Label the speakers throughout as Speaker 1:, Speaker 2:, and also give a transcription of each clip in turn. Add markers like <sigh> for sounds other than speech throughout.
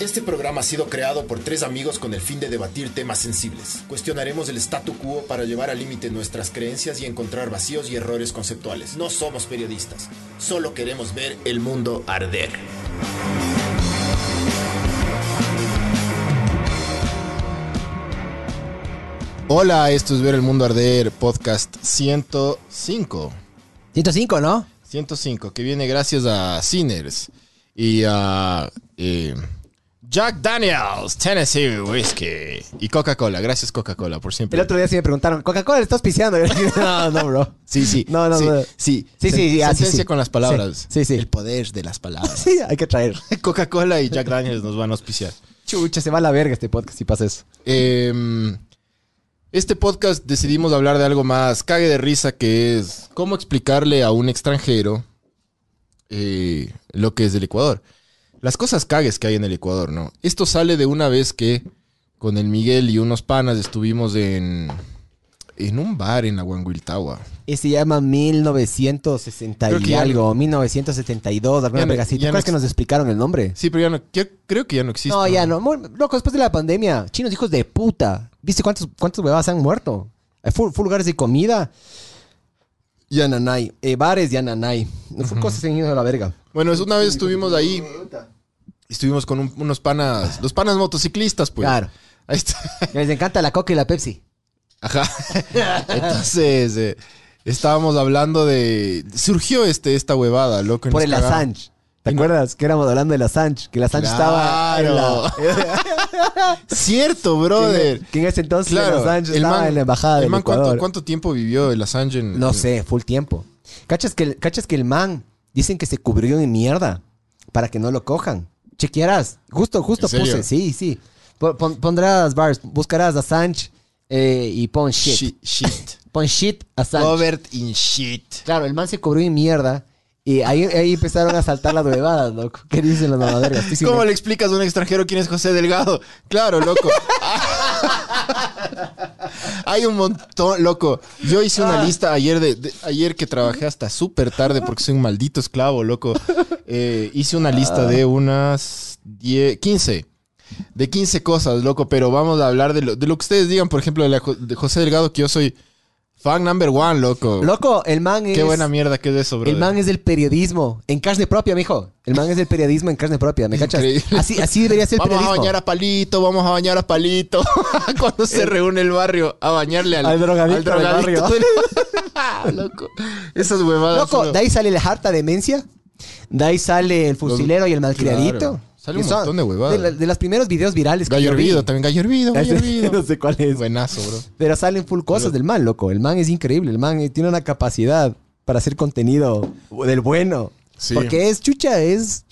Speaker 1: Este programa ha sido creado por tres amigos con el fin de debatir temas sensibles. Cuestionaremos el statu quo para llevar al límite nuestras creencias y encontrar vacíos y errores conceptuales. No somos periodistas, solo queremos ver el mundo arder.
Speaker 2: Hola, esto es Ver el Mundo Arder, podcast 105.
Speaker 3: 105, ¿no?
Speaker 2: 105, que viene gracias a Sinners y a eh, Jack Daniels, Tennessee Whiskey y Coca-Cola. Gracias Coca-Cola por siempre.
Speaker 3: El otro día sí me preguntaron, ¿Coca-Cola le estás piciando? Y yo dije, no, no, bro. <laughs>
Speaker 2: Sí, sí.
Speaker 3: No, no,
Speaker 2: sí,
Speaker 3: no.
Speaker 2: sí.
Speaker 3: Sí, sí,
Speaker 2: Sen-
Speaker 3: sí, ah, sí,
Speaker 2: sentencia
Speaker 3: sí.
Speaker 2: con las palabras.
Speaker 3: Sí, sí, sí.
Speaker 2: El poder de
Speaker 3: <laughs>
Speaker 2: las palabras.
Speaker 3: Sí, hay que traer.
Speaker 2: Coca-Cola y Jack Daniels nos van a auspiciar.
Speaker 3: Chucha, se va a la verga este podcast si pasa eso.
Speaker 2: Eh, este podcast decidimos hablar de algo más cague de risa que es cómo explicarle a un extranjero eh, lo que es del Ecuador. Las cosas cagues que hay en el Ecuador, ¿no? Esto sale de una vez que con el Miguel y unos panas estuvimos en, en un bar en Aguanguiltagua.
Speaker 3: Y se llama 1960
Speaker 2: Creo que
Speaker 3: y
Speaker 2: ya
Speaker 3: algo, 1972, alguna
Speaker 2: Ya no-
Speaker 3: verga así. ¿Te
Speaker 2: ya no
Speaker 3: acuerdas que
Speaker 2: ex-
Speaker 3: nos explicaron el nombre?
Speaker 2: Sí, pero ya no, ya- creo que ya no existe.
Speaker 3: No, ya no. Muy- Loco, después de la pandemia, chinos hijos de puta. ¿Viste cuántos, cuántos huevadas han muerto? Eh, Full, full lugares de comida. Yananay. Eh, bares Yananay. Full cosas se han ido a la verga.
Speaker 2: Bueno, es una vez estuvimos ahí. Estuvimos con un- unos panas, los panas motociclistas, pues.
Speaker 3: Claro.
Speaker 2: Ahí está.
Speaker 3: Les encanta la coca y la Pepsi.
Speaker 2: Ajá. Entonces, eh, estábamos hablando de. Surgió este, esta huevada, loco. y
Speaker 3: Por
Speaker 2: nos
Speaker 3: el
Speaker 2: cagamos.
Speaker 3: Assange. ¿Te acuerdas que éramos hablando del Assange? Que el Assange estaba en la... <laughs>
Speaker 2: Cierto,
Speaker 3: Que
Speaker 2: brother.
Speaker 3: en ese entonces el
Speaker 2: Claro.
Speaker 3: Assange estaba en la embajada
Speaker 2: el
Speaker 3: del
Speaker 2: man ¿cuánto,
Speaker 3: Ecuador.
Speaker 2: cuánto tiempo vivió el Assange en-
Speaker 3: No
Speaker 2: en-
Speaker 3: sé, full tiempo. ¿Cachas que, el, ¿Cachas que el man dicen que se cubrió en mierda para que no lo cojan? Chequearás. Justo, justo
Speaker 2: ¿En serio?
Speaker 3: puse. Sí, sí. Po- pon- pondrás bars, buscarás Assange eh, y pon shit.
Speaker 2: Shit. shit.
Speaker 3: Pon shit Assange.
Speaker 2: Robert in shit.
Speaker 3: Claro, el man se cubrió en mierda y ahí, ahí empezaron a saltar las huevadas, loco. ¿Qué dicen las mamaderas? Estoy sin-
Speaker 2: ¿Cómo le explicas a un extranjero quién es José Delgado? Claro, loco. <laughs> Hay un montón, loco. Yo hice una lista ayer de, de- ayer que trabajé hasta súper tarde porque soy un maldito esclavo, loco. Eh, hice una lista de unas 10, 15. De 15 cosas, loco, pero vamos a hablar de lo, de lo que ustedes digan, por ejemplo, de, la Jo- de José Delgado, que yo soy fan number one, loco.
Speaker 3: Loco, el man es...
Speaker 2: Qué buena mierda que es eso, bro.
Speaker 3: El man es del periodismo en carne propia, mijo. El man es del periodismo en carne propia, ¿me cachas?
Speaker 2: Increíble.
Speaker 3: Así, así debería ser el
Speaker 2: Vamos a
Speaker 3: periodismo.
Speaker 2: bañar a Palito, vamos a bañar a Palito. <laughs> Cuando se reúne el barrio, a bañarle al,
Speaker 3: Eh. Al drogadicto del barrio.
Speaker 2: <laughs> del- Ah, Loco. Esas huevadas.
Speaker 3: Loco,
Speaker 2: solo-
Speaker 3: de ahí sale la harta demencia. De ahí sale el fusilero y el malcriadito.
Speaker 2: Claro. Sale un
Speaker 3: Que son
Speaker 2: montón de huevadas.
Speaker 3: la- De, los primeros videos virales que
Speaker 2: Gallo
Speaker 3: yo vi.
Speaker 2: hervido, también gallo hervido, gallo
Speaker 3: <laughs>
Speaker 2: hervido.
Speaker 3: no sé cuál es.
Speaker 2: Buenazo, bro.
Speaker 3: Pero salen full cosas del man, loco. El man es increíble. El man eh, tiene una capacidad para hacer contenido del bueno.
Speaker 2: Sí.
Speaker 3: Porque es chucha, es...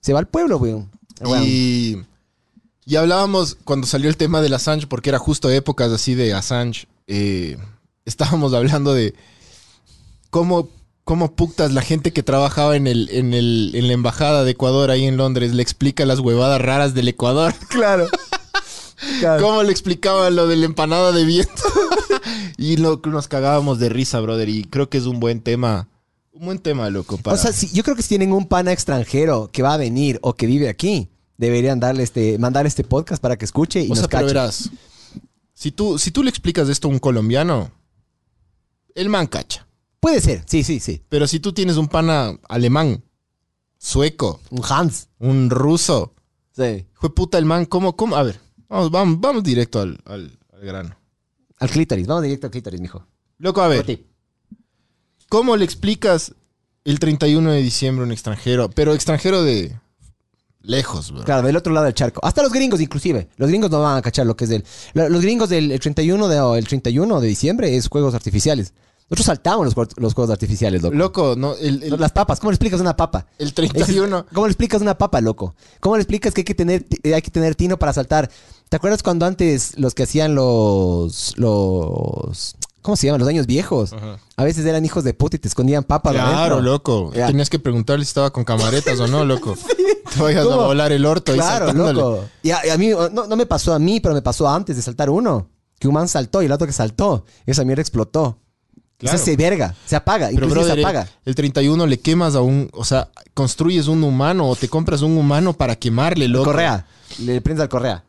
Speaker 3: Se va al pueblo, weón. Weón.
Speaker 2: Y, y hablábamos cuando salió el tema del Assange, porque era justo épocas así de Assange. eh, estábamos hablando de cómo, cómo putas la gente que trabajaba en, el, en, el, en la embajada de Ecuador ahí en Londres le explica las huevadas raras del Ecuador. <laughs>
Speaker 3: Claro. Claro.
Speaker 2: ¿Cómo le explicaban lo de la empanada de viento? <laughs> y lo- nos cagábamos de risa, brother. Y creo que es un buen tema. Un buen tema, loco. Para...
Speaker 3: O sea, si- yo creo que si tienen un pana extranjero que va a venir o que vive aquí, deberían darle este, mandar este podcast para que escuche y
Speaker 2: O
Speaker 3: nos
Speaker 2: sea, pero
Speaker 3: cache.
Speaker 2: verás, si tú, si tú le explicas esto a un colombiano, el man cacha.
Speaker 3: Puede ser, sí, sí, sí.
Speaker 2: Pero si tú tienes un pana alemán, sueco,
Speaker 3: Un Hans.
Speaker 2: un ruso,
Speaker 3: Sí.
Speaker 2: fue puta el man, ¿cómo, cómo? A ver, vamos, vamos, vamos directo al, al- al grano.
Speaker 3: Al clítoris, vamos directo al clítoris, mijo.
Speaker 2: Loco, a
Speaker 3: Por
Speaker 2: ver,
Speaker 3: ti.
Speaker 2: ¿cómo le explicas el 31 de diciembre a un extranjero? Pero extranjero de lejos, bro.
Speaker 3: Claro, del otro lado del charco. Hasta los gringos, inclusive. Los gringos no van a cachar lo que es el. lo- Los gringos del el 31 de, o el 31 de diciembre es juegos artificiales. Nosotros saltamos los, cuart- los juegos artificiales, loco.
Speaker 2: Loco, no, el, el-
Speaker 3: Las papas, ¿cómo le explicas una papa?
Speaker 2: el
Speaker 3: Ese es-
Speaker 2: 31...
Speaker 3: ¿Cómo le explicas una papa, loco? ¿Cómo le explicas que hay que tener, eh, hay que tener tino para saltar? ¿Te acuerdas cuando antes los que hacían los. los ¿Cómo se llaman? Los años viejos. A veces eran hijos de puta y te escondían papas.
Speaker 2: Claro,
Speaker 3: adentro.
Speaker 2: loco.
Speaker 3: Ya.
Speaker 2: Tenías que preguntarle si estaba con camaretas o no,
Speaker 3: <laughs>
Speaker 2: loco. Te vayas
Speaker 3: ¿Cómo?
Speaker 2: a volar el orto ahí
Speaker 3: Claro,
Speaker 2: saltándole.
Speaker 3: loco. Y a, y a mí, no, no me pasó a mí, pero me pasó antes de saltar uno. Que un man saltó y el otro que saltó. Esa mierda explotó.
Speaker 2: Claro.
Speaker 3: O sea, se verga. Se apaga.
Speaker 2: Pero,
Speaker 3: inclusive
Speaker 2: brother, eh,
Speaker 3: se apaga.
Speaker 2: el, el 31 le quemas a un... O sea, construyes un humano o te compras un humano para quemarle, loco.
Speaker 3: Correa. Le prendes al correa.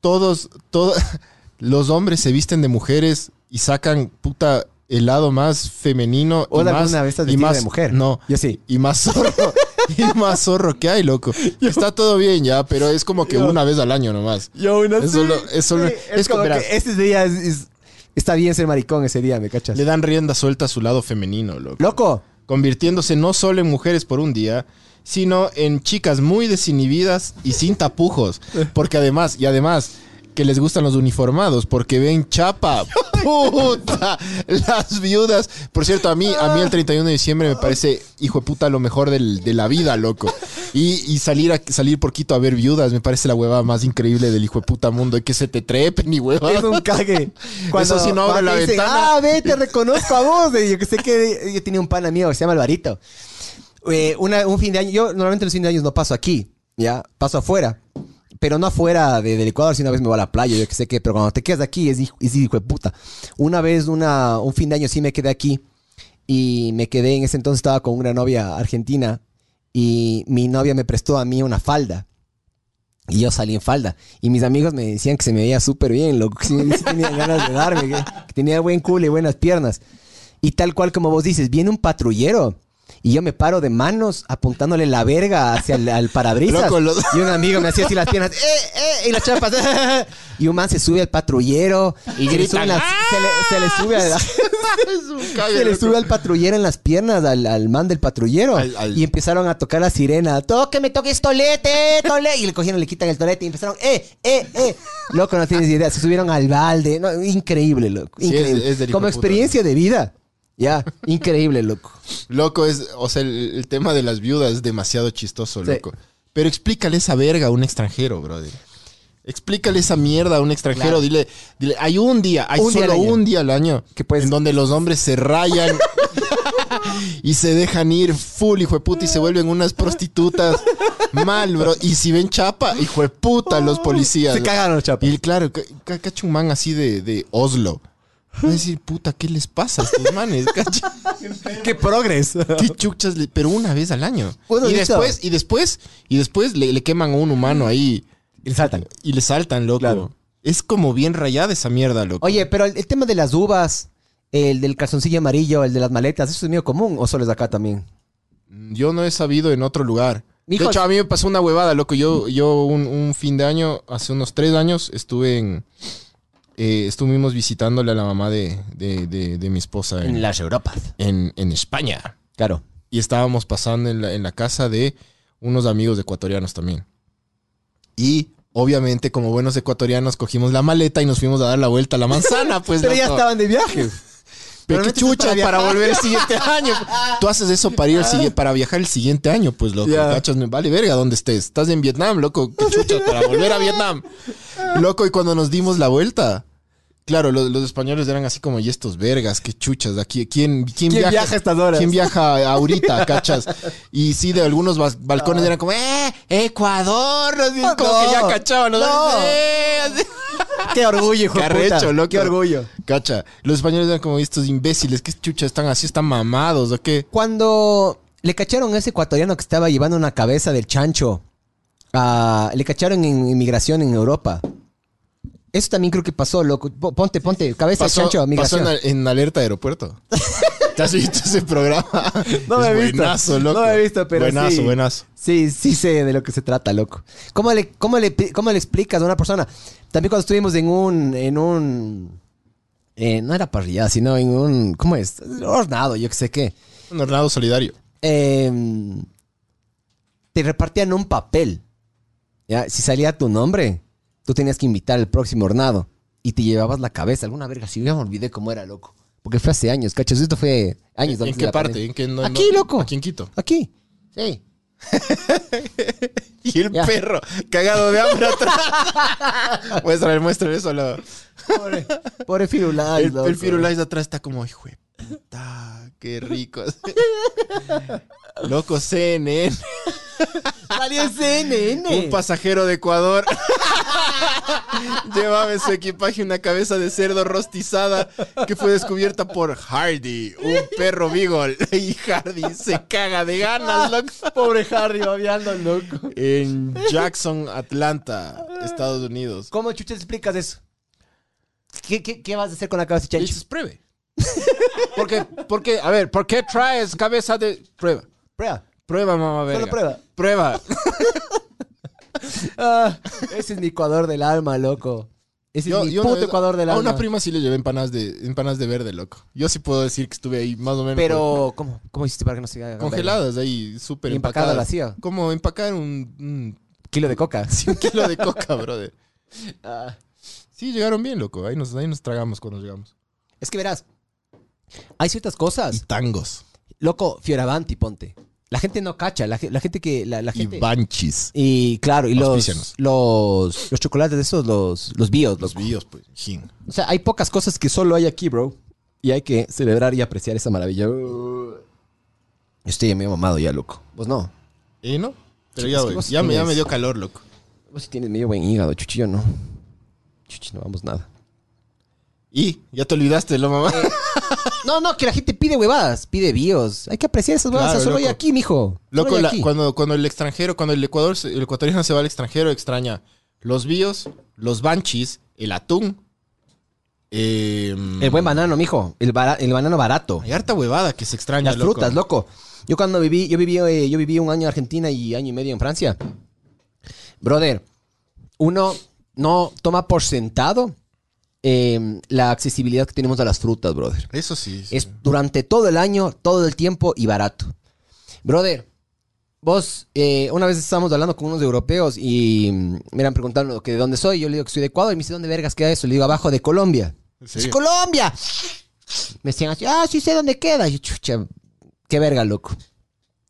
Speaker 2: todos, todo- <laughs> los hombres se visten de mujeres y sacan puta el lado más femenino
Speaker 3: O
Speaker 2: y más,
Speaker 3: alguna vez estás
Speaker 2: y
Speaker 3: vestido
Speaker 2: más
Speaker 3: de mujer.
Speaker 2: No,
Speaker 3: Yo sí.
Speaker 2: y más <laughs> zorro, y más zorro que hay, loco. Está todo bien ya, pero es como que
Speaker 3: Yo-
Speaker 2: una vez al año nomás.
Speaker 3: Yo una
Speaker 2: Es solo- es solo- es
Speaker 3: como
Speaker 2: como- verás.
Speaker 3: que ese día es- es- está bien ser maricón ese día, ¿me cachas?
Speaker 2: Le dan rienda suelta a su lado femenino, loco.
Speaker 3: Loco,
Speaker 2: Convirtiéndose no solo en mujeres por un día, sino en chicas muy desinhibidas y sin tapujos. Porque además, y además, que les gustan los uniformados, porque ven chapa. ¡Puta! Las viudas. Por cierto, a mí, a mí el 31 de diciembre me parece, hijo de puta, lo mejor del- de la vida, loco. Y, y salir a, salir por Quito a ver viudas me parece la hueva más increíble del hijo de puta mundo. Y que se te trepen
Speaker 3: <laughs>
Speaker 2: y <laughs> hueva.
Speaker 3: es un cague. Cuando,
Speaker 2: sí, no abre
Speaker 3: cuando
Speaker 2: la
Speaker 3: te dicen,
Speaker 2: ventana.
Speaker 3: Ah, ve, te reconozco a vos. Y yo que sé que yo tenía un pan amigo que se llama Alvarito. Eh, una- un fin de año, yo normalmente los fines de años no paso aquí, ya, paso afuera. Pero no afuera de- del Ecuador, si una vez me voy a la playa, yo que sé qué. Pero cuando te quedas aquí es, hijo- es hijo de puta. Una vez, una, un fin de año sí me quedé aquí. Y me quedé, en ese entonces estaba con una novia argentina. Y mi novia me prestó a mí una falda. Y yo salí en falda. Y mis amigos me decían que se me veía súper bien, loco. Que sí, sí tenían ganas de darme, que, que tenía buen culo y buenas piernas. Y tal cual como vos dices, viene un patrullero. Y yo me paro de manos apuntándole la verga hacia el al parabrisas.
Speaker 2: Loco, los-
Speaker 3: Y un amigo me hacía así las piernas. ¡Eh, eh! Y las chapas. <laughs> "Ah". Y un man se sube al patrullero. Y se le sube,
Speaker 2: Gritan,
Speaker 3: las- se le- se le sube a la-
Speaker 2: Es un cague,
Speaker 3: se le
Speaker 2: loco.
Speaker 3: sube al patrullero en las piernas, al, al man del patrullero.
Speaker 2: Al- al-
Speaker 3: Y empezaron a tocar la sirena. ¡Toque, me toques tolete, tolete! Y le cogieron, le quitan el tolete y empezaron, ¡eh, eh, eh! Loco, no tienes idea. Se subieron al balde. No, increíble, loco.
Speaker 2: Sí, es-
Speaker 3: Increíble.
Speaker 2: es del hijo
Speaker 3: Como
Speaker 2: de puta.
Speaker 3: experiencia de vida. Ya, increíble, loco.
Speaker 2: Loco, es, o sea, el, el tema de las viudas es demasiado chistoso,
Speaker 3: Sí.
Speaker 2: loco. Pero explícale esa verga a un extranjero, brother. Explícale esa mierda a un extranjero.
Speaker 3: Claro.
Speaker 2: Dile, dile, hay un día, hay
Speaker 3: Un día
Speaker 2: solo
Speaker 3: al año.
Speaker 2: un día al año
Speaker 3: Que puedes-
Speaker 2: en donde los hombres
Speaker 3: <laughs>
Speaker 2: se rayan y se dejan ir full, hijo de puta, y se vuelven unas prostitutas. Mal, bro. Y si ven chapa, hijo de puta, los policías.
Speaker 3: Oh, Se cagaron, chapo.
Speaker 2: Y el- claro, ca- ca- cacha un man así de, de Oslo. Va a decir, puta, ¿qué les pasa a estos manes? <laughs> Cacha.
Speaker 3: ¡Qué progres!
Speaker 2: ¿Qué chuchas? le- Pero una vez al año.
Speaker 3: Bueno,
Speaker 2: y,
Speaker 3: listo.
Speaker 2: después, y después, y después le, le queman a un humano ahí
Speaker 3: Y saltan.
Speaker 2: y le saltan, loco.
Speaker 3: Claro.
Speaker 2: Es como bien rayada esa mierda, loco.
Speaker 3: Oye, pero el, el tema de las uvas, el del calzoncillo amarillo, el de las maletas, ¿eso es mío común o solo es de acá también?
Speaker 2: Yo no he sabido en otro lugar.
Speaker 3: Mijo-
Speaker 2: De hecho, a mí me pasó una huevada, loco. Yo, yo un, un fin de año, hace unos tres años, estuve en. eh, estuvimos visitándole a la mamá de, de- de- de mi esposa en,
Speaker 3: las Europas.
Speaker 2: en- en España.
Speaker 3: Claro.
Speaker 2: y estábamos pasando en la, en la casa de unos amigos ecuatorianos también. Y obviamente, como buenos ecuatorianos, cogimos la maleta y nos fuimos a dar la vuelta a la manzana,
Speaker 3: <laughs>
Speaker 2: pues.
Speaker 3: Pero ya
Speaker 2: loco.
Speaker 3: estaban de viaje.
Speaker 2: Pero qué
Speaker 3: Probablemente eso es para
Speaker 2: chucha para,
Speaker 3: viajar.
Speaker 2: volver el siguiente año. Tú haces eso para ir al siguiente, para viajar el siguiente año, pues loco.
Speaker 3: Ya.
Speaker 2: Cachas, me vale verga dónde estés. Estás en Vietnam, loco. Qué chucha para volver a Vietnam. Loco, y cuando nos dimos la vuelta. Claro, los, los españoles eran así como, y estos vergas, qué chuchas, de aquí, ¿quién, quién,
Speaker 3: ¿Quién viaja a estas horas?
Speaker 2: ¿Quién viaja ahorita, cachas? Y sí, de algunos bas- balcones eran como, ¡eh, Ecuador! Así, es Ah, como que ya
Speaker 3: No.
Speaker 2: cachaban, ¿no?
Speaker 3: No.
Speaker 2: ¡Eh!
Speaker 3: <laughs>
Speaker 2: así.
Speaker 3: Qué orgullo, hijo
Speaker 2: Qué
Speaker 3: de puta.
Speaker 2: arrecho, loco.
Speaker 3: Qué orgullo.
Speaker 2: Cacha, los españoles eran como estos imbéciles, ¿qué chucha están así? ¿Están mamados o qué?
Speaker 3: Cuando le cacharon a ese ecuatoriano que estaba llevando una cabeza del chancho, ah, le cacharon en inmigración en Europa. Eso también creo que pasó, loco. Po- Ponte, ponte, cabeza
Speaker 2: Pasó,
Speaker 3: del chancho,
Speaker 2: pasó
Speaker 3: migración.
Speaker 2: en, en
Speaker 3: <laughs>
Speaker 2: alerta aeropuerto. ¿Te has visto ese programa?
Speaker 3: No me
Speaker 2: Es
Speaker 3: he visto.
Speaker 2: Buenazo, loco.
Speaker 3: No me he visto, pero
Speaker 2: buenazo,
Speaker 3: sí.
Speaker 2: Buenazo,
Speaker 3: Sí, sí sé de lo que se trata, loco. ¿Cómo le, cómo le, cómo le explicas a una persona? También cuando estuvimos en un... En un eh, no era parrillada, sino en un... ¿Cómo es? Hornado, yo qué sé qué.
Speaker 2: Un Ornado solidario.
Speaker 3: eh, te repartían un papel. ¿ya? Si salía tu nombre, tú tenías que invitar al próximo hornado y te llevabas la cabeza. Alguna verga, si yo me olvidé cómo era, loco. Porque fue hace años, cachos. Esto fue años
Speaker 2: ¿En
Speaker 3: antes de
Speaker 2: qué
Speaker 3: la
Speaker 2: parte?
Speaker 3: pandemia.
Speaker 2: ¿En qué no-
Speaker 3: Aquí,
Speaker 2: no-
Speaker 3: loco.
Speaker 2: Aquí
Speaker 3: <laughs>
Speaker 2: en Quito.
Speaker 3: Aquí. Sí.
Speaker 2: Y el
Speaker 3: Ya.
Speaker 2: perro, cagado de
Speaker 3: <laughs>
Speaker 2: hambre atrás. muéstrale, muéstrale eso. a la-
Speaker 3: Pobre, pobre Firulais,
Speaker 2: el,
Speaker 3: loco.
Speaker 2: el Firulais de atrás está como, hijo de puta, qué rico. Loco, CNN.
Speaker 3: Salió en CNN.
Speaker 2: Un pasajero de Ecuador <laughs> llevaba en su equipaje una cabeza de cerdo rostizada que fue descubierta por Hardy, un perro beagle. <laughs> Y Hardy se caga de ganas, loco.
Speaker 4: Pobre Harry babeando, loco.
Speaker 2: En Jackson, Atlanta, Estados Unidos.
Speaker 4: ¿Cómo chuches explicas eso?
Speaker 3: ¿Qué, qué, qué vas a hacer con la cabeza
Speaker 2: Y
Speaker 3: chancho?
Speaker 2: dices, pruebe. Porque, porque, a ver, ¿por qué traes cabeza de prueba?
Speaker 3: Prueba.
Speaker 2: Prueba, mamá verga.
Speaker 3: Solo prueba. <laughs>
Speaker 2: Prueba.
Speaker 3: Ah, <laughs> ese es mi Ecuador del alma, loco. Ese es mi
Speaker 2: una
Speaker 3: puto
Speaker 2: vez
Speaker 3: Ecuador del
Speaker 2: a
Speaker 3: alma.
Speaker 2: una prima sí le llevé empanadas de, empanadas de verde, loco. Yo sí puedo decir que estuve ahí más o menos.
Speaker 3: Pero, ¿cómo, ¿cómo hiciste para que no se haga?
Speaker 2: pero congeladas ahí, súper
Speaker 3: Y empacada
Speaker 2: empacadas.
Speaker 3: la hacía.
Speaker 2: Como empacar un, un- <laughs>
Speaker 3: Kilo de coca. <laughs>
Speaker 2: sí, un kilo de coca, brother.
Speaker 3: Ah.
Speaker 2: Sí, llegaron bien, loco. Ahí nos, ahí nos tragamos cuando llegamos.
Speaker 3: Es que verás, hay ciertas
Speaker 2: Y
Speaker 3: cosas.
Speaker 2: tangos.
Speaker 3: Loco, Fioravanti, ponte. La gente no cacha. La, ge- la gente que. La, la gente.
Speaker 2: Y banchis.
Speaker 3: Y claro, y
Speaker 2: Auspícianos.
Speaker 3: los, los, los chocolates de esos, los, los bios.
Speaker 2: Los
Speaker 3: loco.
Speaker 2: vídeos, pues. jin.
Speaker 3: O sea, hay pocas cosas que solo hay aquí, bro. Y hay que celebrar y apreciar esa maravilla. Yo estoy medio mamado ya, loco. Vos no.
Speaker 2: ¿Eh, no? Pero
Speaker 3: Sí,
Speaker 2: ya,
Speaker 3: es que
Speaker 2: voy.
Speaker 3: vos
Speaker 2: ya, me, ya
Speaker 3: tienes-
Speaker 2: me dio calor, loco.
Speaker 3: Vos sí Pues tienes medio buen hígado, chuchillo, no. Chuchi, no vamos nada.
Speaker 2: Y ya te olvidaste, lo
Speaker 3: Eh,
Speaker 2: mamá.
Speaker 3: No, no, que la gente pide huevadas, pide bios. Hay que apreciar esas huevadas.
Speaker 2: Claro,
Speaker 3: solo hay
Speaker 2: loco.
Speaker 3: aquí, mijo. Solo
Speaker 2: Loco,
Speaker 3: hay
Speaker 2: la-
Speaker 3: aquí.
Speaker 2: cuando, cuando el extranjero, cuando el Ecuador, se- el ecuatoriano se va al extranjero, extraña los bios, los banchis, el atún. em,
Speaker 3: El buen banano, mijo. El, bara- el banano barato.
Speaker 2: Hay harta huevada que se extraña,
Speaker 3: Las frutas, loco. Yo cuando viví, yo viví, eh, yo viví un año en Argentina y año y medio en Francia. Brother, uno no toma por sentado eh, la accesibilidad que tenemos a las frutas, brother.
Speaker 2: Eso sí. sí.
Speaker 3: Es durante todo el año, todo el tiempo y barato. Brother, vos, eh, una vez estábamos hablando con unos europeos y mm, me eran preguntando que de dónde soy. Yo le digo que soy de Ecuador y me dice, ¿dónde vergas queda eso? Le digo, abajo de Colombia.
Speaker 2: ¿En
Speaker 3: ¡Es
Speaker 2: serio?
Speaker 3: Colombia! Me decían así, ah, sí sé dónde queda. Y yo, chucha, qué verga, loco.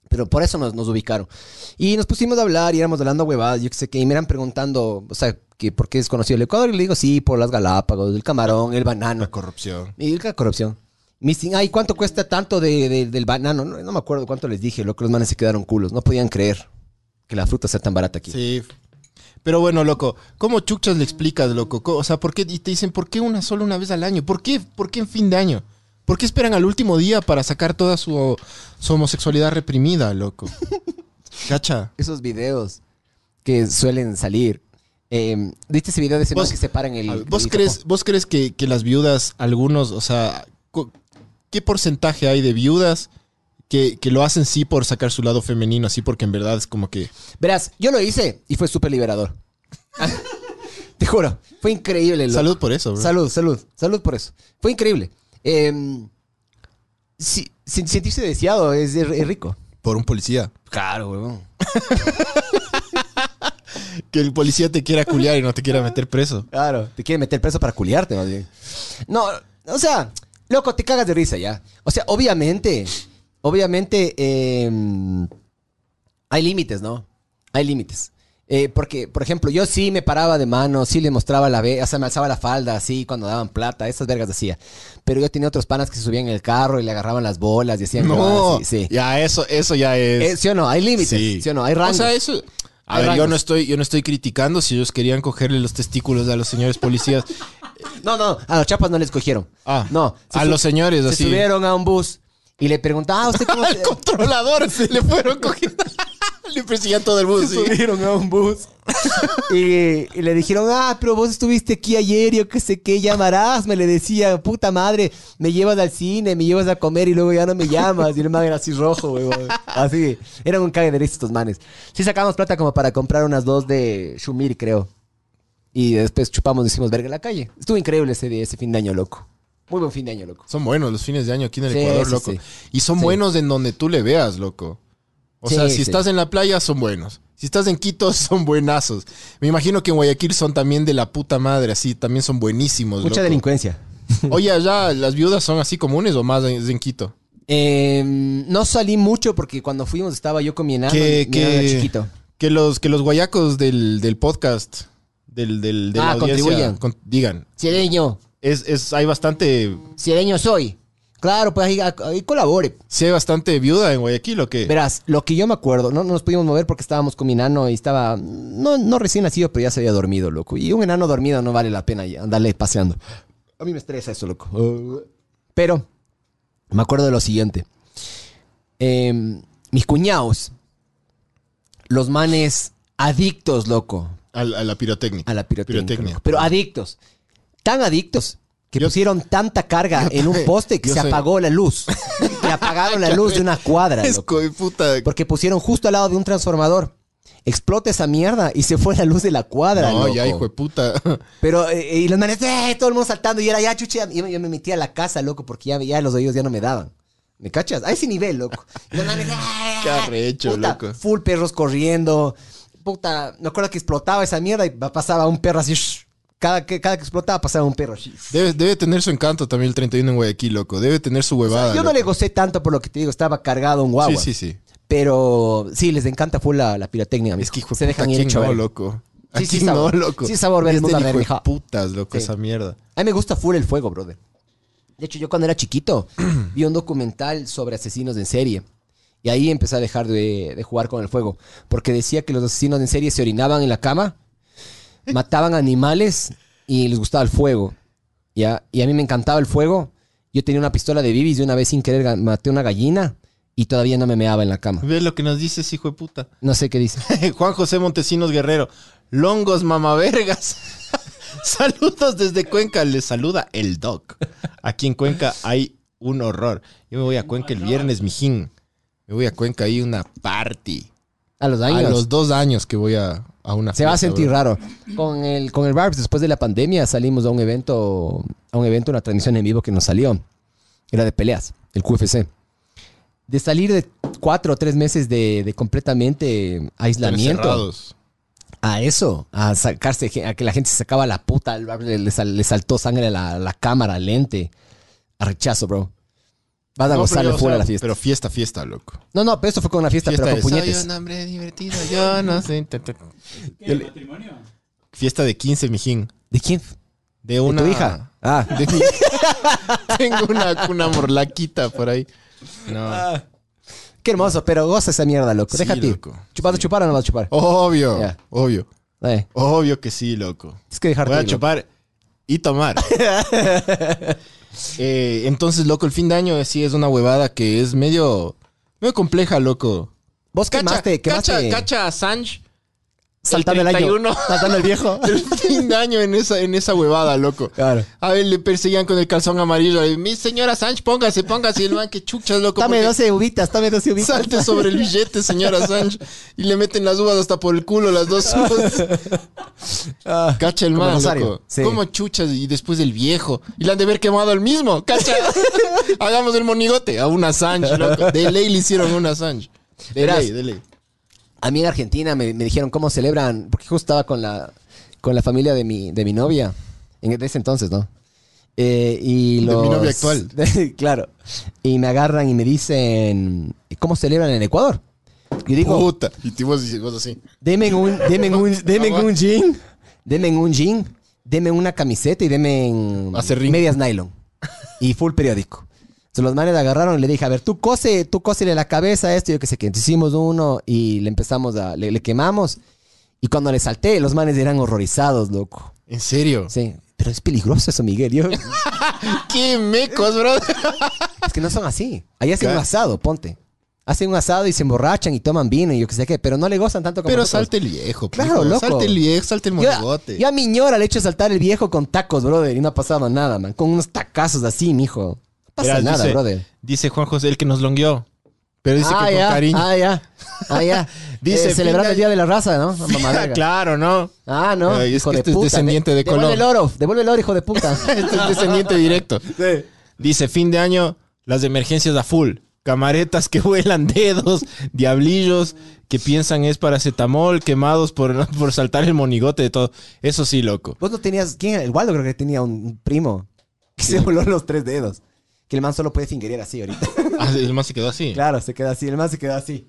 Speaker 3: Pero por eso nos, nos ubicaron. Y nos pusimos a hablar y éramos hablando huevadas, yo qué sé qué, y me eran preguntando, o sea, que por qué es conocido el Ecuador. Y le digo, sí, por las Galápagos, el camarón, el banano.
Speaker 2: La corrupción.
Speaker 3: Y la corrupción. Me dicen, ay, ¿cuánto cuesta tanto de- de- del banano? No, no me acuerdo cuánto les dije, loco, los manes se quedaron culos. No podían creer que la fruta sea tan barata aquí.
Speaker 2: Sí. Pero bueno, loco, ¿cómo chuchas le explicas, loco? Co- O sea, ¿por qué? Y te dicen, ¿por qué una sola una vez al año? ¿Por qué? ¿Por qué en fin de año? ¿Por qué esperan al último día para sacar toda su, su homosexualidad reprimida,
Speaker 3: <laughs>
Speaker 2: loco? Cacha.
Speaker 3: Esos videos que suelen salir. Eh, ¿Viste ese video de ese man
Speaker 2: Vos-
Speaker 3: que separan el...
Speaker 2: A ver,
Speaker 3: el
Speaker 2: ¿Vos
Speaker 3: hijo?
Speaker 2: crees, vos crees que, que las viudas, algunos, o sea, cu- ¿qué porcentaje hay de viudas que, que lo hacen sí por sacar su lado femenino, así porque en verdad es como que...
Speaker 3: Verás, yo lo hice y fue súper liberador. Ah, Te juro, fue increíble. loco.
Speaker 2: Salud por eso, bro.
Speaker 3: Salud, salud, salud por eso. Fue increíble. Eh, si- sin- sentirse deseado es, es- es rico.
Speaker 2: Por un policía.
Speaker 3: Claro, huevón.
Speaker 2: Que el policía te quiera culiar y no te quiera
Speaker 3: <laughs>
Speaker 2: meter preso.
Speaker 3: Claro, te quieren meter preso para culiarte, más bien. No, o sea, loco, te cagas de risa ya. O sea, obviamente, obviamente eh, hay límites, ¿no? Hay límites. Eh, porque, por ejemplo, yo sí me paraba de mano, sí le mostraba la ve, o sea, me alzaba la falda así cuando daban plata, esas vergas hacía. Pero yo tenía otros panas que se subían en el carro y le agarraban las bolas y hacían
Speaker 2: No,
Speaker 3: huevadas, Ah, sí. sí.
Speaker 2: ya eso, eso ya es...
Speaker 3: Eh, ¿Sí o no? Hay límites, sí. o no? Hay rangos.
Speaker 2: O sea, eso... A
Speaker 3: Hay
Speaker 2: ver, yo
Speaker 3: rangos.
Speaker 2: no, estoy, yo no estoy criticando si ellos querían cogerle los testículos a los
Speaker 3: <laughs>
Speaker 2: señores policías.
Speaker 3: No, no, a los chapas no les cogieron.
Speaker 2: Ah,
Speaker 3: no. se
Speaker 2: a
Speaker 3: su-
Speaker 2: los señores,
Speaker 3: Se
Speaker 2: así.
Speaker 3: subieron a un bus y le preguntaban, ah,
Speaker 2: <laughs>
Speaker 3: ¿usted cómo se...
Speaker 2: Controlador, se le fueron cogiendo. <laughs> le perseguían todo el bus. sí.
Speaker 3: subieron a un bus. y, y le dijeron, ah, pero vos estuviste aquí ayer, yo qué sé qué, llamarás. Me le decía, puta madre, me llevas al cine, me llevas a comer y luego ya no me llamas. Y el man era así rojo, weón. Así, eran un cague de risa estos manes. Sí sacamos plata como para comprar unas dos de Shumir, creo. Y después chupamos y hicimos verga en la calle. Estuvo increíble ese día, ese fin de año, loco. Muy buen fin de año, loco.
Speaker 2: Son buenos los fines de año aquí en el
Speaker 3: Sí,
Speaker 2: Ecuador,
Speaker 3: sí,
Speaker 2: loco.
Speaker 3: sí.
Speaker 2: Y son
Speaker 3: Sí.
Speaker 2: buenos en donde tú le veas, loco. O
Speaker 3: Sí,
Speaker 2: sea, si
Speaker 3: sí.
Speaker 2: estás en la playa, son buenos. Si estás en Quito, <laughs> son buenazos. Me imagino que en Guayaquil son también de la puta madre, así, también son buenísimos.
Speaker 3: Mucha
Speaker 2: loco.
Speaker 3: delincuencia.
Speaker 2: Oye, allá las viudas son así comunes o más en, en Quito.
Speaker 3: Eh, no salí mucho porque cuando fuimos estaba yo con mi enano.
Speaker 2: Que,
Speaker 3: mi
Speaker 2: que-
Speaker 3: enano era chiquito.
Speaker 2: que los, que los guayacos del, del podcast, del, del, de la
Speaker 3: Ah,
Speaker 2: audiencia,
Speaker 3: contribuyan.
Speaker 2: con- digan.
Speaker 3: Siedeño,
Speaker 2: Es, es- hay bastante.
Speaker 3: siedeño soy. Claro, pues ahí, ahí colabore.
Speaker 2: Si hay bastante viuda en Guayaquil, ¿o qué?
Speaker 3: Verás, lo que yo me acuerdo, no, no nos pudimos mover porque estábamos con mi enano y estaba, no, no recién nacido, pero ya se había dormido, loco. Y un enano dormido no vale la pena ya andarle paseando. A mí me estresa eso, loco. Pero me acuerdo de lo siguiente. Eh, mis cuñados, los manes adictos, loco,
Speaker 2: A, la- a la pirotecnia.
Speaker 3: a la pirotecnia.
Speaker 2: Pirotecnia.
Speaker 3: loco. Pero adictos, tan adictos que pusieron tanta carga en un poste que
Speaker 2: yo
Speaker 3: se
Speaker 2: soy-
Speaker 3: apagó la
Speaker 2: <laughs>
Speaker 3: luz. Le apagaron la luz de una cuadra.
Speaker 2: Es
Speaker 3: loco.
Speaker 2: co- puta.
Speaker 3: Porque pusieron justo al lado de un transformador. Explota esa mierda y se fue la luz de la cuadra.
Speaker 2: No, ya,
Speaker 3: loco.
Speaker 2: hijo de puta.
Speaker 3: Pero, eh, y los manes, ¡eh! todo el mundo saltando. Y era ya, chucha. Yo, yo me metí a la casa, loco, porque ya, ya los oídos ya no me daban. ¿Me cachas? A ese nivel, loco. Y los manes, ¡eh!
Speaker 2: <laughs> Qué arrecho,
Speaker 3: Puta,
Speaker 2: loco.
Speaker 3: Full perros corriendo. Puta, me acuerdo que explotaba esa mierda y pa- pasaba un perro así. shh. Cada que, cada que explotaba pasaba un perro. shh.
Speaker 2: Debe, debe tener su encanto también el 31 en Guayaquil, loco. Debe tener su huevada.
Speaker 3: Yo no
Speaker 2: loco.
Speaker 3: le gocé tanto por lo que te digo, estaba cargado un guagua.
Speaker 2: Sí, sí, sí.
Speaker 3: Pero sí, les encanta full la, la pirotecnia.
Speaker 2: Es
Speaker 3: mijo.
Speaker 2: que hijo de
Speaker 3: Se dejan
Speaker 2: puta,
Speaker 3: ir
Speaker 2: ¿quién
Speaker 3: hecho
Speaker 2: no,
Speaker 3: verga.
Speaker 2: loco.
Speaker 3: Sí,
Speaker 2: Aquí
Speaker 3: sí,
Speaker 2: no,
Speaker 3: sabor.
Speaker 2: loco.
Speaker 3: Sí, sabor ver el
Speaker 2: Es del
Speaker 3: mundo a
Speaker 2: hijo
Speaker 3: ver,
Speaker 2: de
Speaker 3: hija.
Speaker 2: putas, loco,
Speaker 3: Sí.
Speaker 2: esa mierda.
Speaker 3: A mí me gusta full el fuego, brother. De hecho, yo cuando era <clears throat> chiquito vi un documental sobre asesinos en serie. Y ahí empecé a dejar de, de jugar con el fuego. Porque decía que los asesinos en serie se orinaban en la cama, mataban animales y les gustaba el fuego. ¿ya? Y a mí me encantaba el fuego. Yo tenía una pistola de bibis y una vez sin querer ga- maté una gallina y todavía no me meaba en la cama.
Speaker 2: Ve lo que nos dices, hijo de puta.
Speaker 3: No sé qué dice.
Speaker 2: <laughs> Juan José Montesinos Guerrero. Longos mamavergas. <laughs> Saludos desde Cuenca. Les saluda el Doc. Aquí en Cuenca hay un horror. Yo me voy a Cuenca el viernes, mijín. Me voy a Cuenca, hay una party.
Speaker 3: A los
Speaker 2: A
Speaker 3: años.
Speaker 2: los dos años que voy a, a una
Speaker 3: Se va a
Speaker 2: fiesta,
Speaker 3: sentir
Speaker 2: bro.
Speaker 3: raro. Con el, con el Barbs, después de la pandemia, salimos a un evento, a un evento, una transmisión en vivo que nos salió. Era de peleas, el QFC. De salir de cuatro o tres meses de, de completamente aislamiento
Speaker 2: Encerrados.
Speaker 3: a eso, a sacarse, a que la gente se sacaba la puta, el Barbs le, le sal- le saltó sangre a la, la cámara, lente, a rechazo, bro. Vas a
Speaker 2: No,
Speaker 3: gozarle
Speaker 2: pero yo, o
Speaker 3: fuera
Speaker 2: sea,
Speaker 3: la fiesta.
Speaker 2: Pero fiesta, fiesta, loco.
Speaker 3: no, no, pero esto fue con una fiesta, pero
Speaker 2: de
Speaker 3: con puñetes.
Speaker 2: Soy un hombre divertido, yo no sé. ta, ta.
Speaker 5: ¿Qué, el matrimonio?
Speaker 2: Fiesta de 15, mijín.
Speaker 3: ¿De quién?
Speaker 2: De
Speaker 3: ¿De
Speaker 2: una.
Speaker 3: tu hija? Ah.
Speaker 2: de mi- <laughs> Tengo una, una morlaquita por ahí. No.
Speaker 3: Qué hermoso, pero goza esa mierda, loco.
Speaker 2: Sí, Oh.
Speaker 3: Déjate. ir.
Speaker 2: loco.
Speaker 3: ¿Chupas a chupar o no vas a chupar?
Speaker 2: Obvio,
Speaker 3: Ya.
Speaker 2: obvio.
Speaker 3: Eh,
Speaker 2: Obvio que sí, loco.
Speaker 3: tienes que dejarte.
Speaker 2: Voy a
Speaker 3: ir, loco.
Speaker 2: chupar y <laughs> tomar. Eh, entonces, loco, el fin de año eh, sí es una huevada que es medio, medio compleja, loco.
Speaker 3: Vos quemaste, quemaste.
Speaker 2: cacha, cacha a Assange
Speaker 3: saltando el, año.
Speaker 2: 31.
Speaker 3: Saltando el viejo.
Speaker 2: <laughs> el <laughs> fin de año en esa, en esa huevada, loco.
Speaker 3: Claro.
Speaker 2: A ver, le perseguían con el calzón amarillo. Y, Mi señora Assange, póngase, póngase. Y el man, que chuchas, loco.
Speaker 3: Dame
Speaker 2: porque
Speaker 3: 12 uvitas, dame 12 uvitas.
Speaker 2: Salte sobre el billete, señora Assange. Y le meten las uvas hasta por el culo, las dos uvas.
Speaker 3: <laughs> Ah,
Speaker 2: Cacha el
Speaker 3: Como
Speaker 2: man,
Speaker 3: Rosario,
Speaker 2: loco.
Speaker 3: sí.
Speaker 2: ¿Cómo chuchas? Y después el viejo. Y la han de haber quemado el
Speaker 3: <laughs>
Speaker 2: mismo. Cacha. Hagamos el monigote a una Assange, loco. De ley le hicieron una Assange. De
Speaker 3: Verás.
Speaker 2: ley, de ley.
Speaker 3: a mí en Argentina me, me dijeron cómo celebran. Porque justo estaba con la, con la familia de mi, de mi novia. En e, de ese entonces, ¿no? Eh, y
Speaker 2: De mi
Speaker 3: los, <laughs>
Speaker 2: novia actual.
Speaker 3: claro. Y me agarran y me dicen, ¿cómo celebran en Ecuador? Yo digo,
Speaker 2: Puta. Y tú vos, y vos así.
Speaker 3: Deme un, deme un, deme un jean. Deme un jean. Deme una camiseta y deme
Speaker 2: Acerrín.
Speaker 3: medias nylon. Y full periódico. Entonces los manes agarraron y le dije, a ver, tú cose, tú cósele la cabeza a esto, yo qué sé qué. Entonces hicimos uno y le empezamos a, le, le quemamos. Y cuando le salté, los manes eran horrorizados, loco.
Speaker 2: ¿En serio?
Speaker 3: Sí. Pero es peligroso eso, Miguel. Yo- es
Speaker 2: ¡Qué mecos,
Speaker 3: <laughs>
Speaker 2: bro!
Speaker 3: que no son así. Ahí hacen un
Speaker 2: Claro.
Speaker 3: asado, ponte. Hacen un asado y se emborrachan y toman vino y yo qué sé qué. Pero no le gozan tanto como
Speaker 2: Pero
Speaker 3: nosotros.
Speaker 2: salte el viejo,
Speaker 3: Claro,
Speaker 2: pico.
Speaker 3: loco.
Speaker 2: Salte el viejo, salte el
Speaker 3: Yo,
Speaker 2: monigote.
Speaker 3: yo a mi ñora le he hecho saltar el viejo con tacos, brother, y no ha pasado nada, man. Con unos tacazos así, mijo. No pasa
Speaker 2: Verás,
Speaker 3: nada,
Speaker 2: dice,
Speaker 3: brother.
Speaker 2: Dice Juan José, el que nos longueó. Pero dice
Speaker 3: ah,
Speaker 2: que
Speaker 3: ya,
Speaker 2: con cariño.
Speaker 3: ah, ya. Ah,
Speaker 2: <laughs>
Speaker 3: ya.
Speaker 2: Dice,
Speaker 3: Dice, celebrando
Speaker 2: fin
Speaker 3: el Día de la Raza,
Speaker 2: <laughs>
Speaker 3: ¿no? Mamá verga.
Speaker 2: claro, ¿no?
Speaker 3: Ah, no.
Speaker 2: Ay, es
Speaker 3: hijo
Speaker 2: que
Speaker 3: de
Speaker 2: este es
Speaker 3: puta.
Speaker 2: descendiente de
Speaker 3: Devuelve
Speaker 2: Colón.
Speaker 3: el oro, devuelve el oro, hijo de
Speaker 2: <laughs>
Speaker 3: puta.
Speaker 2: Este es descendiente directo. Dice, fin de año, las emergencias a full. Camaretas que <laughs> vuelan dedos, diablillos que piensan es paracetamol, quemados por, <laughs> por saltar el monigote de todo. Eso sí, loco.
Speaker 3: Vos no tenías. ¿Quién era? El Waldo creo que tenía un primo que se voló los tres dedos. Que el man solo puede fingerear así ahorita.
Speaker 2: <laughs> Ah, el man se quedó así.
Speaker 3: claro, se queda así. El man se queda así.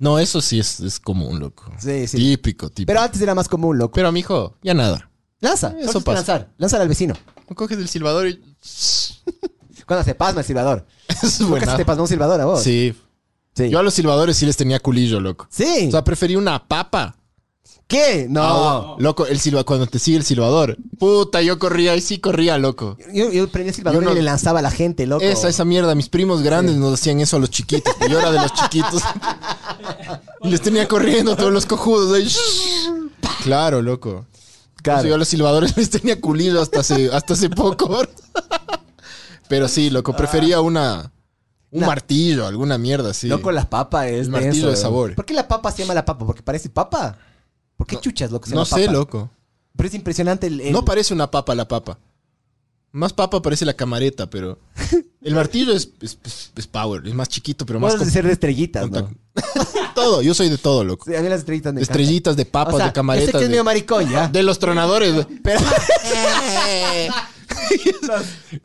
Speaker 2: No, eso sí es, es común, loco.
Speaker 3: Sí, sí.
Speaker 2: Típico, típico.
Speaker 3: Pero antes era más común, loco.
Speaker 2: Pero, mijo, ya nada.
Speaker 3: Lanza.
Speaker 2: Eso
Speaker 3: Eso
Speaker 2: pasa.
Speaker 3: Lanzar. Lanzar al vecino.
Speaker 2: <laughs> Coges el silbador y...
Speaker 3: Cuando se pasma el silbador.
Speaker 2: Es
Speaker 3: Nunca
Speaker 2: buena.
Speaker 3: se te pasmó un silbador a vos.
Speaker 2: Sí.
Speaker 3: Sí.
Speaker 2: Yo a los silbadores sí les tenía culillo, loco.
Speaker 3: Sí.
Speaker 2: O sea, preferí una papa.
Speaker 3: ¿Qué? No.
Speaker 2: Ah, Loco, el silba, cuando te sigue el silbador. Puta, yo corría y sí corría, loco.
Speaker 3: Yo, yo prendía el silbador
Speaker 2: Yo no-
Speaker 3: y le lanzaba a la gente, loco.
Speaker 2: Esa, esa mierda. Mis primos grandes nos hacían eso a los chiquitos. pero Yo era de
Speaker 3: <laughs>
Speaker 2: los chiquitos. y les tenía corriendo todos los cojudos. ahí.
Speaker 3: <laughs>
Speaker 2: Claro, loco.
Speaker 3: Claro.
Speaker 2: Por eso Yo a los silbadores <laughs> les tenía culillo hasta hace, hasta hace poco. <laughs> Pero sí, loco, prefería una... Un
Speaker 3: Ah. Nah.
Speaker 2: martillo, alguna mierda, sí.
Speaker 3: Loco, la papa es
Speaker 2: El martillo
Speaker 3: denso,
Speaker 2: de
Speaker 3: bro.
Speaker 2: sabor.
Speaker 3: ¿Por qué la papa se llama la papa? ¿Porque parece papa? ¿Por qué chuchas, loco? se llama
Speaker 2: no sé,
Speaker 3: papa? Eh.
Speaker 2: loco.
Speaker 3: Pero es impresionante el... el-
Speaker 2: No parece una papa la papa. Más papa parece la camareta, pero. El martillo es, es- es- es power, es más chiquito, pero más.
Speaker 3: Vos has de
Speaker 2: con-
Speaker 3: ser de estrellitas, ¿no?
Speaker 2: con- todo, yo soy de todo, loco.
Speaker 3: Sí, a mí las estrellitas me
Speaker 2: de estrellitas, de
Speaker 3: encantan.
Speaker 2: papas,
Speaker 3: O sea,
Speaker 2: de camaretas.
Speaker 3: Este que es
Speaker 2: de,
Speaker 3: medio maricón,
Speaker 2: <laughs>
Speaker 3: ¿ya?
Speaker 2: de los tronadores. güey.
Speaker 3: <laughs>
Speaker 2: <laughs>
Speaker 3: Pero...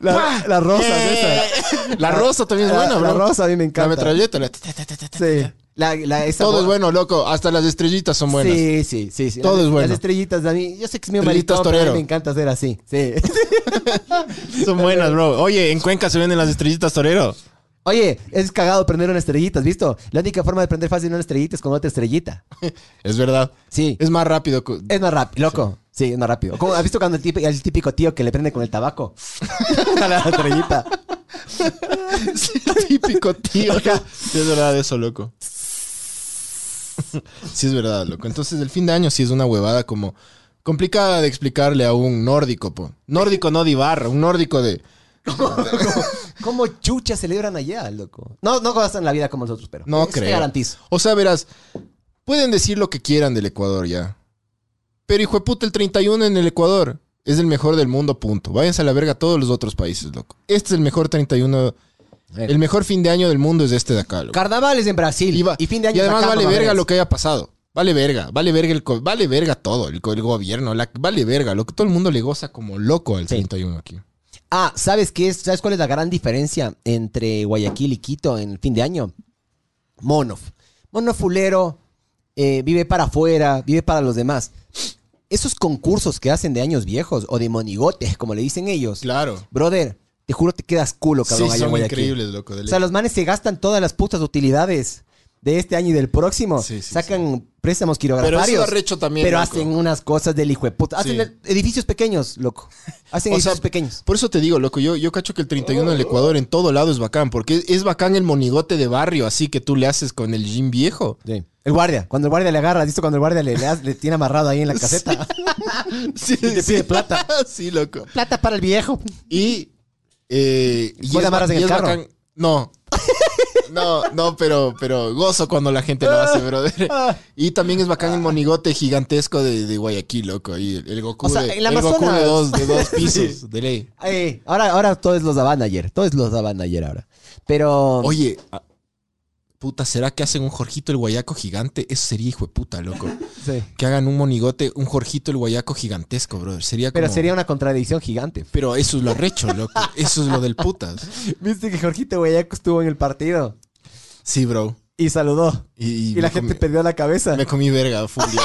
Speaker 3: la, la rosa,
Speaker 2: Eh,
Speaker 3: esa.
Speaker 2: La rosa también es
Speaker 3: La-
Speaker 2: buena,
Speaker 3: la
Speaker 2: bro.
Speaker 3: rosa a mí me encanta.
Speaker 2: La metralleta. la-
Speaker 3: Sí. La, la, esa
Speaker 2: Todo
Speaker 3: bo-
Speaker 2: es bueno, loco. Hasta las estrellitas son buenas.
Speaker 3: Sí, sí, sí. sí.
Speaker 2: Todo
Speaker 3: Las-
Speaker 2: es bueno.
Speaker 3: Las estrellitas de a mí... Yo sé que es medio
Speaker 2: Estrellitas
Speaker 3: maricón, pero a mí
Speaker 2: torero.
Speaker 3: me encanta ser así. Sí. <laughs>
Speaker 2: Son
Speaker 3: eh.
Speaker 2: buenas, bro. Oye, en Cuenca se venden las estrellitas torero.
Speaker 3: Oye, es cagado prender una estrellita, ¿has visto? La única forma de prender fácil una estrellita es con otra estrellita.
Speaker 2: Es verdad.
Speaker 3: Sí.
Speaker 2: Es más rápido. cu-
Speaker 3: Es más rápido, loco. Sí, es más rápido. ¿Cómo- ¿Has visto cuando el típico, el típico tío que le prende con el tabaco? <laughs> A la estrellita.
Speaker 2: Sí, <laughs> típico tío. Sí, es verdad eso, loco. <laughs> Sí, es verdad, loco. Entonces, el fin de año sí es una huevada como complicada de explicarle a un nórdico, po. Nórdico no divarra, un nórdico de.
Speaker 3: ¿Cómo chucha celebran allá, loco? No, no gastan la vida como nosotros, pero.
Speaker 2: No
Speaker 3: Eso Te
Speaker 2: creo.
Speaker 3: garantizo.
Speaker 2: O sea, verás, pueden decir lo que quieran del Ecuador ya. Pero hijo de puta, el 31 en el Ecuador es el mejor del mundo, punto. Váyanse a la verga todos los otros países, loco. Este es el mejor 31. El mejor fin de año del mundo es este de acá, loco.
Speaker 3: Carnavales en Brasil.
Speaker 2: Y,
Speaker 3: Y,
Speaker 2: va-
Speaker 3: fin de año.
Speaker 2: y además
Speaker 3: acá,
Speaker 2: vale
Speaker 3: mamá,
Speaker 2: verga
Speaker 3: vergas.
Speaker 2: lo que haya pasado. Vale verga, vale verga el co- vale verga todo, el, co- el gobierno, la- vale verga, lo que todo el mundo le goza como loco al
Speaker 3: Sí.
Speaker 2: 31 aquí.
Speaker 3: Ah, ¿sabes qué es? ¿Sabes cuál es la gran diferencia entre Guayaquil y Quito en el fin de año? Mono. Mono fulero, eh, vive para afuera, vive para los demás. Esos concursos que hacen de años viejos o de monigotes, <laughs> como le dicen ellos.
Speaker 2: Claro.
Speaker 3: Brother, te juro te quedas culo,
Speaker 2: Sí,
Speaker 3: cabrón. allá en
Speaker 2: son
Speaker 3: Guayaquil.
Speaker 2: increíbles, loco. de
Speaker 3: O sea,
Speaker 2: ley.
Speaker 3: los manes se gastan todas las putas utilidades de este año y del próximo.
Speaker 2: Sí, sí,
Speaker 3: Sacan préstamos
Speaker 2: Pero
Speaker 3: quirografarios.
Speaker 2: eso es arrecho también,
Speaker 3: Pero
Speaker 2: loco.
Speaker 3: hacen unas cosas del hijo de puta. Hacen
Speaker 2: Sí.
Speaker 3: edificios pequeños,
Speaker 2: <laughs>
Speaker 3: loco. Hacen
Speaker 2: O sea,
Speaker 3: edificios pequeños.
Speaker 2: Por eso te digo, loco, yo, yo cacho que el 31 del Ecuador en todo lado es bacán, porque es, es bacán el monigote de barrio así que tú le haces con el gym viejo.
Speaker 3: El guardia. Cuando el guardia le agarra, ¿listo? Cuando el guardia le, le hace- le tiene amarrado ahí en
Speaker 2: <laughs>
Speaker 3: la caseta.
Speaker 2: <laughs> Sí,
Speaker 3: te pide plata.
Speaker 2: <laughs> sí, loco.
Speaker 3: Plata para el viejo.
Speaker 2: Y. Eh, y
Speaker 3: ¿Vos la amarras en
Speaker 2: ba- y
Speaker 3: el carro?
Speaker 2: No. No, no, pero, pero gozo cuando la gente lo <laughs> hace, brother.
Speaker 3: Ah,
Speaker 2: Y también es bacán el monigote gigantesco de, de Guayaquil, loco. Y el, el Goku,
Speaker 3: O sea,
Speaker 2: de,
Speaker 3: el
Speaker 2: el Goku de
Speaker 3: Amazonas.
Speaker 2: dos,
Speaker 3: <laughs>
Speaker 2: de dos pisos, de ley.
Speaker 3: Ay, ahora, ahora todo es los daban ayer. Todo es los daban ayer ahora. Pero.
Speaker 2: Oye, a- puta, ¿será que hacen un Jorgito el Guayaco gigante? Eso sería hijo de puta, loco.
Speaker 3: Sí.
Speaker 2: Que hagan un monigote, un Jorgito el Guayaco gigantesco, brother. Sería como...
Speaker 3: Pero sería una contradicción gigante.
Speaker 2: Pero eso es lo recho, loco. Eso es lo del putas.
Speaker 3: Viste que Jorgito Guayaco estuvo en el partido
Speaker 2: Sí, bro.
Speaker 3: y saludó.
Speaker 2: Y,
Speaker 3: Y la
Speaker 2: me
Speaker 3: gente
Speaker 2: comí-
Speaker 3: perdió la cabeza.
Speaker 2: Me
Speaker 3: <laughs>
Speaker 2: comí verga, Fulvio.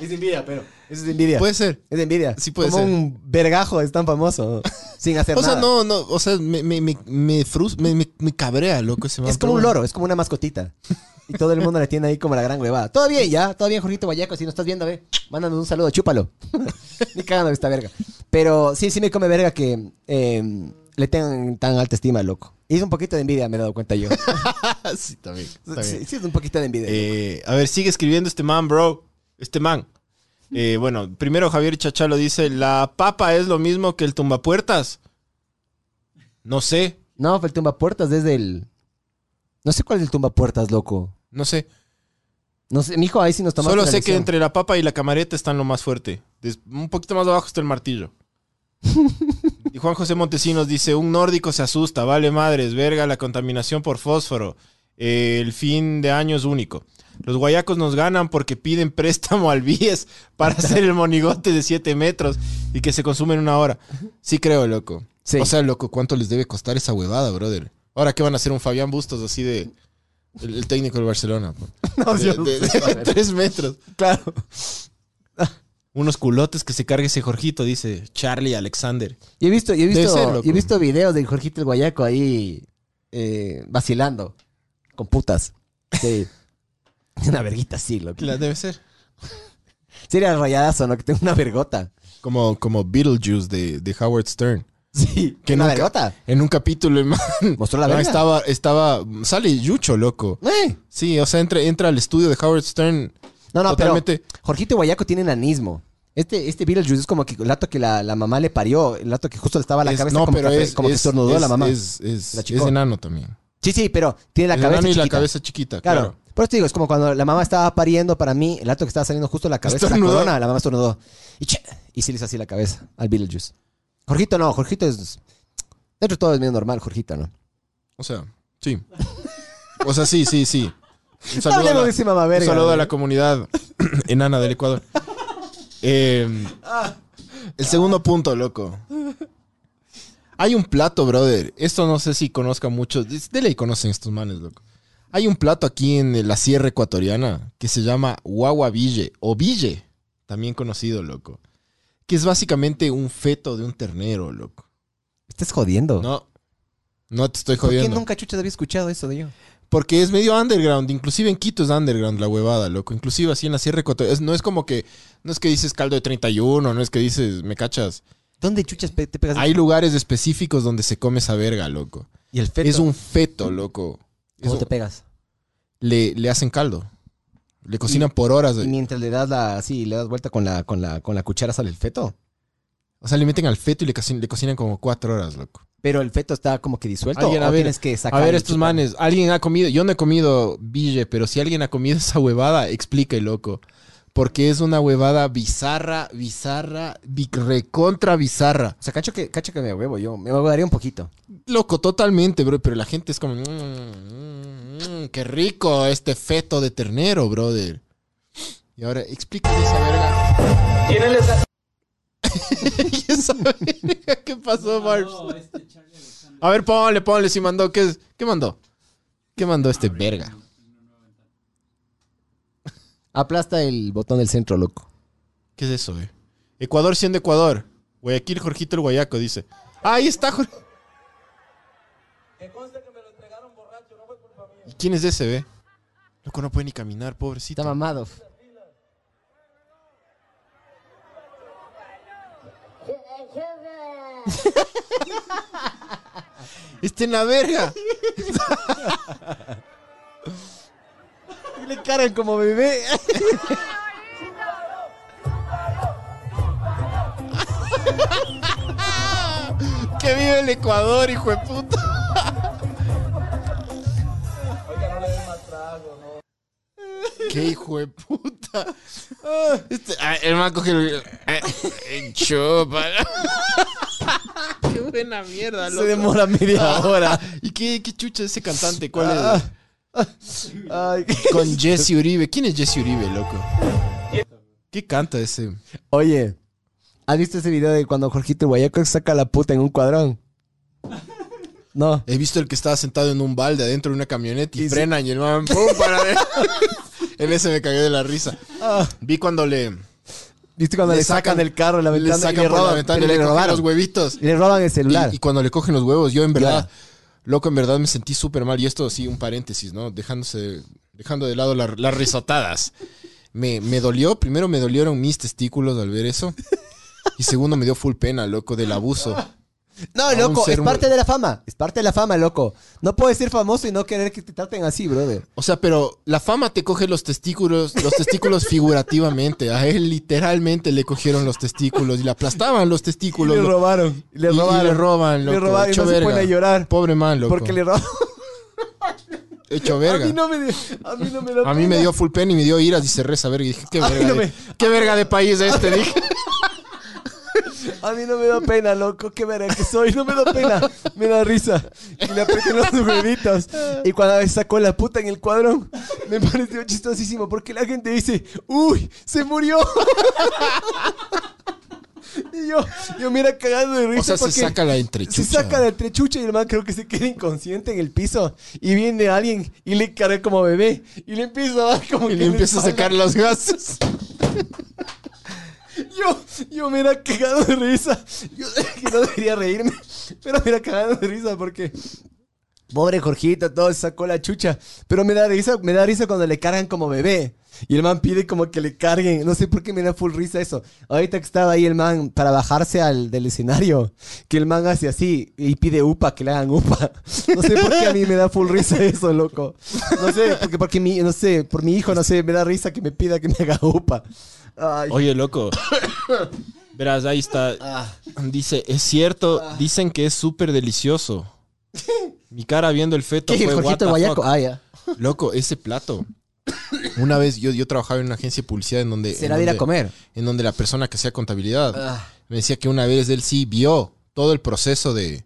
Speaker 3: Es envidia, pero. Eso es envidia.
Speaker 2: Puede ser.
Speaker 3: Es envidia.
Speaker 2: Sí puede
Speaker 3: Como
Speaker 2: ser.
Speaker 3: un vergajo es tan famoso. sin hacer
Speaker 2: O sea,
Speaker 3: nada.
Speaker 2: no, no, o sea, me, me, me, me frus- me, me- me cabrea, loco, ese man,
Speaker 3: Es como
Speaker 2: pero
Speaker 3: un
Speaker 2: bueno.
Speaker 3: loro, es como una mascotita. Y todo el mundo le tiene ahí como la gran huevada. Todo bien, ya, todo bien, Jorgito Guayaco. Si no estás viendo, ve, mándanos un saludo, chúpalo. <laughs> Ni cagando esta verga. Pero sí, sí me come verga que eh, le tengan tan alta estima, loco. Y es un poquito de envidia, me he dado cuenta
Speaker 2: <laughs>
Speaker 3: yo.
Speaker 2: Ah, sí, también. también.
Speaker 3: sí, sí es un poquito de envidia.
Speaker 2: Eh, a ver, sigue escribiendo este man, bro. Este man. Eh, bueno, primero Javier Chachalo dice, ¿la papa es lo mismo que el tumbapuertas? No sé,
Speaker 3: No, fue el tumbapuertas desde el. No sé cuál es el tumbapuertas, loco.
Speaker 2: no sé.
Speaker 3: No sé, mijo, ahí sí nos tomamos
Speaker 2: Solo
Speaker 3: la
Speaker 2: sé que
Speaker 3: lección. <laughs>
Speaker 2: entre la papa y la camareta están lo más fuerte. Des- un poquito más abajo está
Speaker 3: <laughs>
Speaker 2: el martillo. y Juan José Montesinos dice, un nórdico se asusta, vale madres, verga, la contaminación por fósforo. Eh, el fin de año es único. Los guayacos nos ganan porque piden préstamo al BIES
Speaker 3: <laughs>
Speaker 2: para hacer el monigote de 7 metros y que se consume en una hora. Sí creo, loco.
Speaker 3: Sí.
Speaker 2: O sea, loco, ¿cuánto les debe costar esa huevada, brother? Ahora, ¿qué van a hacer un Fabián Bustos así de... El, el
Speaker 3: <laughs>
Speaker 2: técnico del Barcelona. po? <laughs>
Speaker 3: No,
Speaker 2: De-
Speaker 3: yo-
Speaker 2: de- de tres metros.
Speaker 3: Claro.
Speaker 2: Unos culotes que se cargue ese Jorgito, dice Charlie Alexander.
Speaker 3: Y he visto, y he
Speaker 2: Debe
Speaker 3: visto,
Speaker 2: ser, loco.
Speaker 3: y he visto videos de Jorgito el Guayaco ahí eh, vacilando con putas. <laughs> Sí. una verguita así, loco.
Speaker 2: La debe ser.
Speaker 3: Sería rayadazo, ¿no? Que tengo una vergota. <laughs>
Speaker 2: Como, como Beetlejuice de, de Howard Stern.
Speaker 3: Sí.
Speaker 2: Que
Speaker 3: una
Speaker 2: nunca-
Speaker 3: vergota.
Speaker 2: En un capítulo, <laughs> man,
Speaker 3: Mostró la verga.
Speaker 2: estaba, estaba, sale Yucho, loco.
Speaker 3: Eh.
Speaker 2: Sí, o sea, entra, entra al estudio de Howard Stern.
Speaker 3: No, no,
Speaker 2: totalmente.
Speaker 3: pero Jorgito Guayaco tiene enanismo. Este, este Beetlejuice es como que el lato que la, la mamá le parió, el lato que justo le estaba la
Speaker 2: Es-
Speaker 3: cabeza como, que, como que estornudó
Speaker 2: es-
Speaker 3: la mamá.
Speaker 2: Es, es-
Speaker 3: La chicó.
Speaker 2: es enano también.
Speaker 3: sí, sí, pero tiene la
Speaker 2: El
Speaker 3: cabeza
Speaker 2: enano y
Speaker 3: chiquita.
Speaker 2: la cabeza chiquita,
Speaker 3: claro.
Speaker 2: claro.
Speaker 3: Por eso te digo, es como cuando la mamá estaba pariendo para mí, el lato que estaba saliendo justo la cabeza, la
Speaker 2: Estornudó.
Speaker 3: corona, la mamá estornudó. Y, che, y sí le hizo así la cabeza al Beetlejuice. Jorgito no, Jorgito es... Dentro de todo es medio normal, Jorgito, ¿no?
Speaker 2: O sea, sí. O sea, sí,
Speaker 3: <laughs>
Speaker 2: sí, sí. Un saludo,
Speaker 3: Hablemos
Speaker 2: a,
Speaker 3: de
Speaker 2: la,
Speaker 3: ese mamá
Speaker 2: un
Speaker 3: verga,
Speaker 2: saludo a
Speaker 3: güey.
Speaker 2: la comunidad
Speaker 3: <laughs>
Speaker 2: enana del Ecuador. Eh, el segundo punto, loco. Hay un plato, brother. Esto no sé si conozca mucho. Es- De ley conocen estos manes, loco. Hay un plato aquí en la sierra ecuatoriana que se llama guaguaville o ville, también conocido, loco. Que es básicamente un feto de un ternero, loco.
Speaker 3: Estás jodiendo.
Speaker 2: No, no te estoy
Speaker 3: Oh. ¿Por qué
Speaker 2: jodiendo.
Speaker 3: nunca chuchas había escuchado eso de yo?
Speaker 2: Porque es medio underground, inclusive en Quito es underground la huevada, loco. Inclusive así en la Sierra Ecuatoriana. Es- no es como que, no es que dices caldo de 31, no es que dices, me cachas.
Speaker 3: ¿Dónde chuchas pe- te pegas?
Speaker 2: Hay lugares específicos donde se come esa verga, loco.
Speaker 3: y el feto.
Speaker 2: Es un feto, loco. Es
Speaker 3: ¿Cómo
Speaker 2: un-
Speaker 3: te pegas?
Speaker 2: le, le hacen caldo. Le cocinan por horas.
Speaker 3: Y mientras le das la, así, le das vuelta con la, con la, con la cuchara sale el feto.
Speaker 2: O sea, le meten al feto y le, cocin- le cocinan como cuatro horas, loco.
Speaker 3: Pero el feto está como que disuelto.
Speaker 2: Alguien,
Speaker 3: o
Speaker 2: a ver,
Speaker 3: tienes que sacar
Speaker 2: A ver,
Speaker 3: y
Speaker 2: estos
Speaker 3: chupar?
Speaker 2: manes, alguien ha comido, yo no he comido Ville, pero si alguien ha comido <laughs> esa huevada, explique, loco. Porque es una huevada bizarra, bizarra, bi- recontra bizarra.
Speaker 3: O sea, cacho que, cacho que me huevo yo. Me huevaría un poquito.
Speaker 2: Loco, totalmente, bro, pero la gente es como... "Mm, mm, mm, ¡Qué rico este feto de ternero, brother! Y ahora, explícale esa verga. <laughs> ¿Y esa verga qué pasó, Barbs? A ver, ponle, ponle, si mandó, ¿qué, es? ¿Qué mandó? ¿Qué mandó este verga?
Speaker 3: Aplasta el botón del centro, loco.
Speaker 2: ¿Qué es eso, eh? Ecuador siendo Ecuador. Guayaquil, Jorgito el Guayaco, dice. Ahí está, Jorge. ¿Y ¿Quién es ese, ve? Loco, no puede ni caminar, pobrecito.
Speaker 3: Está mamado.
Speaker 2: ¡Está Este en la <laughs> verga!
Speaker 3: Le cargan como bebé.
Speaker 2: <laughs> ¡Que vive el Ecuador, hijo de puta! ¡Qué hijo de puta! Ah, Este, ah, el man coge el... ah, eh, chupa. ¡Qué buena mierda, loco!
Speaker 3: Se demora
Speaker 2: Ah.
Speaker 3: media hora.
Speaker 2: ¿Y qué, qué chucha es ese cantante? ¿Cuál
Speaker 3: Ah.
Speaker 2: es? Ah.
Speaker 3: Ay.
Speaker 2: Con Jesse Uribe. ¿Quién es Jesse Uribe, loco? ¿Qué canta ese?
Speaker 3: Oye, ¿has visto ese video de cuando Jorgito el Guayaco saca a la puta en un cuadrón? No.
Speaker 2: He visto el que estaba sentado en un balde adentro de una camioneta y,
Speaker 3: Y sí.
Speaker 2: frenan y el man pum para ver. <laughs> en ese me cagué de la risa. Vi cuando le,
Speaker 3: ¿Viste cuando le,
Speaker 2: Ah. Le
Speaker 3: sacan,
Speaker 2: sacan-
Speaker 3: el carro, la
Speaker 2: le
Speaker 3: ventana,
Speaker 2: sacan
Speaker 3: y le
Speaker 2: por la
Speaker 3: roban,
Speaker 2: ventana y
Speaker 3: pero
Speaker 2: le
Speaker 3: le
Speaker 2: cogen los
Speaker 3: robaron?
Speaker 2: huevitos.
Speaker 3: Y Le roban el celular.
Speaker 2: Y, y cuando le cogen los huevos, yo en verdad,
Speaker 3: Claro.
Speaker 2: loco, en verdad me sentí súper mal. Y esto sí, un paréntesis, ¿no? Dejándose, dejando de lado la- las risotadas. Me, me dolió, primero me dolieron mis testículos al ver eso. Y segundo me dio full pena, loco, del abuso.
Speaker 3: No,
Speaker 2: a un
Speaker 3: loco, es
Speaker 2: ser
Speaker 3: parte
Speaker 2: muy-
Speaker 3: de la fama. Es parte de la fama, loco. No puedes ser famoso y no querer que te traten así, brother.
Speaker 2: O sea, pero la fama te coge los testículos, los testículos figurativamente. A él literalmente le cogieron los testículos y le aplastaban los testículos. loco.
Speaker 3: robaron. Le
Speaker 2: Y- y
Speaker 3: robaron.
Speaker 2: le roban,
Speaker 3: Le
Speaker 2: loco,
Speaker 3: robaron y
Speaker 2: hecho
Speaker 3: no se
Speaker 2: verga.
Speaker 3: pone a llorar.
Speaker 2: Pobre man, loco.
Speaker 3: Porque le robaron.
Speaker 2: Hecho
Speaker 3: A
Speaker 2: verga.
Speaker 3: mí no me dio. A mí no me lo
Speaker 2: A mí me dio full pen y me dio iras y cerré esa verga. Y dije, qué
Speaker 3: A mí
Speaker 2: verga,
Speaker 3: no
Speaker 2: de,
Speaker 3: me-
Speaker 2: qué verga de país es
Speaker 3: <laughs>
Speaker 2: este. Dije,
Speaker 3: A mí no me da pena, loco. Qué verga que soy. No me da pena. Me da risa. Y le apreté los huevitos. Y cuando sacó la puta en el cuadrón, me pareció chistosísimo. Porque la gente dice, uy, se murió. y yo, yo mira cagado de risa.
Speaker 2: o sea, se
Speaker 3: porque
Speaker 2: saca la entrechucha.
Speaker 3: Se saca del trechucha y el man creo que se queda inconsciente en el piso. Y viene alguien y le carga como <laughs> bebé. Y le empieza a dar como
Speaker 2: Y
Speaker 3: que
Speaker 2: le
Speaker 3: en la
Speaker 2: empieza a
Speaker 3: espalda.
Speaker 2: sacar los gases.
Speaker 4: Yo, yo me era cagado de risa. Yo que no debería reírme, pero me era cagado de risa porque. Pobre Jorgito, todo se sacó la chucha. Pero me da risa, me da risa cuando le cargan como bebé. Y el man pide como que le carguen. No sé por qué me da full risa eso. Ahorita que estaba ahí el man para bajarse al del escenario, que el man hace así y pide upa, que le hagan upa. No sé por qué a mí me da full risa eso, loco. No sé, porque, porque mi, no sé, por mi hijo, no sé, me da risa que me pida que me haga upa. Ay,
Speaker 5: Oye, loco. Verás, ahí está.
Speaker 4: ah.
Speaker 5: Dice, es cierto, dicen que es súper delicioso. Mi cara viendo el feto fue what the
Speaker 3: Jorgito Guayaco?
Speaker 5: fuck.
Speaker 3: Ah, ya.
Speaker 5: Loco, ese plato.
Speaker 2: Una vez yo, yo trabajaba en una agencia de publicidad en Ah. donde...
Speaker 3: Será
Speaker 2: en
Speaker 3: de ir a
Speaker 2: donde-
Speaker 3: comer. Ah.
Speaker 2: En donde la persona que hacía contabilidad me decía que una vez él sí vio todo el proceso de,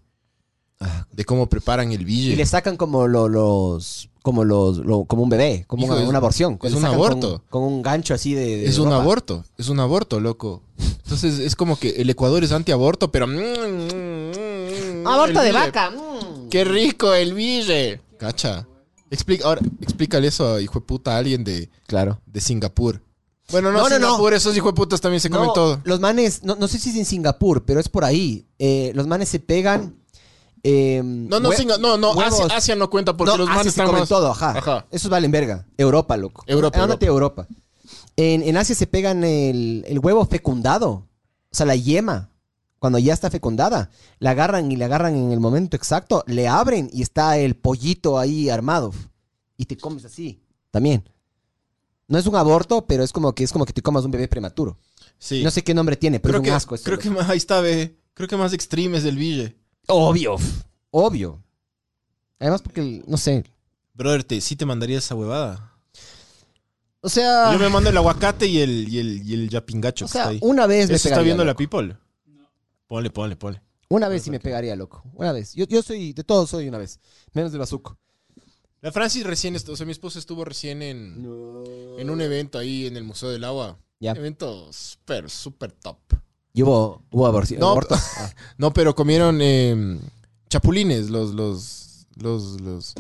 Speaker 2: de cómo preparan el
Speaker 3: Y
Speaker 2: bille.
Speaker 3: le sacan como lo- los. Como los. lo- como un bebé, como
Speaker 2: Hijo,
Speaker 3: una,
Speaker 2: es-
Speaker 3: una aborción.
Speaker 2: es
Speaker 3: Le
Speaker 2: un
Speaker 3: sacan
Speaker 2: aborto.
Speaker 3: Con, con un gancho así de. de
Speaker 2: Es un
Speaker 3: ropa.
Speaker 2: aborto, es un aborto, loco. Entonces es como que el Ecuador es antiaborto, pero... mm, Aborto de vaca. mm. Qué rico el bille. Cacha. Explica, ahora, explícale eso, hijo de puta, a alguien de,
Speaker 3: Claro.
Speaker 2: de Singapur. Bueno, no,
Speaker 3: No, no, no.
Speaker 2: Singapur, esos hijo de putas también se comen
Speaker 3: No,
Speaker 2: todo.
Speaker 3: Los manes, no, no sé si es en Singapur, pero es por ahí. Eh, los manes se pegan. eh,
Speaker 2: No, no,
Speaker 3: hue-
Speaker 2: Singa- no, no, Asia,
Speaker 3: huevos.
Speaker 2: Asia no cuenta porque
Speaker 3: No,
Speaker 2: los
Speaker 3: Asia
Speaker 2: manes
Speaker 3: se
Speaker 2: están
Speaker 3: comen
Speaker 2: más...
Speaker 3: todo, ajá.
Speaker 2: Ajá.
Speaker 3: Esos valen verga. Europa, loco.
Speaker 2: Europa,
Speaker 3: Ah, ándate a Europa. En, en Asia se pegan el, el huevo fecundado. O sea, la yema. Cuando ya está fecundada. La agarran y la agarran en el momento exacto. Le abren y está el pollito ahí armado. Y te comes así. También. No es un aborto, pero es como que es como que te comas un bebé prematuro.
Speaker 2: Sí.
Speaker 3: No sé qué nombre tiene, pero
Speaker 2: creo
Speaker 3: es un
Speaker 2: que,
Speaker 3: asco. eso,
Speaker 2: creo
Speaker 3: loco.
Speaker 2: que más, ahí está, ve. Creo que más extreme es el Ville.
Speaker 3: Obvio. Obvio. Además porque, no sé.
Speaker 5: Brother, te, sí te mandaría esa huevada.
Speaker 3: O sea...
Speaker 5: Yo me mando el aguacate y el, y el, y el yapingacho
Speaker 3: Ah. O
Speaker 5: que
Speaker 3: sea,
Speaker 5: está ahí.
Speaker 3: una vez me
Speaker 5: ¿Eso está
Speaker 3: pegaría,
Speaker 5: viendo la
Speaker 3: loco.
Speaker 5: people? Ponle, ponle, ponle.
Speaker 3: Una vez sí me pegaría, loco. Una vez. Yo, yo soy, de todo soy una vez. Menos del bazuco.
Speaker 2: La Francis recién, est- o sea, mi esposa estuvo recién en, en un evento ahí en el Museo del Agua.
Speaker 3: Ya.
Speaker 2: Evento súper, súper top.
Speaker 3: Y hubo, hubo aborci-
Speaker 2: No,
Speaker 3: abortos.
Speaker 2: No, pero comieron eh, chapulines, los, los, los, los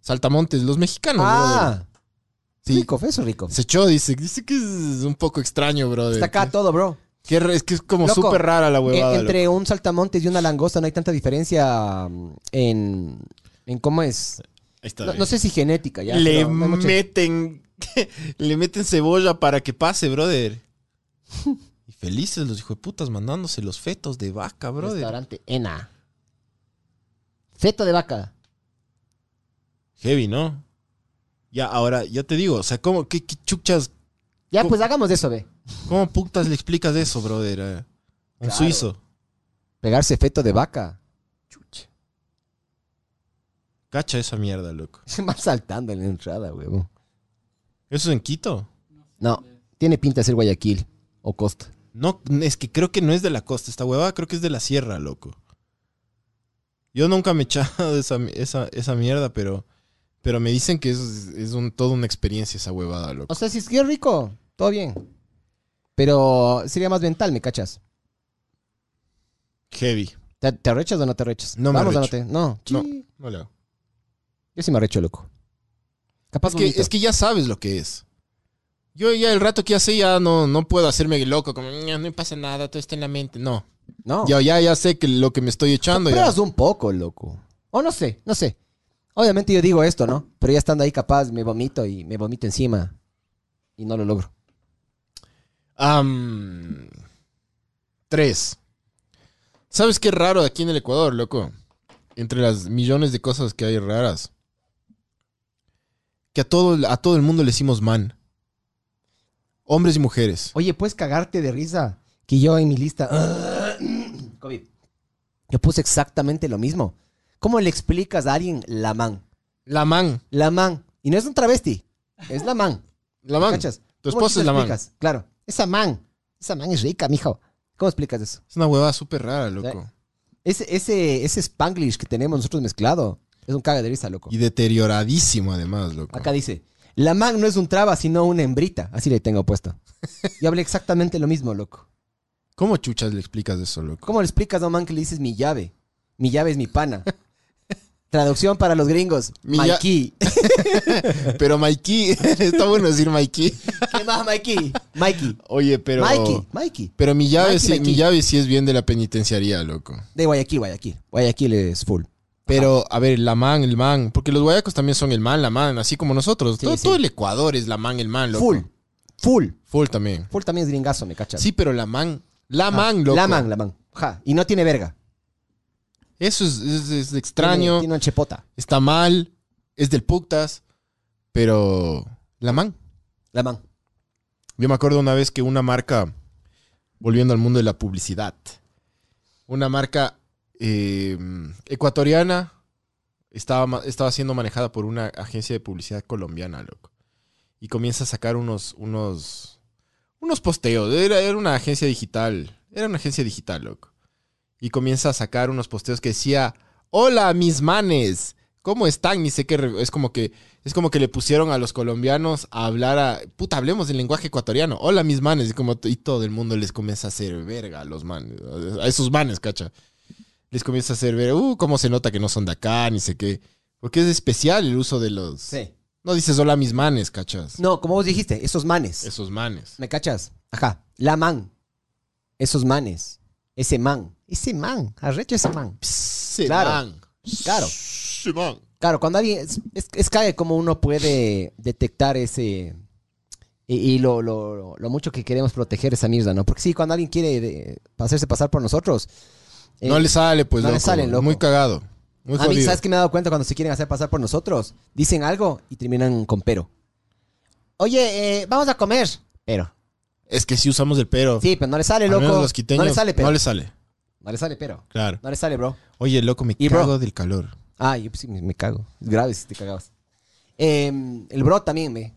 Speaker 2: saltamontes, los
Speaker 3: <laughs>
Speaker 2: mexicanos. brother.
Speaker 3: Ah,
Speaker 2: Sí.
Speaker 3: rico, fue eso rico.
Speaker 2: Se echó, dice, dice que es un poco extraño, brother.
Speaker 3: Está acá todo, bro.
Speaker 2: Que re- es que es como
Speaker 3: Loco,
Speaker 2: súper rara la
Speaker 3: En-
Speaker 2: huevada. loco.
Speaker 3: entre un saltamontes y una langosta no hay tanta diferencia mm, en, en cómo es.
Speaker 5: Ahí está.
Speaker 3: No,
Speaker 5: ve.
Speaker 3: no sé si genética ya.
Speaker 5: le
Speaker 3: pero no hay mucha-
Speaker 5: meten <laughs> le meten cebolla para que pase,
Speaker 3: <laughs>
Speaker 5: brother. Y felices los hijos de putas mandándose los fetos de vaca, brother.
Speaker 3: Restaurante Ena. Feto de vaca.
Speaker 5: Heavy, ¿no? Ya, ahora, ya te digo, o sea, ¿cómo, qué, qué chuchas,
Speaker 3: Ya,
Speaker 5: Co-
Speaker 3: pues hagamos de eso, ve.
Speaker 5: cómo putas le explicas eso, brother? eh? Un
Speaker 3: Claro.
Speaker 5: suizo.
Speaker 3: Pegarse feto de vaca. <laughs>
Speaker 5: Cacha esa mierda, loco.
Speaker 3: Se va saltando en la entrada, huevo.
Speaker 5: ¿Eso es en Quito?
Speaker 3: No, tiene pinta de ser Guayaquil o Costa.
Speaker 5: No, es que creo que no es de la costa. Esta huevada creo que es de la sierra, loco. Yo nunca me he
Speaker 2: <laughs>
Speaker 5: echado esa, esa, esa mierda, pero, pero me dicen que es,
Speaker 2: Es un, toda una experiencia esa huevada, loco.
Speaker 3: O sea, si es que es rico, todo bien. Pero sería más mental, ¿me cachas?
Speaker 5: heavy.
Speaker 3: ¿Te, te arrechas o no te arrechas?
Speaker 2: No me
Speaker 3: Vamos,
Speaker 2: arrecho.
Speaker 3: o no te- No,
Speaker 2: No.
Speaker 3: Sí.
Speaker 2: No le hago.
Speaker 3: Yo sí me arrecho, loco. Capaz
Speaker 2: Es que, es que ya sabes lo que es. Yo ya el rato que ya sé, ya no, no puedo hacerme loco, como "Ña, no me pasa nada, todo está en la mente. No.
Speaker 3: No.
Speaker 2: Ya, ya, ya sé que lo que me estoy echando. Ya.
Speaker 3: Pruebas un poco, loco. O no sé, no sé. Obviamente yo digo esto, ¿no? Pero ya estando ahí capaz, me vomito y me vomito encima. Y no lo logro.
Speaker 2: Am, tres. ¿Sabes qué raro aquí en el Ecuador, loco? Entre las millones de cosas que hay raras. Que a todo, a todo el mundo le decimos man. Hombres y mujeres.
Speaker 3: Oye, puedes cagarte de risa. Que yo en mi lista. ¡Ah! COVID. Yo puse exactamente lo mismo. ¿Cómo le explicas a alguien la man?
Speaker 2: La man.
Speaker 3: La man. Y no es un travesti. Es la man.
Speaker 2: La man.
Speaker 3: ¿Cachas?
Speaker 2: Tu
Speaker 3: ¿Cómo
Speaker 2: esposa
Speaker 3: te
Speaker 2: es la man.
Speaker 3: explicas? Claro. Esa man. Esa man es rica, mijo. ¿Cómo explicas eso?
Speaker 2: Es una huevada súper rara, loco.
Speaker 3: Ese, ese, ese spanglish que tenemos nosotros mezclado es un caga de risa, loco.
Speaker 2: Y deterioradísimo, además, loco.
Speaker 3: Acá dice, la man no es un traba, sino una hembrita. Así le tengo puesto. Yo hablé exactamente lo mismo, loco.
Speaker 2: ¿Cómo chuchas le explicas eso, loco? <laughs>
Speaker 3: ¿Cómo le explicas a un man que le dices mi llave? Mi llave es mi pana. Traducción para los gringos.
Speaker 2: Milla-
Speaker 3: Mikey.
Speaker 2: Pero Mikey, <laughs> está bueno decir Mikey.
Speaker 3: ¿Qué más, Mikey? Mikey.
Speaker 2: Oye, pero.
Speaker 3: Mikey, Mikey.
Speaker 2: Pero mi llave,
Speaker 3: Mikey,
Speaker 2: sí,
Speaker 3: Mikey.
Speaker 2: mi llave sí es bien de la penitenciaría, loco.
Speaker 3: De Guayaquil, Guayaquil. Guayaquil es full.
Speaker 2: Pero, a ver, la man, el man. Porque los guayacos también son el man, la man, así como nosotros. todo,
Speaker 3: sí.
Speaker 2: todo el Ecuador es la man, el man, loco.
Speaker 3: Full. Full.
Speaker 2: Full también.
Speaker 3: Full también es gringazo, me cachas.
Speaker 2: Sí, pero la man. La
Speaker 3: Ah,
Speaker 2: man, loco.
Speaker 3: La man, la man. Ja. Y no tiene verga.
Speaker 2: Eso es, es- es
Speaker 3: Tiene,
Speaker 2: extraño.
Speaker 3: tiene un chepota.
Speaker 2: Está mal. Es del putas. Pero. La man.
Speaker 3: La man.
Speaker 2: Yo me acuerdo una vez que una marca, volviendo al mundo de la publicidad, una marca eh, ecuatoriana estaba, ma- estaba siendo manejada por una agencia de publicidad colombiana, loco. Y comienza a sacar unos, unos, unos posteos. Era, era una agencia digital. Era una agencia digital, loco. Y comienza a sacar unos posteos que decía, hola mis manes, ¿cómo están? Ni sé qué. re- Es como que es como que le pusieron a los colombianos a hablar a. Puta, hablemos del lenguaje ecuatoriano. Hola, mis manes. Y, como, t- y todo el mundo les comienza a hacer verga a los manes. A esos manes, cacha. Les comienza a hacer verga. Uh, cómo se nota que no son de acá, ni sé qué. Porque es especial el uso de los.
Speaker 3: Sí.
Speaker 2: No dices hola, mis manes, cachas.
Speaker 3: No, como vos dijiste, esos manes.
Speaker 2: Esos manes.
Speaker 3: ¿Me cachas? Ajá. La man. Esos manes. Ese man. Ese man. Arrecho ese man.
Speaker 2: Se
Speaker 3: Claro.
Speaker 2: van.
Speaker 3: Claro.
Speaker 2: Se van.
Speaker 3: Claro, cuando alguien. Es, es, es cague como uno puede detectar ese. Y, y lo, lo, lo mucho que queremos proteger esa mierda, ¿no? Porque sí, cuando alguien quiere eh, hacerse pasar por nosotros. eh,
Speaker 2: no le sale, pues.
Speaker 3: no le
Speaker 2: loco.
Speaker 3: salen, loco.
Speaker 2: Muy cagado. Muy
Speaker 3: a mí,
Speaker 2: jodido.
Speaker 3: ¿sabes qué me he dado cuenta cuando se quieren hacer pasar por nosotros? Dicen algo y terminan con pero. Oye, eh, vamos a comer. Pero.
Speaker 2: Es que si usamos el pero.
Speaker 3: Sí, pero no le sale,
Speaker 2: Al
Speaker 3: loco.
Speaker 2: menos los quiteños,
Speaker 3: no le sale, pero.
Speaker 2: No le sale.
Speaker 3: no le sale, pero.
Speaker 2: Claro.
Speaker 3: No le sale, bro.
Speaker 2: Oye, loco, me
Speaker 3: Y, bro.
Speaker 2: cago del calor.
Speaker 3: Ah, yo pues, sí, me, me cago. Es grave si te cagabas. Eh, el bro también, me.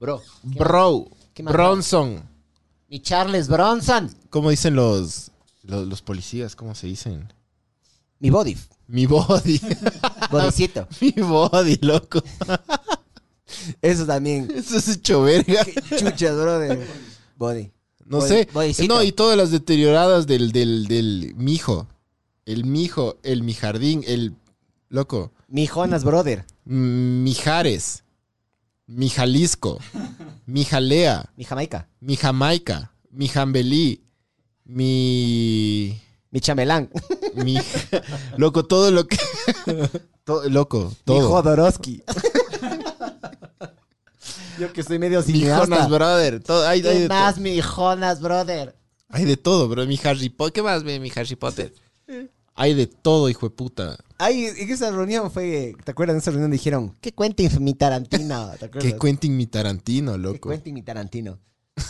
Speaker 3: Bro. ¿Qué más?
Speaker 2: Bro.
Speaker 3: ¿Qué más?
Speaker 2: Bronson.
Speaker 3: Mi Charles Bronson.
Speaker 2: ¿Cómo dicen los, los, los policías? ¿Cómo se dicen?
Speaker 3: Mi
Speaker 2: <laughs>
Speaker 3: body.
Speaker 2: Mi <laughs> body.
Speaker 3: Bodycito.
Speaker 2: Mi body, loco.
Speaker 3: Eso
Speaker 2: <laughs>
Speaker 3: también.
Speaker 2: Eso es hecho verga.
Speaker 3: Chuchas, bro. De body.
Speaker 2: No
Speaker 3: Body-
Speaker 2: sé.
Speaker 3: bodycito.
Speaker 2: No, y todas las deterioradas del, del, del mijo. El mijo, el mi jardín, el. Loco.
Speaker 3: Mi Jonas, brother.
Speaker 2: Mijares. Mi Jalisco. Mi Jalea.
Speaker 3: Mi Jamaica.
Speaker 2: Mi Jamaica. Mi Jambelí. Mi.
Speaker 3: Mi Chamelán.
Speaker 2: Mi... Loco, todo lo que... <laughs> To- Loco, todo.
Speaker 3: Mi Jodorowsky. <laughs> yo que soy medio
Speaker 2: Mi Jonas,
Speaker 3: cineasta.
Speaker 2: brother. todo- hay, hay de
Speaker 3: ¿Qué más,
Speaker 2: todo.
Speaker 3: mi Jonas, brother?
Speaker 2: Hay de todo, bro. Mi Harry Potter. ¿Qué más, ve, mi Harry Potter? Hay de todo, hijo de puta.
Speaker 3: Ay, en esa reunión fue... ¿Te acuerdas? En esa reunión dijeron, ¿qué cuenta mi Tarantino? ¿Te acuerdas?
Speaker 2: Que Quentin mi Tarantino, loco.
Speaker 3: Cuenta mi Tarantino. Eh,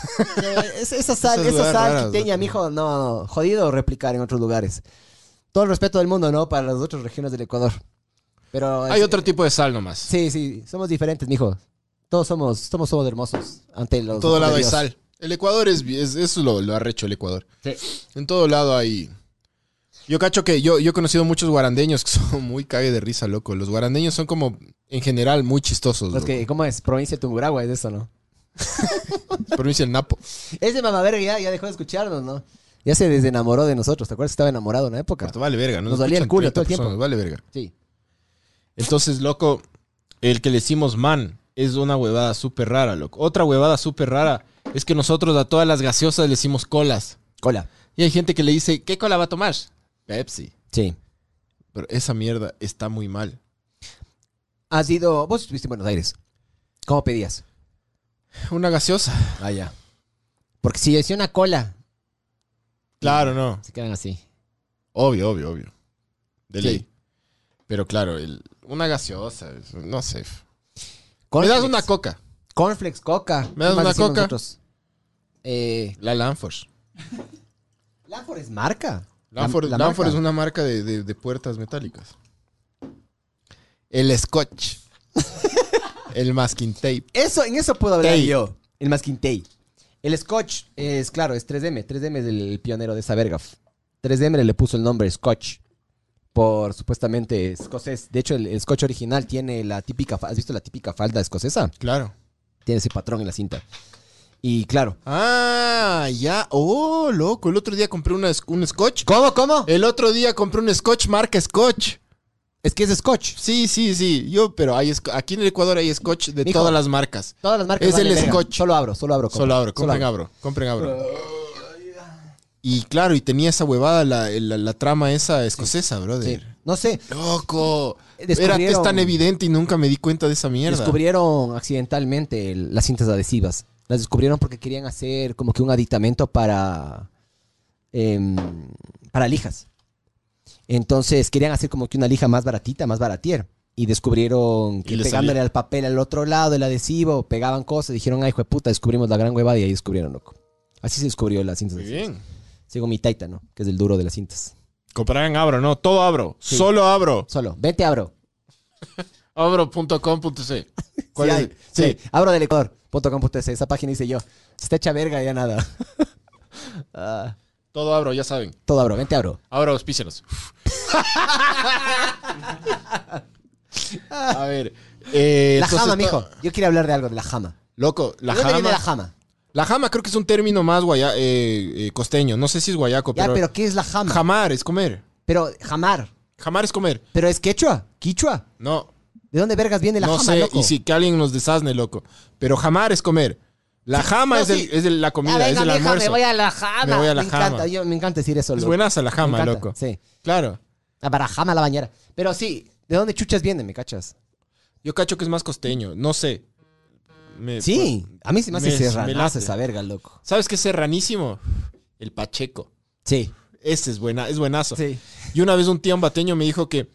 Speaker 3: <laughs> es- esa sal,
Speaker 2: Esas
Speaker 3: esa
Speaker 2: lugares
Speaker 3: sal
Speaker 2: raras,
Speaker 3: quiteña,
Speaker 2: loco.
Speaker 3: mijo, no, no, jodido replicar en otros lugares. Todo el respeto del mundo, ¿no? Para las otras regiones del Ecuador. Pero
Speaker 2: Hay
Speaker 3: es-
Speaker 2: otro tipo de sal nomás.
Speaker 3: Sí, sí, somos diferentes, mijo. Todos somos, somos, somos hermosos ante los
Speaker 2: En todo
Speaker 3: ojos de
Speaker 2: lado hay
Speaker 3: Dios.
Speaker 2: sal. El Ecuador es... es eso lo, lo ha recho el Ecuador.
Speaker 3: Sí.
Speaker 2: En todo lado hay... Yo cacho que yo, yo he conocido muchos guarandeños que <laughs> son muy cague de risa, loco. Los guarandeños son como, en general, muy chistosos.
Speaker 3: Los
Speaker 2: Los
Speaker 3: que, ¿cómo es? Provincia de Tungurahua es eso, ¿no?
Speaker 2: Provincia del Napo.
Speaker 3: Ese mamaverga ya, ya dejó de escucharnos, ¿no? Ya se desenamoró de nosotros, ¿te acuerdas? Estaba enamorado en una época.
Speaker 2: Puta, vale verga.
Speaker 3: Nos dolía el
Speaker 2: escuchan
Speaker 3: culo
Speaker 2: 30
Speaker 3: todo el tiempo.
Speaker 2: personas, Vale verga.
Speaker 3: Sí.
Speaker 2: Entonces, loco, el que le decimos man es una huevada súper rara, loco. Otra huevada súper rara es que nosotros a todas las gaseosas le decimos colas.
Speaker 3: Cola.
Speaker 2: Y hay gente que le dice, ¿qué cola va a tomar? Pepsi.
Speaker 3: Sí.
Speaker 2: Pero esa mierda está muy mal.
Speaker 3: Has ido, vos estuviste en Buenos Aires. ¿Cómo pedías?
Speaker 2: Una gaseosa.
Speaker 3: Ah, ya. Porque si decía una cola,
Speaker 2: Claro, no.
Speaker 3: se quedan así.
Speaker 2: Obvio, obvio, obvio. De
Speaker 3: Sí.
Speaker 2: ley. Pero claro, el- una gaseosa, es- no sé. Me
Speaker 3: Cornflakes.
Speaker 2: das una coca.
Speaker 3: Cornflakes, coca.
Speaker 2: ¿Me das
Speaker 3: ¿Qué más
Speaker 2: una
Speaker 3: decimos
Speaker 2: coca?
Speaker 3: nosotros? Eh,
Speaker 2: La Lanfors.
Speaker 3: Lanford es marca.
Speaker 2: Lanford,
Speaker 3: La- la
Speaker 2: Lanford es
Speaker 3: marca.
Speaker 2: una marca de, de- de puertas metálicas. El Scotch. <laughs> el masking tape.
Speaker 3: Eso, en eso puedo hablar
Speaker 2: Tay.
Speaker 3: yo. El masking Tay. El Scotch es, claro, es 3M. 3M es el pionero de esa verga. 3M le puso el nombre Scotch. Por supuestamente escocés. De hecho, el, el Scotch original tiene la típica. fa- ¿Has visto la típica falda escocesa?
Speaker 2: Claro.
Speaker 3: Tiene ese patrón en la cinta. Y claro.
Speaker 2: Ah, ya. Oh, loco. El otro día compré una, un Scotch.
Speaker 3: ¿Cómo, cómo?
Speaker 2: El otro día compré un Scotch marca Scotch.
Speaker 3: Es que es Scotch.
Speaker 2: Sí, sí, sí. Yo, pero hay sc- aquí en el Ecuador hay scotch de
Speaker 3: Mijo.
Speaker 2: todas las marcas.
Speaker 3: Todas las marcas.
Speaker 2: Es el
Speaker 3: valen verga.
Speaker 2: Scotch.
Speaker 3: Solo abro, solo abro. compro.
Speaker 2: Solo abro, compren abro, compren abro. Y claro, y tenía esa huevada, la, la- la trama esa escocesa, brother.
Speaker 3: Sí. No sé.
Speaker 2: Loco. Era
Speaker 3: Descubrieron-
Speaker 2: que es tan evidente y nunca me di cuenta de esa mierda.
Speaker 3: Descubrieron accidentalmente el- las cintas adhesivas. Las descubrieron porque querían hacer como que un aditamento para. em, para lijas. Entonces querían hacer como que una lija más baratita, más baratier. Y descubrieron que
Speaker 5: le
Speaker 3: pegándole
Speaker 5: salió.
Speaker 3: al papel al otro lado, el adhesivo, pegaban cosas. Dijeron, ay, hijo de puta, descubrimos la gran huevada y ahí descubrieron, loco. Así se descubrió las cintas
Speaker 5: Muy
Speaker 3: adhesivas.
Speaker 5: bien.
Speaker 3: Según mi taita, ¿no? Que es el duro de las cintas.
Speaker 5: Comprarán abro, no, todo abro. Solo abro.
Speaker 3: Solo, vete, abro.
Speaker 2: Abro.com.c. ¿Cuál
Speaker 3: Sí,
Speaker 2: es?
Speaker 3: hay. Sí, abro del Ecuador.com.es. Esa página hice yo. Si está hecha verga, ya nada. Ah,
Speaker 2: Todo abro, ya saben.
Speaker 3: todo abro, vente abro.
Speaker 2: Ahora <laughs> auspícenos. A ver. eh,
Speaker 3: La
Speaker 2: entonces
Speaker 3: jama,
Speaker 2: to-
Speaker 3: mijo. Yo quería hablar de algo de la jama.
Speaker 2: Loco, la
Speaker 3: ¿De dónde viene
Speaker 2: jama.
Speaker 3: la jama?
Speaker 2: La jama creo que es un término más guaya, eh, eh, costeño. No sé si es guayaco,
Speaker 3: Ya,
Speaker 2: pero,
Speaker 3: pero ¿qué es la jama?
Speaker 2: jamar es comer.
Speaker 3: pero, jamar.
Speaker 2: Jamar es comer.
Speaker 3: Pero es quechua, quichua.
Speaker 2: No,
Speaker 3: ¿De dónde vergas viene la
Speaker 2: no
Speaker 3: jama,
Speaker 2: sé.
Speaker 3: loco?
Speaker 2: Y si que alguien nos desazne, loco. Pero jamar es comer. La jama
Speaker 3: no,
Speaker 2: es, el-
Speaker 3: sí.
Speaker 2: es el- la
Speaker 3: Ya,
Speaker 2: comida,
Speaker 3: venga,
Speaker 2: es el
Speaker 3: mija,
Speaker 2: almuerzo.
Speaker 3: me voy a la jama.
Speaker 2: Me voy a la
Speaker 3: me
Speaker 2: jama.
Speaker 3: Encanta, yo, me encanta decir eso,
Speaker 2: Es
Speaker 3: loco.
Speaker 2: buenaza la
Speaker 3: Me
Speaker 2: jama,
Speaker 3: encanta,
Speaker 2: loco.
Speaker 3: Sí.
Speaker 2: Claro.
Speaker 3: Ah, Para jama la bañera. Pero sí, ¿de dónde chuchas viene, me cachas?
Speaker 2: Yo cacho que es más costeño. No sé. Me-
Speaker 3: Sí, a mí se me hace
Speaker 2: pues, me- me
Speaker 3: serranazo
Speaker 2: late.
Speaker 3: esa verga, loco.
Speaker 2: ¿Sabes qué es serranísimo? El pacheco.
Speaker 3: Sí,
Speaker 2: Ese es buena, es buenazo.
Speaker 3: sí.
Speaker 2: Y una vez un tío ambateño me dijo que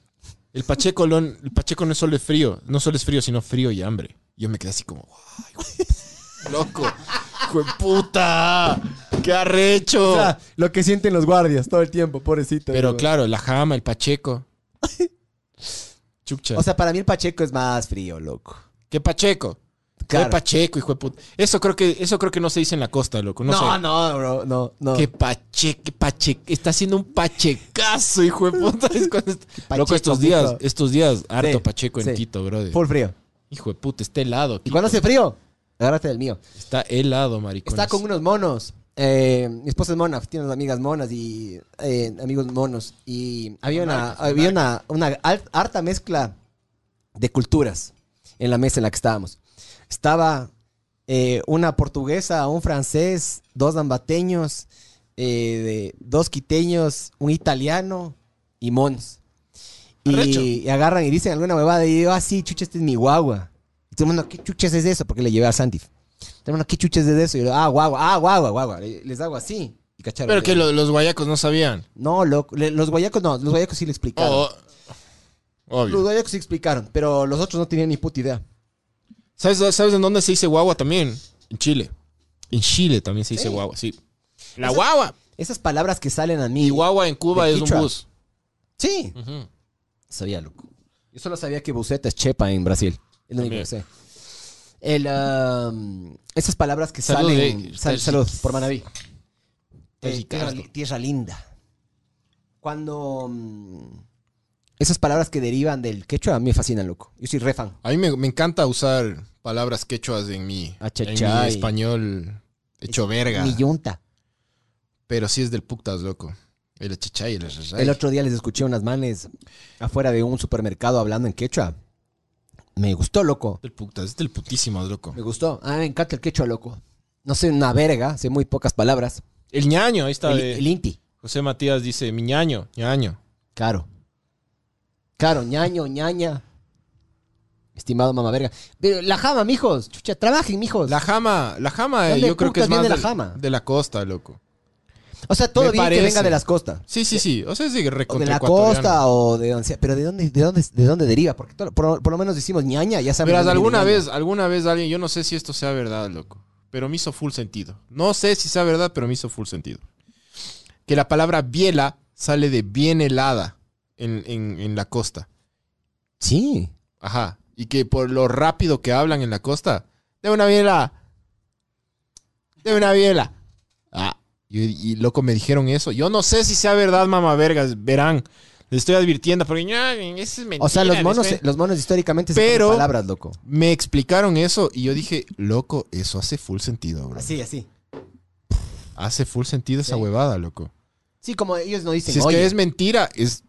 Speaker 2: el pacheco, lo- el pacheco no es solo es frío, no solo es frío, sino frío y hambre. Yo me quedé así como, "Guay, güey". <laughs> loco, puta, qué arrecho.
Speaker 4: O sea, lo que sienten los guardias todo el tiempo, pobrecito.
Speaker 2: Pero
Speaker 4: digo.
Speaker 2: claro, la jama, el pacheco. Chucha.
Speaker 3: O sea, para mí el Pacheco es más frío, loco.
Speaker 2: ¿Qué pacheco?
Speaker 3: Claro.
Speaker 2: ¿Qué pacheco, hijo de puta? Eso creo que, eso creo que no se dice en la costa, loco. No, sé.
Speaker 4: No, no, bro, no, no.
Speaker 2: Qué pache, qué pache, está haciendo un pachecazo, hijo de puta. Es cuando est- Loco, estos días,
Speaker 4: mijo.
Speaker 2: estos días, harto
Speaker 4: Sí,
Speaker 2: pacheco en
Speaker 4: sí.
Speaker 2: Quito, brother.
Speaker 4: Full frío.
Speaker 2: Hijo de puta, está helado.
Speaker 3: ¿Y
Speaker 2: Quito.
Speaker 3: cuando hace frío? Agárrate del mío.
Speaker 2: Está helado, maricón.
Speaker 3: Estaba con unos monos. Eh, mi esposa es mona, tiene unas amigas monas y eh, amigos monos. Y había una, había una, una al- harta mezcla de culturas en la mesa en la que estábamos. Estaba eh, una portuguesa, un francés, dos ambateños, eh, de- dos quiteños, un italiano y monos. Y,
Speaker 2: Arrecho.
Speaker 3: y agarran y dicen alguna huevada y yo, ah, sí, chucha, este es mi guagua. Y todo el mundo, ¿qué chuchas es eso? Porque le llevé a Santif. Todo el mundo, ¿qué chuchas es eso? Y yo, ah, guagua, ah, guagua, guagua. Le- Les hago así. Y cacharon.
Speaker 2: Pero que
Speaker 3: Le-
Speaker 2: lo- los guayacos no sabían.
Speaker 3: No, loco, le- los guayacos no, los guayacos sí le explicaron.
Speaker 2: Oh,
Speaker 3: Los
Speaker 2: obvio.
Speaker 3: guayacos sí explicaron, pero los otros no tenían ni puta idea.
Speaker 2: ¿Sabes, ¿Sabes en dónde se dice guagua también? En Chile. En Chile también se dice
Speaker 3: Sí.
Speaker 2: guagua, sí. La
Speaker 3: Eso-
Speaker 2: guagua.
Speaker 3: Esas palabras que salen a mí.
Speaker 2: Y guagua en Cuba
Speaker 3: de
Speaker 2: es un
Speaker 3: Quichua.
Speaker 2: bus.
Speaker 3: Sí.
Speaker 2: Ujú.
Speaker 3: Sabía, loco. Yo solo sabía que buceta es chepa en Brasil. Es lo único que sé. El, am, esas palabras que
Speaker 2: Salud,
Speaker 3: salen.
Speaker 2: eh,
Speaker 3: sal-
Speaker 2: está-
Speaker 3: salud, por Manaví. Eh, tierra,
Speaker 2: Ricardo.
Speaker 3: li- tierra linda. Cuando. mm, esas palabras que derivan del quechua a mí me fascinan, loco. Yo soy re fan.
Speaker 2: A mí me, me encanta usar palabras quechuas en mi, en mi
Speaker 3: Achachay.
Speaker 2: español hecho verga.
Speaker 3: Mi yunta.
Speaker 2: Pero sí es del putas, loco. El achichay, el achachay.
Speaker 3: El otro día les escuché unas manes afuera de un supermercado hablando en quechua. Me gustó, loco.
Speaker 2: Del putas, es del putísimo, loco.
Speaker 3: Me gustó. A mí me encanta el quechua, loco. No sé una verga, sé muy pocas palabras.
Speaker 2: El ñaño, ahí está.
Speaker 3: El,
Speaker 2: de-
Speaker 3: el inti.
Speaker 2: José Matías dice, mi ñaño, ñaño.
Speaker 3: Claro. Claro, ñaño, ñaña. Estimado mamá verga. Pero la jama, mijos. Chucha, trabajen, mijos.
Speaker 2: La jama, la jama, eh,
Speaker 3: ¿Dónde
Speaker 2: yo creo que
Speaker 3: putas
Speaker 2: es más
Speaker 3: viene la
Speaker 2: del-
Speaker 3: jama?
Speaker 2: de la costa, loco.
Speaker 3: o sea, todo
Speaker 2: me
Speaker 3: bien que
Speaker 2: parece.
Speaker 3: venga de las costas.
Speaker 2: Sí, sí, sí. O sea, es de
Speaker 3: O de
Speaker 2: recontra
Speaker 3: la costa o de donde sea. Pero ¿de dónde, de dónde, de dónde deriva? Porque todo- por, por lo menos decimos ñaña, ya sabemos.
Speaker 2: Verás,
Speaker 3: dónde viene
Speaker 2: alguna
Speaker 3: ñaña.
Speaker 2: vez, alguna vez alguien, yo no sé si esto sea verdad, loco, pero me hizo full sentido. No sé si sea verdad, pero me hizo full sentido. Que la palabra biela sale de bien helada en, en- en la costa.
Speaker 3: Sí.
Speaker 2: Ajá. Y que por lo rápido que hablan en la costa, de una biela. De una biela. Ah. Y, y, loco, me dijeron eso. Yo no sé si sea verdad, mamá vergas. Verán. Les estoy advirtiendo porque ña, eso es mentira.
Speaker 3: O sea, los
Speaker 2: les
Speaker 3: monos,
Speaker 2: estoy-
Speaker 3: los monos históricamente se
Speaker 2: Pero-
Speaker 3: comen palabras, loco.
Speaker 2: Me explicaron eso y yo dije, loco, eso hace full sentido, bro.
Speaker 3: Así, así.
Speaker 2: Hace full sentido esa
Speaker 3: Sí.
Speaker 2: huevada, loco.
Speaker 3: Sí, como ellos no dicen.
Speaker 2: Si es
Speaker 3: "Oye".
Speaker 2: que es mentira, es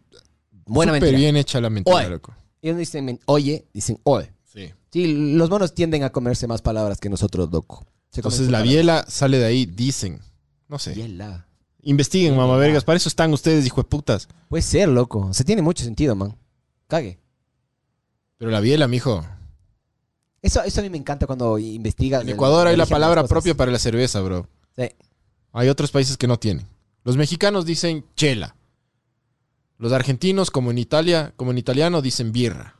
Speaker 3: Buena
Speaker 2: Súper
Speaker 3: mentira.
Speaker 2: bien hecha la mentira,
Speaker 3: Oye.
Speaker 2: loco.
Speaker 3: Ellos no dicen men- oye, dicen oe.
Speaker 2: Sí.
Speaker 3: Sí, los monos tienden a comerse más palabras que nosotros, loco. Se comen
Speaker 2: Entonces
Speaker 3: sus
Speaker 2: la
Speaker 3: palabras.
Speaker 2: biela sale de ahí, dicen. No sé.
Speaker 3: Biela.
Speaker 5: Investiguen, mamavergas. Para eso están ustedes, hijo de putas.
Speaker 3: Puede ser, loco. Se tiene mucho sentido, man. Cague.
Speaker 2: Pero la biela, mijo.
Speaker 3: Eso, eso a mí me encanta cuando investigas.
Speaker 2: En
Speaker 3: el-
Speaker 2: Ecuador hay la
Speaker 3: eligen las
Speaker 2: palabra
Speaker 3: cosas.
Speaker 2: propia para la cerveza, bro.
Speaker 3: Sí.
Speaker 2: Hay otros países que no tienen. Los mexicanos dicen chela. Los argentinos, como en Italia, como en italiano, dicen birra.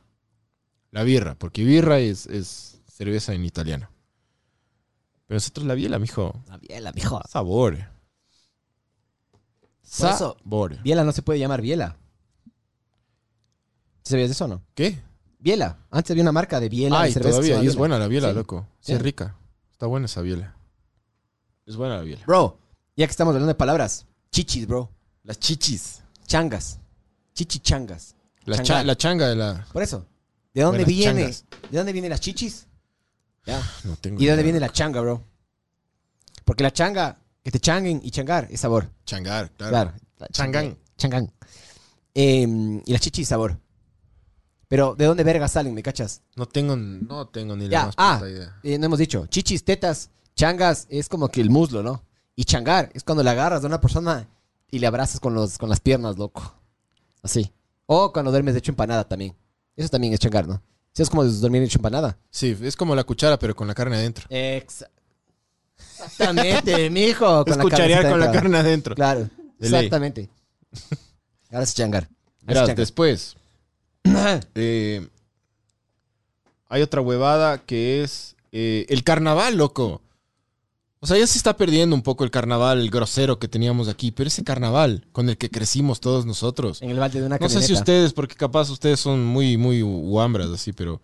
Speaker 2: La birra, porque birra es, es cerveza en italiano. Pero nosotros la biela, mijo.
Speaker 3: La biela, mijo.
Speaker 2: Sabor.
Speaker 3: Por eso-
Speaker 2: Sabor.
Speaker 3: Biela no se puede llamar biela. ¿Sí ¿Sabías de eso o no?
Speaker 2: ¿Qué?
Speaker 3: Biela. Antes había una marca de biela. de
Speaker 2: Ay,
Speaker 3: cerveza que se
Speaker 2: todavía.
Speaker 3: llamaba
Speaker 2: Y es
Speaker 3: Biela.
Speaker 2: buena la biela,
Speaker 3: Sí.
Speaker 2: loco. Sí,
Speaker 3: Sí.
Speaker 2: es rica. Está buena esa biela. Es buena la biela.
Speaker 3: Bro, ya que estamos hablando de palabras. Chichis, bro.
Speaker 2: Las chichis.
Speaker 3: Changas. Chichichangas.
Speaker 2: La,
Speaker 3: Changa.
Speaker 2: cha- la changa de la...
Speaker 3: Por eso. ¿De dónde
Speaker 2: Buenas
Speaker 3: viene?
Speaker 2: changas.
Speaker 3: ¿De dónde vienen las chichis? Ya.
Speaker 2: No tengo
Speaker 3: ¿Y de dónde
Speaker 2: idea.
Speaker 3: viene la changa, bro? Porque la changa, que te changuen y changar es sabor.
Speaker 2: Changar, claro.
Speaker 3: Claro.
Speaker 2: Changán.
Speaker 3: Changán. Eh, y la chichi sabor. Pero, ¿de dónde verga salen, me cachas?
Speaker 2: No tengo, no tengo ni la
Speaker 3: Ya,
Speaker 2: más
Speaker 3: ah,
Speaker 2: puta idea.
Speaker 3: eh, no hemos dicho. Chichis, tetas, changas es como que el muslo, ¿no? Y changar es cuando le agarras de una persona y le abrazas con, los, con las piernas, loco. Así. O cuando duermes de hecho empanada también. Eso también es changar, ¿no? Eso es como dormir hecho empanada.
Speaker 2: Sí, es como la cuchara, pero con la carne adentro.
Speaker 3: Exactamente, <laughs> mijo.
Speaker 5: Es
Speaker 3: la
Speaker 5: cucharear
Speaker 3: cabecita
Speaker 5: con la
Speaker 3: dentro.
Speaker 5: carne adentro.
Speaker 3: Claro,
Speaker 5: De ley.
Speaker 3: exactamente. Ahora es changar. Ahora
Speaker 2: Verás,
Speaker 3: es <clears throat>
Speaker 2: después
Speaker 3: changar.
Speaker 2: eh, hay otra huevada que es eh, el carnaval, loco. O sea, ya se está perdiendo un poco el carnaval grosero que teníamos aquí, pero ese carnaval con el que crecimos todos nosotros.
Speaker 3: En el balde de una
Speaker 2: No sé si
Speaker 3: camioneta.
Speaker 2: ustedes, porque capaz ustedes son muy, muy guambras así, pero,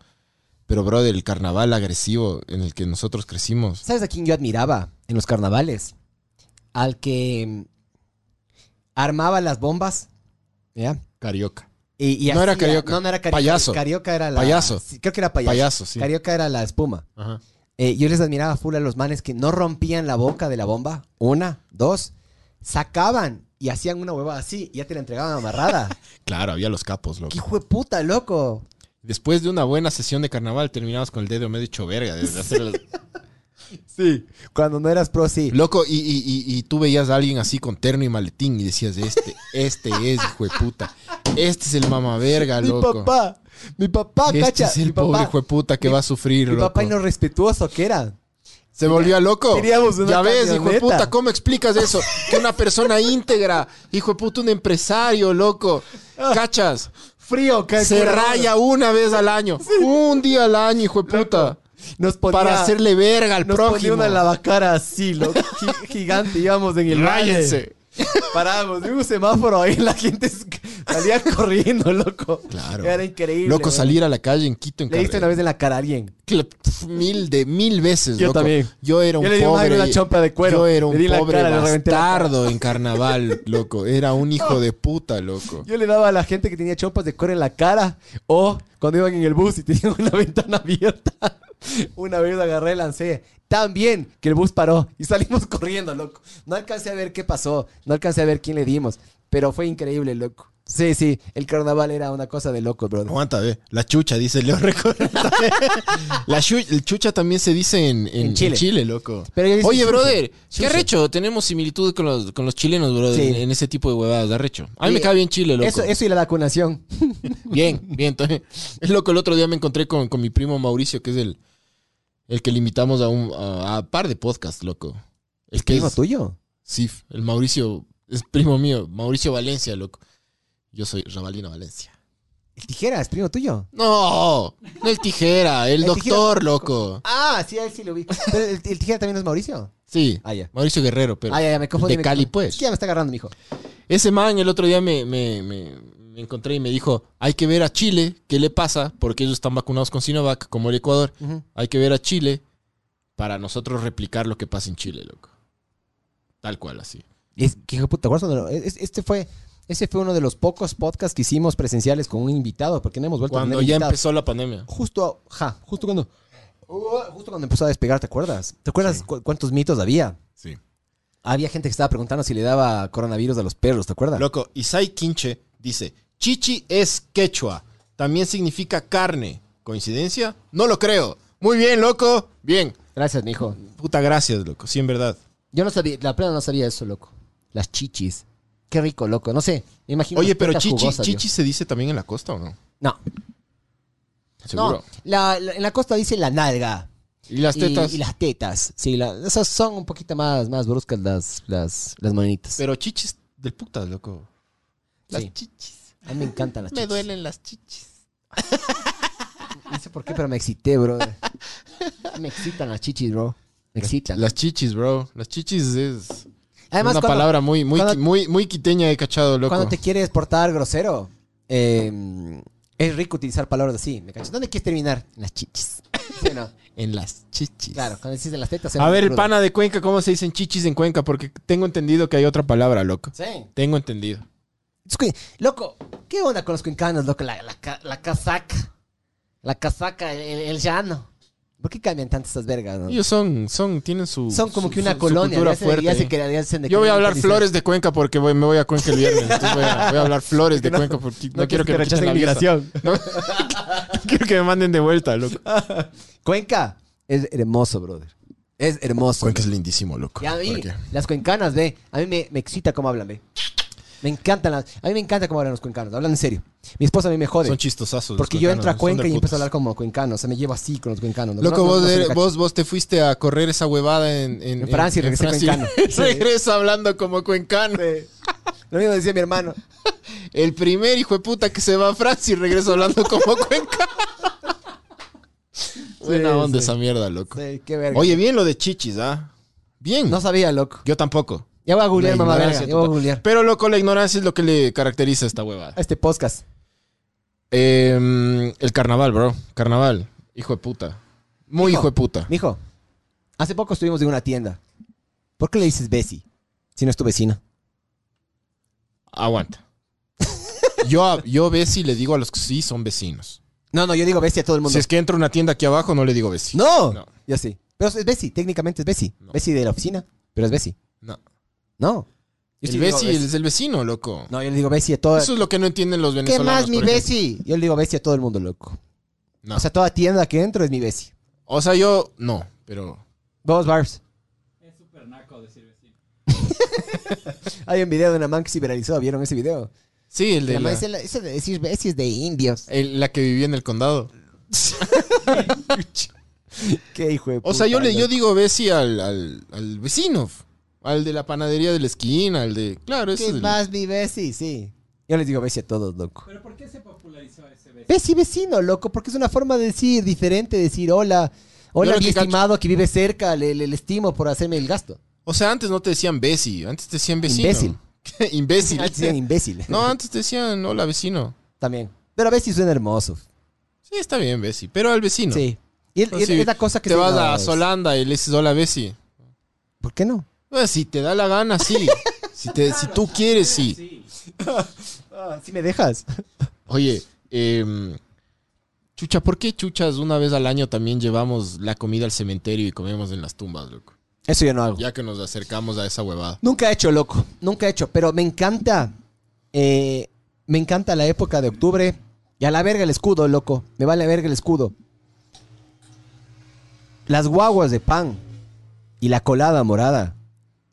Speaker 2: pero, brother, el carnaval agresivo en el que nosotros crecimos.
Speaker 3: ¿Sabes a quién yo admiraba en los carnavales? Al que mm, armaba las bombas. ¿Ya?
Speaker 2: Carioca.
Speaker 3: Y, y
Speaker 2: No era
Speaker 3: hacía-
Speaker 2: carioca.
Speaker 3: No, no era carioca.
Speaker 2: Payaso.
Speaker 3: Carioca era la.
Speaker 2: Payaso.
Speaker 3: Sí, creo que era payaso.
Speaker 2: Payaso, sí.
Speaker 3: Carioca era la espuma.
Speaker 2: Ajá.
Speaker 3: Eh, yo les admiraba full a los manes que no rompían la boca de la bomba. Una, dos. Sacaban y hacían una hueva así y ya te la entregaban
Speaker 2: <laughs>
Speaker 3: amarrada.
Speaker 2: Claro, había los capos, loco.
Speaker 3: ¡Qué hijo de puta, loco!
Speaker 2: Después de una buena sesión de carnaval, terminabas con el dedo medio hecho verga. de hacer las-
Speaker 3: Sí. Cuando no eras pro, <laughs> sí.
Speaker 2: Loco, y, y- y- y tú veías a alguien así con terno y maletín y decías, este, este es, hijo de puta. Este es el mamá verga,
Speaker 3: Mi
Speaker 2: loco.
Speaker 3: papá, mi papá,
Speaker 2: este
Speaker 3: cacha.
Speaker 2: es el
Speaker 3: mi papá,
Speaker 2: pobre hijo de puta que
Speaker 3: Mi-
Speaker 2: va a sufrir,
Speaker 3: mi
Speaker 2: loco.
Speaker 3: papá y lo respetuoso que era.
Speaker 2: Se volvió loco.
Speaker 3: Queríamos una
Speaker 2: ya ves, hijo de
Speaker 3: camioneta.
Speaker 2: puta, ¿cómo explicas eso? Que una persona íntegra, hijo de puta, un empresario, loco. Cachas,
Speaker 3: Frío, cacha.
Speaker 2: se raya una vez al año. Un día al año, hijo de puta.
Speaker 3: Nos ponía,
Speaker 2: para hacerle verga al
Speaker 3: nos ponía
Speaker 2: prójimo.
Speaker 3: una lavacara así, loco,
Speaker 2: <laughs>
Speaker 3: gi- gigante. Íbamos en el valle.
Speaker 2: Ráyense.
Speaker 3: Parábamos, de un semáforo ahí, la gente s- salía <laughs> corriendo, loco.
Speaker 2: Claro.
Speaker 3: Era increíble.
Speaker 2: Loco,
Speaker 3: weón.
Speaker 2: salir a la calle en Quito, en
Speaker 3: Le diste una
Speaker 2: carrera.
Speaker 3: vez en la cara a alguien.
Speaker 2: Cla- pf, Mil de mil veces,
Speaker 3: Yo
Speaker 2: loco.
Speaker 3: también.
Speaker 2: Yo era un
Speaker 3: Yo le di una-
Speaker 2: pobre.
Speaker 3: una chompa de cuero.
Speaker 2: Yo era
Speaker 3: Le
Speaker 2: un
Speaker 3: di la
Speaker 2: pobre
Speaker 3: cara, le reventé la cara.
Speaker 2: bastardo en carnaval, loco. Era un hijo de puta, loco.
Speaker 3: Yo le daba a la gente que tenía chompas de cuero en la cara o cuando iban en el bus y tenían <laughs> una ventana abierta. Una vez agarré y lancé. Tan bien que el bus paró y salimos <laughs> corriendo, loco. No alcancé a ver qué pasó, no alcancé a ver quién le dimos, pero fue increíble, loco. Sí, sí, el carnaval era una cosa de loco, brother.
Speaker 5: Aguanta, ve. La chucha, dice
Speaker 2: <laughs>
Speaker 5: Leo Recorre.
Speaker 2: La chu- el chucha también se dice en, en- en Chile.
Speaker 3: Chile.
Speaker 2: loco.
Speaker 3: Pero yo dije
Speaker 2: Oye,
Speaker 3: chucha.
Speaker 2: brother, ¿qué
Speaker 3: Chucha.
Speaker 2: arrecho? Tenemos similitud con los, con los chilenos, brother,
Speaker 3: Sí.
Speaker 2: en, en ese tipo de huevadas, de arrecho. A mí
Speaker 3: Sí.
Speaker 2: me cae bien Chile, loco.
Speaker 3: Eso, eso y la vacunación.
Speaker 2: Bien, bien. también. <laughs> Es loco, el otro día me encontré con, con mi primo Mauricio, que es el, el que le invitamos a un a, a par de podcasts, loco. El que
Speaker 3: ¿Primo
Speaker 2: es,
Speaker 3: tuyo?
Speaker 2: sí, el Mauricio, es primo mío, Mauricio Valencia, loco. Yo soy Ravalina Valencia.
Speaker 3: ¿El tijera es primo tuyo?
Speaker 2: No, no el tijera, el,
Speaker 3: El
Speaker 2: doctor, loco.
Speaker 3: Ah, sí, a él sí lo vi. Pero el, el tijera también es Mauricio.
Speaker 2: Sí,
Speaker 3: Ah, ya.
Speaker 2: Mauricio Guerrero, pero...
Speaker 3: Ah, ya, ya, me confundí.
Speaker 2: de
Speaker 3: me
Speaker 2: Cali,
Speaker 3: confundí.
Speaker 2: pues.
Speaker 3: Es que ya me está agarrando, mijo.
Speaker 2: Ese man el otro día me, me- me- me encontré y me dijo, hay que ver a Chile qué le pasa, porque ellos están vacunados con Sinovac, como el Ecuador.
Speaker 3: Ujú.
Speaker 2: Hay que ver a Chile para nosotros replicar lo que pasa en Chile, loco. Tal cual, así.
Speaker 3: Es que hijo de puta, ¿te acuerdas cuando- es- Este fue, ese fue uno de los pocos podcasts que hicimos presenciales con un invitado, porque no hemos vuelto a
Speaker 2: Cuando
Speaker 3: tener
Speaker 2: ya
Speaker 3: invitados.
Speaker 2: empezó la pandemia.
Speaker 3: Justo, ja, justo cuando, justo cuando empezó a despegar, ¿te acuerdas? ¿Te acuerdas cu- cuántos mitos había?
Speaker 2: Sí.
Speaker 3: Había gente que estaba preguntando si le daba coronavirus a los perros, ¿te acuerdas?
Speaker 5: Loco, Isai Quinche dice:
Speaker 2: Chichi es quechua. También significa carne. ¿Coincidencia? No lo creo. Muy bien, loco. Bien.
Speaker 3: Gracias, mijo.
Speaker 2: Puta gracias, loco. Sí, en verdad.
Speaker 3: Yo no sabía, la plena no sabía eso, loco. Las chichis. Qué rico, loco. No sé, me imagino.
Speaker 2: Oye,
Speaker 3: unas
Speaker 2: pero
Speaker 3: pepas
Speaker 2: chichi,
Speaker 3: jugosas,
Speaker 2: chichi se dice también en la costa, ¿o no?
Speaker 3: viejo. No,
Speaker 6: Seguro.
Speaker 3: no. la- la- en la costa dicen la nalga.
Speaker 6: Y las
Speaker 3: Y-
Speaker 6: tetas.
Speaker 3: Y, las tetas. Sí, la- esas son un poquito más, más bruscas las, las, las morenitas.
Speaker 2: Pero chichi es del puta, loco. Las
Speaker 3: Sí.
Speaker 2: chichis.
Speaker 3: A mí me encantan las chichis.
Speaker 2: <laughs> Me duelen las chichis.
Speaker 3: No sé por qué, pero me excité, bro. Me excitan las chichis, bro. Me excitan.
Speaker 6: Las chichis, bro. Las chichis es
Speaker 3: Además,
Speaker 6: una
Speaker 3: cuando,
Speaker 6: palabra muy, muy,
Speaker 3: cuando-
Speaker 6: muy, muy quiteña he cachado, loco.
Speaker 3: cuando te quieres portar grosero, eh, es rico utilizar palabras así. ¿Me cachas? ¿Dónde quieres terminar? En las chichis. ¿Sí o no?
Speaker 2: En las chichis.
Speaker 3: Claro, cuando dices en las tetas.
Speaker 2: A ver, el
Speaker 3: el
Speaker 2: pana de Cuenca, ¿cómo se dicen chichis en Cuenca? Porque tengo entendido que hay otra palabra, loco.
Speaker 3: Sí.
Speaker 2: Tengo entendido.
Speaker 3: Es que, Loco, ¿qué onda con los cuencanos, loco? La, la, ca- la casaca. La casaca, el, el llano. ¿Por qué cambian tantas estas vergas, no?
Speaker 2: Ellos son, son, tienen su.
Speaker 3: Son como
Speaker 2: su-
Speaker 3: que una
Speaker 2: su- su
Speaker 3: colonia.
Speaker 2: cultura
Speaker 3: ya se-
Speaker 2: fuerte.
Speaker 3: ya se crea- ya se de-
Speaker 6: Yo voy a hablar
Speaker 3: dice-
Speaker 6: flores de Cuenca porque voy- me voy a Cuenca el viernes. Entonces voy, a, voy a
Speaker 3: <laughs>
Speaker 6: hablar flores de Cuenca porque no, quiero que me rechacen la visa. No, <laughs> quiero que me manden de vuelta, loco.
Speaker 3: Cuenca es hermoso, brother. Es hermoso.
Speaker 2: Cuenca es lindísimo, loco.
Speaker 3: Y a mí,
Speaker 2: ¿Por qué?
Speaker 3: las cuencanas, ve. A mí me, me excita cómo hablan, ve. Me encantan las. A mí me encanta cómo hablan los cuencanos. Hablan en serio. Mi esposa a mí me jode.
Speaker 2: Son chistosazos. los
Speaker 3: porque yo entro a
Speaker 2: cuencanos,
Speaker 3: Cuenca
Speaker 2: son de
Speaker 3: y empiezo a
Speaker 2: putas.
Speaker 3: hablar como cuencano. O sea, me llevo así con los cuencanos. ¿no?
Speaker 2: Loco,
Speaker 3: No- no-
Speaker 2: vos,
Speaker 3: no se me
Speaker 2: eres-
Speaker 3: cacha.
Speaker 2: vos, vos te fuiste a correr esa huevada en, en,
Speaker 3: En Francia y regresé
Speaker 2: <laughs>
Speaker 3: cuencano.
Speaker 2: Regresa hablando como cuencano.
Speaker 3: <laughs> Lo mismo decía mi
Speaker 2: <laughs>
Speaker 3: hermano.
Speaker 2: El primer hijo de puta que se va a Francia y regresa hablando como cuencano. Buena onda esa mierda, loco.
Speaker 3: Sí, qué verga.
Speaker 2: Oye, bien lo de chichis, ¿ah? Bien.
Speaker 3: No sabía, loco.
Speaker 2: Yo tampoco.
Speaker 3: Ya voy a googlear,
Speaker 2: La
Speaker 3: mamá verga.
Speaker 2: ignorancia
Speaker 3: Ya voy a
Speaker 2: total.
Speaker 3: googlear.
Speaker 2: Pero loco, la ignorancia es lo que le caracteriza a esta huevada.
Speaker 3: Este podcast.
Speaker 2: Eh, el carnaval, bro. Carnaval. Hijo de puta. Muy hijo,
Speaker 3: Hijo.
Speaker 2: de puta.
Speaker 3: Mijo, hace poco estuvimos en una tienda. ¿Por qué le dices Bessie? Si no es tu vecina.
Speaker 2: Aguanta. yo, a- yo Bessie le digo a los que sí son vecinos.
Speaker 3: No, no, yo digo Bessie a todo el mundo.
Speaker 2: Si es que entro a una tienda aquí abajo, no le digo Bessie.
Speaker 3: No.
Speaker 2: No.
Speaker 3: Yo sí. Pero es Bessie, técnicamente es Bessie.
Speaker 2: No.
Speaker 3: Bessie de la oficina, pero es Bessie.
Speaker 2: No.
Speaker 3: No. Yo sí
Speaker 2: El
Speaker 3: digo
Speaker 2: Bessie es el vecino, loco.
Speaker 3: No, yo le digo Bessie a toda.
Speaker 2: Eso es lo que no entienden los
Speaker 3: ¿Qué
Speaker 2: venezolanos.
Speaker 3: más mi
Speaker 2: por ejemplo.
Speaker 3: Bessie? Yo le digo Bessie a todo el mundo, loco.
Speaker 2: No.
Speaker 3: O sea, toda tienda que entro es mi Bessie.
Speaker 2: O sea, yo no, pero.
Speaker 3: Vos, Barbs.
Speaker 7: Es súper naco decir vecino.
Speaker 3: <laughs> Hay un video de una man que se viralizó. ¿Vieron ese video?
Speaker 2: Sí, el de
Speaker 3: La
Speaker 2: la,
Speaker 3: man dice, "La- Eso de decir Bessie es de indios.
Speaker 2: el- la que vivía en el condado.
Speaker 3: Qué hijo de
Speaker 2: O sea, yo
Speaker 3: puta,
Speaker 2: le yo
Speaker 3: loco.
Speaker 2: digo Bessie al, al, al vecino. f- Al de la panadería de la esquina, al de. Claro, ese
Speaker 3: ¿Qué
Speaker 2: es el-
Speaker 3: más mi Bessie? Sí. Yo les digo Bessie a todos, loco.
Speaker 7: ¿Pero por qué se popularizó ese vecino?
Speaker 3: Bessie vecino, loco, porque es una forma de decir diferente, de decir hola.
Speaker 2: Yo
Speaker 3: Hola,
Speaker 2: lo
Speaker 3: mi
Speaker 2: que cacho-
Speaker 3: estimado que vive cerca, le, le- le estimo por hacerme el gasto.
Speaker 2: O sea, antes no te decían Bessie, antes te decían vecino.
Speaker 3: Imbécil.
Speaker 2: <laughs> Imbécil.
Speaker 3: Antes
Speaker 2: <laughs>
Speaker 3: eran imbécil.
Speaker 2: No, antes te decían hola vecino.
Speaker 3: También. Pero Bessie suena hermoso.
Speaker 2: Sí, está bien, Bessie, pero al vecino.
Speaker 3: Sí. Y, el-
Speaker 2: O
Speaker 3: y el-
Speaker 2: si
Speaker 3: es la cosa que
Speaker 2: Te
Speaker 3: se-
Speaker 2: vas a
Speaker 3: los-
Speaker 2: Solanda y le dices hola Bessie.
Speaker 3: ¿Por qué no?
Speaker 2: Pues, si te da la gana,
Speaker 3: <laughs>
Speaker 2: sí. Si, te, si tú quieres, sí.
Speaker 7: Ah,
Speaker 3: Si me dejas.
Speaker 2: Oye, em, Chucha, ¿por qué chuchas una vez al año también llevamos la comida al cementerio y comemos en las tumbas, loco?
Speaker 3: Eso yo no hago.
Speaker 2: Ya que nos acercamos a esa huevada.
Speaker 3: Nunca he hecho, loco. Nunca he hecho. Pero me encanta. eh, me encanta la época de octubre. Y a la verga el escudo, loco. Me vale la verga el escudo. Las guaguas de pan y la colada morada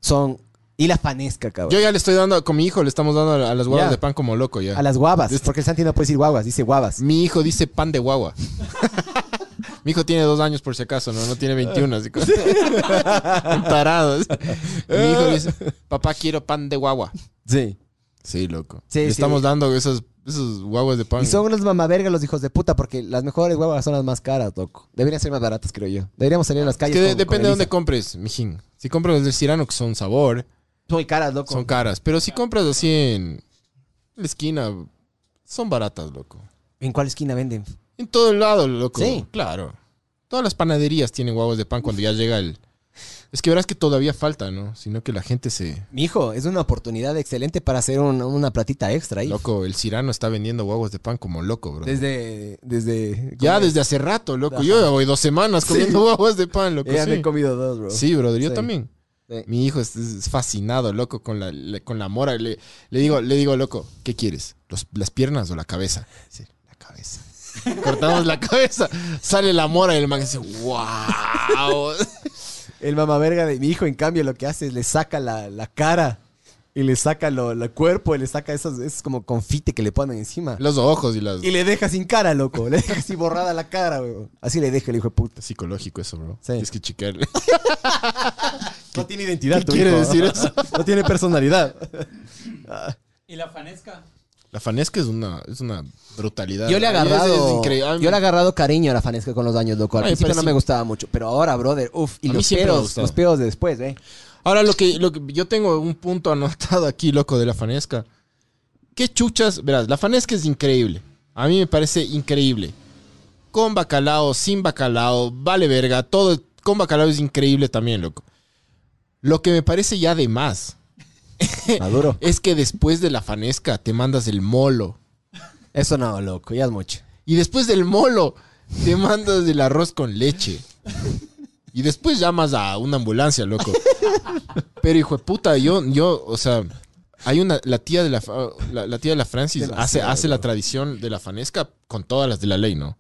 Speaker 3: son. Y la panesca,
Speaker 2: Yo
Speaker 3: cabrón.
Speaker 2: ya le estoy dando, con mi hijo le estamos dando a las huevas
Speaker 3: Ya.
Speaker 2: de pan como loco ya.
Speaker 3: A las guavas. Porque el Santi no puede decir guaguas, dice guavas.
Speaker 2: Mi hijo dice pan de guagua. Mi hijo tiene dos años por si acaso, no, no tiene 21, así que... Un <laughs> tarado. Mi hijo dice, papá quiero pan de guagua.
Speaker 3: Sí.
Speaker 2: Sí, loco.
Speaker 3: Sí,
Speaker 2: Le
Speaker 3: sí.
Speaker 2: estamos dando esos, esos guaguas de pan.
Speaker 3: Y son los mamavergas los hijos de puta, porque las mejores guaguas son las más caras, loco. Deberían ser más baratas, creo yo. Deberíamos salir a las
Speaker 2: Es
Speaker 3: calles.
Speaker 2: que de-
Speaker 3: con-
Speaker 2: depende de
Speaker 3: con
Speaker 2: dónde
Speaker 3: Elisa.
Speaker 2: compres, mijín. Si compras las del Cirano, que son sabor,
Speaker 3: Son muy caras, loco.
Speaker 2: son caras. Pero si compras así en la esquina, son baratas, loco.
Speaker 3: ¿En cuál esquina venden?
Speaker 2: En todo el lado, loco.
Speaker 3: Sí.
Speaker 2: Claro. Todas las panaderías tienen guaguas de pan cuando ya llega el... Es que verás que todavía falta, ¿no? Sino que la gente se...
Speaker 3: Mi hijo, es una oportunidad excelente para hacer un- una platita extra ahí.
Speaker 2: Loco, el Cirano está vendiendo guaguas de pan como loco, bro.
Speaker 3: Desde. desde
Speaker 2: ya desde hace rato, loco. Yo ya voy dos semanas comiendo <laughs> guaguas de pan, loco.
Speaker 3: Ya me
Speaker 2: sí.
Speaker 3: he comido dos, bro.
Speaker 2: Sí, brother, yo
Speaker 3: Sí.
Speaker 2: también.
Speaker 3: Sí.
Speaker 2: Mi hijo es, es fascinado, loco, con la, le- con la mora. Le, le digo, le digo, loco, ¿qué quieres? Los- ¿Las piernas o la cabeza? Sí,
Speaker 3: <laughs>
Speaker 2: la cabeza. Cortamos la cabeza, sale la mora y el man dice, wow.
Speaker 3: El mamaverga de mi hijo, en cambio, lo que hace es le saca la, la cara y le saca lo, el cuerpo y le saca esos, esos como confite que le ponen encima.
Speaker 2: Los ojos y las...
Speaker 3: Y le deja sin cara, loco. Le deja así borrada la cara, weón. Así le deja el hijo de puta.
Speaker 2: Psicológico eso, bro.
Speaker 3: Sí.
Speaker 2: Tienes que chequearle.
Speaker 3: No tiene identidad,
Speaker 2: tu hijo. <laughs>
Speaker 3: No tiene personalidad.
Speaker 8: ¿Y la fanesca?
Speaker 2: <laughs> La fanesca es una, es una brutalidad.
Speaker 3: Yo le he
Speaker 2: Es- es
Speaker 3: agarrado.
Speaker 2: increíble. A mí
Speaker 3: yo le he agarrado cariño a la fanesca con los años, loco. Al
Speaker 2: Ay,
Speaker 3: principio
Speaker 2: pero
Speaker 3: no
Speaker 2: sí.
Speaker 3: me gustaba mucho. Pero ahora, brother, uff. Y
Speaker 2: A mí
Speaker 3: los
Speaker 2: siempre me ha
Speaker 3: peos,
Speaker 2: gustado.
Speaker 3: los peos de después,
Speaker 2: <laughs>
Speaker 3: ¿eh?
Speaker 2: Ahora, lo que, lo que yo tengo un punto anotado aquí, loco, de la fanesca. ¿Qué chuchas? Verás, la fanesca es increíble. A mí me parece increíble. Con bacalao, sin bacalao, vale verga, todo con bacalao es increíble también, loco. Lo que me parece ya de más
Speaker 3: Maduro.
Speaker 2: es que después de la fanesca te mandas el molo.
Speaker 3: Eso no, loco. Ya es mucho.
Speaker 2: Y después del molo te mandas el arroz con leche. Y después llamas a una ambulancia, loco. Pero hijo de puta, yo, yo, o sea, hay una, la tía de la, fa- la, la tía de la Francis hace, hace la tradición de la fanesca con todas las de la ley, ¿no?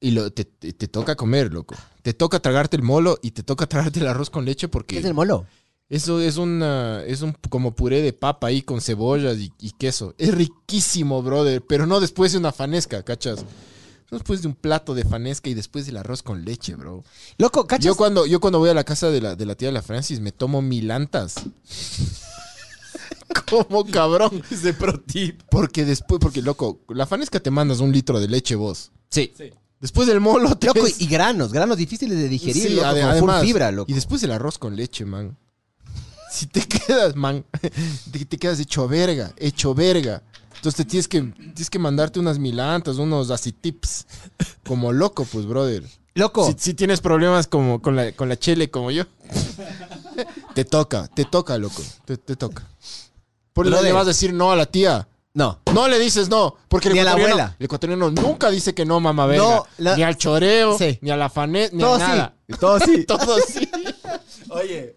Speaker 2: Y lo, te, te- te toca comer, loco. Te toca tragarte el molo y te toca tragarte el arroz con leche porque...
Speaker 3: ¿Qué es el molo?
Speaker 2: Eso es una. Es un como puré de papa ahí con cebollas y, y queso. Es riquísimo, brother. Pero no después de una fanesca, ¿cachas? No Después de un plato de fanesca y después del arroz con leche, bro.
Speaker 3: Loco, ¿cachas?
Speaker 2: Yo cuando, yo cuando voy a la casa de la, de la tía de la Francis me tomo <laughs> milantas. Como
Speaker 3: <laughs>
Speaker 2: cabrón. Ese pro tip. Porque después, porque loco, la fanesca te mandas un litro de leche vos.
Speaker 3: Sí.
Speaker 2: Después del molo te <laughs>
Speaker 3: Loco,
Speaker 2: ves-
Speaker 3: y granos, granos difíciles de digerir,
Speaker 2: Sí,
Speaker 3: loco,
Speaker 2: ade-
Speaker 3: con full
Speaker 2: además.
Speaker 3: fibra, loco.
Speaker 2: Y después el arroz con leche, man. <laughs> Si te quedas, man, <laughs> te, te quedas hecho verga, hecho verga. Entonces te tienes que, tienes que mandarte unas milantas, unos así tips. Como loco, pues, brother.
Speaker 3: Loco,
Speaker 2: Si, si tienes problemas como con la, con la chele como yo, <laughs> te toca, te toca, loco. Te, te toca. Por eso
Speaker 3: Brother.
Speaker 2: le vas a decir no a la tía.
Speaker 3: no.
Speaker 2: No le dices no, porque el
Speaker 3: Ni a la
Speaker 2: ecuatoriano,
Speaker 3: abuela.
Speaker 2: el ecuatoriano nunca dice que no, mamá verga.
Speaker 3: No, la-
Speaker 2: Ni al choreo,
Speaker 3: Sí.
Speaker 2: ni a la fanet, ni
Speaker 3: Todo
Speaker 2: a nada.
Speaker 3: sí. Todo sí.
Speaker 2: <laughs> Todo sí.
Speaker 3: Oye.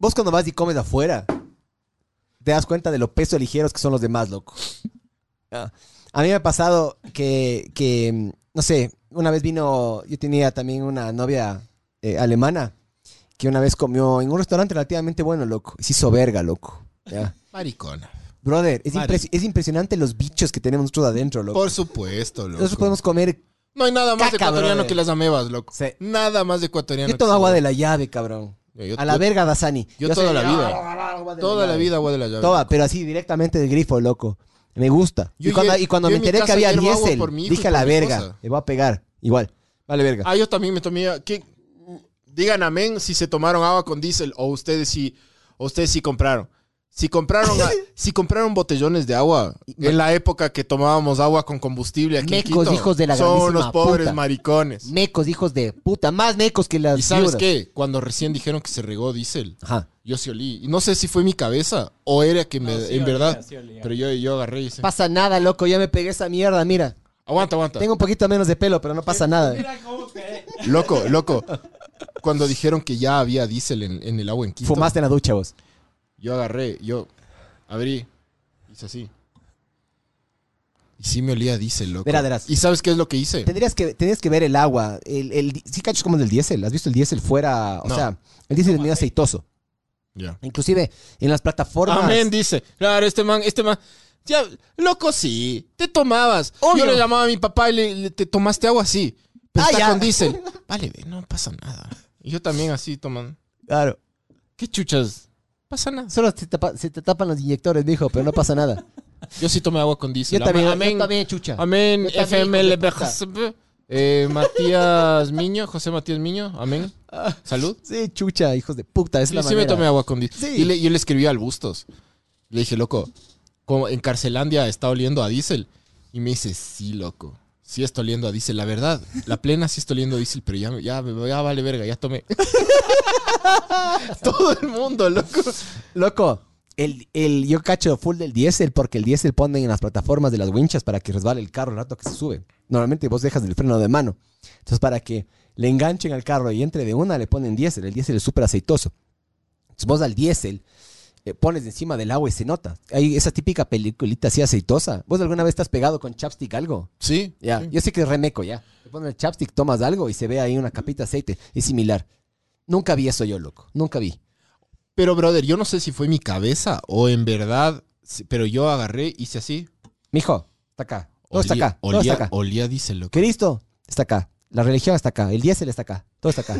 Speaker 3: Vos cuando vas y comes afuera, te das cuenta de lo peso ligeros que son los demás, loco. Ah, A mí me ha pasado que, que, mm, no sé, una vez vino, yo tenía también una novia eh, alemana que una vez comió en un restaurante relativamente bueno, loco. Y se hizo verga, loco. Ya.
Speaker 2: Maricona.
Speaker 3: Brother, es,
Speaker 2: Madre.
Speaker 3: impres- es impresionante los bichos que tenemos nosotros adentro, loco.
Speaker 2: Por supuesto, loco.
Speaker 3: Nosotros podemos comer...
Speaker 2: No hay nada más
Speaker 3: Caca,
Speaker 2: ecuatoriano
Speaker 3: brother.
Speaker 2: que las amebas, loco.
Speaker 3: Sí.
Speaker 2: Nada más ecuatoriano.
Speaker 3: Yo tomo agua de la llave, cabrón. A la verga, Dasani.
Speaker 2: Yo toda
Speaker 3: soy-
Speaker 2: la vida.
Speaker 3: Agua de
Speaker 2: Toda la
Speaker 3: llave.
Speaker 2: vida agua de la llave.
Speaker 3: Toda, pero así directamente del grifo, loco. Me gusta.
Speaker 2: Yo
Speaker 3: y cuando,
Speaker 2: lle-
Speaker 3: y cuando
Speaker 2: yo
Speaker 3: me
Speaker 2: en mi
Speaker 3: enteré que
Speaker 2: casa
Speaker 3: había
Speaker 2: hiervo agua
Speaker 3: diésel,
Speaker 2: por mi hijo y
Speaker 3: dije a
Speaker 2: por
Speaker 3: la
Speaker 2: mi
Speaker 3: verga.
Speaker 2: esposa.
Speaker 3: Le voy a pegar. Igual. Vale, verga.
Speaker 2: Ah, yo también me tomé. ¿qué? Digan amén si se tomaron agua con diésel o ustedes si, o ustedes si compraron. Si compraron,
Speaker 3: <laughs>
Speaker 2: a- si compraron botellones de agua en la época que tomábamos agua con combustible aquí en
Speaker 3: Mecos,
Speaker 2: Quito,
Speaker 3: hijos de la
Speaker 2: son unos
Speaker 3: grandísima
Speaker 2: pobres
Speaker 3: puta.
Speaker 2: maricones.
Speaker 3: Mecos, hijos de puta. Más mecos que las
Speaker 2: ¿Y sabes
Speaker 3: viudas.
Speaker 2: qué? Cuando recién dijeron que se regó diésel,
Speaker 3: Ajá.
Speaker 2: Yo sí olí. Y no sé si fue mi cabeza o era que me,
Speaker 8: No, sí
Speaker 2: en
Speaker 8: olía,
Speaker 2: verdad.
Speaker 8: sí olía.
Speaker 2: Pero yo, yo agarré y hice.
Speaker 3: Pasa nada, loco. Ya me pegué esa mierda, mira.
Speaker 2: Aguanta, aguanta.
Speaker 3: Tengo un poquito menos de pelo, pero no pasa nada.
Speaker 8: Mira cómo te...
Speaker 2: Loco, loco. Cuando dijeron que ya había diésel en, en el agua en Quito,
Speaker 3: Fumaste en la ducha vos.
Speaker 2: yo agarré, yo abrí, hice así. Y sí me olía a diésel, loco.
Speaker 3: Verá, verás.
Speaker 2: ¿Y sabes qué es lo que hice?
Speaker 3: Tendrías que, tendrías que ver el agua. El, el, di- sí, cachos, como el del diésel. ¿Has visto el diésel fuera? O
Speaker 2: No.
Speaker 3: sea, el diésel es medio aceitoso.
Speaker 2: Ya.
Speaker 3: Inclusive en las plataformas.
Speaker 2: Amén, dice. Claro, este man, este man. Ya, loco, sí. Te tomabas.
Speaker 3: Obvio.
Speaker 2: Yo le llamaba a mi papá y le, le- te tomaste agua así. Pero
Speaker 3: Ah,
Speaker 2: está
Speaker 3: ya. <laughs>
Speaker 2: con diésel. Vale, ve, no pasa nada. Y yo también así tomando.
Speaker 3: Claro.
Speaker 2: ¿Qué chuchas? Pasa nada.
Speaker 3: Solo se, tapa- se te tapan los inyectores, dijo, pero no pasa nada.
Speaker 2: Yo sí tomé agua con diésel.
Speaker 3: Yo también,
Speaker 2: Ama- Amén.
Speaker 3: yo también, chucha.
Speaker 2: Amén.
Speaker 3: Yo también,
Speaker 2: FML.
Speaker 3: hijo de puta.
Speaker 2: Eh, Matías Miño, José Matías Miño. Amén.
Speaker 3: Ah.
Speaker 2: Salud.
Speaker 3: Sí, chucha, hijos de puta, es
Speaker 2: Sí,
Speaker 3: la
Speaker 2: sí me
Speaker 3: manera.
Speaker 2: tomé agua con diésel.
Speaker 3: Sí.
Speaker 2: Y le- yo le escribí al Bustos. Le dije, loco, como en Carcelandia está oliendo a diésel. Y me dice, sí, loco. Sí está oliendo a diésel. La verdad, la plena sí está oliendo a diésel, pero ya, me- ya, me- ya <laughs> vale verga, ya tomé. Todo el mundo, loco.
Speaker 3: Loco, El, el, yo cacho full del diésel porque el diésel ponen en las plataformas de las winchas para que resbale el carro el rato que se sube. Normalmente vos dejas el freno de mano. Entonces, para que le enganchen al carro y entre de una, le ponen diésel. El diésel es súper aceitoso. Entonces, vos al diésel eh, pones encima del agua y se nota. Hay esa típica peliculita así aceitosa. ¿Vos alguna vez estás pegado con chapstick algo?
Speaker 2: Sí.
Speaker 3: Ya,
Speaker 2: sí.
Speaker 3: yo sé que es remeco ya. Te pones el chapstick, tomas algo y se ve ahí una capita de aceite. Es similar. Nunca vi eso yo, loco. Nunca vi.
Speaker 2: Pero, brother, yo no sé si fue mi cabeza o en verdad, sí, pero yo agarré, hice así.
Speaker 3: Mijo, está acá. Todo está
Speaker 2: Olía-
Speaker 3: acá. Todo
Speaker 2: Olía,
Speaker 3: está acá.
Speaker 2: olía diésel, loco.
Speaker 3: Cristo está acá. La religión está acá. El diésel está acá. Todo
Speaker 2: <laughs>
Speaker 3: está acá.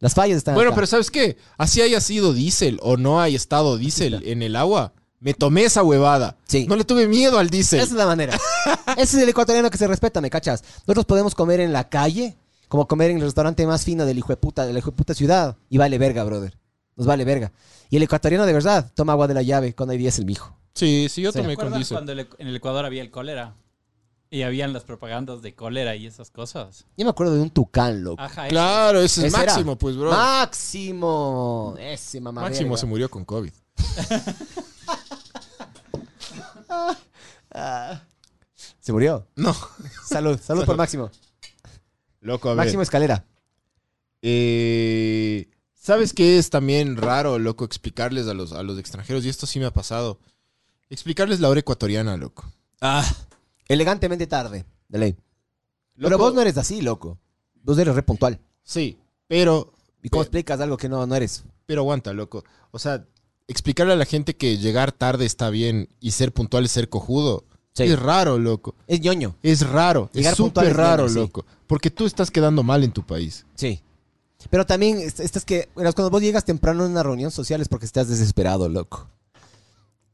Speaker 3: Las fallas están
Speaker 2: Bueno,
Speaker 3: acá.
Speaker 2: pero ¿sabes qué? Así haya sido diésel o no haya estado diésel en el agua, me tomé esa huevada.
Speaker 3: Sí.
Speaker 2: No le tuve miedo al diésel.
Speaker 3: Esa es la
Speaker 2: <laughs>
Speaker 3: manera. Ese es el ecuatoriano que se respeta, ¿me cachas? Nosotros podemos comer en la calle, como comer en el restaurante más fino del hijo de puta, de la hijo de puta ciudad, y vale verga, brother. Nos vale verga. Y el ecuatoriano de verdad toma agua de la llave cuando hay diésel, mijo.
Speaker 2: Sí, sí, yo
Speaker 3: Sí.
Speaker 2: tomé con
Speaker 8: ¿Recuerdan
Speaker 2: diésel.
Speaker 8: cuando el- en el Ecuador había el cólera? Y habían las propagandas de cólera y esas cosas.
Speaker 3: Yo me acuerdo de un tucán, loco.
Speaker 8: Ajá, ese.
Speaker 2: Claro, ese es
Speaker 3: Ese era.
Speaker 2: Máximo, pues, Ah, bro.
Speaker 3: Máximo. Ese mamá.
Speaker 2: Máximo
Speaker 3: verga.
Speaker 2: se murió con COVID.
Speaker 3: ¿Se murió.
Speaker 2: No.
Speaker 3: <laughs> Salud, salud, por Máximo.
Speaker 2: Loco, a ver.
Speaker 3: Máximo Escalera.
Speaker 2: Eh, ¿Sabes qué es también raro, loco, explicarles a los, a los extranjeros? Y esto sí me ha pasado. Explicarles la hora ecuatoriana, loco.
Speaker 3: Elegantemente tarde, de ley. Pero
Speaker 2: Loco,
Speaker 3: vos no eres así, loco. Vos eres re puntual.
Speaker 2: Sí, pero,
Speaker 3: ¿Y cómo
Speaker 2: Pe-
Speaker 3: explicas algo que no, no eres?
Speaker 2: pero aguanta, loco. O sea, explicarle a la gente que llegar tarde está bien y ser puntual es ser cojudo.
Speaker 3: Sí.
Speaker 2: Es raro, loco.
Speaker 3: Es ñoño.
Speaker 2: Es raro.
Speaker 3: Llegar
Speaker 2: es
Speaker 3: puntual
Speaker 2: súper
Speaker 3: es bueno,
Speaker 2: raro,
Speaker 3: sí.
Speaker 2: loco. Porque tú estás quedando mal en tu país.
Speaker 3: Sí. Pero también, est- estas que, verás, cuando vos llegas temprano en una reunión social es porque estás desesperado, loco.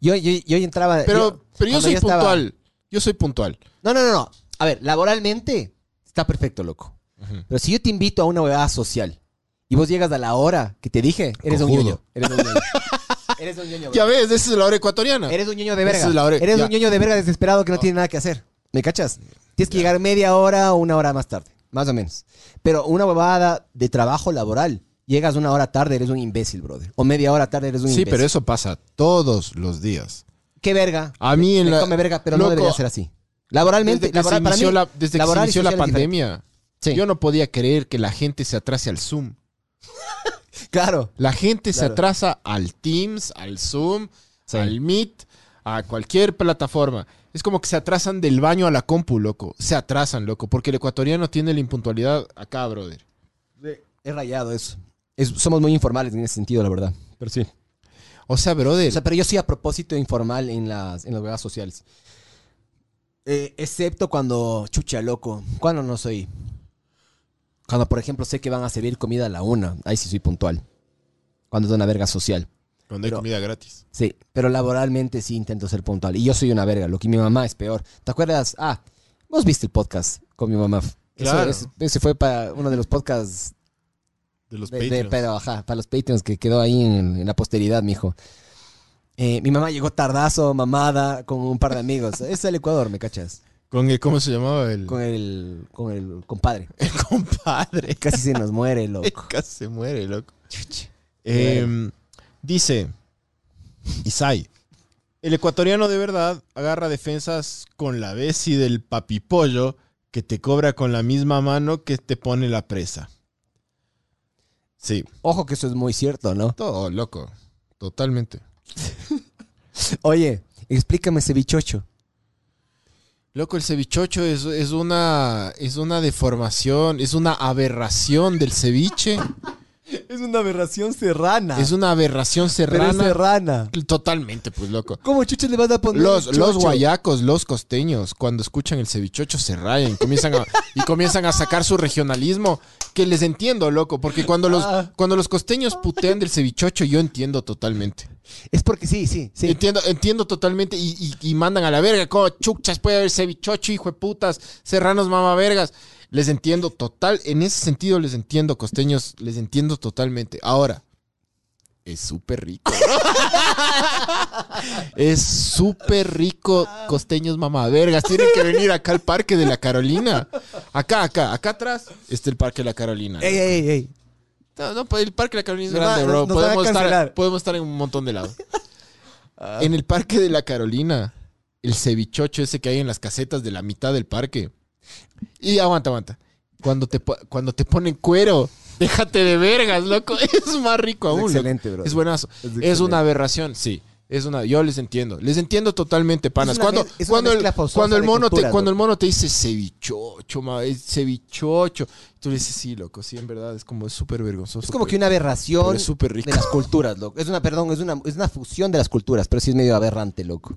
Speaker 3: Yo, yo, Eh, yo entraba...
Speaker 2: Pero yo, pero yo
Speaker 3: cuando
Speaker 2: soy
Speaker 3: estaba-
Speaker 2: puntual. Yo soy puntual.
Speaker 3: No, no, no, no. A ver, laboralmente está perfecto, loco. Pero si yo te invito a una huevada social y vos llegas a la hora que te dije, eres un
Speaker 2: Cojudo.
Speaker 3: ñoño. Eres un ñoño. <laughs> eres un ñoño, bro.
Speaker 2: Ya ves, esa es la hora ecuatoriana.
Speaker 3: Eres un ñoño de
Speaker 2: Esa
Speaker 3: verga.
Speaker 2: es la hora-
Speaker 3: Eres
Speaker 2: ya.
Speaker 3: un ñoño de verga desesperado que no tiene nada que hacer. ¿Me cachas? Tienes que llegar media hora o una hora más tarde, más o menos. Pero una huevada de trabajo laboral, llegas una hora tarde, eres un imbécil, brother. O media hora tarde, eres un
Speaker 2: Sí,
Speaker 3: imbécil.
Speaker 2: pero eso pasa todos los días.
Speaker 3: Qué verga.
Speaker 2: A mí en
Speaker 3: Me
Speaker 2: la...
Speaker 3: come verga, pero no
Speaker 2: Loco,
Speaker 3: debería ser así. Laboralmente,
Speaker 2: Desde que
Speaker 3: laboral-
Speaker 2: se
Speaker 3: para
Speaker 2: inició
Speaker 3: mí,
Speaker 2: la, desde que se
Speaker 3: laboral y
Speaker 2: inició la
Speaker 3: social es diferente.
Speaker 2: pandemia,
Speaker 3: Sí.
Speaker 2: yo no podía creer que la gente se atrase al Zoom.
Speaker 3: Claro.
Speaker 2: La gente se
Speaker 3: Claro.
Speaker 2: atrasa al Teams, al Zoom, al Meet, a cualquier plataforma. Es como que se atrasan del baño a la compu, loco. Se atrasan, loco, porque el ecuatoriano tiene la impuntualidad acá, brother.
Speaker 3: Es rayado eso. Es- somos muy informales en ese sentido, la verdad. Pero sí.
Speaker 2: O sea, brother,
Speaker 3: O sea, pero yo soy a propósito informal en las, en las redes sociales. Eh, excepto cuando chucha loco. Cuando no soy. Cuando, por ejemplo, sé que van a servir comida a la una. Ahí sí soy puntual. Cuando es una verga social.
Speaker 2: cuando hay
Speaker 3: pero-
Speaker 2: comida gratis.
Speaker 3: Sí, pero laboralmente sí intento ser puntual. Y yo soy una verga, lo que mi mamá es peor. ¿Te acuerdas? Ah, vos viste el podcast con mi mamá. Eso-
Speaker 2: Claro.
Speaker 3: ese- ese fue para uno de los podcasts
Speaker 2: De los
Speaker 3: de- de-
Speaker 2: Patreons.
Speaker 3: pero, ajá, para los Patreons que quedó ahí en, en la posteridad, mijo. Eh, mi mamá llegó tardazo, mamada, con un par de amigos. es el Ecuador, ¿me cachas?
Speaker 2: Con el, ¿Cómo se llamaba el,
Speaker 3: Con el, con el compadre.
Speaker 2: el compadre?
Speaker 3: Casi se nos muere, loco.
Speaker 2: <laughs>
Speaker 3: <laughs>
Speaker 2: Casi se muere, loco.
Speaker 3: Chuch.
Speaker 2: Eh, dice Isai. El ecuatoriano de verdad agarra defensas con la besi del papipollo que te cobra con la misma mano que te pone la presa. Sí,
Speaker 3: Ojo que eso es muy cierto, ¿no?
Speaker 2: todo loco. Totalmente.
Speaker 3: Oye, explícame ese bichocho.
Speaker 2: Loco, el cevichocho es, es una, es una deformación, es una aberración del ceviche.
Speaker 3: Es una aberración serrana.
Speaker 2: Es una aberración
Speaker 3: Pero
Speaker 2: serrana.
Speaker 3: es serrana.
Speaker 2: Totalmente, pues loco.
Speaker 3: ¿Cómo chuches le vas a poner
Speaker 2: Los,
Speaker 3: un
Speaker 2: los
Speaker 3: chocho?
Speaker 2: guayacos, los costeños, cuando escuchan el cevichocho se rayan y comienzan a, y comienzan a sacar su regionalismo, que les entiendo, loco, porque cuando los,
Speaker 3: Ah.
Speaker 2: cuando los costeños putean del cevichocho, yo entiendo totalmente.
Speaker 3: Es porque sí, sí, sí.
Speaker 2: Entiendo, entiendo totalmente y, y- y mandan a la verga, como chuchas, puede haber cevichocho, hijo de putas, serranos, mamavergas. Les entiendo total, en ese sentido les entiendo, costeños, les entiendo totalmente. Ahora, es súper rico. <laughs> es súper rico, costeños, mamavergas. Tienen que venir acá al Parque de la Carolina. Acá, acá, acá atrás está el Parque de la Carolina.
Speaker 3: Ey, ey, ey.
Speaker 2: No, no, pues el Parque de la Carolina es
Speaker 3: Nos
Speaker 2: grande,
Speaker 3: va-
Speaker 2: bro.
Speaker 3: nos- nos van a
Speaker 2: podemos, Ah. estar,
Speaker 3: cancelar.
Speaker 2: <laughs> podemos estar en un montón de lados. En el parque de la Carolina, el cevichocho ese que hay en las casetas de la mitad del parque. Y aguanta, aguanta. Cuando te, po- cuando te ponen cuero, déjate de vergas, loco. <laughs> Es más rico aún. loco.
Speaker 3: excelente, bro.
Speaker 2: Es buenazo.
Speaker 3: Es
Speaker 2: Es,
Speaker 3: excelente.
Speaker 2: una aberración, sí. Es una, yo les entiendo. Les entiendo totalmente, panas.
Speaker 3: una
Speaker 2: Cuando,
Speaker 3: mez- es una
Speaker 2: cuando, el,
Speaker 3: mezcla forzosa
Speaker 2: cuando el
Speaker 3: de
Speaker 2: mono te,
Speaker 3: culturas,
Speaker 2: cuando el mono te dice cevichocho, ma, es cevichocho. Tú le dices, sí, loco, sí, en verdad, es como es súper vergonzoso.
Speaker 3: Es como que una aberración
Speaker 2: Pues es súper rico.
Speaker 3: de las culturas, loco. Es una, perdón, es una, es una fusión de las culturas, pero sí es medio aberrante, loco.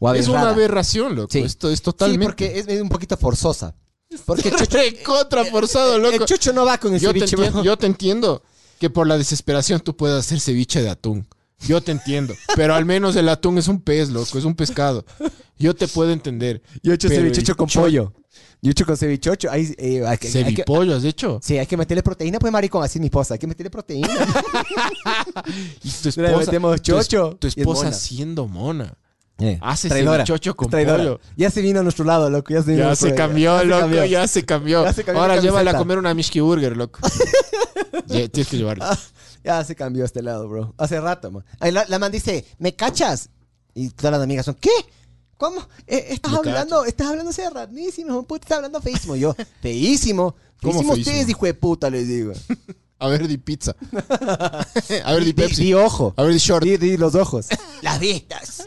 Speaker 3: O
Speaker 2: Es una
Speaker 3: aberrada.
Speaker 2: aberración, loco.
Speaker 3: Sí.
Speaker 2: Esto es totalmente.
Speaker 3: Sí, porque es medio un poquito forzosa. Porque el
Speaker 2: <laughs>
Speaker 3: chucho,
Speaker 2: Recontra forzado,
Speaker 3: el
Speaker 2: loco.
Speaker 3: chucho no va con el
Speaker 2: Yo te,
Speaker 3: ceviche,
Speaker 2: entien-
Speaker 3: bro.
Speaker 2: yo te entiendo que por la desesperación tú puedas hacer ceviche de atún. Yo te entiendo. pero al menos el atún es un pez, loco, es un pescado. Yo te puedo entender.
Speaker 3: Yo he hecho
Speaker 2: Pero
Speaker 3: cevichocho
Speaker 2: el
Speaker 3: con
Speaker 2: cho-
Speaker 3: pollo. Yo he hecho con cevichocho. Ahí, eh, hay que- hay que-
Speaker 2: Cevipolio, has hecho.
Speaker 3: sí, hay que meterle proteína, pues, maricón. Así es mi esposa. Hay que meterle
Speaker 2: <laughs>
Speaker 3: proteína.
Speaker 2: Eh, Y
Speaker 3: <laughs>
Speaker 2: tu
Speaker 3: Le
Speaker 2: esposa,
Speaker 3: metemos
Speaker 2: tu es-
Speaker 3: chocho
Speaker 2: tu
Speaker 3: y es
Speaker 2: esposa
Speaker 3: mona.
Speaker 2: siendo mona.
Speaker 3: Eh,
Speaker 2: Hace
Speaker 3: traidora,
Speaker 2: cevichocho con
Speaker 3: traidora.
Speaker 2: pollo.
Speaker 3: Ya se vino a nuestro lado, loco. Ya se, vino a
Speaker 2: Ya
Speaker 3: nuestro
Speaker 2: se
Speaker 3: lado,
Speaker 2: cambió,
Speaker 3: se
Speaker 2: loco,
Speaker 3: cambió.
Speaker 2: ya se cambió.
Speaker 3: Ya se cambió la
Speaker 2: Ahora llévala a
Speaker 3: camiseta.
Speaker 2: comer una Mishki
Speaker 3: <laughs>
Speaker 2: Burger, loco. Ya, tienes que llevarla.
Speaker 3: Ya se cambió a este lado, bro. Hace rato, man. Ahí La, la man dice, ¿me cachas? Y todas las amigas son, ¿qué? ¿Cómo? Eh, estás
Speaker 2: Me
Speaker 3: hablando, estás hablando cerradísimo, puta, estás hablando feísimo. Yo, <laughs> feísimo.
Speaker 2: ¿Cómo
Speaker 3: Feísimo
Speaker 2: feísimo?
Speaker 3: ustedes, hijo de puta, les digo.
Speaker 2: A ver, di pizza. A ver, di
Speaker 3: Di,
Speaker 2: Pepsi.
Speaker 3: di ojo.
Speaker 2: A ver, di short.
Speaker 3: Di, di los ojos. <laughs> Las vistas.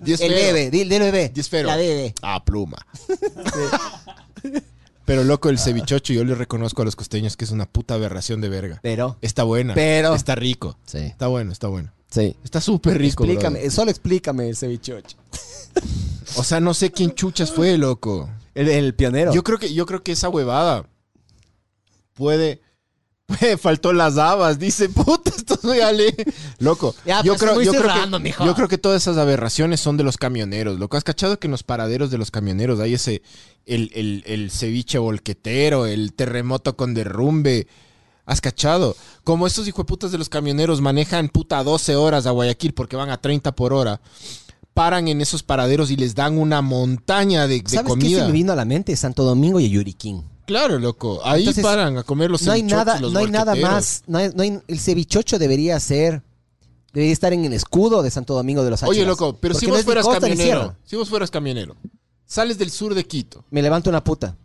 Speaker 2: Di
Speaker 3: El
Speaker 2: esfero.
Speaker 3: bebé, di, di el bebé.
Speaker 2: Di esfero.
Speaker 3: La bebé.
Speaker 2: Ah, pluma. Pero loco, el cevichocho yo le reconozco a los costeños que es una puta aberración de verga.
Speaker 3: Pero.
Speaker 2: Está buena.
Speaker 3: Pero-
Speaker 2: Está rico.
Speaker 3: Sí.
Speaker 2: Está bueno, está bueno.
Speaker 3: Sí.
Speaker 2: Está súper rico,
Speaker 3: Explícame,
Speaker 2: brother.
Speaker 3: solo explícame el cevichocho.
Speaker 2: O sea, no sé quién chuchas fue, loco.
Speaker 3: El, el pionero.
Speaker 2: Yo creo que, yo creo que esa huevada puede. <laughs> faltó las habas, dice, puta, esto soy Ale. Loco,
Speaker 3: <laughs> Ya,
Speaker 2: yo,
Speaker 3: pues,
Speaker 2: creo,
Speaker 3: muy
Speaker 2: yo, creo
Speaker 3: cerrando,
Speaker 2: que,
Speaker 3: mijo.
Speaker 2: yo creo que todas esas aberraciones son de los camioneros. Loco, has cachado que en los paraderos de los camioneros hay ese, el, el- el ceviche volquetero, el terremoto con derrumbe. Has cachado. Como estos hijueputas de los camioneros manejan puta 12 horas a Guayaquil porque van a 30 por hora. Paran en esos paraderos y les dan una montaña de, de
Speaker 3: ¿Sabes qué
Speaker 2: comida.
Speaker 3: se me vino a la mente? Santo Domingo y Yuriquín.
Speaker 2: Claro, loco. Ahí
Speaker 3: Entonces,
Speaker 2: paran a comer los
Speaker 3: no hay
Speaker 2: cevichotes,
Speaker 3: nada,
Speaker 2: los
Speaker 3: no hay nada
Speaker 2: volqueteros.
Speaker 3: más. No hay- no hay- el cevichocho debería ser. Debería estar en el escudo de Santo Domingo de los Áchilas.
Speaker 2: Oye, loco, pero
Speaker 3: Porque
Speaker 2: si
Speaker 3: no
Speaker 2: vos
Speaker 3: es ni
Speaker 2: fueras
Speaker 3: costa ni
Speaker 2: camionero,
Speaker 3: sierra.
Speaker 2: si vos fueras camionero, sales del sur de Quito,
Speaker 3: Me levanto una puta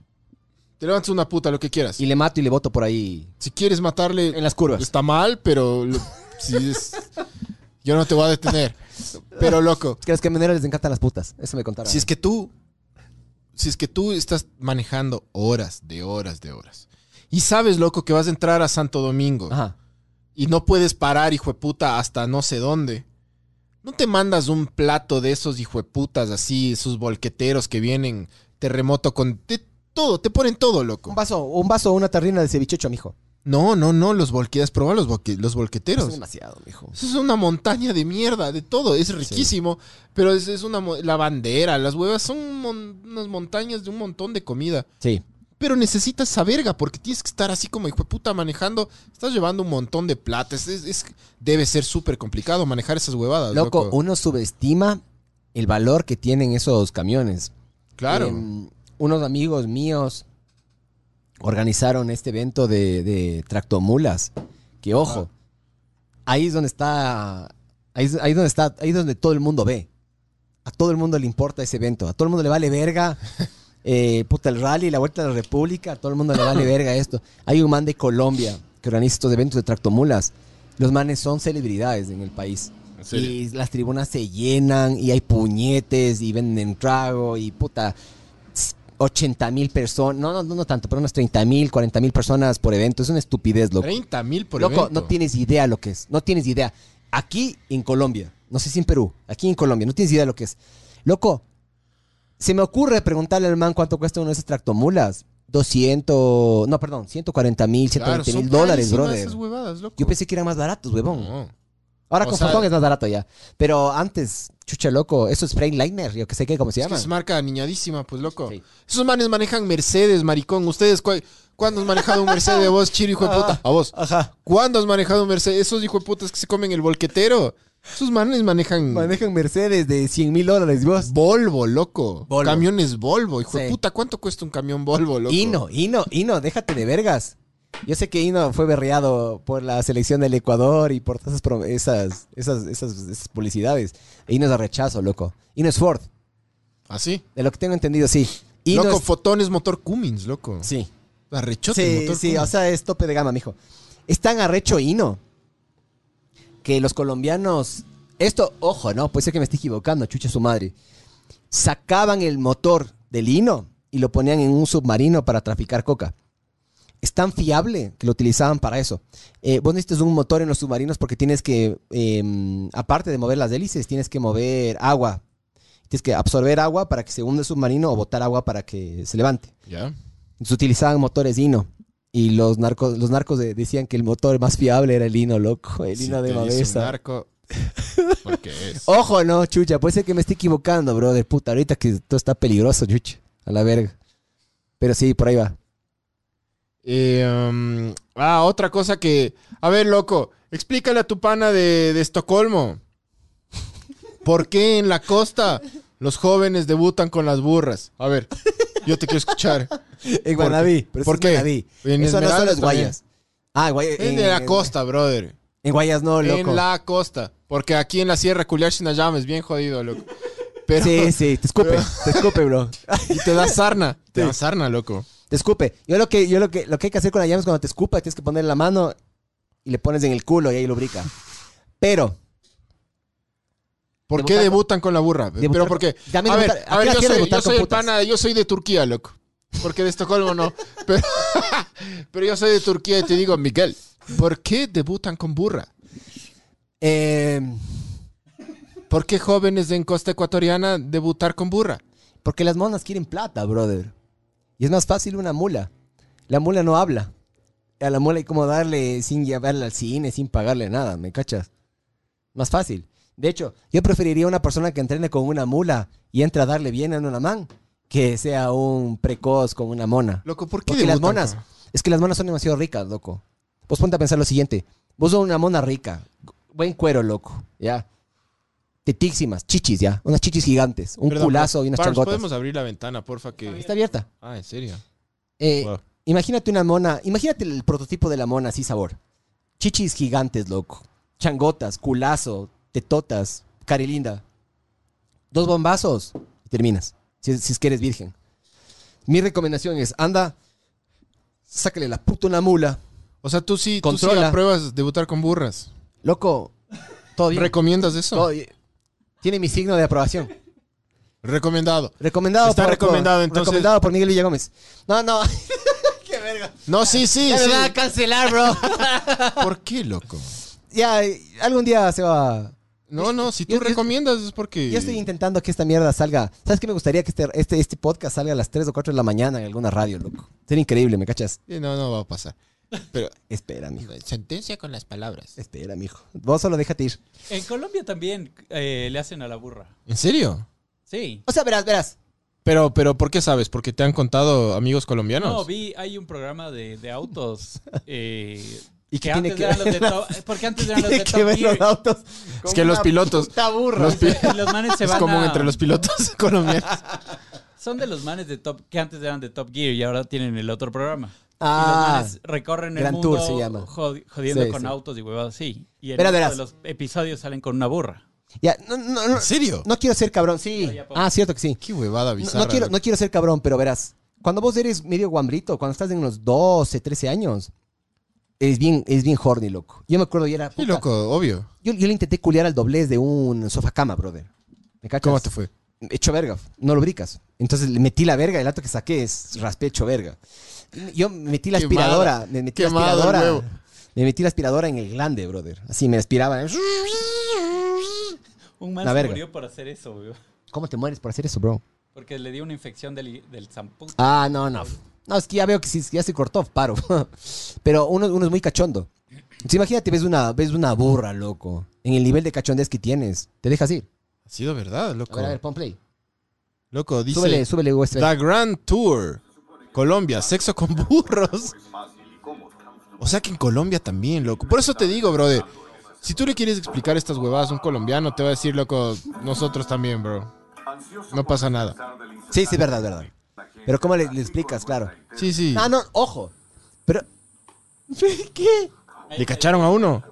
Speaker 2: te levantas una puta, lo que quieras.
Speaker 3: y le mato y le voto por ahí.
Speaker 2: si quieres matarle,
Speaker 3: En las curvas.
Speaker 2: <laughs> está mal, pero lo- si es- yo no te voy a detener. Pero loco,
Speaker 3: Es que a los camioneros les encantan las putas. Eso me contaron.
Speaker 2: Si es que tú, si es que tú estás manejando horas de horas de horas y sabes, loco, que vas a entrar a Santo Domingo
Speaker 3: Ajá.
Speaker 2: y no puedes parar, hijo de puta, hasta no sé dónde. ¿No te mandas un plato de esos hijo de putas así, esos volqueteros que vienen terremoto con de todo, te ponen todo,
Speaker 3: Un
Speaker 2: loco?
Speaker 3: vaso, un vaso o una tarrina de cevichocho, mijo.
Speaker 2: No, no, no, los volqueas, prueba los, volque- los
Speaker 3: Eso es
Speaker 2: volqueteros.
Speaker 3: demasiado, mijo.
Speaker 2: Eso es una montaña de mierda, de todo. Es riquísimo, pero es, es una... mo- La bandera, las huevas son mon- unas montañas de un montón de comida.
Speaker 3: Sí.
Speaker 2: Pero necesitas esa verga porque tienes que estar así como hijo de puta manejando. Estás llevando un montón de plata. Es, es- es- debe ser súper complicado manejar esas huevadas. Loco,
Speaker 3: Loco, uno subestima el valor que tienen esos camiones.
Speaker 2: claro.
Speaker 3: Em, unos amigos míos organizaron este evento de, de tractomulas. Que ojo, ahí es donde está. Ahí es, ahí es donde está. Ahí es donde todo el mundo ve. A todo el mundo le importa ese evento. A todo el mundo le vale verga. eh, puta, el rally, la vuelta a la República. A todo el mundo le vale verga esto. Hay un man de Colombia que organiza estos eventos de tractomulas. Los manes son celebridades en el país. Y las tribunas se llenan y hay puñetes y venden trago y puta. 80 mil personas, no, no, no, no tanto, pero unas 30 mil, 40 mil personas por evento. Es una estupidez, loco.
Speaker 2: 30 mil por
Speaker 3: Loco,
Speaker 2: evento.
Speaker 3: no tienes idea lo que es. No tienes idea. Aquí en Colombia, no sé si en Perú, aquí en Colombia, no tienes idea lo que es. Loco, se me ocurre preguntarle al man cuánto cuesta uno de esas tractomulas. 200, no, perdón, 140 mil,
Speaker 2: Claro,
Speaker 3: 120
Speaker 2: son
Speaker 3: mil dólares,
Speaker 2: carísimas
Speaker 3: brother.
Speaker 2: esas huevadas, loco.
Speaker 3: Yo pensé que eran más baratos, huevón.
Speaker 2: No.
Speaker 3: Ahora
Speaker 2: O
Speaker 3: con
Speaker 2: sea-
Speaker 3: Fotón es más barato ya. Pero antes, chucha loco, eso es Freightliner, yo que sé qué, cómo se
Speaker 2: Es que
Speaker 3: llama.
Speaker 2: es marca niñadísima, pues loco.
Speaker 3: Sí.
Speaker 2: Esos manes manejan Mercedes, maricón. ¿Ustedes cuál- cuándo has manejado un Mercedes vos, Chiro, hijo de puta? A vos.
Speaker 3: Ajá.
Speaker 2: ¿Cuándo has manejado un Mercedes? Esos hijo de putas que se comen el volquetero. Esos manes manejan
Speaker 3: Manejan Mercedes de 100 mil dólares, vos.
Speaker 2: Volvo, loco.
Speaker 3: Volvo.
Speaker 2: Camiones Volvo, hijo de
Speaker 3: Sí.
Speaker 2: puta. ¿Cuánto cuesta un camión Volvo, loco?
Speaker 3: Hino, Hino, Hino, déjate de vergas. Yo sé que Hino fue berreado por la selección del Ecuador y por todas esas, pro- esas, esas, esas, esas publicidades. E Hino es de rechazo, loco. Hino es Ford.
Speaker 2: Así.
Speaker 3: De lo que tengo entendido, sí. Hino
Speaker 2: Loco,
Speaker 3: es-
Speaker 2: fotones motor Cummins, loco.
Speaker 3: Sí.
Speaker 2: Arrechote
Speaker 3: Sí,
Speaker 2: motor
Speaker 3: sí,
Speaker 2: Cummins.
Speaker 3: o sea, es tope de gama, mijo. Es tan arrecho Hino que los colombianos. Esto, ojo, ¿no? Puede ser que me esté equivocando, chuche su madre. Sacaban el motor del Hino y lo ponían en un submarino para traficar coca. Es tan fiable que lo utilizaban para eso. Eh, vos necesitas un motor en los submarinos porque tienes que, eh, aparte de mover las hélices, tienes que mover agua. Tienes que absorber agua para que se hunda el submarino o botar agua para que se levante.
Speaker 2: Ya.
Speaker 3: Entonces utilizaban motores Hino. Y los narcos, los narcos de- decían que el motor más fiable era el Hino, loco. El Hino
Speaker 2: Si
Speaker 3: de
Speaker 2: te dice un
Speaker 3: Mavesa.
Speaker 2: narco,
Speaker 3: <laughs>
Speaker 2: porque es.
Speaker 3: Ojo, no, chucha. Puede ser que me esté equivocando, brother. Puta, ahorita que todo está peligroso, chucha. A la verga. Pero sí, por ahí
Speaker 2: <laughs>
Speaker 3: va.
Speaker 2: Eh, um, ah, otra cosa que. A ver, loco, explícale a tu pana de, de Estocolmo. ¿Por qué en la costa los jóvenes debutan con las burras? A ver, yo te
Speaker 3: <laughs>
Speaker 2: quiero escuchar.
Speaker 3: En
Speaker 2: ¿Por
Speaker 3: Guanabí.
Speaker 2: qué?
Speaker 3: Pero
Speaker 2: ¿Por
Speaker 3: eso
Speaker 2: qué?
Speaker 3: es Guanabí.
Speaker 2: En
Speaker 3: Eso no son
Speaker 2: Esmeraldas
Speaker 3: los Guayas. Ah, Guayas.
Speaker 2: En, la costa, brother.
Speaker 3: En Guayas no, loco.
Speaker 2: En la costa. Porque aquí en la sierra Culiachinayama es bien jodido, loco. Pero,
Speaker 3: Sí, sí, te escupe. te escupe, bro.
Speaker 2: <laughs> Y te da sarna. Te da sarna, loco.
Speaker 3: Te escupe. Yo lo que, yo lo que, lo que hay que hacer con la llama es cuando te escupa, tienes que poner la mano y le pones en el culo y ahí lubrica. Pero.
Speaker 2: ¿Por
Speaker 3: Debutar
Speaker 2: qué
Speaker 3: con-
Speaker 2: debutan con la burra?
Speaker 3: Debutar
Speaker 2: Pero
Speaker 3: con-
Speaker 2: porque.
Speaker 3: También
Speaker 2: a ver,
Speaker 3: debutar-
Speaker 2: a
Speaker 3: aquí
Speaker 2: ver,
Speaker 3: la
Speaker 2: yo
Speaker 3: quiero
Speaker 2: soy,
Speaker 3: debutar
Speaker 2: yo
Speaker 3: con
Speaker 2: soy el
Speaker 3: putas.
Speaker 2: pana, yo soy de Turquía, loco. Porque de Estocolmo no. Pero, <laughs> pero yo soy de Turquía y te digo, Miguel, ¿por qué debutan con burra?
Speaker 3: Eh,
Speaker 2: ¿Por qué jóvenes en costa ecuatoriana debutar con burra?
Speaker 3: porque las monas quieren plata, brother. Y es más fácil una mula. La mula no habla. A la mula hay como darle sin llevarla al cine, sin pagarle nada, ¿me cachas? Más fácil. De hecho, yo preferiría una persona que entrene con una mula y entre a darle bien a una man que sea un precoz con una mona.
Speaker 2: Loco, ¿por qué
Speaker 3: Porque las
Speaker 2: debutan
Speaker 3: monas,
Speaker 2: con-
Speaker 3: es que las monas son demasiado ricas, loco. Vos ponte a pensar lo siguiente. Vos sos una mona rica, buen cuero, loco, ya. Tetísimas, chichis, ya. Unas chichis gigantes, un
Speaker 2: Perdón,
Speaker 3: culazo y unas
Speaker 2: Pars,
Speaker 3: changotas.
Speaker 2: ¿Podemos abrir la ventana, porfa? Que...
Speaker 3: Está abierta.
Speaker 2: Ah, ¿en serio?
Speaker 3: Eh,
Speaker 2: Wow.
Speaker 3: Imagínate una mona, imagínate el prototipo de la mona así sabor. Chichis gigantes, loco. Changotas, culazo, tetotas, carilinda. Dos bombazos y terminas. Si, si es que eres virgen. Mi recomendación es, anda, sácale la puta una mula.
Speaker 2: O sea, tú sí, tú sí
Speaker 3: Controla.
Speaker 2: apruebas debutar con burras.
Speaker 3: Loco, todo bien.
Speaker 2: ¿Recomiendas eso?
Speaker 3: todo bien. Tiene mi signo de aprobación.
Speaker 2: Recomendado.
Speaker 3: Recomendado
Speaker 2: Está
Speaker 3: por,
Speaker 2: recomendado,
Speaker 3: por-
Speaker 2: entonces.
Speaker 3: Recomendado por Miguel Villagómez. No,
Speaker 2: <laughs>
Speaker 3: no.
Speaker 2: No, sí,
Speaker 3: <laughs>
Speaker 2: sí,
Speaker 3: Ya me
Speaker 2: sí.
Speaker 3: van a cancelar, bro.
Speaker 2: ¿Por qué, loco?
Speaker 3: ya, eh, algún día se va...
Speaker 2: No, no, si tú
Speaker 3: yo- yo-
Speaker 2: recomiendas es porque...
Speaker 3: Yo estoy intentando que esta mierda salga. ¿Sabes qué me gustaría que este, este, este podcast salga a las 3 o 4 de la mañana en alguna radio, loco? Sería increíble, ¿me cachas?
Speaker 2: Eh, No, no va a pasar. Pero
Speaker 3: Espera, mijo.
Speaker 2: sentencia con las palabras.
Speaker 3: Espera, mijo. Vos solo déjate ir.
Speaker 8: En Colombia también eh, le hacen a la burra.
Speaker 2: ¿En serio?
Speaker 8: Sí.
Speaker 3: O sea, verás, verás. <laughs>
Speaker 2: Pero, pero, ¿por qué sabes? ¿Porque te han contado amigos colombianos?
Speaker 8: No, vi, hay un programa de, de
Speaker 3: <laughs>
Speaker 8: autos. eh,
Speaker 3: ¿Y
Speaker 8: que
Speaker 3: qué tiene
Speaker 8: antes
Speaker 3: que
Speaker 8: eran los de
Speaker 3: ver la-
Speaker 8: Top eh,
Speaker 3: <laughs>
Speaker 8: Porque antes eran los de
Speaker 3: Tiene que
Speaker 8: Top
Speaker 3: ver
Speaker 8: Gear.
Speaker 3: los autos.
Speaker 2: es que los pilotos... los
Speaker 3: <laughs>
Speaker 2: pi-
Speaker 8: Y <laughs> los manes
Speaker 2: <laughs>
Speaker 8: se
Speaker 2: es
Speaker 8: van
Speaker 2: común
Speaker 8: a-
Speaker 2: entre los pilotos <laughs> colombianos.
Speaker 8: Son de los manes de Top que antes eran de Top Gear y ahora tienen el otro programa.
Speaker 3: Ah.
Speaker 8: y los manes recorren el
Speaker 3: Gran
Speaker 8: mundo
Speaker 3: Tour se llama.
Speaker 8: jod- jodiendo
Speaker 3: Sí,
Speaker 8: con
Speaker 3: sí.
Speaker 8: autos y huevadas así. Y en
Speaker 3: Verás,
Speaker 8: uno de
Speaker 3: verás.
Speaker 8: los episodios salen con una burra.
Speaker 3: Ya, no, no, no.
Speaker 2: ¿En serio?
Speaker 3: No quiero ser cabrón, sí.
Speaker 8: No, ya, Pablo.
Speaker 3: Ah, cierto que sí.
Speaker 2: Qué huevada
Speaker 3: No,
Speaker 2: bizarra.
Speaker 3: no quiero,
Speaker 2: loco.
Speaker 3: no quiero ser cabrón, pero verás. Cuando vos eres medio guambrito, cuando estás en unos 12, 13 años, es bien, es bien horny, loco. Yo me acuerdo y era.
Speaker 2: Sí,
Speaker 3: puta,
Speaker 2: loco, obvio.
Speaker 3: Yo, yo le intenté culiar al doblez de un sofacama, brother. ¿Me cachas?
Speaker 2: ¿Cómo te fue?
Speaker 3: hecho verga, no lubricas. Entonces le metí la verga, el dato que saqué es raspé hecho verga. Yo me metí la
Speaker 2: Quemado.
Speaker 3: aspiradora, me metí la
Speaker 2: Quemado el huevo.
Speaker 3: aspiradora. Me metí la aspiradora en el glande, brother. Así me aspiraba. ¿eh?
Speaker 8: Un man
Speaker 3: La
Speaker 8: se
Speaker 3: verga.
Speaker 8: murió por hacer eso, güey.
Speaker 3: ¿Cómo te mueres por hacer eso, bro?
Speaker 8: Porque le dio una infección del, del zampón.
Speaker 3: Ah, no, no. No, es que ya veo que si ya se cortó, paro. <laughs> Pero uno, uno es muy cachondo. Entonces, imagínate, ves una, ves una burra, loco. En el nivel de cachondez que tienes, te dejas ir.
Speaker 2: Ha sido verdad,
Speaker 3: A
Speaker 2: loco.
Speaker 3: ver, a ver, pon play.
Speaker 2: Loco, dice...
Speaker 3: Súbele, súbele USB.
Speaker 2: La Grand Tour. Colombia, sexo con burros. O sea que en Colombia también, loco. Por eso te digo, brother. Si tú le quieres explicar estas huevadas a un colombiano, te va a decir, loco, nosotros también, bro. No pasa nada.
Speaker 3: Sí, sí, verdad, verdad. Pero ¿cómo le- le explicas? Claro.
Speaker 2: Sí, sí.
Speaker 3: Ah, no, ojo. Ah, Pero <laughs>
Speaker 2: ¿Qué? ¿Le cacharon a uno?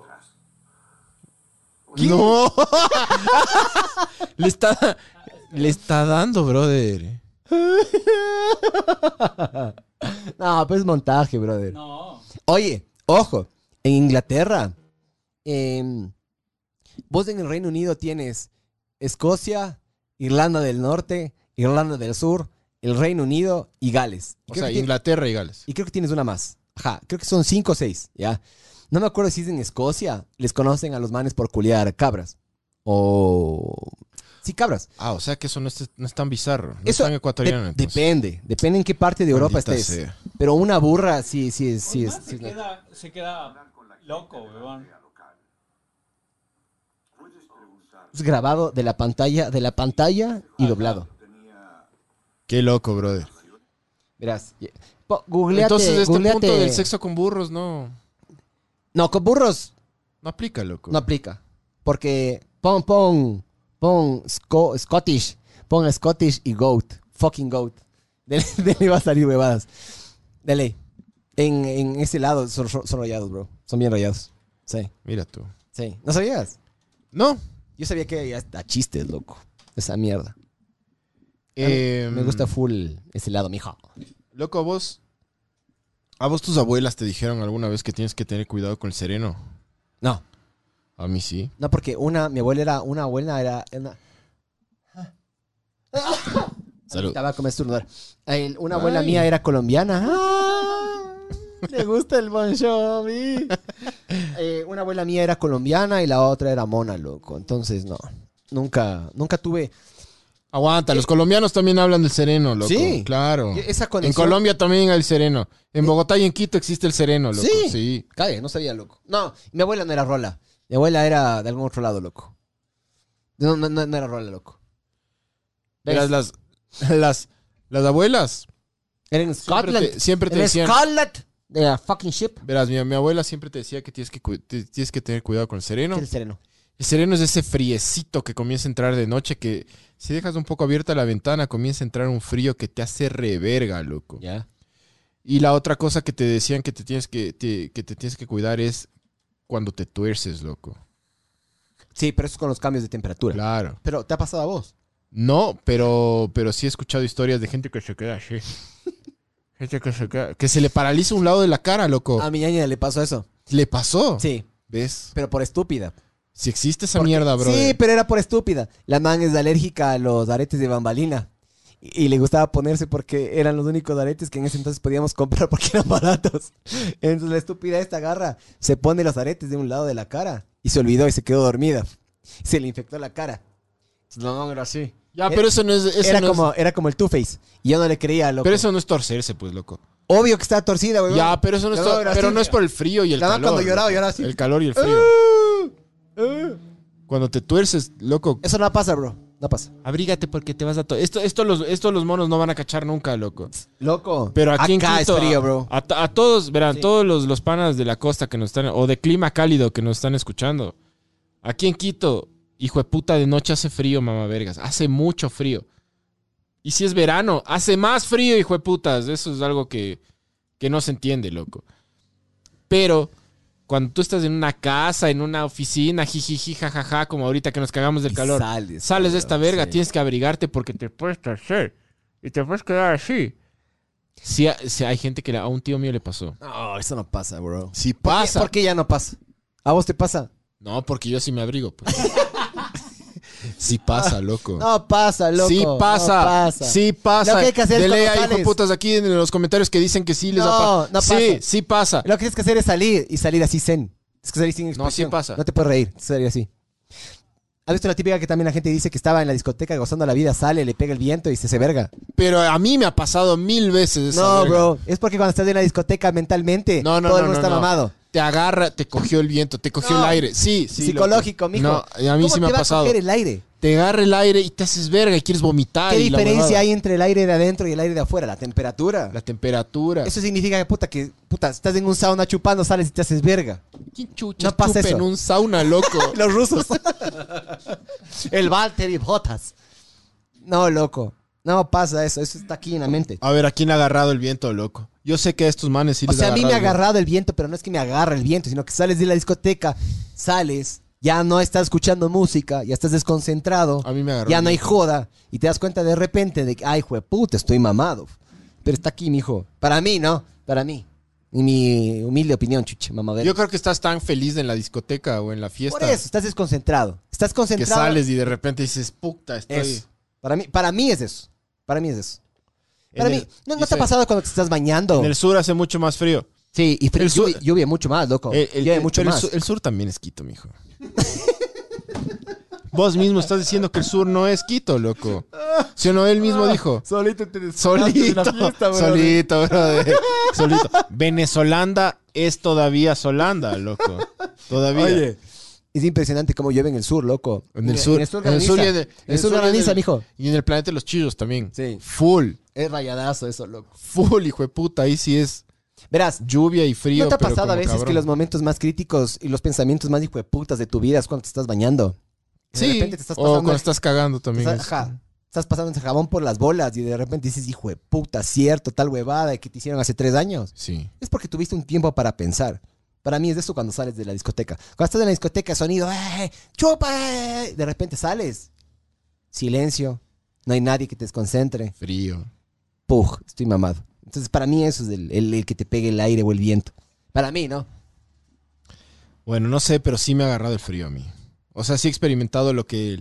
Speaker 2: ¡No! <laughs> le, está, le está dando, brother.
Speaker 3: No, pues es montaje, brother.
Speaker 8: No.
Speaker 3: Oye, ojo, en Inglaterra, em, vos en el Reino Unido tienes Escocia, Irlanda del Norte, Irlanda del Sur, el Reino Unido y Gales. Y
Speaker 2: O
Speaker 3: creo
Speaker 2: sea,
Speaker 3: que tiene-
Speaker 2: Inglaterra y Gales.
Speaker 3: y creo que tienes una más. Ajá, creo que son cinco o seis, ¿ya? No me acuerdo si es en Escocia, les conocen a los manes por culiar cabras. O... Sí, cabras.
Speaker 2: Ah, o sea que eso no es, no es tan bizarro. No
Speaker 3: Eso
Speaker 2: es tan ecuatoriano.
Speaker 3: De-
Speaker 2: entonces.
Speaker 3: depende, depende en qué parte de Europa este
Speaker 2: Maldita
Speaker 3: estés.
Speaker 2: sea.
Speaker 3: Pero una burra sí, sí, es- sí, es-
Speaker 8: Osman
Speaker 3: sí
Speaker 8: Pues se,
Speaker 3: es una-
Speaker 8: queda, se queda loco, weón.
Speaker 3: es grabado de la pantalla, de la pantalla y doblado.
Speaker 2: Qué loco, brother.
Speaker 3: Verás. ye- po- Googleate,
Speaker 2: Entonces, este
Speaker 3: googleate-
Speaker 2: punto del sexo con burros no,
Speaker 3: No, con burros
Speaker 2: no aplica, loco.
Speaker 3: no aplica. Porque pon, pon, pon sco- Scottish, pon Scottish y goat. Fucking goat. <laughs> De, de ley va a salir huevadas. De ley. En, en ese lado son, son rayados, bro. Son bien rayados. Sí,
Speaker 2: Mira tú.
Speaker 3: sí. ¿No sabías?
Speaker 2: No.
Speaker 3: Yo sabía que ya está chistes, loco. Esa mierda.
Speaker 2: eh,
Speaker 8: Em.
Speaker 3: Me gusta full ese lado, mijo.
Speaker 2: Loco, a vos. ¿A vos tus abuelas te dijeron alguna vez que tienes que tener cuidado con el sereno?
Speaker 3: No,
Speaker 2: A mí sí.
Speaker 3: no, porque una, mi abuela era, una abuela era, una,
Speaker 2: Salud.
Speaker 3: Estaba como estornudar. El- Una abuela mía era colombiana. ¡Ah! <laughs> Le gusta el Bon Jovi. Eh, una abuela mía era colombiana y la otra era mona, loco. Entonces, no. Nunca, nunca tuve
Speaker 2: Aguanta, los colombianos también hablan del sereno, loco.
Speaker 3: Sí.
Speaker 2: Claro.
Speaker 3: e-, esa
Speaker 2: Oh. En
Speaker 3: conexión.
Speaker 2: Colombia también hay el sereno. En Bogotá y en Quito existe el sereno, loco.
Speaker 3: Sí.
Speaker 2: Eh. Sí.
Speaker 3: Cague, no sabía, loco. No, mi abuela no era rola. Mi abuela era de algún otro lado, loco. No, no, no, no era rola, loco.
Speaker 2: Verás, las, <laughs> las, las abuelas
Speaker 3: Era en
Speaker 2: siempre
Speaker 3: Scotland.
Speaker 2: te, siempre te
Speaker 3: En
Speaker 2: decían...
Speaker 3: Scotland. De la fucking ship.
Speaker 2: Verás, mi, mi abuela siempre te decía que tienes que, cu- te- tienes que tener cuidado con el sereno.
Speaker 3: El sereno.
Speaker 2: El sereno es ese friecito que comienza a entrar de noche que si dejas un poco abierta la ventana comienza a entrar un frío que te hace reverga, loco.
Speaker 3: Ya.
Speaker 2: Y la otra cosa que te decían que te tienes que, te- que te tienes que cuidar es cuando te tuerces, loco.
Speaker 3: Sí, pero eso es con los cambios de temperatura.
Speaker 2: Claro.
Speaker 3: Pero, ¿te ha pasado a vos?
Speaker 2: No, pero, pero sí he escuchado historias de gente que se
Speaker 3: <laughs>
Speaker 2: queda así. Gente que se queda- Que se le paraliza un lado de la cara, loco.
Speaker 3: A mi ñaña le pasó eso.
Speaker 2: ¿Le pasó?
Speaker 3: Ah, Sí,
Speaker 2: ¿Ves?
Speaker 3: pero por estúpida.
Speaker 2: Si existe esa mierda, bro.
Speaker 3: Sí, pero era por estúpida. La man es alérgica a los aretes de bambalina. Y, y le gustaba ponerse porque eran los únicos aretes que en ese entonces podíamos comprar porque eran baratos. <laughs> Entonces la estúpida esta garra se pone los aretes de un lado de la cara y se olvidó y se quedó dormida. Se le infectó la cara. Entonces, la man era así.
Speaker 2: Ya, pero eso no es. eso
Speaker 3: eh, Era
Speaker 2: no es-
Speaker 3: como, era como el Two-Face. Y yo no le creía, loco.
Speaker 2: pero eso no es torcerse, pues, loco.
Speaker 3: Obvio que estaba torcida, güey.
Speaker 2: Ya, pero eso no es,
Speaker 3: Luego
Speaker 2: to-
Speaker 3: era
Speaker 2: pero
Speaker 3: así.
Speaker 2: no es por el frío y el
Speaker 3: La mamá
Speaker 2: calor.
Speaker 3: cuando lloraba,
Speaker 2: loco.
Speaker 3: lloraba así. Uh.
Speaker 2: El calor y el frío. Cuando te tuerces, loco,
Speaker 3: Eso no pasa, bro. No pasa.
Speaker 2: abrígate porque te vas a... to- esto, esto, los, esto los monos no van a cachar nunca, loco.
Speaker 3: Loco.
Speaker 2: Pero
Speaker 3: Acá
Speaker 2: aquí en Quito,
Speaker 3: es frío,
Speaker 2: a-
Speaker 3: bro.
Speaker 2: A, a todos, verán, todos los, los panas de la costa que nos están, o de clima cálido que nos están escuchando. Aquí en Quito, hijo de puta, de noche hace frío, mamá vergas. Hace mucho frío. Y si es verano, hace más frío, hijo de putas. Eso es algo que, que no se entiende, loco. Pero cuando tú estás en una casa, en una oficina, jijiji, jajaja, como ahorita que nos cagamos del
Speaker 3: Y
Speaker 2: calor,
Speaker 3: sales,
Speaker 2: sales de esta
Speaker 3: cabrón,
Speaker 2: verga,
Speaker 3: sí.
Speaker 2: tienes que abrigarte porque te puedes torcer y te puedes quedar así. Sí, a- sí, hay gente que le- a un tío mío le pasó.
Speaker 3: No, eso no pasa, bro.
Speaker 2: Sí
Speaker 3: ¿Por qué, por qué ya no pasa? ¿A vos te pasa?
Speaker 2: No, porque yo sí me abrigo. pues. <laughs> sí pasa, loco.
Speaker 3: No pasa, loco.
Speaker 2: sí pasa,
Speaker 3: No pasa.
Speaker 2: sí pasa.
Speaker 3: Lo que hay que hacer
Speaker 2: De
Speaker 3: es
Speaker 2: ley
Speaker 3: cuando
Speaker 2: hay hijo
Speaker 3: sales.
Speaker 2: putas aquí en los comentarios que dicen que sí les
Speaker 3: No,
Speaker 2: ha pa-
Speaker 3: no
Speaker 2: Sí,
Speaker 3: pasa.
Speaker 2: sí pasa.
Speaker 3: Lo que tienes que hacer es salir y salir así zen. Es que salir sin expresión.
Speaker 2: sí pasa.
Speaker 3: No te puedes reír, salir así. ¿Has visto la típica que también la gente dice que estaba en la discoteca gozando la vida, sale, le pega el viento y se se verga?
Speaker 2: Pero a mí me ha pasado mil veces esa
Speaker 3: No,
Speaker 2: verga.
Speaker 3: bro. Es porque cuando estás en la discoteca mentalmente,
Speaker 2: No, no,
Speaker 3: todo el
Speaker 2: no,
Speaker 3: mundo
Speaker 2: no,
Speaker 3: está
Speaker 2: no.
Speaker 3: mamado.
Speaker 2: Te agarra, te cogió el viento, te cogió
Speaker 3: No.
Speaker 2: el aire. Sí, sí. loco.
Speaker 3: Psicológico, mijo.
Speaker 2: No, a mí
Speaker 3: ¿Cómo
Speaker 2: sí me
Speaker 3: te
Speaker 2: ha
Speaker 3: va
Speaker 2: pasado.
Speaker 3: A coger el aire?
Speaker 2: te agarra el aire y te haces verga y quieres vomitar.
Speaker 3: ¿Qué
Speaker 2: Ah, y la
Speaker 3: diferencia
Speaker 2: huevada.
Speaker 3: hay entre el aire de adentro y el aire de afuera? La temperatura.
Speaker 2: La temperatura.
Speaker 3: Eso significa que puta, que puta, estás en un sauna chupando, sales y te haces verga. <laughs>
Speaker 2: ¿Quién chucha
Speaker 3: No pasa
Speaker 2: chupa
Speaker 3: eso.
Speaker 2: en un sauna, loco?
Speaker 3: Los <laughs> rusos. el Walter y Botas. No, loco. No pasa eso, eso está aquí en la mente.
Speaker 2: <laughs> A ver, ¿a quién le ha agarrado el viento, loco? Yo sé que a estos manes sí
Speaker 3: O
Speaker 2: les
Speaker 3: sea, a mí me ha
Speaker 2: el viento.
Speaker 3: agarrado el viento, pero no es que me agarra el viento, sino que sales de la discoteca, sales, ya no estás escuchando música, ya estás desconcentrado,
Speaker 2: A mí me agarró.
Speaker 3: ya
Speaker 2: el
Speaker 3: no hay
Speaker 2: viento.
Speaker 3: joda, y te das cuenta de repente de que, ay, puta, estoy mamado. Pero está aquí, mijo. Para mí, ¿no? Para mí. Y mi humilde opinión, chuche, mamá.
Speaker 2: Yo creo que estás tan feliz en la discoteca o en la fiesta
Speaker 3: Por eso, estás desconcentrado. Estás
Speaker 2: que
Speaker 3: concentrado.
Speaker 2: sales y de repente dices, puta, estoy.
Speaker 3: Eso. Para mí, para mí es eso. Para mí es eso. Para
Speaker 2: En
Speaker 3: mí,
Speaker 2: el-
Speaker 3: ¿no, no te ha
Speaker 2: dice-
Speaker 3: pasado cuando te estás bañando?
Speaker 2: En el sur hace mucho más frío.
Speaker 3: Sí, y frío-
Speaker 2: el sur-
Speaker 3: llueve, llueve mucho más, loco.
Speaker 2: Eh, El- el-
Speaker 3: llueve
Speaker 2: el-
Speaker 3: mucho
Speaker 2: pero
Speaker 3: más.
Speaker 2: El, su- el sur también es Quito, mijo. <laughs> Vos mismo estás diciendo que el sur no es Quito, loco. Si o no, él mismo dijo.
Speaker 4: Ah, Solito te desfajaste de
Speaker 2: Solito,
Speaker 4: la fiesta, bro.
Speaker 2: solito, brother.
Speaker 4: <laughs>
Speaker 2: Solito. Venezolanda es todavía Solanda, loco. Todavía.
Speaker 4: Oye,
Speaker 3: Es impresionante cómo llueve en el sur, loco.
Speaker 2: en el sur.
Speaker 3: En el sur
Speaker 2: y
Speaker 3: graniza.
Speaker 2: en el- en el sur y en
Speaker 3: graniza,
Speaker 2: el-
Speaker 3: mijo.
Speaker 2: Y en el planeta de los chillos también.
Speaker 4: Sí.
Speaker 2: Full.
Speaker 3: Es rayadazo eso, loco.
Speaker 2: Full, hijo de puta. Ahí sí es
Speaker 3: Verás,
Speaker 2: lluvia y frío.
Speaker 3: ¿no te ha
Speaker 2: pero
Speaker 3: pasado a
Speaker 2: como
Speaker 3: veces que
Speaker 2: cabrón.
Speaker 3: los momentos más críticos y los pensamientos más hijueputas de tu vida es cuando te estás bañando?
Speaker 2: Sí,
Speaker 3: De repente te estás
Speaker 2: o
Speaker 3: pasando...
Speaker 2: cuando estás cagando
Speaker 3: te
Speaker 2: también.
Speaker 3: estás-
Speaker 2: es-
Speaker 3: ajá, estás pasando ese jabón por las bolas y de repente dices, hijo de puta, cierto, tal huevada que te hicieron hace tres años.
Speaker 2: Sí.
Speaker 3: Es porque tuviste un tiempo para pensar. Para mí es de eso cuando sales de la discoteca. Cuando estás en la discoteca, sonido, ¡eh! ¡Chupa! eh". De repente sales. Silencio. No hay nadie que te desconcentre.
Speaker 2: Frío.
Speaker 3: Puj, estoy mamado. Entonces, para mí eso es el, el- el que te pegue el aire o el viento. Para mí, ¿no?
Speaker 2: Bueno, no sé, pero sí me ha agarrado el frío a mí. O sea, sí he experimentado lo que,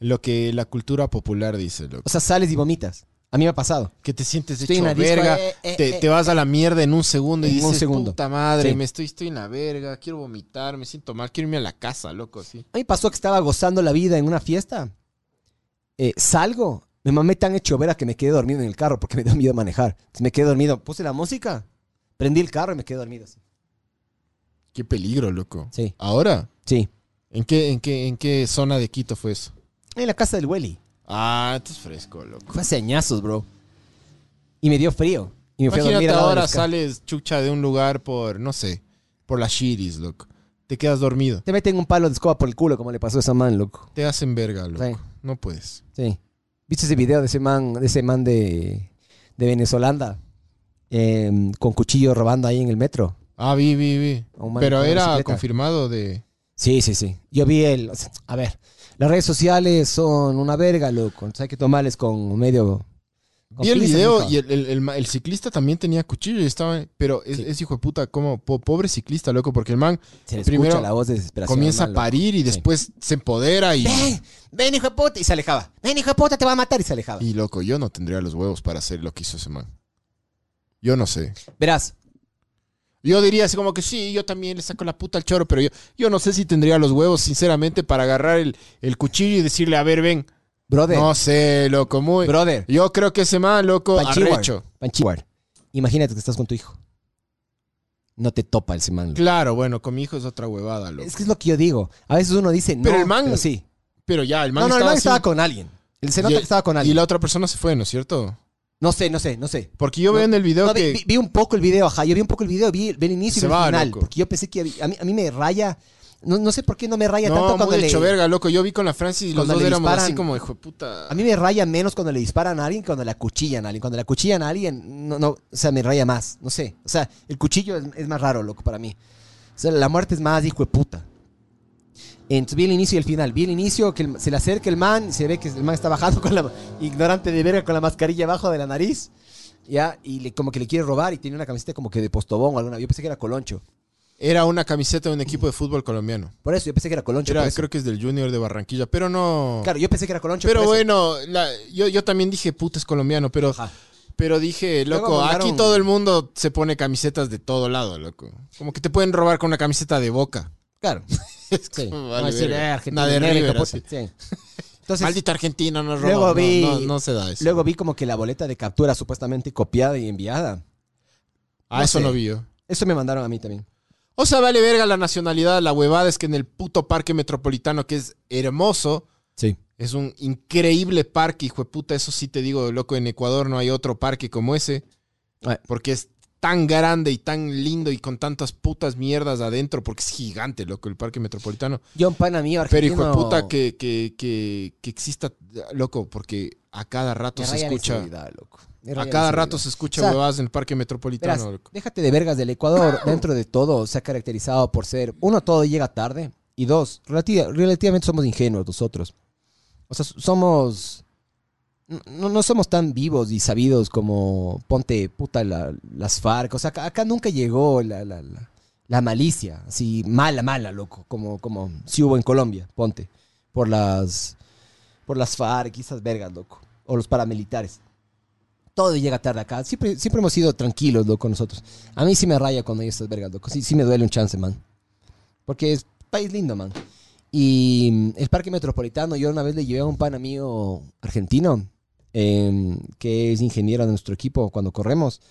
Speaker 2: lo que la cultura popular dice, loco.
Speaker 3: O sea, sales y vomitas. A mí me ha pasado.
Speaker 2: Que te sientes
Speaker 3: Estoy en
Speaker 2: hecho
Speaker 3: la disco,
Speaker 2: verga,
Speaker 3: eh, eh,
Speaker 2: te,
Speaker 3: eh,
Speaker 2: te vas a la mierda en un segundo y
Speaker 3: en un
Speaker 2: dices,
Speaker 3: segundo.
Speaker 2: puta madre,
Speaker 3: Sí.
Speaker 2: me estoy, estoy en la verga, quiero vomitar, me siento mal, quiero irme a la casa, loco, sí.
Speaker 3: A mí pasó que estaba gozando la vida en una fiesta. Eh, salgo. Me mamé tan hecho vera que me quedé dormido en el carro porque <laughs> me dio miedo manejar. Entonces me quedé dormido. Puse la música. Prendí el carro y me quedé dormido. así.
Speaker 2: Qué peligro, loco.
Speaker 3: Sí.
Speaker 2: ¿Ahora?
Speaker 3: Sí.
Speaker 2: ¿En qué, en qué, en qué zona de Quito fue eso?
Speaker 3: En la casa del Welly.
Speaker 2: Ah, esto es fresco, loco.
Speaker 3: Fue hace añazos, bro. Y me dio frío. Y me fui a dormir
Speaker 2: Imagínate
Speaker 3: al lado de
Speaker 2: ahora
Speaker 3: los ca-
Speaker 2: sales chucha de un lugar por, no sé, por las shiris, loco. Te quedas dormido.
Speaker 3: Te meten un palo de escoba por el culo, como le pasó a ese man, loco.
Speaker 2: Te hacen verga, loco.
Speaker 3: Sí.
Speaker 2: No puedes.
Speaker 3: Sí. ¿Viste ese video de ese man de, ese man de, de Venezolanda? Eh, con cuchillo robando ahí en el metro.
Speaker 2: Ah, vi, vi, vi.
Speaker 3: A un man
Speaker 2: Pero
Speaker 3: con una
Speaker 2: era
Speaker 3: bicicleta.
Speaker 2: confirmado de...
Speaker 3: Sí, sí, sí. Yo vi el. o sea, A ver, las redes sociales son una verga, loco. Entonces hay que tomarles con medio. con
Speaker 2: Vi el
Speaker 3: pinzas,
Speaker 2: video
Speaker 3: mijo.
Speaker 2: y el, el- el ma- el ciclista también tenía cuchillo y estaba... Pero es,
Speaker 3: Sí.
Speaker 2: es hijo de puta, como po- pobre ciclista, loco, porque el man
Speaker 3: Se le
Speaker 2: primero
Speaker 3: escucha la voz de desesperación.
Speaker 2: comienza
Speaker 3: al
Speaker 2: a
Speaker 3: man, loco.
Speaker 2: parir y después se empodera y...
Speaker 3: Ven, ven, hijo de puta. Y se alejaba. Ven, hijo de puta, te va a matar. Y se alejaba.
Speaker 2: Y loco, yo no tendría los huevos para hacer lo que hizo ese man. Yo no sé.
Speaker 3: Verás,
Speaker 2: Yo diría así como que sí, yo también le saco la puta al choro, pero yo, yo no sé si tendría los huevos, sinceramente, para agarrar el, el cuchillo y decirle, a ver, ven.
Speaker 3: brother.
Speaker 2: No sé, loco, muy...
Speaker 3: Brother.
Speaker 2: Yo creo que ese man, loco, arrecho.
Speaker 3: Panchiwar. Panchiwar. Imagínate que estás con tu hijo. No te topa el man. loco.
Speaker 2: Claro, bueno, con mi hijo es otra huevada, loco.
Speaker 3: Es que es lo que yo digo. A veces uno dice no,
Speaker 2: Pero el man-
Speaker 3: sí.
Speaker 2: Pero ya, el man
Speaker 3: No, no, el
Speaker 2: estaba
Speaker 3: man estaba
Speaker 2: haciendo-
Speaker 3: con alguien. Él se nota
Speaker 2: Y-
Speaker 3: que estaba con
Speaker 2: Y
Speaker 3: alguien.
Speaker 2: la otra persona se fue, ¿no es cierto?
Speaker 3: No sé, no sé, no sé.
Speaker 2: Porque yo veo en el video
Speaker 3: No, vi,
Speaker 2: que...
Speaker 3: vi- vi un poco el video, ajá. Yo vi un poco el video, vi, vi el inicio y
Speaker 2: Se
Speaker 3: vi el
Speaker 2: va,
Speaker 3: final.
Speaker 2: loco.
Speaker 3: Porque yo pensé que había- a mí, a mí me raya. No, no sé por qué no me raya
Speaker 2: no,
Speaker 3: tanto
Speaker 2: muy
Speaker 3: cuando le.
Speaker 2: hecho verga, loco. Yo vi con la Francis y los
Speaker 3: cuando
Speaker 2: dos
Speaker 3: le
Speaker 2: éramos así
Speaker 3: disparan-
Speaker 2: como, hijo de puta...
Speaker 3: A mí me raya menos cuando le disparan a alguien que cuando le acuchillan a alguien. Cuando le acuchillan a alguien, no, no, o sea, me raya más. No sé. O sea, el cuchillo es, es más raro, loco, para mí. O sea, la muerte es más hijo de puta. Entonces vi el inicio y el final. Vi el inicio que el- se le acerca el man, se ve que el man está bajando <laughs> con la ignorante de verga con la mascarilla abajo de la nariz. Ya, y le- como que le quiere robar y tiene una camiseta como que de postobón o alguna. Yo pensé que era Coloncho.
Speaker 2: Era una camiseta de un equipo de fútbol colombiano.
Speaker 3: Por eso, yo pensé que era Coloncho.
Speaker 2: Era,
Speaker 3: por eso.
Speaker 2: creo que es del Junior de Barranquilla, pero no...
Speaker 3: Claro, yo pensé que era Coloncho.
Speaker 2: Pero
Speaker 3: por eso.
Speaker 2: bueno, la- yo, yo también dije, puta, es colombiano, pero...
Speaker 3: Ajá.
Speaker 2: Pero dije,
Speaker 3: Luego
Speaker 2: loco,
Speaker 3: mandaron-
Speaker 2: aquí todo el mundo se pone camisetas de todo lado, loco. Como que te pueden robar con una camiseta de boca.
Speaker 3: Claro. <laughs> Sí.
Speaker 2: como,
Speaker 3: No,
Speaker 2: vale,
Speaker 3: decir,
Speaker 2: verga.
Speaker 3: "Eh, Argentina,
Speaker 2: Nada de
Speaker 3: verga,
Speaker 2: River,
Speaker 3: puta".
Speaker 2: así.
Speaker 3: Sí.
Speaker 2: <laughs>
Speaker 3: Entonces,
Speaker 2: Maldito argentino, nos robó.
Speaker 3: Luego
Speaker 2: No,
Speaker 3: vi-
Speaker 2: no, no se da eso.
Speaker 3: luego vi como que la boleta de captura supuestamente copiada y enviada.
Speaker 2: ah,
Speaker 3: no
Speaker 2: eso
Speaker 3: sé.
Speaker 2: no vi yo.
Speaker 3: Eso me mandaron a mí también.
Speaker 2: O sea, vale verga la nacionalidad, la huevada es que en el puto parque metropolitano, que es hermoso,
Speaker 3: Sí.
Speaker 2: es un increíble parque, hijo de puta, eso sí te digo, loco, en Ecuador no hay otro parque como ese,
Speaker 3: Ah.
Speaker 2: porque es tan grande y tan lindo y con tantas putas mierdas adentro, porque es gigante, loco, el parque metropolitano.
Speaker 3: Yo, un pana mío,
Speaker 2: Pero
Speaker 3: argentino.
Speaker 2: hijo de puta que, que, que, que exista, loco, porque a cada rato
Speaker 3: Me
Speaker 2: se
Speaker 3: raya la
Speaker 2: escucha.
Speaker 3: inseguridad, loco. Me raya
Speaker 2: A
Speaker 3: la
Speaker 2: cada
Speaker 3: inseguridad.
Speaker 2: rato se escucha
Speaker 3: O sea,
Speaker 2: huevadas en el parque
Speaker 3: Verás,
Speaker 2: metropolitano, loco.
Speaker 3: déjate de vergas del Ecuador, dentro de todo, se ha caracterizado por ser, uno, todo llega tarde, y dos, relati- relativamente somos ingenuos nosotros. O sea, somos... No, no somos tan vivos y sabidos como ponte puta la- las FARC. O sea, acá, acá nunca llegó la, la- la- la malicia, así mala, mala, loco, como, como si hubo en Colombia, ponte, por las, por las FARC y esas vergas, loco, o los paramilitares todo llega tarde acá. Siempre, siempre hemos sido tranquilos, loco, nosotros. A mí sí me raya cuando hay estas vergas, loco. Sí, sí me duele un chance, man. Porque es país lindo, man. Y mm, el parque metropolitano, yo una vez le llevé a un pana mío argentino, em, que es ingeniero de nuestro equipo cuando corremos.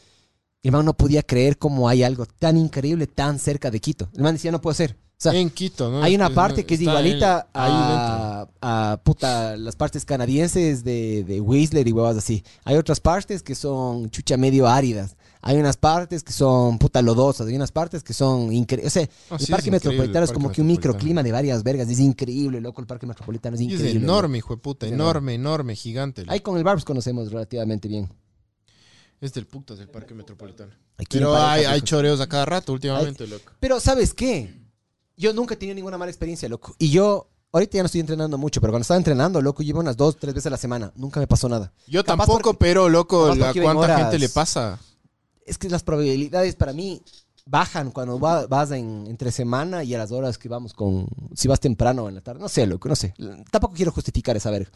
Speaker 3: El man no podía creer cómo hay algo tan increíble tan cerca de Quito. El man decía, no puede ser. O sea,
Speaker 2: En Quito, ¿no?
Speaker 3: hay una
Speaker 2: Pues,
Speaker 3: parte
Speaker 2: no,
Speaker 3: que es
Speaker 2: está
Speaker 3: igualita
Speaker 2: en- ahí
Speaker 3: a, a, puta, las partes canadienses de, de Whistler y huevas así. Hay otras partes que son chucha medio áridas. Hay unas partes que son puta lodosas. Hay unas partes que son increíbles. O sea,
Speaker 2: No,
Speaker 3: el
Speaker 2: Ah, sí,
Speaker 3: parque
Speaker 2: es increíble
Speaker 3: metropolitano
Speaker 2: el
Speaker 3: es como
Speaker 2: parque
Speaker 3: que un
Speaker 2: metropolitano.
Speaker 3: microclima de varias vergas. Es increíble, loco. El parque metropolitano es
Speaker 2: dentro. Y
Speaker 3: increíble.
Speaker 2: es enorme, hijo de puta.
Speaker 3: Es
Speaker 2: Enorme, enorme, gigante.
Speaker 3: loco.
Speaker 2: loco.
Speaker 3: Ahí con el Barbs conocemos relativamente bien.
Speaker 2: Es del putas del parque metropolitano.
Speaker 3: Aquí en
Speaker 2: Pero
Speaker 3: Pareja,
Speaker 2: hay, hay
Speaker 3: loco.
Speaker 2: choreos a cada rato últimamente, loco.
Speaker 3: Pero ¿sabes qué? Yo nunca he tenido ninguna mala experiencia, loco. Y yo, ahorita ya no estoy entrenando mucho, pero cuando estaba entrenando, loco, llevo unas dos, tres veces a la semana. Nunca me pasó nada.
Speaker 2: Yo
Speaker 3: Capaz
Speaker 2: tampoco, pero loco,
Speaker 3: capaz
Speaker 2: la
Speaker 3: porque ven
Speaker 2: cuánta
Speaker 3: horas.
Speaker 2: gente le pasa.
Speaker 3: Es que las probabilidades para mí bajan cuando va- vas en, entre semana y a las horas que vamos con... Si vas temprano o en la tarde. No sé, loco, no sé. Tampoco quiero justificar esa verga.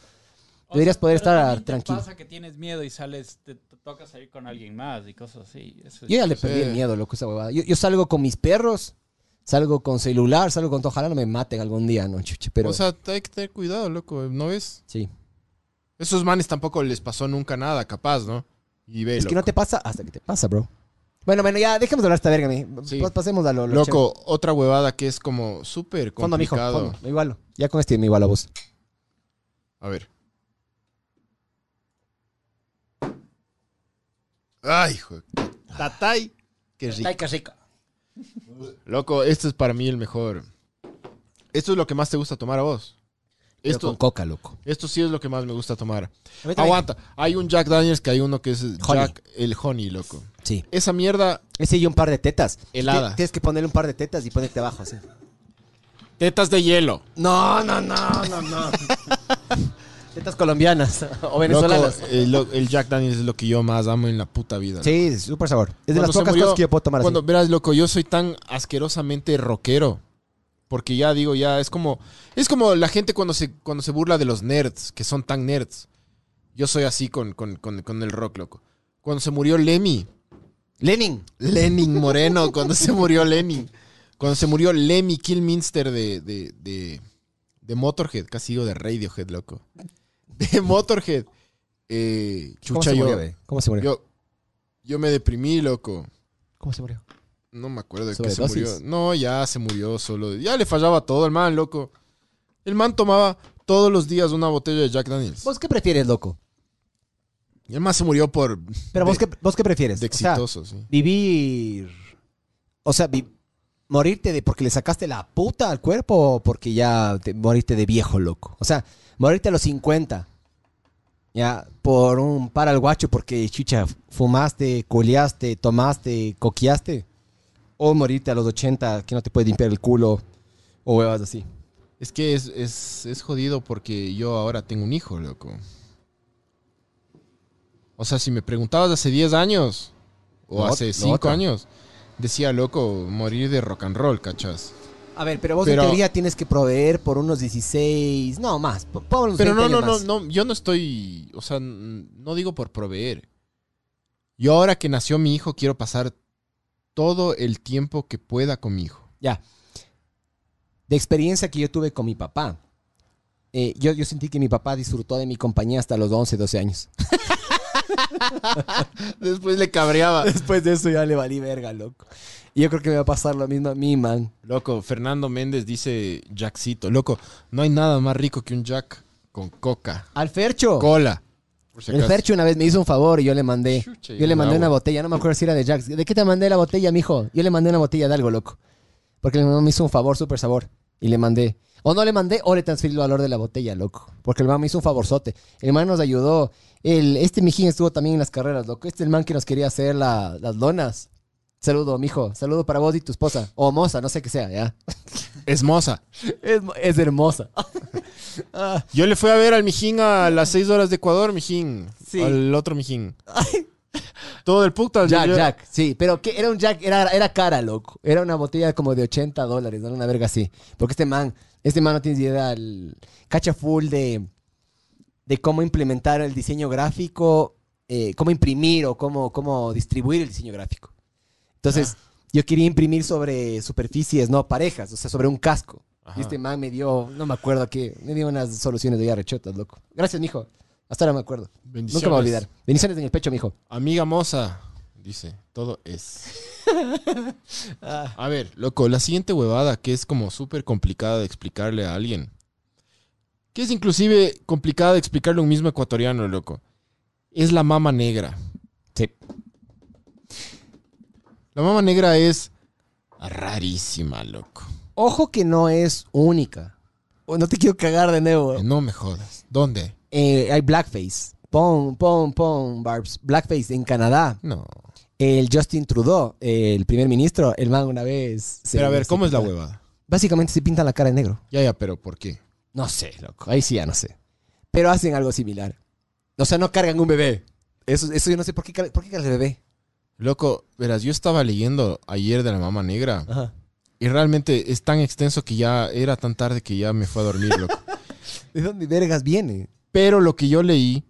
Speaker 8: O
Speaker 3: Deberías
Speaker 8: sea,
Speaker 3: poder
Speaker 8: pero
Speaker 3: estar
Speaker 8: también te
Speaker 3: tranquilo.
Speaker 8: pasa que tienes miedo y sales, te, te toca salir con alguien más y cosas así. Eso es-
Speaker 3: Yo ya le perdí el miedo, loco, esa huevada. Yo, yo salgo con mis perros, salgo con celular, salgo con todo. Ojalá no me maten algún día, no, chuche, pero...
Speaker 2: O sea, hay que tener cuidado, loco. ¿No ves?
Speaker 3: sí.
Speaker 2: Esos manes tampoco les pasó nunca nada, capaz, ¿no? Y ve,
Speaker 3: Es que
Speaker 2: loco.
Speaker 3: no te pasa hasta que te pasa, bro. Bueno, bueno, ya dejemos de hablar esta verga, mi.
Speaker 2: Sí.
Speaker 3: Pas- Pasemos a lo, lo chévere.
Speaker 2: Loco, otra huevada que es como súper
Speaker 3: Fondo, mijo.
Speaker 2: complicado.
Speaker 3: Fondo. Me igualo. Ya con este me igualo a vos.
Speaker 2: A ver. Ay, hijo. Tatay. Qué rico.
Speaker 3: qué rico.
Speaker 2: Loco, este es para mí el mejor. Esto es lo que más te gusta tomar a vos.
Speaker 3: Esto... Con
Speaker 2: Esto,
Speaker 3: coca, loco.
Speaker 2: esto sí es lo que más me gusta tomar.
Speaker 3: A mí también.
Speaker 2: Aguanta. Hay un Jack Daniels que hay uno que es
Speaker 3: Honey.
Speaker 2: Jack el Honey, loco.
Speaker 3: Sí.
Speaker 2: Esa mierda,
Speaker 3: Ese y un par de tetas.
Speaker 2: Helada.
Speaker 3: Te- Tienes que ponerle un par de tetas y ponerte abajo, así.
Speaker 2: tetas de hielo.
Speaker 3: No, no, no, no, no. <laughs> tetas colombianas <laughs> o
Speaker 2: Loco,
Speaker 3: venezolanas.
Speaker 2: eh, lo- el Jack Daniels es lo que yo más amo en la puta vida.
Speaker 3: Sí, es súper sabor. Es de
Speaker 2: Cuando
Speaker 3: las
Speaker 2: se
Speaker 3: pocas
Speaker 2: murió-
Speaker 3: cosas que yo puedo tomar
Speaker 2: Cuando,
Speaker 3: así.
Speaker 2: verás, loco, yo soy tan asquerosamente rockero. Porque ya digo, ya es como. Es como la gente cuando se, cuando se burla de los nerds, que son tan nerds. Yo soy así con, con- con- con el rock, loco. Cuando se murió Lemmy.
Speaker 3: Lenin.
Speaker 2: Lenin Moreno, <laughs> cuando se murió Lenin. Cuando se murió Lemmy Kilminster de, de, de, de Motorhead, casi digo de Radiohead, loco. De Motorhead. Eh,
Speaker 3: ¿Cómo
Speaker 2: chucha,
Speaker 3: se
Speaker 2: yo,
Speaker 3: murió? ve? ¿Cómo se murió?
Speaker 2: yo. Yo me deprimí, loco.
Speaker 3: ¿Cómo se murió?
Speaker 2: No me acuerdo de qué se
Speaker 3: Sobredosis.
Speaker 2: murió. No, ya se murió solo. Ya le fallaba todo el man, loco. El man tomaba todos los días una botella de Jack Daniels.
Speaker 3: ¿Vos qué prefieres, loco?
Speaker 2: Y el man se murió por...
Speaker 3: Pero vos,
Speaker 2: de,
Speaker 3: qué, vos qué prefieres?
Speaker 2: de
Speaker 3: O sea,
Speaker 2: exitoso, sí.
Speaker 3: vivir. O sea, vi- morirte de porque le sacaste la puta al cuerpo o porque ya te- moriste de viejo, loco. O sea, morirte a los 50. Ya, por un par al guacho porque, chicha, fumaste, culeaste, tomaste, coqueaste. O morirte a los 80 que no te puede limpiar el culo o huevas así.
Speaker 2: Es que es, es, es jodido porque yo ahora tengo un hijo, loco. O sea, si me preguntabas hace 10 años o
Speaker 3: Lo ot-
Speaker 2: hace
Speaker 3: lo
Speaker 2: 5
Speaker 3: otro.
Speaker 2: años, decía, loco, morir de rock and roll, ¿cachas?
Speaker 3: A ver, pero vos
Speaker 2: Pero-
Speaker 3: en teoría tienes que proveer por unos 16, no más, po- por unos
Speaker 2: Pero
Speaker 3: 20
Speaker 2: no, no,
Speaker 3: años
Speaker 2: no,
Speaker 3: más.
Speaker 2: no, yo no estoy, o sea, n- no digo por proveer. Yo ahora que nació mi hijo quiero pasar todo el tiempo que pueda con mi hijo.
Speaker 3: Ya. De experiencia que yo tuve con mi papá. eh, yo, yo sentí que mi papá disfrutó de mi compañía hasta los 11, 12 años. <laughs>
Speaker 2: Después le cabreaba.
Speaker 3: Después de eso ya le valí verga, loco. Y yo creo que me va a pasar lo mismo a mí, man.
Speaker 2: <laughs> Loco, Fernando Méndez dice Jackcito. Loco, no hay nada más rico que un Jack con coca.
Speaker 3: Alfercho,
Speaker 2: Cola. Por si
Speaker 3: El
Speaker 2: acaso.
Speaker 3: Fercho una vez me hizo un favor y yo le mandé.
Speaker 2: Chucha,
Speaker 3: Yo le
Speaker 2: el
Speaker 3: mandé una
Speaker 2: agua.
Speaker 3: botella, no me acuerdo si era de Jax. ¿De qué te mandé la botella, mijo? Yo le mandé una botella de algo, loco. Porque mi mamá me hizo un favor, súper sabor. Y le mandé. O no le mandé, o le transferí el valor de la botella, loco. Porque el man me hizo un favorzote. El man nos ayudó. El, este mijín estuvo también en las carreras, loco. Este es el man que nos quería hacer la- las donas. Saludo, mijo. Saludo para vos y tu esposa. O moza, no sé qué sea, ya.
Speaker 2: Es moza.
Speaker 3: <laughs> Es, es <laughs> hermosa. Ah,
Speaker 2: Yo le fui a ver al Mijín a las 6 horas de Ecuador, Mijín.
Speaker 3: Sí.
Speaker 2: Al otro Mijín. Todo el puta.
Speaker 3: Jack,
Speaker 2: yo-
Speaker 3: Jack, sí, pero que era un Jack, era, era cara, loco. Era una botella como de 80 dólares, ¿no? una verga así. Porque este man, este man no tiene idea, el cacha full de, de cómo implementar el diseño gráfico, eh, cómo imprimir o cómo, cómo distribuir el diseño gráfico. Entonces, yo quería imprimir sobre superficies, no parejas, o sea, sobre un casco. Y este man me dio, no me acuerdo qué, me dio unas soluciones de ya rechotas, loco. Gracias, mijo. Hasta ahora me acuerdo. Nunca me voy a olvidar. Bendiciones en el pecho, mijo.
Speaker 2: Amiga moza, dice, todo es. A ver, loco, la siguiente huevada que es como súper complicada de explicarle a alguien. Que es inclusive complicada de explicarle a un mismo ecuatoriano, loco. Es la mama negra.
Speaker 3: Sí.
Speaker 2: La mama negra es rarísima, loco.
Speaker 3: Ojo que no es única. O No te quiero cagar de nuevo.
Speaker 2: No me jodas. ¿Dónde?
Speaker 3: Eh, hay blackface. Pon, pon, pon, Barbs. Blackface en Canadá.
Speaker 2: No.
Speaker 3: El Justin Trudeau, el primer ministro, el man una vez. se-
Speaker 2: Pero a ver,
Speaker 3: se
Speaker 2: ¿cómo es la
Speaker 3: pinta-
Speaker 2: huevada?
Speaker 3: Básicamente se pintan la cara de negro.
Speaker 2: Ya, ya, pero ¿por qué?
Speaker 3: No sé, loco. Ahí sí ya no sé. Pero hacen algo similar. O sea, no cargan un bebé. Eso, eso yo no sé por qué, car- por qué cargas el bebé.
Speaker 2: Loco, verás, yo estaba leyendo ayer de la mama negra.
Speaker 3: Ajá.
Speaker 2: Y realmente es tan extenso que ya era tan tarde que ya me fue a dormir, loco. <laughs>
Speaker 3: ¿De dónde vergas viene?
Speaker 2: Pero lo que yo leí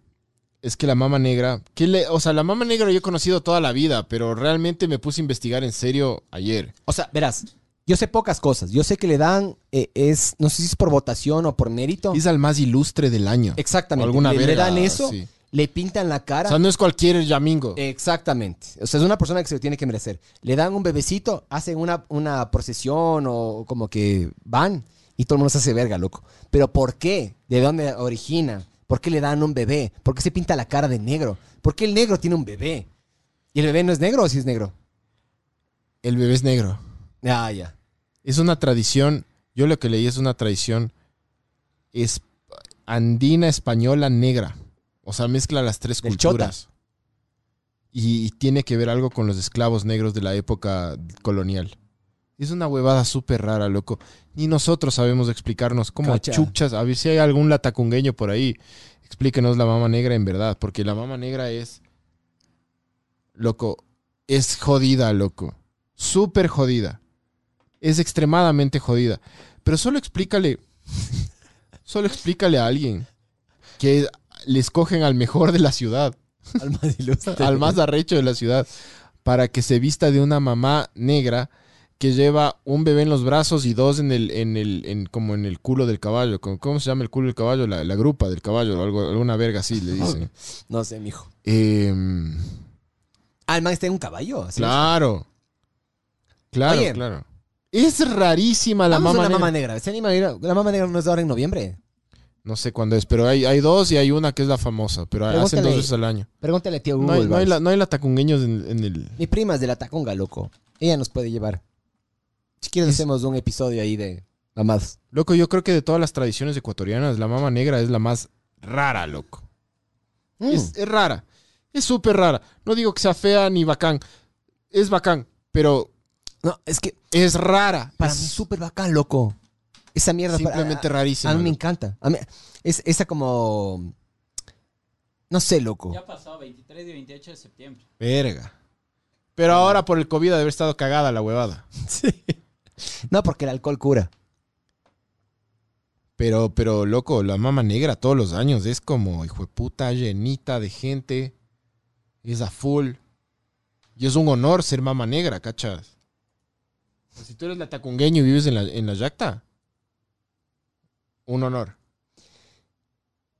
Speaker 2: es que la mama negra, que le, o sea, la mama negra yo he conocido toda la vida, pero realmente me puse a investigar en serio ayer.
Speaker 3: O sea, verás. Yo sé pocas cosas. Yo sé que le dan, eh, es, no sé si es por votación o por mérito.
Speaker 2: Es al más ilustre del año.
Speaker 3: Exactamente.
Speaker 2: Alguna
Speaker 3: le, le
Speaker 2: verga,
Speaker 3: dan eso, Eh.
Speaker 2: sí.
Speaker 3: le pintan la
Speaker 2: O
Speaker 3: cara.
Speaker 2: sea, no es cualquier Yamingo.
Speaker 3: Exactamente. O sea, es una persona que se lo tiene que merecer. Le dan un bebecito, hacen una, una procesión o como que van y todo el mundo se hace verga, loco. Pero ¿por qué? ¿De dónde origina? ¿Por qué le dan un bebé? ¿Por qué se pinta la cara de negro? ¿Por qué el negro tiene un bebé? ¿Y el bebé no es negro o si es negro?
Speaker 2: El bebé es negro.
Speaker 3: Ah, ya. <laughs>
Speaker 2: Es una tradición, yo lo que leí es una tradición es andina, española, negra. O sea, mezcla las tres
Speaker 3: Del
Speaker 2: culturas. Y, y tiene que ver algo con los esclavos negros de la época colonial. Es una huevada súper rara, loco. Ni nosotros sabemos explicarnos cómo
Speaker 3: Cacha.
Speaker 2: chuchas. A ver si hay algún latacungueño por ahí. Explíquenos la mama negra en verdad. Porque la mama negra es. Loco. Es jodida, loco. Súper jodida. Es extremadamente jodida. Pero solo explícale. <laughs> Solo explícale a alguien que le escogen al mejor de la ciudad,
Speaker 3: Al más ilustre.
Speaker 2: <laughs> al más arrecho de la ciudad, para que se vista de una mamá negra que lleva un bebé en los brazos y dos en el, en el, en como en el culo del caballo. ¿Cómo, cómo se llama el culo del caballo? La, la grupa del caballo, o algo, alguna verga así le dicen.
Speaker 3: No sé, mijo.
Speaker 2: Em,
Speaker 3: Ah, el man está en un caballo. así es.
Speaker 2: claro. Claro,
Speaker 3: Oye.
Speaker 2: claro. Es rarísima la
Speaker 3: Vamos a
Speaker 2: mamá
Speaker 3: la
Speaker 2: negra.
Speaker 3: mamá negra. ¿Se anima a ir a- La mamá negra no es ahora en noviembre.
Speaker 2: No sé cuándo es, pero hay, hay dos y hay una que es la famosa, pero hacen
Speaker 3: Pregúntale.
Speaker 2: dos veces al año.
Speaker 3: Pregúntale a tío
Speaker 2: No
Speaker 3: Google.
Speaker 2: hay, no hay
Speaker 3: Vals.
Speaker 2: la- no hay latacungueños en, en el...
Speaker 3: Mi prima es de la Taconga, loco. Ella nos puede llevar. Si quieres, hacemos un episodio ahí de mamadas.
Speaker 2: Loco, yo creo que de todas las tradiciones ecuatorianas, la mama negra es la más rara, loco.
Speaker 3: Mm.
Speaker 2: Es, es rara. Es súper rara. No digo que sea fea ni bacán. Es bacán, pero
Speaker 3: No, es que
Speaker 2: es rara.
Speaker 3: para
Speaker 2: Es
Speaker 3: mí es súper bacán, loco. Esa mierda. para-
Speaker 2: simplemente
Speaker 3: a,
Speaker 2: rarísima.
Speaker 3: a mí me
Speaker 2: loco.
Speaker 3: encanta. A mí- es, esa como. No sé, loco. <laughs>
Speaker 8: Ya pasó, 23 y 28 de septiembre.
Speaker 2: Verga. Pero ahora por el COVID ha de haber estado cagada la huevada.
Speaker 3: No, porque el alcohol cura.
Speaker 2: Pero, pero, loco, la mama negra todos los años es como, hijo de puta, llenita de gente. Es a full. Y es un honor ser mama negra, ¿cachas? Pues si tú eres latacungueño y vives en la, en la yacta, un honor.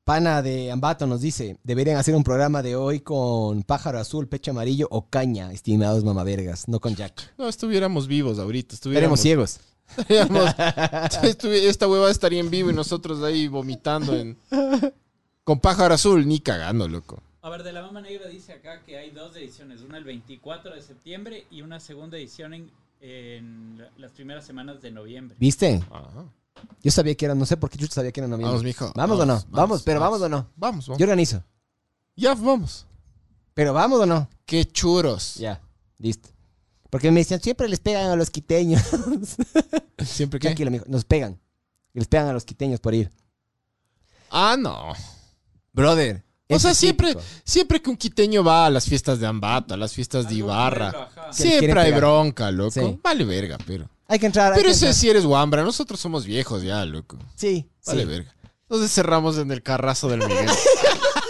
Speaker 3: Pana de Ambato nos dice: deberían hacer un programa de hoy con pájaro azul, pecho amarillo o caña, estimados mamavergas, no con Jack.
Speaker 2: No, estuviéramos vivos ahorita.
Speaker 3: Veremos
Speaker 2: Estuviéramos,
Speaker 3: ciegos.
Speaker 2: <laughs> estuviéramos- estuvi- esta huevada estaría en vivo y nosotros ahí vomitando en, Con pájaro azul, ni cagando, loco.
Speaker 8: A ver, de la Mama Negra dice acá que hay dos ediciones, una el 24 de septiembre y una segunda edición en, en la- las primeras semanas de noviembre.
Speaker 3: ¿Viste?
Speaker 2: Ajá.
Speaker 3: Yo sabía que era, no sé por qué yo sabía que era noviembre.
Speaker 2: Vamos, mijo.
Speaker 3: ¿Vamos, o no? Vamos, pero vamos, o no.
Speaker 2: Vamos, vamos.
Speaker 3: Yo organizo.
Speaker 2: Ya, vamos.
Speaker 3: Pero vamos o no.
Speaker 2: Qué churos.
Speaker 3: Ya, listo. Porque me decían, siempre les pegan a los
Speaker 2: <laughs>
Speaker 3: quiteños.
Speaker 2: Siempre que.
Speaker 3: Tranquilo, mijo, nos pegan. Les pegan a los quiteños por ir.
Speaker 2: Ah, no.
Speaker 3: Brother.
Speaker 2: O
Speaker 3: es
Speaker 2: sea,
Speaker 3: específico.
Speaker 2: siempre, siempre que un quiteño va a las fiestas de Ambato, a las fiestas de
Speaker 8: Algo
Speaker 2: Ibarra,
Speaker 8: pueblo, ajá.
Speaker 3: Sí. Que le quieren
Speaker 2: siempre hay
Speaker 3: pegar.
Speaker 2: bronca, loco.
Speaker 3: Sí.
Speaker 2: Vale verga, pero.
Speaker 3: Hay que entrar. hay
Speaker 2: Pero
Speaker 3: que
Speaker 2: ese
Speaker 3: entrar.
Speaker 2: si eres guambra, nosotros somos viejos ya, loco.
Speaker 3: Sí,
Speaker 2: Vale
Speaker 3: sí.
Speaker 2: verga. Entonces cerramos en el carrazo del Miguel.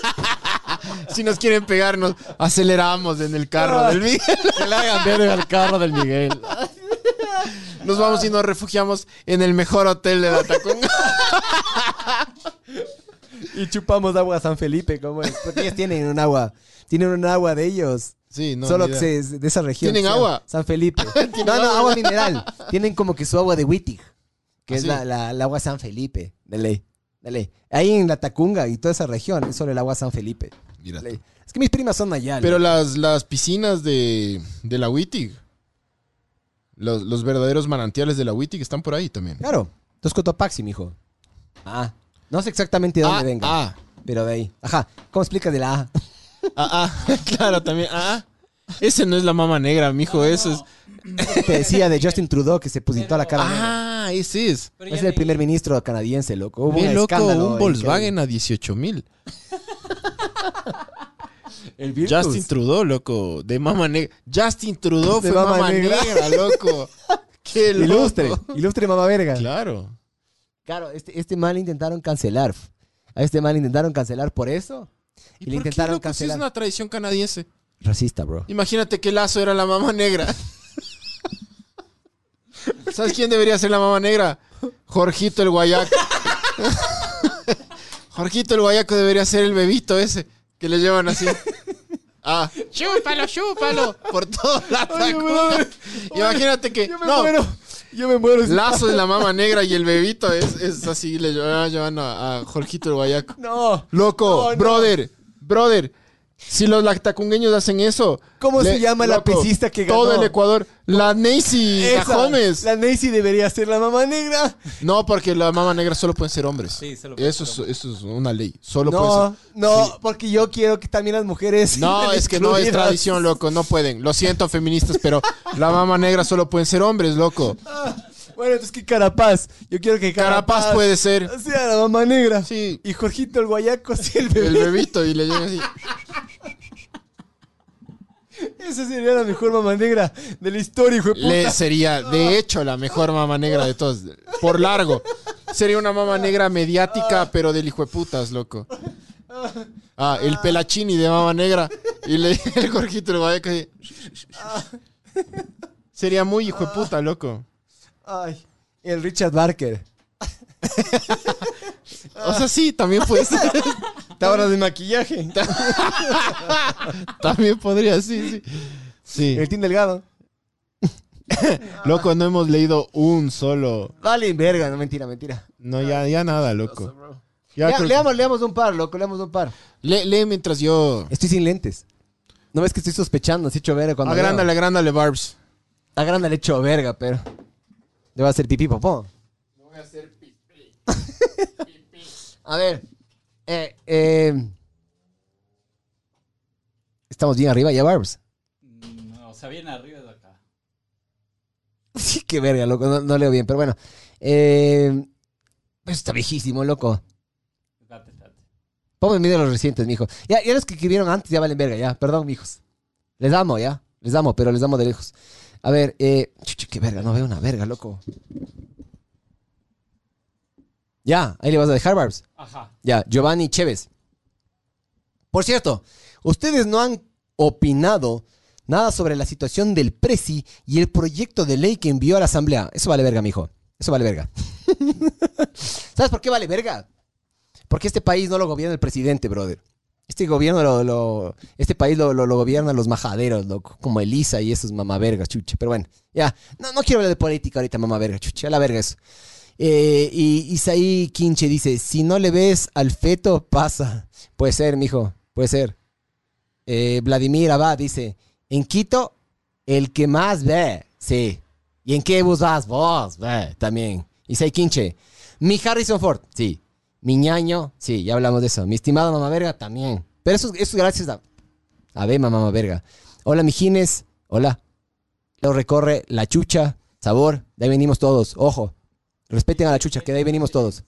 Speaker 2: <laughs> si nos quieren pegar, nos aceleramos en el carro del Miguel.
Speaker 5: Que le hagan verga al carro del Miguel.
Speaker 2: Nos vamos y nos refugiamos en el mejor hotel de la Tacunga.
Speaker 3: Y chupamos agua a San Felipe, ¿cómo es? Porque ellos tienen un agua. Tienen un agua de ellos.
Speaker 2: Sí, no.
Speaker 3: Solo
Speaker 2: ni
Speaker 3: que
Speaker 2: idea.
Speaker 3: se- es de esa región.
Speaker 2: ¿Tienen
Speaker 3: o sea,
Speaker 2: agua?
Speaker 3: San
Speaker 2: <laughs>
Speaker 3: Felipe. no, no, agua mineral. Tienen como que su agua de Wittig, que
Speaker 2: ¿Ah,
Speaker 3: es
Speaker 2: sí?
Speaker 3: la, la- el agua San Felipe. De ley. De ley. Ahí en la Tacunga y toda esa región es solo el agua San Felipe.
Speaker 2: Mira.
Speaker 3: De ley. Es que mis primas son allá.
Speaker 2: Pero las, las piscinas de, de la WITIG, los, los verdaderos manantiales de la WITIG están por ahí también.
Speaker 3: Claro. Dos Cotopaxi, mijo. Ah. No sé exactamente de dónde
Speaker 2: Ah,
Speaker 3: venga.
Speaker 2: ah,
Speaker 3: Pero de ahí. Ajá. ¿Cómo explicas de la A?
Speaker 2: ah, ah, <laughs> claro, también. Ah, ese no es la mama negra, mijo,
Speaker 8: No,
Speaker 2: eso
Speaker 8: no,
Speaker 2: es.
Speaker 3: que te decía de Justin Trudeau que se pusintó a la cara? negra?
Speaker 2: Ah, ese es.
Speaker 8: pero ya
Speaker 3: es el
Speaker 8: leí.
Speaker 3: primer ministro canadiense, loco. Hubo
Speaker 2: Bien
Speaker 3: un
Speaker 2: loco,
Speaker 3: escándalo
Speaker 2: un
Speaker 3: en
Speaker 2: Volkswagen a 18 mil.
Speaker 3: El
Speaker 2: Justin Trudeau, loco, de mama negra. Justin Trudeau
Speaker 3: De
Speaker 2: fue
Speaker 3: mama
Speaker 2: mama,
Speaker 3: negra. <laughs>
Speaker 2: negra. loco. Qué loco.
Speaker 3: Ilustre, ilustre mamá verga. Claro,
Speaker 2: Claro.
Speaker 3: este, este mal intentaron cancelar. A este mal intentaron cancelar por eso. Y, le
Speaker 2: por qué,
Speaker 3: intentaron
Speaker 2: loco? Si
Speaker 3: cancelar.
Speaker 2: es una tradición canadiense.
Speaker 3: Racista, bro.
Speaker 2: Imagínate que Lazo era la mamá negra. ¿Sabes quién debería ser la mamá negra? Jorgito el Guayaco. Jorgito el Guayaco debería ser el bebito ese que le llevan así. Ah, chúpalo, chúpalo. Por toda la Tacunga. Imagínate que. no,
Speaker 3: Yo me muero.
Speaker 2: Lazo es la mamá negra y el bebito es, es así. Le llevan llevando a, a Jorgito el Guayaco.
Speaker 3: No.
Speaker 2: Loco,
Speaker 3: No, no.
Speaker 2: brother, brother. Si los lactacungueños hacen eso.
Speaker 3: ¿Cómo se llama la pesista que ganó?
Speaker 2: Todo el Ecuador. La Nancy
Speaker 3: Esa,
Speaker 2: Gajones.
Speaker 3: La Nancy debería ser la mamá negra.
Speaker 2: No, porque la mamá negra solo pueden ser hombres.
Speaker 8: Sí, solo pueden
Speaker 2: eso,
Speaker 8: ser
Speaker 2: es, eso es una ley. Solo pueden
Speaker 3: No,
Speaker 2: ser.
Speaker 3: no, porque yo quiero que también las mujeres. <laughs>
Speaker 2: No,
Speaker 3: sean
Speaker 2: es que no es
Speaker 3: excluidas.
Speaker 2: tradición, loco. No pueden. Lo siento, feministas, pero la mamá negra solo pueden ser hombres, loco.
Speaker 3: <laughs> Bueno, entonces que Carapaz. Yo quiero que Carapaz,
Speaker 2: Carapaz puede ser.
Speaker 3: sea la mamá negra.
Speaker 2: Sí,
Speaker 3: Y Jorgito el Guayaco sea el
Speaker 2: el
Speaker 3: bebé.
Speaker 2: bebito y le llegan así.
Speaker 3: Esa sería la mejor mamá negra de la historia, hijo de puta.
Speaker 2: Le sería, de hecho, la mejor mamá negra de todas. Por largo. Sería una mamá negra mediática, pero del hijo de putas, loco. Ah, el pelachini de mamá negra. Y le <laughs> el Jorgito el Guayaco así. Sería muy hijo de puta, loco.
Speaker 3: Ay, el Richard Barker.
Speaker 2: O sea, sí, también puede
Speaker 3: <laughs>
Speaker 2: ser.
Speaker 3: Tablas de maquillaje.
Speaker 2: <laughs> También podría, sí, sí. Sí.
Speaker 3: El Tim Delgado.
Speaker 2: Loco, no hemos leído un solo.
Speaker 3: Vale, verga, no mentira, mentira.
Speaker 2: No, ya, ya nada, loco. Ya
Speaker 3: Lea-
Speaker 2: creo-
Speaker 3: leamos, leamos un par, loco, leamos un par.
Speaker 2: Le- lee mientras yo.
Speaker 3: Estoy sin lentes. No ves que estoy sospechando, así hecho verga cuando.
Speaker 2: Agrándale,
Speaker 3: leo.
Speaker 2: agrándale, Barbs.
Speaker 3: Agrándale hecho verga, pero. Le va a hacer pipí, popó. <laughs> a ver. eh, eh, Estamos bien arriba ya, Barbs. <laughs>
Speaker 8: Mm, No, o sea, bien arriba de acá.
Speaker 3: Sí, qué verga, loco. No, no leo bien, pero bueno. Eh, pues está viejísimo, loco.
Speaker 8: Espérate, espérate.
Speaker 3: Ponme miedo a los recientes, mijo. Ya, ya los que escribieron antes ya valen verga, ya. Perdón, mijos. Les amo, ya. Les amo, pero les amo de lejos. A ver, eh. Chucha, qué verga, no veo una verga, loco. Ya, ahí le vas a dejar, Barbs.
Speaker 8: Ajá.
Speaker 3: Ya, Giovanni Chévez. Por cierto, ustedes no han opinado nada sobre la situación del Prezi y el proyecto de ley que envió a la Asamblea. Eso vale verga, mijo. Eso vale verga. <laughs> ¿Sabes por qué vale verga? Porque este país no lo gobierna el presidente, brother. Este gobierno lo, lo- este país lo, lo, lo gobiernan los majaderos, loco, como Elisa y esos mamavergas, chuche. Pero bueno, ya, no, no quiero hablar de política ahorita, mamaverga, chuche, a la verga eso. Eh, y Isaí Quinche dice, si no le ves al feto, pasa. Puede ser, mijo, puede ser. Eh, Vladimir Abad dice, en Quito, el que más ve, sí. ¿Y en qué bus vas vos? Ve, también. Isaí Quinche, mi Harrison Ford, sí. Mi ñaño, sí, ya hablamos de eso. Mi estimado mamá verga, también. Pero eso, eso es gracias a... A ver, mamá verga. Hola, mijines. Hola. Lo recorre la chucha. Sabor. De ahí venimos todos. Ojo. Respeten a la chucha, que de ahí venimos todos.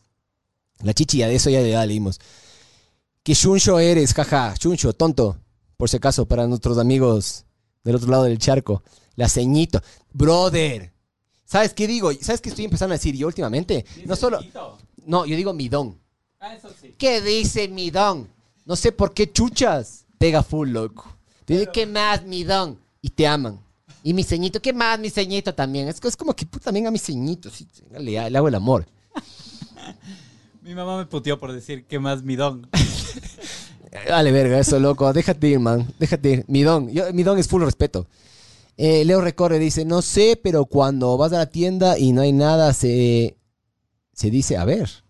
Speaker 3: La chichi, ya de eso ya, ya leímos. Que chuncho eres, jaja. Chuncho, tonto. Por si acaso, para nuestros amigos del otro lado del charco. La ceñito. Brother. ¿Sabes qué digo? ¿Sabes qué estoy empezando a decir yo últimamente? No solo... No, yo digo mi don.
Speaker 8: Ah, eso sí.
Speaker 3: ¿Qué dice mi don? No sé por qué chuchas. Pega full, loco. Te dice, ¿qué más, mi don? Y te aman. Y mi ceñito, ¿qué más, mi ceñito también? Es, es como que puta, venga mi ceñito. sí, le, le hago el amor.
Speaker 8: Mi mamá me puteó por decir que más mi don.
Speaker 3: Dale, Eh, verga, eso, loco. Déjate ir, man. Déjate ir. Mi don. Yo- mi don es full respeto. Eh, Leo Recorre dice, no sé, pero cuando vas a la tienda y no hay nada, se, se dice, a ver.
Speaker 8: <laughs>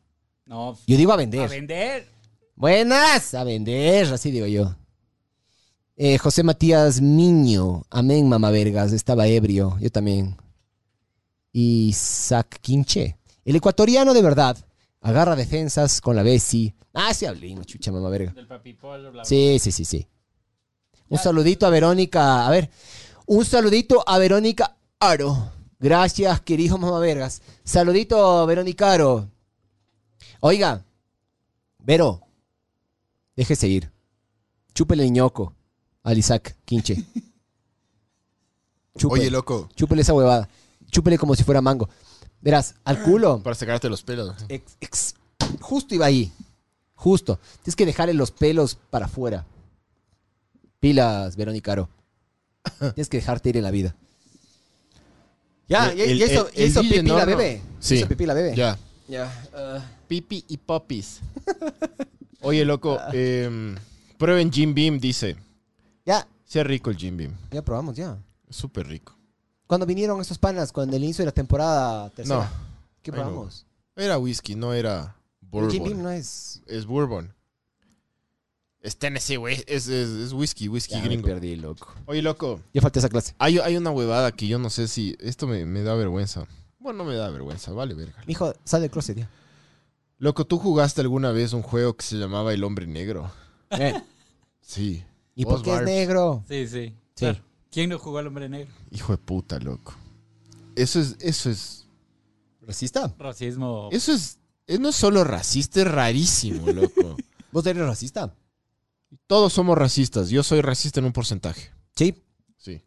Speaker 8: No,
Speaker 3: Yo digo a vender.
Speaker 8: a vender.
Speaker 3: Buenas, a vender, así digo yo. Eh, José Matías Miño, amén, mamá vergas, estaba ebrio, yo también. Isaac Quinche, el ecuatoriano de verdad, agarra defensas con la Bessi. Ah, sí, hablemos, chucha, mamá verga.
Speaker 8: Del papi pollo, bla, bla.
Speaker 3: Sí, sí, sí, sí. Un saludito a Verónica. A ver, un saludito a Verónica Aro. Gracias, querido mamá vergas. Saludito, Verónica Aro. Oiga, Vero, déjese ir. Chúpele el ñoco al Isaac Quinche. Chúpele,
Speaker 2: Oye, loco,
Speaker 3: chúpele esa huevada. Chúpele como si fuera mango. Verás, al culo.
Speaker 2: para sacarte los pelos.
Speaker 3: Ex- ex- justo iba ahí. Justo. Tienes que dejarle los pelos para afuera. Pilas, Verónica Aro. Tienes que dejarte ir en la vida. Ya,
Speaker 2: El-
Speaker 3: y, y
Speaker 2: el-
Speaker 3: eso,
Speaker 2: el-
Speaker 3: y eso
Speaker 2: el DJ
Speaker 3: pipí la
Speaker 2: no, no.
Speaker 3: bebé.
Speaker 2: Sí.
Speaker 3: Eso pipí la bebé.
Speaker 2: Ya.
Speaker 3: Ya, ah.
Speaker 2: Pipi y popis. <laughs> Oye, loco, em, prueben Jim Beam, dice.
Speaker 3: ya,
Speaker 2: Sea rico el Jim Beam.
Speaker 3: ya probamos, ya.
Speaker 2: Es Súper rico.
Speaker 3: Cuando vinieron esos panas, cuando el inicio de la temporada tercera,
Speaker 2: No,
Speaker 3: ¿qué
Speaker 2: ay, no.
Speaker 3: probamos?
Speaker 2: era whisky, no era
Speaker 3: El Jim
Speaker 2: bourbon.
Speaker 3: Beam no es...
Speaker 2: Es bourbon. Es Tennessee, güey. Es, es- es whisky, whisky
Speaker 3: Ya, me
Speaker 2: gringo.
Speaker 3: perdí, loco.
Speaker 2: Oye, loco,
Speaker 3: Yo falté a esa clase.
Speaker 2: hay, hay una huevada que yo no sé si... Esto me, me da vergüenza. Bueno, no me da vergüenza, vale verga.
Speaker 3: Mijo, sal del closet
Speaker 2: <laughs>
Speaker 3: ya.
Speaker 2: Loco, ¿tú jugaste alguna vez un juego que se llamaba El Hombre Negro? Sí.
Speaker 3: ¿Y
Speaker 2: Vos,
Speaker 3: por qué es
Speaker 2: Barbs.
Speaker 3: negro?
Speaker 8: Sí, sí.
Speaker 3: Sí.
Speaker 8: Claro. ¿Quién no jugó al hombre negro?
Speaker 2: Hijo de puta, loco. Eso es... Eso es...
Speaker 3: ¿Racista?
Speaker 8: Racismo.
Speaker 2: Eso es... es no es solo racista, es
Speaker 3: <laughs>
Speaker 2: rarísimo, loco.
Speaker 3: ¿Vos eres racista?
Speaker 2: Todos somos racistas. Yo soy racista en un porcentaje.
Speaker 3: Sí,
Speaker 2: Sí.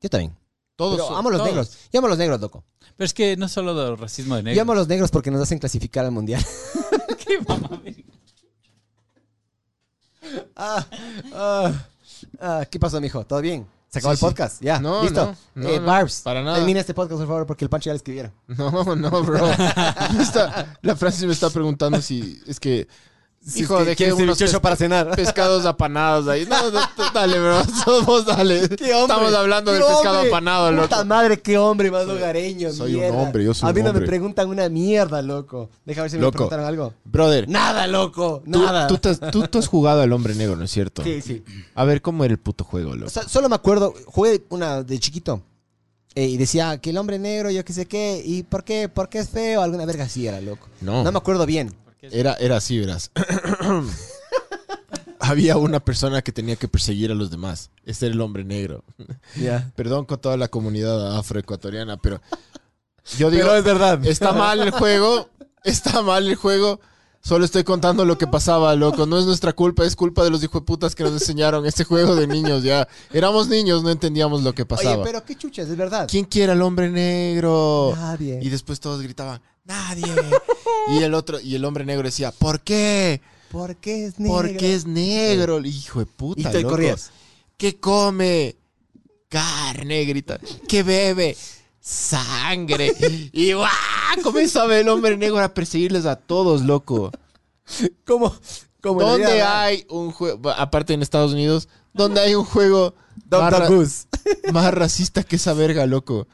Speaker 3: yo también.
Speaker 2: Todos
Speaker 3: Pero
Speaker 2: so-
Speaker 3: amo a los
Speaker 2: todos.
Speaker 3: negros. Yo amo a los negros, loco.
Speaker 8: Pero es que no solo del racismo de
Speaker 3: Yo amo
Speaker 8: negro.
Speaker 3: a los negros porque nos hacen clasificar al mundial. <laughs>
Speaker 8: ¿Qué mamá?
Speaker 3: ah, ah, ah, ¿Qué pasó, mijo? ¿Todo bien? ¿Se acabó
Speaker 2: Sí,
Speaker 3: el
Speaker 2: sí.
Speaker 3: podcast? Ya,
Speaker 2: No,
Speaker 3: listo.
Speaker 2: no, no,
Speaker 3: Eh,
Speaker 2: no,
Speaker 3: Barbs,
Speaker 2: para nada.
Speaker 3: termina este podcast, por favor, porque el Pancho ya lo escribieron.
Speaker 2: <laughs> No, no, bro. Me está- la Francis me está preguntando si es que. hijo,
Speaker 3: de
Speaker 2: dejé unos pes-
Speaker 3: para cenar.
Speaker 2: <laughs> pescados apanados ahí. No, no, tú dale, bro. <laughs> Somos, dale. Estamos
Speaker 3: <laughs>
Speaker 2: hablando
Speaker 3: ¡Qué
Speaker 2: del pescado
Speaker 3: hombre!
Speaker 2: apanado, loco.
Speaker 3: Puta madre, qué hombre más hogareño,
Speaker 2: soy un
Speaker 3: mierda.
Speaker 2: hombre, yo soy
Speaker 3: A mí
Speaker 2: un
Speaker 3: no me
Speaker 2: hombre.
Speaker 3: preguntan una mierda, loco. Deja ver si me
Speaker 2: Loco.
Speaker 3: preguntaron algo.
Speaker 2: Brother,
Speaker 3: Nada, loco,
Speaker 2: tú,
Speaker 3: nada.
Speaker 2: tú, te has, tú- tú has jugado al hombre negro, ¿no es cierto?
Speaker 3: sí, sí.
Speaker 2: A ver, ¿cómo era el puto juego,
Speaker 3: O
Speaker 2: loco?
Speaker 3: sea, solo me acuerdo, jugué una de chiquito. eh, y decía que el hombre negro, yo qué sé qué, y por qué, por qué es feo, alguna verga así era, loco.
Speaker 2: No.
Speaker 3: No me acuerdo bien.
Speaker 2: Era, era así, verás. <coughs> Había una persona que tenía que perseguir a los demás. Este era el hombre negro.
Speaker 3: Ya.
Speaker 2: Perdón con toda la comunidad afroecuatoriana, pero yo digo,
Speaker 3: Pero
Speaker 2: eh,
Speaker 3: es verdad.
Speaker 2: Está mal el juego. Está mal el juego. Solo estoy contando lo que pasaba, loco. No es nuestra culpa, es culpa de los hijueputas que nos enseñaron este juego de niños. Ya éramos niños, no entendíamos lo que pasaba.
Speaker 3: Oye, pero qué chuchas, es verdad.
Speaker 2: ¿Quién quiere al hombre negro?
Speaker 3: Nadie.
Speaker 2: Y después todos gritaban,
Speaker 3: <laughs>
Speaker 2: nadie. y el otro, y el hombre negro decía, ¿por qué?
Speaker 3: ¿Por qué es negro?
Speaker 2: ¿Por qué es negro? Hijo de puta.
Speaker 3: Y te
Speaker 2: loco.
Speaker 3: corrías.
Speaker 2: ¿Qué come? Carne, grita. ¿Qué bebe? Sangre. Y ¡guau! comenzaba el hombre negro a perseguirles a todos, loco.
Speaker 3: ¿Cómo? cómo en la
Speaker 2: ¿Dónde
Speaker 3: vida
Speaker 2: hay un juego, aparte en Estados Unidos, donde hay un juego
Speaker 3: real?
Speaker 2: más,
Speaker 3: Dr.
Speaker 2: ra-
Speaker 3: Goose.
Speaker 2: más racista que esa verga, loco?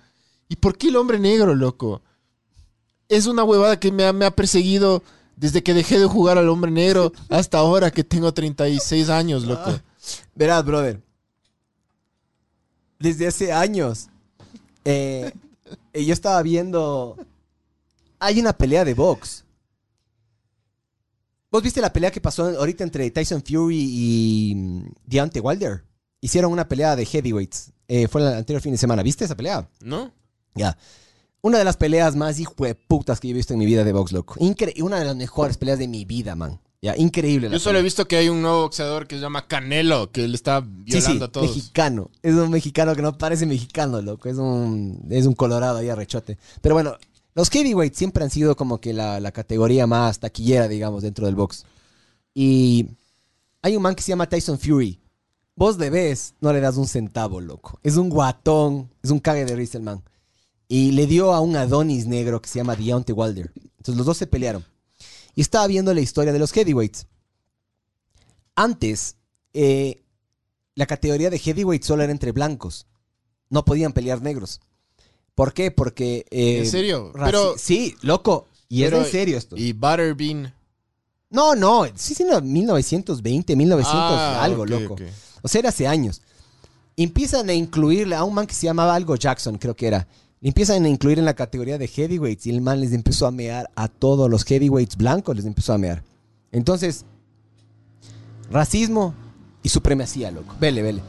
Speaker 2: ¿Y por qué el hombre negro, loco? es una huevada que me ha, me ha perseguido desde que dejé de jugar al hombre negro hasta ahora que tengo 36 años, loco.
Speaker 3: Verás, brother. Desde hace años. eh, eh, yo estaba viendo. Hay una pelea de box. ¿Vos viste la pelea que pasó ahorita entre Tyson Fury y mm, Deontay Wilder? Hicieron una pelea de heavyweights. Eh, fue el anterior fin de semana. ¿Viste esa pelea?
Speaker 2: ¿No?
Speaker 3: Ya. Una de las peleas más hijo de putas que yo he visto en mi vida de box, loco. Incre- una de las mejores peleas de mi vida, man. Ya, increíble. la
Speaker 2: Yo solo
Speaker 3: pelea.
Speaker 2: he visto que hay un nuevo boxeador que se llama Canelo, que le está
Speaker 3: Sí,
Speaker 2: violando
Speaker 3: sí,
Speaker 2: a todos.
Speaker 3: mexicano. Es un mexicano que no parece mexicano, loco. Es un, es un colorado ahí arrechote. Pero bueno, los heavyweights siempre han sido como que la, la categoría más taquillera, digamos, dentro del box. Y hay un man que se llama Tyson Fury. Vos le ves, no le das un centavo, loco. Es un guatón, es un cague de risa el man. Y le dio a un Adonis negro que se llama Deontay Wilder. Entonces los dos se pelearon. Y estaba viendo la historia de los heavyweights. Antes, eh, la categoría de heavyweight solo era entre blancos. No podían pelear negros. ¿Por qué? Porque... eh,
Speaker 2: ¿En serio?
Speaker 3: raci-
Speaker 2: Pero,
Speaker 3: sí, loco. Y
Speaker 2: Pero-
Speaker 3: es en serio esto.
Speaker 2: y Butterbean.
Speaker 3: No, no, sí, sí, no, 1920, 1900,
Speaker 2: Ah,
Speaker 3: Pues algo,
Speaker 2: ok,
Speaker 3: loco.
Speaker 2: ok.
Speaker 3: O sea, era hace años. Empiezan a incluirle a un man que se llamaba algo Jackson, creo que era. Le empiezan a incluir en la categoría de heavyweights y el man les empezó a mear a todos los heavyweights blancos, les empezó a mear. Entonces, racismo y supremacía, loco. Vele, vele.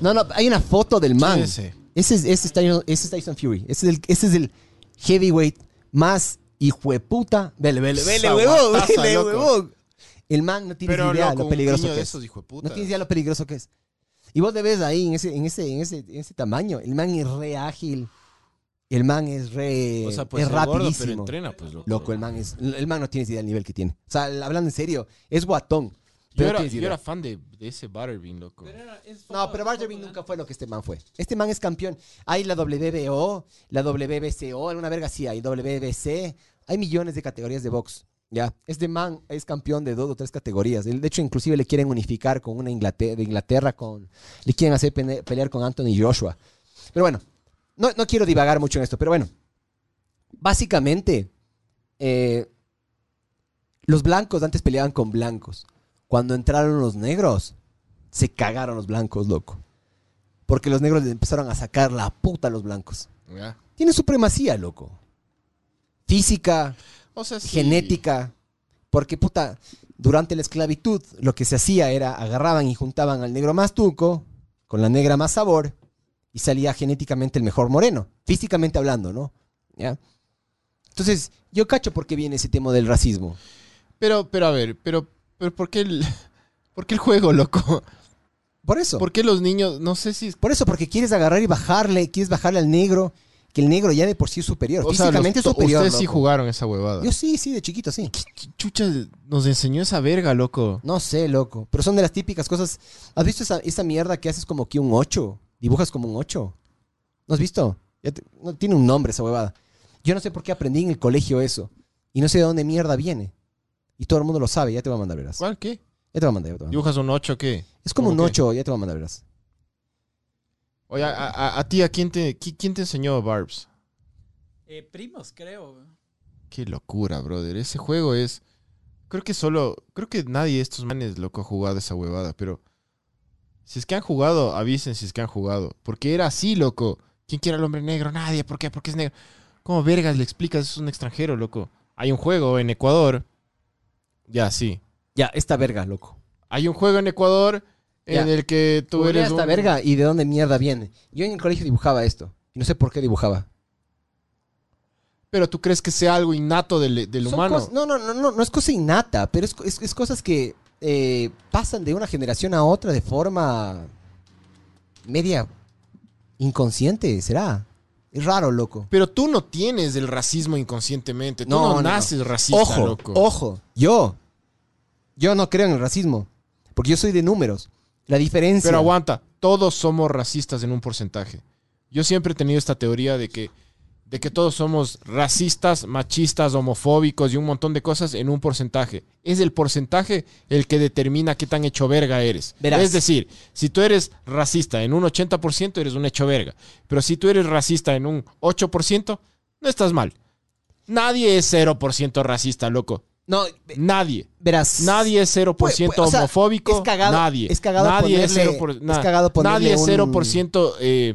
Speaker 3: No, no, hay una foto del man.
Speaker 2: ese?
Speaker 3: Ese es, ese es Tyson, ese es Tyson Fury. Ese es el, ese es el heavyweight más hijo de puta. Vele, vele, vele,
Speaker 2: Esa
Speaker 3: huevón,
Speaker 2: guataza,
Speaker 3: vele,
Speaker 2: loco.
Speaker 3: huevón. El man no tiene
Speaker 2: Pero
Speaker 3: idea
Speaker 2: loco,
Speaker 3: lo
Speaker 2: un
Speaker 3: peligroso
Speaker 2: niño
Speaker 3: que
Speaker 2: de
Speaker 3: es.
Speaker 2: esos, hijo de puta.
Speaker 3: No tienes idea lo peligroso que es. Y vos te ves ahí en ese, en ese, en ese, en ese tamaño. El man es re ágil. El man es re.
Speaker 9: O sea, pues
Speaker 3: es
Speaker 9: es gordo, pero
Speaker 3: rapidísimo.
Speaker 9: entrena, pues loco.
Speaker 3: Loco, el man es. El man no tienes idea del nivel que tiene. O sea, hablando en serio, es guatón.
Speaker 9: Yo
Speaker 3: Pero
Speaker 9: era,
Speaker 3: no tienes
Speaker 9: yo
Speaker 3: idea.
Speaker 9: era fan de, de ese Butterbean, loco.
Speaker 8: Pero era- es foto-
Speaker 3: No, pero
Speaker 8: foto
Speaker 3: Barterbean
Speaker 8: blanca.
Speaker 3: nunca fue lo que este man fue. Este man es campeón. Hay la WBO, la WBCO, alguna verga sí hay, WBC. Hay millones de categorías de box. Ya, este man es campeón de dos o tres categorías. Él, De hecho, inclusive le quieren unificar con una Inglaterra, de Inglaterra con, le quieren hacer pene- pelear con Anthony Joshua. Pero bueno, no, no quiero divagar mucho en esto, pero bueno. Básicamente, eh, los blancos antes peleaban con blancos. Cuando entraron los negros, se cagaron los blancos, loco. Porque los negros les empezaron a sacar la puta a los blancos.
Speaker 2: Ya.
Speaker 3: Tiene supremacía, loco. Física,
Speaker 2: O sea, sí.
Speaker 3: genética. Porque, puta, durante la esclavitud lo que se hacía era agarraban y juntaban al negro más tuco con la negra más sabor y salía genéticamente el mejor moreno, físicamente hablando, ¿no? ¿Ya? Entonces, yo cacho por qué viene ese tema del racismo.
Speaker 2: Pero, pero a ver, pero, pero ¿por qué el, <laughs> por qué el juego, loco?
Speaker 3: Por eso.
Speaker 2: ¿Por qué los niños? No sé si.
Speaker 3: Por eso, porque quieres agarrar y bajarle, quieres bajarle al negro, que el negro ya de por sí es superior.
Speaker 2: o sea,
Speaker 3: Físicamente
Speaker 2: los-
Speaker 3: es superior.
Speaker 2: Ustedes sí
Speaker 3: loco.
Speaker 2: jugaron esa huevada.
Speaker 3: Yo sí, sí, de chiquito, sí.
Speaker 2: ¿Qué chucha nos enseñó esa verga, loco?
Speaker 3: No sé, loco. Pero son de las típicas cosas. ¿Has visto esa, esa mierda que haces como que un 8? Dibujas como un 8. ¿No has visto? Ya te- no, tiene un nombre esa huevada. Yo no sé por qué aprendí en el colegio eso. Y no sé de dónde mierda viene. Y todo el mundo lo sabe. Ya te voy a mandar, verás. Ya
Speaker 2: ¿Cuál qué?
Speaker 3: te voy a mandar, ya te voy a mandar.
Speaker 2: ¿Dibujas un 8 qué?
Speaker 3: Es como un
Speaker 2: ¿Cómo qué?
Speaker 3: 8, ya te voy a mandar, verás.
Speaker 2: Oye, a, a- a ti, ¿a quién te, qui- quién te enseñó Barbs?
Speaker 8: Eh, primos, creo.
Speaker 2: Qué locura, brother. Ese juego es. Creo que solo. Creo que nadie de estos manes, loco, ha jugado esa huevada, pero. Si es que han jugado, avisen si es que han jugado. Porque era así, loco. ¿Quién quiere al hombre negro? Nadie. ¿Por qué? Porque es negro. ¿Cómo vergas le explicas? Es un extranjero, loco. Hay un juego en Ecuador. Ya, sí.
Speaker 3: Ya, esta verga, loco.
Speaker 2: Hay un juego en Ecuador en
Speaker 3: Ya.
Speaker 2: el que tú
Speaker 3: Googleé
Speaker 2: eres.
Speaker 3: esta
Speaker 2: un-
Speaker 3: verga y de dónde mierda viene. Yo en el colegio dibujaba esto. Y no sé por qué dibujaba.
Speaker 2: Pero tú crees que sea algo innato del, del
Speaker 3: Son
Speaker 2: humano.
Speaker 3: cos- no, no, no, no, no es cosa innata, pero es, co- es- es cosas que eh, pasan de una generación a otra de forma media inconsciente, ¿será? Es raro, loco.
Speaker 2: Pero tú no tienes el racismo inconscientemente. Tú
Speaker 3: No,
Speaker 2: no,
Speaker 3: no, no.
Speaker 2: naces racista,
Speaker 3: Ojo,
Speaker 2: loco.
Speaker 3: ojo, yo. Yo no creo en el racismo, porque yo soy de números. La diferencia...
Speaker 2: Pero aguanta, todos somos racistas en un porcentaje. Yo siempre he tenido esta teoría de que, de que todos somos racistas, machistas, homofóbicos y un montón de cosas en un porcentaje. Es el porcentaje el que determina qué tan hecho verga eres.
Speaker 3: Verás.
Speaker 2: Es decir, si tú eres racista en un 80%, eres un hecho verga. Pero si tú eres racista en un 8%, no estás mal. Nadie es 0% racista, loco.
Speaker 3: No,
Speaker 2: Nadie.
Speaker 3: verás.
Speaker 2: Nadie es 0%
Speaker 3: Pues, pues, o sea,
Speaker 2: homofóbico.
Speaker 3: es cagado-
Speaker 2: nadie.
Speaker 3: es cagado
Speaker 2: nadie es
Speaker 3: ponerle-
Speaker 2: 0%,
Speaker 3: es
Speaker 2: na-
Speaker 3: cagado ponerle
Speaker 2: nadie es
Speaker 3: un-
Speaker 2: 0% eh,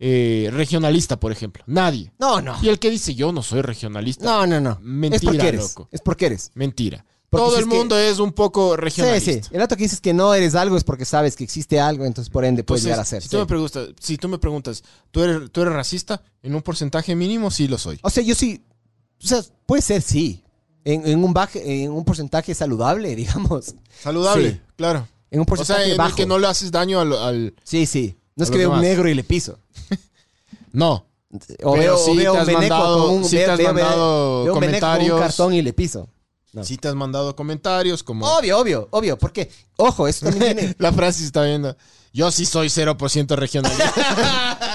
Speaker 2: eh, regionalista, por ejemplo. Nadie.
Speaker 3: No, no.
Speaker 2: Y el que dice yo no soy regionalista.
Speaker 3: No, no, no. es
Speaker 2: Mentira,
Speaker 3: porque eres.
Speaker 2: loco.
Speaker 3: Es porque eres.
Speaker 2: Mentira.
Speaker 3: Porque
Speaker 2: Todo
Speaker 3: si
Speaker 2: el
Speaker 3: es que-
Speaker 2: mundo es un poco
Speaker 3: Sí,
Speaker 2: regionalista.
Speaker 3: sí. El rato que dices que no eres algo es porque sabes que existe algo, entonces por ende puedes
Speaker 2: Entonces,
Speaker 3: llegar a ser.
Speaker 2: Si
Speaker 3: sí.
Speaker 2: tú, me preguntas, si tú me preguntas, ¿tú eres, ¿tú eres racista? En un porcentaje mínimo sí lo soy.
Speaker 3: O sea, yo sí. O sea, puede ser sí. En, en un baje, en un porcentaje saludable, <laughs> digamos.
Speaker 2: Saludable,
Speaker 3: Sí.
Speaker 2: claro.
Speaker 3: En un
Speaker 2: O sea,
Speaker 3: porcentaje
Speaker 2: en el
Speaker 3: bajo.
Speaker 2: que no le haces daño al... al-
Speaker 3: Sí, sí. No es
Speaker 2: A
Speaker 3: que
Speaker 2: los
Speaker 3: veo un
Speaker 2: demás.
Speaker 3: negro y le piso.
Speaker 2: No,
Speaker 3: O
Speaker 2: Pero
Speaker 3: veo,
Speaker 2: sí
Speaker 3: o veo
Speaker 2: te has
Speaker 3: un veneco
Speaker 2: mandado-
Speaker 3: con un,
Speaker 2: sí te has mandado
Speaker 3: veo un veneco con
Speaker 2: comentarios.
Speaker 3: un cartón y le piso. No.
Speaker 2: si te has mandado comentarios como...
Speaker 3: Obvio, obvio, obvio. Porque, ojo, eso también
Speaker 2: <laughs>
Speaker 3: tiene...
Speaker 2: La frase está viendo. Yo sí soy 0% regionalista.
Speaker 3: <laughs>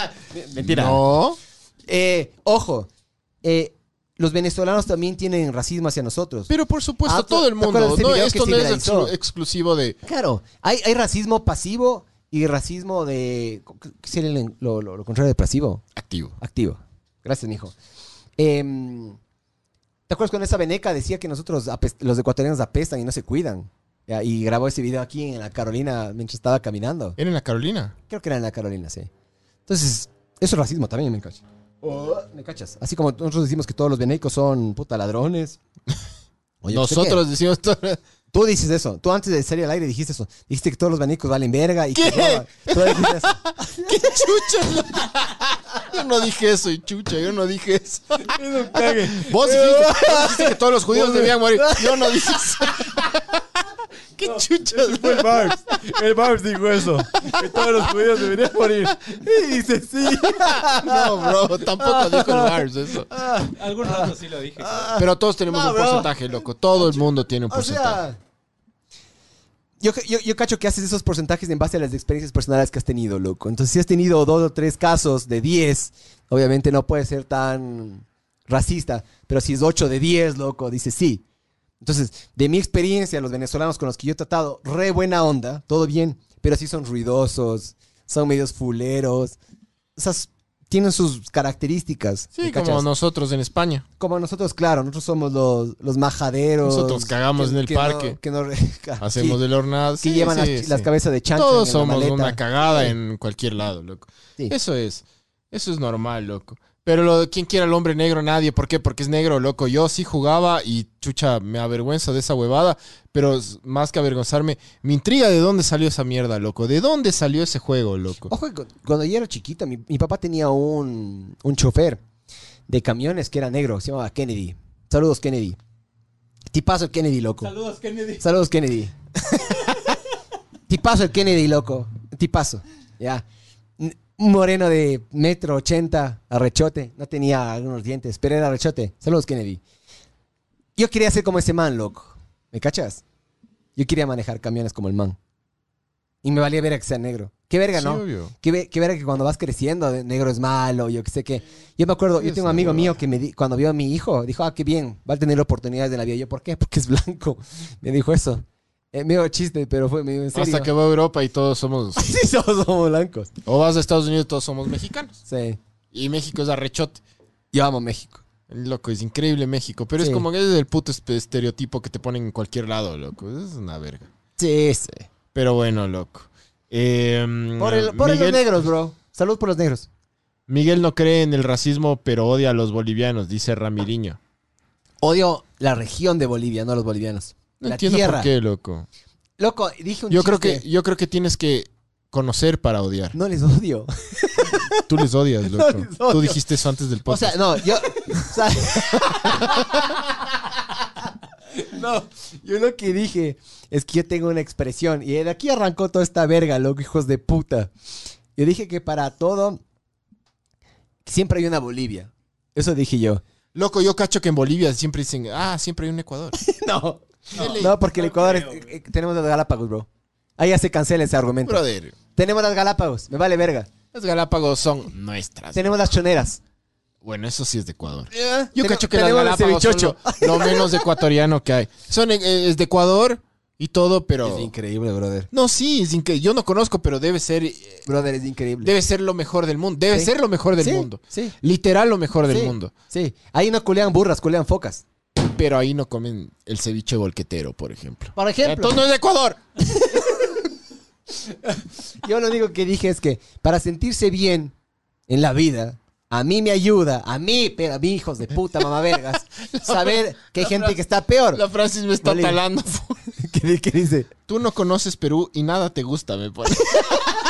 Speaker 3: Mentira.
Speaker 2: No.
Speaker 3: Eh, ojo, eh, los venezolanos también tienen racismo hacia nosotros.
Speaker 2: Pero por supuesto,
Speaker 3: Ah, ¿te-
Speaker 2: todo el
Speaker 3: te acuerdas
Speaker 2: mundo.
Speaker 3: de ese
Speaker 2: No,
Speaker 3: video
Speaker 2: esto
Speaker 3: que
Speaker 2: no
Speaker 3: se
Speaker 2: es
Speaker 3: viralizó?
Speaker 2: exclu- exclusivo de...
Speaker 3: Claro, hay, hay racismo pasivo y racismo de... ¿Qué sería el- lo, lo- lo contrario de pasivo?
Speaker 2: Activo.
Speaker 3: Activo. Gracias, mijo. Em, ¿Te acuerdas cuando esa veneca decía que nosotros, apest- los ecuatorianos apestan y no se cuidan? Ya, Y grabó ese video aquí en la Carolina mientras estaba caminando.
Speaker 2: ¿Era en la Carolina?
Speaker 3: Creo que era en la Carolina, sí. Entonces, eso es racismo también, me cachas. ¿Me cachas? Así como nosotros decimos que todos los venecos son puta ladrones. <laughs> O yo pues, qué sé qué.
Speaker 2: Nosotros decimos... todo-
Speaker 3: Tú dices eso. Tú antes de salir al aire dijiste eso. Dijiste que todos los venecos valen verga y que roban. Tú dijiste eso.
Speaker 2: <laughs> ¡Qué chucha! Yo no dije eso, y chucha, yo no dije eso. Vos dijiste, vos dijiste que todos los judíos debían morir. Yo no
Speaker 3: <laughs>
Speaker 2: dije eso. ¡Qué chucha!
Speaker 10: Fue el Barbs. El Barbs dijo eso. Que todos los judíos deberían morir. Y dice sí.
Speaker 2: No, bro, tampoco dijo el Lars eso.
Speaker 8: Algún
Speaker 2: Ah.
Speaker 8: rato sí lo dije.
Speaker 2: Pero todos tenemos
Speaker 3: No,
Speaker 2: un
Speaker 3: bro.
Speaker 2: porcentaje, loco. Todo el mundo tiene un
Speaker 3: O
Speaker 2: porcentaje.
Speaker 3: sea... Yo, yo, yo cacho que haces esos porcentajes en base a las experiencias personales que has tenido, loco. Entonces, si has tenido dos o tres casos de 10, obviamente no puedes ser tan racista. Pero si es 8 de 10, loco, dices sí. Entonces, de mi experiencia, los venezolanos con los que yo he tratado, re buena onda, todo bien, pero sí son ruidosos, son medios fuleros. O sea, s- tienen sus características.
Speaker 2: sí,
Speaker 3: ¿me
Speaker 2: como
Speaker 3: cachas?
Speaker 2: nosotros en España.
Speaker 3: Como nosotros, claro, nosotros somos los, los majaderos.
Speaker 2: Nosotros cagamos en el
Speaker 3: no-
Speaker 2: parque.
Speaker 3: que no re- <laughs>
Speaker 2: Hacemos
Speaker 3: que,
Speaker 2: el hornado.
Speaker 3: que
Speaker 2: Sí,
Speaker 3: llevan
Speaker 2: sí,
Speaker 3: las,
Speaker 2: sí.
Speaker 3: las cabezas de chancho.
Speaker 2: Todos
Speaker 3: en la
Speaker 2: somos
Speaker 3: maleta.
Speaker 2: una cagada en cualquier lado, loco.
Speaker 3: Sí.
Speaker 2: Eso es. Eso es normal, loco. Pero lo de quien quiera al hombre negro, nadie. ¿Por qué? Porque es negro, loco. Yo sí jugaba y chucha, me avergüenza de esa huevada. Pero s- más que avergonzarme, me intriga de dónde salió esa mierda, loco. ¿De dónde salió ese juego, loco?
Speaker 3: Ojo, cu- cuando yo era chiquito, mi, mi papá tenía un, un chofer de camiones que era negro, se llamaba Kennedy. Saludos, Kennedy. Tipazo el Kennedy, loco.
Speaker 8: Saludos, Kennedy.
Speaker 3: Saludos, Kennedy. Tipazo el Kennedy, loco. Tipazo. Ya. N- Un moreno de metro ochenta, arrechote. No tenía algunos dientes, pero era arrechote. Saludos, Kennedy. Yo quería ser como ese man, loco. ¿Me cachas? Yo quería manejar camiones como el man. Y me valía verga que sea negro. Qué verga,
Speaker 2: Sí,
Speaker 3: ¿no?
Speaker 2: obvio.
Speaker 3: Qué, ve- qué verga que cuando vas creciendo, de- negro es malo, yo qué sé qué. Yo me acuerdo,
Speaker 2: Sí,
Speaker 3: yo
Speaker 2: es
Speaker 3: tengo un
Speaker 2: una
Speaker 3: amigo
Speaker 2: huevada.
Speaker 3: mío que me di- cuando vio a mi hijo, dijo, ah, qué bien, va a tener oportunidades de la vida. Yo, ¿por qué? <laughs> Porque es blanco. Me dijo eso. Eh, medio chiste, pero fue medio en serio.
Speaker 2: Hasta que va a Europa y todos somos.
Speaker 3: <laughs> Sí, todos somos blancos.
Speaker 2: o vas a Estados Unidos, todos somos mexicanos.
Speaker 3: Sí.
Speaker 2: Y México es arrechote.
Speaker 3: Yo amo México.
Speaker 2: Loco, es increíble México. Pero
Speaker 3: Sí.
Speaker 2: es como que es el puto espe- estereotipo que te ponen en cualquier lado, loco. Es una verga.
Speaker 3: Sí, sí.
Speaker 2: Pero bueno, loco. Em,
Speaker 3: Por, el- por los
Speaker 2: Miguel-
Speaker 3: negros, bro. Salud por los negros.
Speaker 2: Miguel no cree en el racismo, pero odia a los bolivianos, dice Ramiriño.
Speaker 3: Odio la región de Bolivia, no a los bolivianos.
Speaker 2: No
Speaker 3: la
Speaker 2: entiendo
Speaker 3: tierra.
Speaker 2: por qué, loco.
Speaker 3: Loco, dije un
Speaker 2: Yo creo, que,
Speaker 3: chiste.
Speaker 2: yo creo que tienes que conocer para odiar.
Speaker 3: No les odio.
Speaker 2: Tú les
Speaker 3: <laughs>
Speaker 2: odias, loco.
Speaker 3: les odio.
Speaker 2: Tú dijiste eso antes del
Speaker 3: O
Speaker 2: podcast.
Speaker 3: sea, no, <laughs> yo... o sea- no, yo lo que dije es que yo tengo una expresión. Y de aquí arrancó toda esta verga, loco, hijos de puta. Yo dije que para todo siempre hay una Bolivia. Eso dije yo.
Speaker 2: loco, yo cacho que en Bolivia siempre dicen, ah, siempre hay un Ecuador.
Speaker 3: No.
Speaker 2: Dele.
Speaker 3: <laughs> No, porque el
Speaker 8: No
Speaker 3: Ecuador es-
Speaker 8: creo,
Speaker 3: eh, eh, tenemos las Galápagos, bro. Ahí ya se cancela ese argumento.
Speaker 2: Brother,
Speaker 3: Tenemos las Galápagos, me vale verga.
Speaker 2: las Galápagos son nuestras.
Speaker 3: Tenemos las choneras.
Speaker 2: Bueno, eso sí es de Ecuador.
Speaker 3: Eh, Yo
Speaker 2: Yo cacho que las Galápagos son lo, lo menos ecuatoriano que hay. Son eh, es de Ecuador, y todo, pero...
Speaker 3: Es increíble, brother.
Speaker 2: No, sí, es increíble. Yo no conozco, pero debe ser, eh,
Speaker 3: Brother, es increíble.
Speaker 2: debe ser lo mejor del mundo. Debe
Speaker 3: Sí.
Speaker 2: ser lo mejor del
Speaker 3: Sí,
Speaker 2: mundo.
Speaker 3: Sí,
Speaker 2: Literal lo mejor del
Speaker 3: Sí.
Speaker 2: mundo.
Speaker 3: sí. Ahí no culean burras, culean focas.
Speaker 2: Pero ahí no comen el ceviche volquetero, por ejemplo.
Speaker 3: Por ejemplo,
Speaker 2: Entonces no es de Ecuador.
Speaker 3: yo lo único que dije es que para sentirse bien en la vida, a mí me ayuda, a mí, pero a mí, hijos de puta, mamá
Speaker 2: <laughs>
Speaker 3: vergas, saber que hay gente que está peor.
Speaker 2: La Francis me está
Speaker 3: Bolivia.
Speaker 2: talando.
Speaker 3: <laughs>
Speaker 2: <laughs>
Speaker 3: ¿Qué, di- qué dice?
Speaker 2: Tú no conoces Perú y nada te gusta, me pone. <laughs>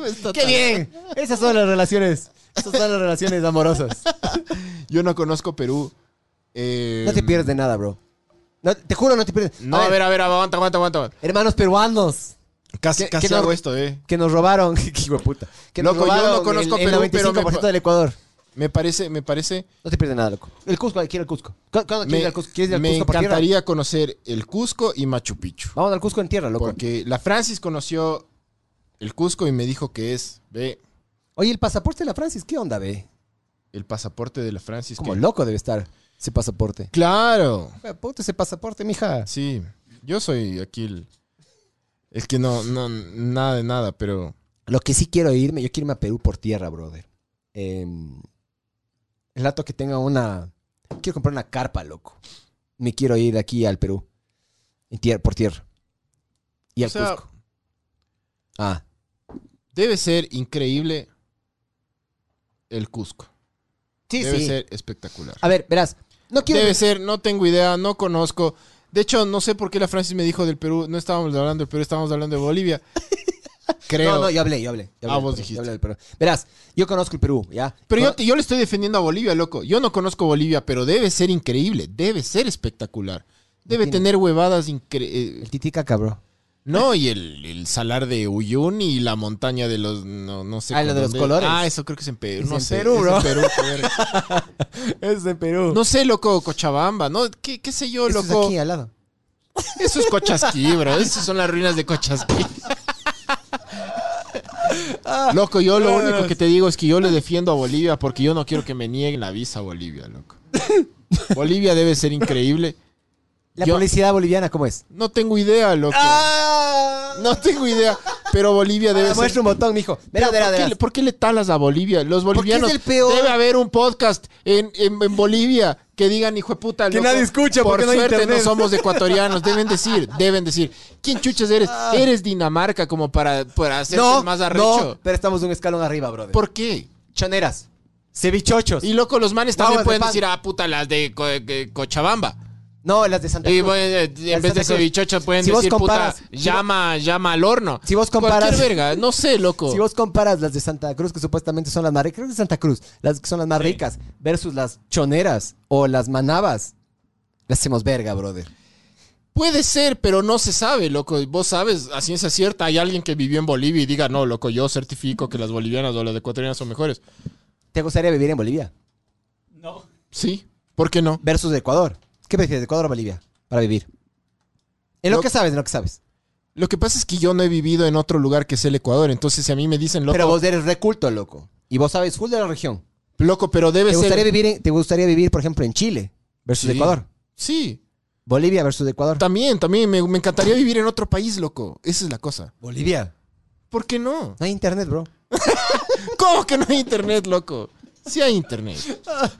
Speaker 2: Me está
Speaker 3: ¡Qué bien! Esas son las relaciones. Esas son las relaciones
Speaker 2: <laughs>
Speaker 3: amorosas.
Speaker 2: tal- Yo no conozco Perú. Eh,
Speaker 3: No te pierdes de nada, bro. No, te juro, no te pierdes.
Speaker 2: No, a ver, a ver, aguanta, aguanta, aguanta. aguanta.
Speaker 3: Hermanos peruanos
Speaker 2: Casi,
Speaker 3: ¿Qué-
Speaker 2: casi
Speaker 3: qué no-
Speaker 2: hago esto, eh.
Speaker 3: que nos robaron. <laughs> ¡Qué hijo de puta! Que
Speaker 2: Loco, yo no conozco
Speaker 3: el, el
Speaker 2: Perú, pero me
Speaker 3: 95%
Speaker 2: pa-
Speaker 3: del Ecuador.
Speaker 2: Me parece, me parece.
Speaker 3: No te pierdes nada, loco. El Cusco, quiero el Cusco. ¿Cu- ¿Cuándo quieres
Speaker 2: Me,
Speaker 3: ir al Cusco? ¿Quieres ir al
Speaker 2: me
Speaker 3: Cusco por tierra?
Speaker 2: encantaría conocer el Cusco y Machu Picchu.
Speaker 3: Vamos al Cusco en tierra, loco.
Speaker 2: Porque la Francis conoció el Cusco y me dijo que es, ve,
Speaker 3: Oye, el pasaporte de la Francis, ¿qué onda, ve?
Speaker 2: el pasaporte de la Francis.
Speaker 3: Como
Speaker 2: que-
Speaker 3: loco debe estar ese pasaporte.
Speaker 2: Claro.
Speaker 3: Hijo de Puta ese pasaporte, mija.
Speaker 2: Sí, yo soy aquí el, el que no, no, nada de nada, pero
Speaker 3: Lo que sí quiero irme, yo quiero irme a Perú por tierra, brother. Eh, el dato que tenga una. Quiero comprar una carpa, loco. Me quiero ir de aquí al Perú. En tier- por tierra. Y
Speaker 2: O
Speaker 3: al
Speaker 2: sea-
Speaker 3: Cusco. Ah,
Speaker 2: debe ser increíble el Cusco.
Speaker 3: sí,
Speaker 2: debe
Speaker 3: sí.
Speaker 2: ser espectacular.
Speaker 3: A ver, verás. No quiero.
Speaker 2: Debe ser, no tengo idea, no conozco. De hecho, no sé por qué la Francis me dijo del Perú, no estábamos hablando del Perú, estábamos hablando
Speaker 3: <laughs>
Speaker 2: de Bolivia. Creo.
Speaker 3: No, no, yo hablé, yo hablé. yo hablé
Speaker 2: Ah,
Speaker 3: del
Speaker 2: vos
Speaker 3: Perú, yo
Speaker 2: dijiste.
Speaker 3: hablé del Perú. Verás, yo conozco el Perú, ¿ya?
Speaker 2: Pero
Speaker 3: Cono-
Speaker 2: yo, te- yo le estoy defendiendo a Bolivia, loco. Yo no conozco Bolivia, pero debe ser increíble, debe ser espectacular. Debe
Speaker 3: tiene-
Speaker 2: tener huevadas increíbles.
Speaker 3: El Titicaca, bro.
Speaker 2: No, y el, el salar de Uyuni y la montaña de los. No, no sé.
Speaker 3: Ah, lo de
Speaker 2: dónde-
Speaker 3: los colores.
Speaker 2: Ah, eso creo que es en Perú.
Speaker 3: Es
Speaker 2: no
Speaker 3: en
Speaker 2: sé.
Speaker 3: Perú,
Speaker 2: es
Speaker 3: bro. <laughs>
Speaker 2: en Perú, joder.
Speaker 3: Es de Perú.
Speaker 2: No sé, loco, Cochabamba. No, qué, qué sé yo,
Speaker 3: Eso es
Speaker 2: loco.
Speaker 3: aquí al lado.
Speaker 2: Eso es Cochasquí, bro. Esas son las ruinas de Cochasquí. Loco, yo lo único que te digo es que yo le defiendo a Bolivia porque yo no quiero que me nieguen la visa a Bolivia, loco. Bolivia debe ser increíble.
Speaker 3: La
Speaker 2: Yo-
Speaker 3: publicidad boliviana, ¿cómo es?
Speaker 2: No tengo idea, loco. No tengo idea, pero Bolivia Ah. debe
Speaker 3: Ah,
Speaker 2: ser
Speaker 3: Muestra un botón, mijo. Verás, verás,
Speaker 2: Pero, ¿por, qué,
Speaker 3: verás.
Speaker 2: le- por qué le talas a Bolivia? Los bolivianos.
Speaker 3: es el peor?
Speaker 2: Debe haber un podcast en, en- en Bolivia que digan, hijo de puta.
Speaker 3: Que nadie escucha
Speaker 2: Por
Speaker 3: porque no hay
Speaker 2: suerte
Speaker 3: internet".
Speaker 2: no
Speaker 3: <laughs>
Speaker 2: somos ecuatorianos. Deben decir, deben decir. ¿Quién chuchas eres? Eres Dinamarca como para, para hacerte el más arrecho.
Speaker 3: Ah. No, pero estamos un escalón arriba, brother.
Speaker 2: ¿Por qué?
Speaker 3: choneras, cevichochos.
Speaker 2: Y loco, los manes
Speaker 3: Guaguas
Speaker 2: también
Speaker 3: de
Speaker 2: pueden
Speaker 3: pan.
Speaker 2: decir, ah, puta, las de Co- eh, Cochabamba.
Speaker 3: No, las de Santa
Speaker 2: Y
Speaker 3: Cruz.
Speaker 2: bueno, eh, en vez
Speaker 3: Santa
Speaker 2: de
Speaker 3: Cruz.
Speaker 2: cevichocha pueden
Speaker 3: Si vos
Speaker 2: decir,
Speaker 3: comparas-
Speaker 2: puta,
Speaker 3: si vos-
Speaker 2: llama, llama al horno.
Speaker 3: Si vos comparas-
Speaker 2: Cualquier verga, no sé, loco.
Speaker 3: Si vos comparas las de Santa Cruz, que supuestamente son las más ricas, creo que es Santa Cruz, las que son las más ricas, versus las choneras o las manabas, las hacemos verga, brother.
Speaker 2: Puede ser, pero no se sabe, loco. Vos sabes, a ciencia cierta, hay alguien que vivió en Bolivia y diga, no, loco, yo certifico que las bolivianas o las ecuatorianas son mejores.
Speaker 3: ¿Te gustaría vivir en Bolivia
Speaker 8: No.
Speaker 2: Sí, ¿por qué no?
Speaker 3: versus Ecuador? ¿Qué prefieres, Ecuador o Bolivia, para vivir? En lo,
Speaker 2: Lo-
Speaker 3: que sabes, en lo que sabes.
Speaker 2: Lo que pasa es que yo no he vivido en otro lugar que es el Ecuador, entonces si a mí me dicen, loco,
Speaker 3: Pero
Speaker 2: pero,
Speaker 3: vos eres reculto, loco. Y vos sabes full de la región.
Speaker 2: loco, pero debe
Speaker 3: ¿Te gustaría,
Speaker 2: ser...
Speaker 3: vivir en- ¿Te gustaría vivir, por ejemplo, en Chile versus
Speaker 2: Sí.
Speaker 3: Ecuador?
Speaker 2: Sí,
Speaker 3: Bolivia versus Ecuador.
Speaker 2: también, también, me, me encantaría vivir en otro país, loco. Esa es la cosa.
Speaker 3: Bolivia.
Speaker 2: ¿Por qué no? <laughs>
Speaker 3: No hay internet, bro.
Speaker 2: ¿Cómo que no hay internet, loco? Sí hay internet.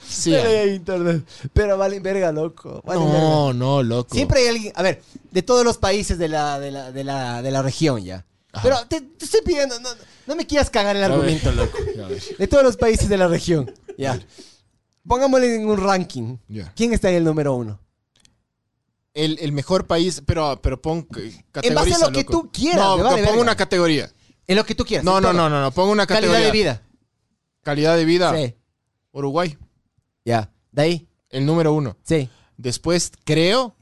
Speaker 2: Sí hay.
Speaker 3: <laughs> internet. Pero valen verga, loco. Valen verga.
Speaker 2: No, no, loco.
Speaker 3: Siempre hay alguien. A ver, de todos los países de la, de la, de la, de la región ya. Pero te, te estoy pidiendo. No, no me quieras cagar el
Speaker 2: A ver,
Speaker 3: argumento, loco.
Speaker 2: a ver.
Speaker 3: De todos los países de la región.
Speaker 2: <laughs>
Speaker 3: Ya. Pongámosle en un ranking.
Speaker 2: Ya.
Speaker 3: ¿Quién está en el número uno?
Speaker 2: el, el mejor país, pero, pero pon eh, categoriza,
Speaker 3: base a lo que
Speaker 2: loco.
Speaker 3: tú quieras,
Speaker 2: No,
Speaker 3: me vale
Speaker 2: no, pongo
Speaker 3: verga.
Speaker 2: una categoría.
Speaker 3: En lo que tú quieras.
Speaker 2: No,
Speaker 3: en
Speaker 2: no,
Speaker 3: todo.
Speaker 2: no, no, no, pongo una
Speaker 3: Calidad
Speaker 2: categoría.
Speaker 3: de vida.
Speaker 2: Calidad de vida.
Speaker 3: Sí.
Speaker 2: Uruguay,
Speaker 3: Ya. De ahí.
Speaker 2: el número uno.
Speaker 3: Sí.
Speaker 2: Después creo,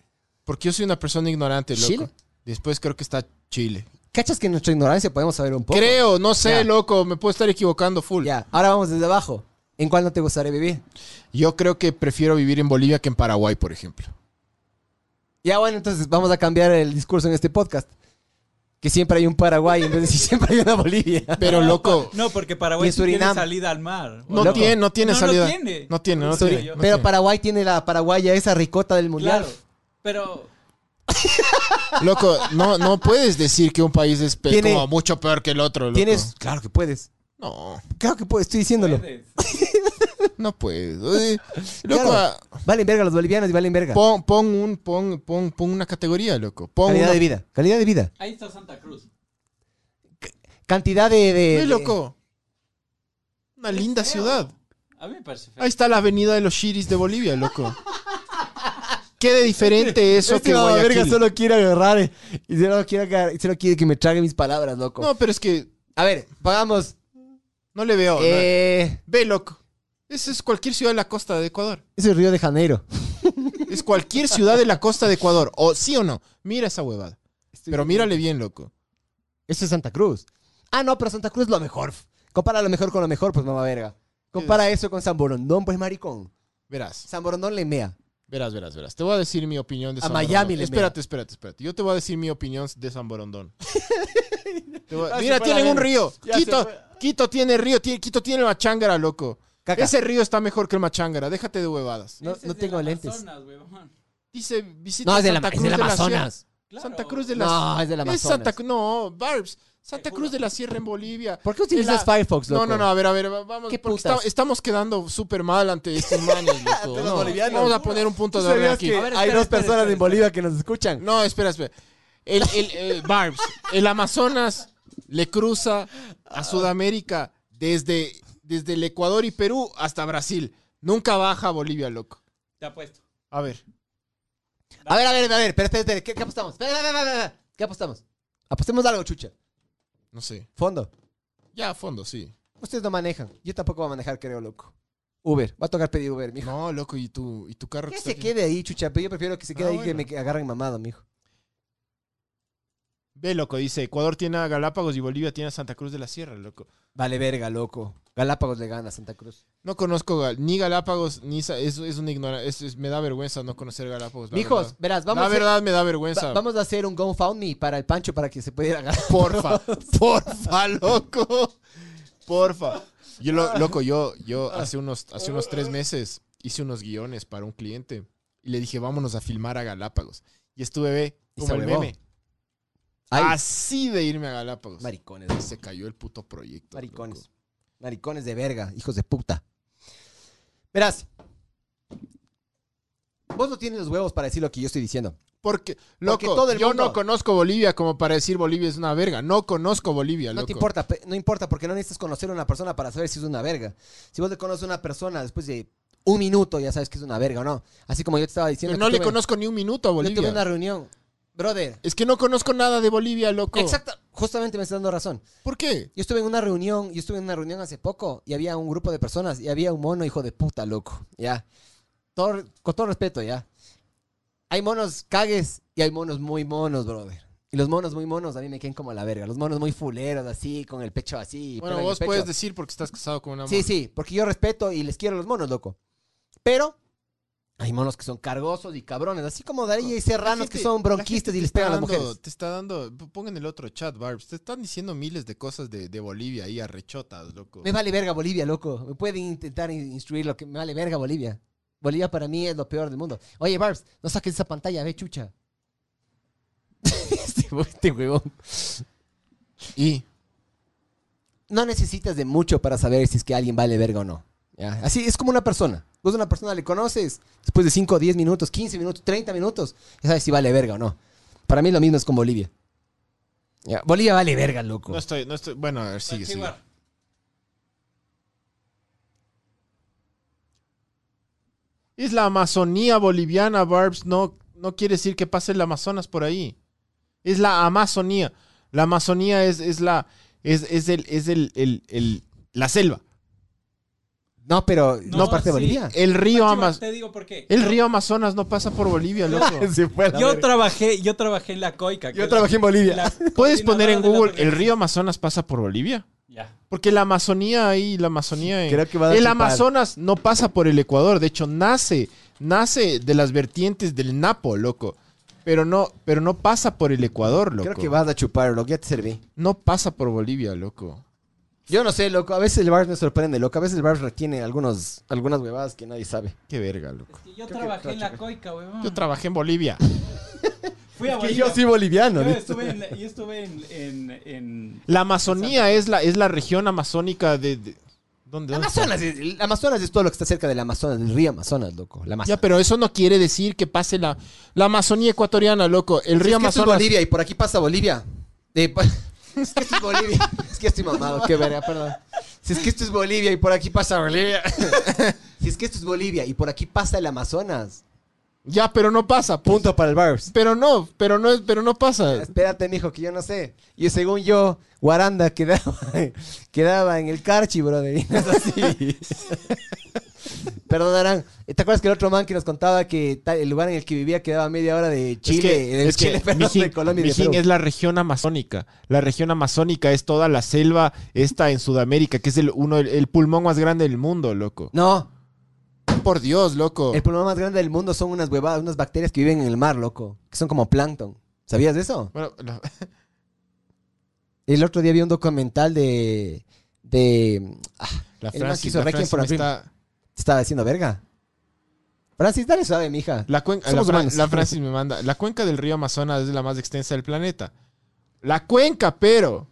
Speaker 2: porque yo soy una persona ignorante, loco.
Speaker 3: Chile.
Speaker 2: Después creo que está Chile.
Speaker 3: ¿Cachas que en nuestra ignorancia podemos saber un poco?
Speaker 2: Creo, no sé,
Speaker 3: Ya.
Speaker 2: loco, me puedo estar equivocando full.
Speaker 3: Ya. Ahora vamos desde abajo. ¿En cuál no te gustaría vivir?
Speaker 2: Yo creo que prefiero vivir en Bolivia que en Paraguay, por ejemplo.
Speaker 3: Ya bueno, entonces vamos a cambiar el discurso en este podcast. Que siempre hay un Paraguay en vez de <laughs> si siempre hay una Bolivia.
Speaker 2: Pero loco,
Speaker 8: No, porque
Speaker 3: Y
Speaker 8: Paraguay
Speaker 3: en
Speaker 8: sí tiene
Speaker 3: Surinam.
Speaker 8: salida al mar. ¿o
Speaker 2: no, tiene, no tiene
Speaker 8: No, no
Speaker 2: salida.
Speaker 8: tiene.
Speaker 2: No tiene, no
Speaker 8: Sorry,
Speaker 2: tiene,
Speaker 8: yo-
Speaker 2: no
Speaker 3: Pero
Speaker 2: tiene.
Speaker 3: Paraguay tiene la paraguaya esa ricota del mundial.
Speaker 8: Claro. Pero
Speaker 2: Loco, no, no puedes decir que un país es pe-
Speaker 3: Tiene-
Speaker 2: como mucho peor que el otro, loco.
Speaker 3: Tienes. Claro que puedes.
Speaker 2: No,
Speaker 3: Claro que puedes, estoy diciéndolo.
Speaker 8: Puedes.
Speaker 2: no puedes. Oye, Loco,
Speaker 3: <laughs> Claro.
Speaker 2: ah,
Speaker 3: Valen verga los bolivianos y valen verga.
Speaker 2: pon, pon un, pon, pon, pon una categoría, loco. Pon
Speaker 3: Calidad
Speaker 2: una-
Speaker 3: de vida. Calidad de vida.
Speaker 8: Ahí está Santa Cruz.
Speaker 3: Cantidad de. de-
Speaker 2: Ve,
Speaker 3: de-
Speaker 2: loco. Una linda
Speaker 8: feo.
Speaker 2: ciudad.
Speaker 8: A mí me parece feo.
Speaker 2: Ahí está la avenida de los Shiris de Bolivia, loco. Qué de diferente eso
Speaker 3: Este
Speaker 2: que
Speaker 3: mamá verga
Speaker 2: Guayaquil.
Speaker 3: solo quiere agarrar eh, y solo quiere, agarrar- y solo quiere que me trague mis palabras, loco.
Speaker 2: No, pero es que
Speaker 3: A ver, pagamos.
Speaker 2: no le veo. no.
Speaker 3: eh,
Speaker 2: Ve, loco. Esa es cualquier ciudad de la costa de Ecuador.
Speaker 3: es el Río de Janeiro.
Speaker 2: Es cualquier ciudad de la costa de Ecuador. O sí o no. Mira esa huevada. Pero mírale bien, loco.
Speaker 3: Eso es Santa Cruz. Ah, no, pero Santa Cruz es lo mejor. Compara lo mejor con lo mejor, pues mamá verga. Compara eso con San Borondón, pues maricón.
Speaker 2: Verás,
Speaker 3: San Borondón le mea.
Speaker 2: verás, verás, verás. Te voy a decir mi opinión de
Speaker 3: A
Speaker 2: San
Speaker 3: Miami
Speaker 2: Borondón.
Speaker 3: le
Speaker 2: Espérate, espérate, espérate. Yo te voy a decir mi opinión de San Borondón. Te voy
Speaker 3: <laughs>
Speaker 2: a-
Speaker 3: Ya se
Speaker 2: Mira,
Speaker 3: fue
Speaker 2: tienen
Speaker 3: la
Speaker 2: un
Speaker 3: verga.
Speaker 2: río.
Speaker 3: Ya se
Speaker 2: Quito,
Speaker 3: fue.
Speaker 2: Quito tiene río. tiene- Quito tiene machángara, loco.
Speaker 3: Caca.
Speaker 2: Ese río está mejor que el machángara. Déjate de huevadas.
Speaker 3: No,
Speaker 8: Ese
Speaker 3: no
Speaker 8: es
Speaker 3: tengo
Speaker 8: del
Speaker 3: lentes.
Speaker 8: Amazonas, huevón.
Speaker 2: Dice, visita
Speaker 3: No, es del,
Speaker 2: Santa
Speaker 3: Ama- es
Speaker 2: Cruz
Speaker 3: del
Speaker 2: de la Sierra.
Speaker 3: Amazonas.
Speaker 8: Claro.
Speaker 2: Santa Cruz de la
Speaker 3: No, es del
Speaker 2: Es Santa
Speaker 3: Amazonas.
Speaker 2: Cruz. No, Barbs. Santa
Speaker 8: Te
Speaker 2: Cruz
Speaker 8: juro.
Speaker 2: de la Sierra en Bolivia.
Speaker 3: ¿Por qué utilizas
Speaker 2: Es la-
Speaker 3: Firefox, loco?
Speaker 2: No, no, no, a ver, a ver, vamos.
Speaker 3: ¿Qué
Speaker 2: porque
Speaker 3: putas?
Speaker 2: esta- estamos quedando súper mal ante
Speaker 3: <laughs>
Speaker 2: estos manes, loco.
Speaker 3: Todos
Speaker 2: No,
Speaker 3: bolivianos.
Speaker 2: Vamos a poner un punto
Speaker 3: ¿Tú
Speaker 2: de orden
Speaker 3: sabías
Speaker 2: aquí.
Speaker 3: que
Speaker 8: A ver,
Speaker 3: hay
Speaker 8: espera,
Speaker 3: dos
Speaker 8: espera,
Speaker 3: personas
Speaker 8: espera,
Speaker 3: en Bolivia que nos escuchan?
Speaker 2: No, espera, espera. El, el, eh, Barbs, el Amazonas le cruza a Sudamérica desde, desde el Ecuador y Perú hasta Brasil. Nunca baja a Bolivia, loco.
Speaker 8: Te apuesto.
Speaker 2: A ver.
Speaker 3: A ver, a ver, a ver, espera, espera, espera, ¿qué, qué apostamos? Espera, espera, espera, espera, espera, ¿Qué apostamos? Apostemos algo, chucha.
Speaker 2: No sé.
Speaker 3: Fondo.
Speaker 2: Ya a fondo, sí.
Speaker 3: Ustedes no manejan. Yo tampoco voy a manejar, creo, loco. Uber. Va a tocar pedir Uber, mijo.
Speaker 2: No, loco, y tu, y tu carro
Speaker 3: Que
Speaker 2: que está
Speaker 3: se
Speaker 2: aquí?
Speaker 3: quede ahí, chucha. Pero yo prefiero que se quede
Speaker 2: Ah,
Speaker 3: ahí que
Speaker 2: bueno.
Speaker 3: me que- agarren mamado, mijo.
Speaker 2: Ve, loco, dice, Ecuador tiene a Galápagos y Bolivia tiene a Santa Cruz de la Sierra, loco.
Speaker 3: Vale verga, loco. Galápagos le gana a Santa Cruz.
Speaker 2: No conozco Gal- ni Galápagos, ni... Sa- Es, es un ignorante. me da vergüenza no conocer Galápagos. la
Speaker 3: Mijos,
Speaker 2: verdad.
Speaker 3: verás,
Speaker 2: la
Speaker 3: vamos, a,
Speaker 2: verdad me da
Speaker 3: va-
Speaker 2: vergüenza.
Speaker 3: vamos a hacer un GoFundMe para el Pancho para que se pueda ir a Galápagos.
Speaker 2: Porfa, <laughs> porfa, loco. Porfa. Yo, lo- loco, yo, yo hace unos, hace unos tres meses hice unos guiones para un cliente y le dije, vámonos a filmar a Galápagos. Y estuve, ve,
Speaker 3: Y
Speaker 2: como
Speaker 3: se
Speaker 2: el
Speaker 3: huevó.
Speaker 2: meme.
Speaker 3: Ay,
Speaker 2: Ah, Así de irme a Galápagos.
Speaker 3: maricones.
Speaker 2: Se cayó el puto proyecto.
Speaker 3: Maricones.
Speaker 2: loco.
Speaker 3: Maricones de verga, hijos de puta. Verás. Vos no tienes los huevos para decir lo que yo estoy diciendo.
Speaker 2: Porque, loco,
Speaker 3: Porque todo el
Speaker 2: yo
Speaker 3: mundo-
Speaker 2: no conozco Bolivia como para decir Bolivia es una verga. No conozco Bolivia,
Speaker 3: No
Speaker 2: loco.
Speaker 3: te importa, pe- no importa, porque no necesitas conocer a una persona para saber si es una verga. Si vos le conoces a una persona después de un minuto, ya sabes que es una verga o no. Así como yo te estaba diciendo.
Speaker 2: Pero
Speaker 3: que
Speaker 2: no le
Speaker 3: tuve-
Speaker 2: conozco ni un minuto a
Speaker 3: Yo
Speaker 2: Bolivia.
Speaker 3: tuve una reunión. Brother.
Speaker 2: Es que no conozco nada de Bolivia, loco.
Speaker 3: Exacto. Justamente me estás dando razón.
Speaker 2: ¿Por qué?
Speaker 3: Yo estuve en una reunión, yo estuve en una reunión hace poco y había un grupo de personas y había un mono hijo de puta, loco. Ya. Todo- con todo respeto, ya. Hay monos cagues y hay monos muy monos, brother. Y los monos muy monos a mí me quedan como la verga. Los monos muy fuleros, así, con el pecho así. pelo
Speaker 2: Bueno,
Speaker 3: en el
Speaker 2: vos
Speaker 3: pecho.
Speaker 2: puedes decir porque estás casado con una
Speaker 3: Sí, sí, porque yo respeto y les quiero a los monos, loco. Pero hay monos que son cargosos y cabrones, así como Darío y Serranos que son bronquistas y les pegan a las mujeres.
Speaker 2: Te está dando, p- pongan el otro chat, Barbs. Te están diciendo miles de cosas de, de Bolivia ahí arrechotas, loco.
Speaker 3: Me vale verga Bolivia, loco. Me pueden intentar in- instruir lo que me vale verga Bolivia. Bolivia para mí es lo peor del mundo. Oye, Barbs, no saques esa pantalla, ve, chucha. <laughs> este, hue- este huevón.
Speaker 2: Y
Speaker 3: No necesitas de mucho para saber si es que alguien vale verga o no. ¿ya? Así es como una persona. Vos a una persona le conoces, después de 5, 10 minutos, 15 minutos, 30 minutos, ya sabes si vale verga o no. Para mí lo mismo es con Bolivia. ¿ya? Bolivia vale verga, loco.
Speaker 2: no estoy, no estoy. Bueno, a ver, sigue, sigue.
Speaker 8: Bolívar.
Speaker 2: Es la Amazonía boliviana, Barbs. No, no quiere decir que pase el Amazonas por ahí. Es la Amazonía. La Amazonía es, es la. Es, es el, es el, el- el- la selva.
Speaker 3: No, pero no, Eh,
Speaker 8: No,
Speaker 3: parte de
Speaker 8: sí.
Speaker 3: Bolivia.
Speaker 2: El río
Speaker 8: Chiva,
Speaker 2: Amazonas.
Speaker 8: Te digo por qué.
Speaker 2: El río Amazonas no pasa por Bolivia, loco.
Speaker 3: <laughs> Se fue a la
Speaker 8: Yo
Speaker 3: verga.
Speaker 8: trabajé, yo trabajé en la coica. que
Speaker 3: Yo
Speaker 8: es
Speaker 3: trabajé en
Speaker 8: la-
Speaker 3: Bolivia.
Speaker 8: la
Speaker 2: Puedes poner en
Speaker 8: coordinadora de la
Speaker 2: Google, ¿el
Speaker 8: organización.
Speaker 2: río Amazonas pasa por Bolivia?
Speaker 8: Ya.
Speaker 2: Porque la Amazonía ahí, la Amazonía... en-
Speaker 3: Creo que van a
Speaker 2: el
Speaker 3: chupar.
Speaker 2: Amazonas no pasa por el Ecuador, de hecho nace, nace de las vertientes del Napo, loco. Pero no, pero no pasa por el Ecuador, loco.
Speaker 3: Creo que vas a chupar, loco. Ya te serví.
Speaker 2: No pasa por Bolivia, loco.
Speaker 3: Yo no sé, loco. A veces el bar me sorprende, loco. A veces el bar retiene algunos, algunas huevadas que nadie sabe.
Speaker 2: Qué verga, loco.
Speaker 8: Es que yo trabajé en la coica, huevón.
Speaker 2: Yo trabajé en Bolivia.
Speaker 8: Fui a
Speaker 3: Que
Speaker 8: Bolivia.
Speaker 3: yo soy boliviano.
Speaker 8: Yo
Speaker 3: ¿no?
Speaker 8: estuve en, la- yo estuve en, en- en-
Speaker 2: La Amazonía es la, es la región amazónica de... de- ¿Dónde? dónde está?
Speaker 3: Amazonas, es- el Amazonas es todo lo que está cerca del Amazonas, del río Amazonas, loco. La masa.
Speaker 2: Ya, pero eso no quiere decir que pase la, la Amazonía ecuatoriana, loco. El río
Speaker 3: es que esto es
Speaker 2: Amazonas...
Speaker 3: Bolivia y por aquí pasa Bolivia. Eh, pa- <laughs> es que esto es Bolivia. Es que estoy mamado, qué verga, perdón. Si es que esto es Bolivia y por aquí pasa Bolivia. <laughs> si es que esto es Bolivia y por aquí pasa el Amazonas.
Speaker 2: Ya, pero no pasa. Punto.
Speaker 3: para el Barbs.
Speaker 2: Pero no, pero no, es- pero no pasa.
Speaker 3: Espérate, mijo, que yo no sé. Y según yo, Guaranda quedaba, <laughs> quedaba en el Carchi, brother. Y no es así. <laughs> Perdonarán. ¿Te acuerdas que el otro man que nos contaba que ta- el lugar en el que vivía quedaba a media hora de Chile? del
Speaker 2: es que
Speaker 3: Chile, <laughs> perdón,
Speaker 2: Mijín-
Speaker 3: de Colombia y de
Speaker 2: Mijín
Speaker 3: Perú?
Speaker 2: es la región amazónica. La región amazónica es toda la selva esta en Sudamérica, que es el, uno, el, el pulmón más grande del mundo, loco.
Speaker 3: No,
Speaker 2: Por Dios, loco.
Speaker 3: El problema más grande del mundo son unas huevadas, unas bacterias que viven en el mar, loco. Que son como plancton. ¿Sabías de eso?
Speaker 2: Bueno, la-
Speaker 3: El otro día vi un documental de. de. ah,
Speaker 2: la
Speaker 3: El man que
Speaker 2: Francis,
Speaker 3: hizo
Speaker 2: la
Speaker 3: Requiem
Speaker 2: Francis
Speaker 3: for a
Speaker 2: me está-
Speaker 3: te estaba diciendo verga. Francis, dale suave, mija.
Speaker 2: la cuen- la
Speaker 3: Somos
Speaker 2: Fra-
Speaker 3: humanos.
Speaker 2: la Francis me manda. La cuenca del río Amazonas es la más extensa del planeta. La cuenca, pero.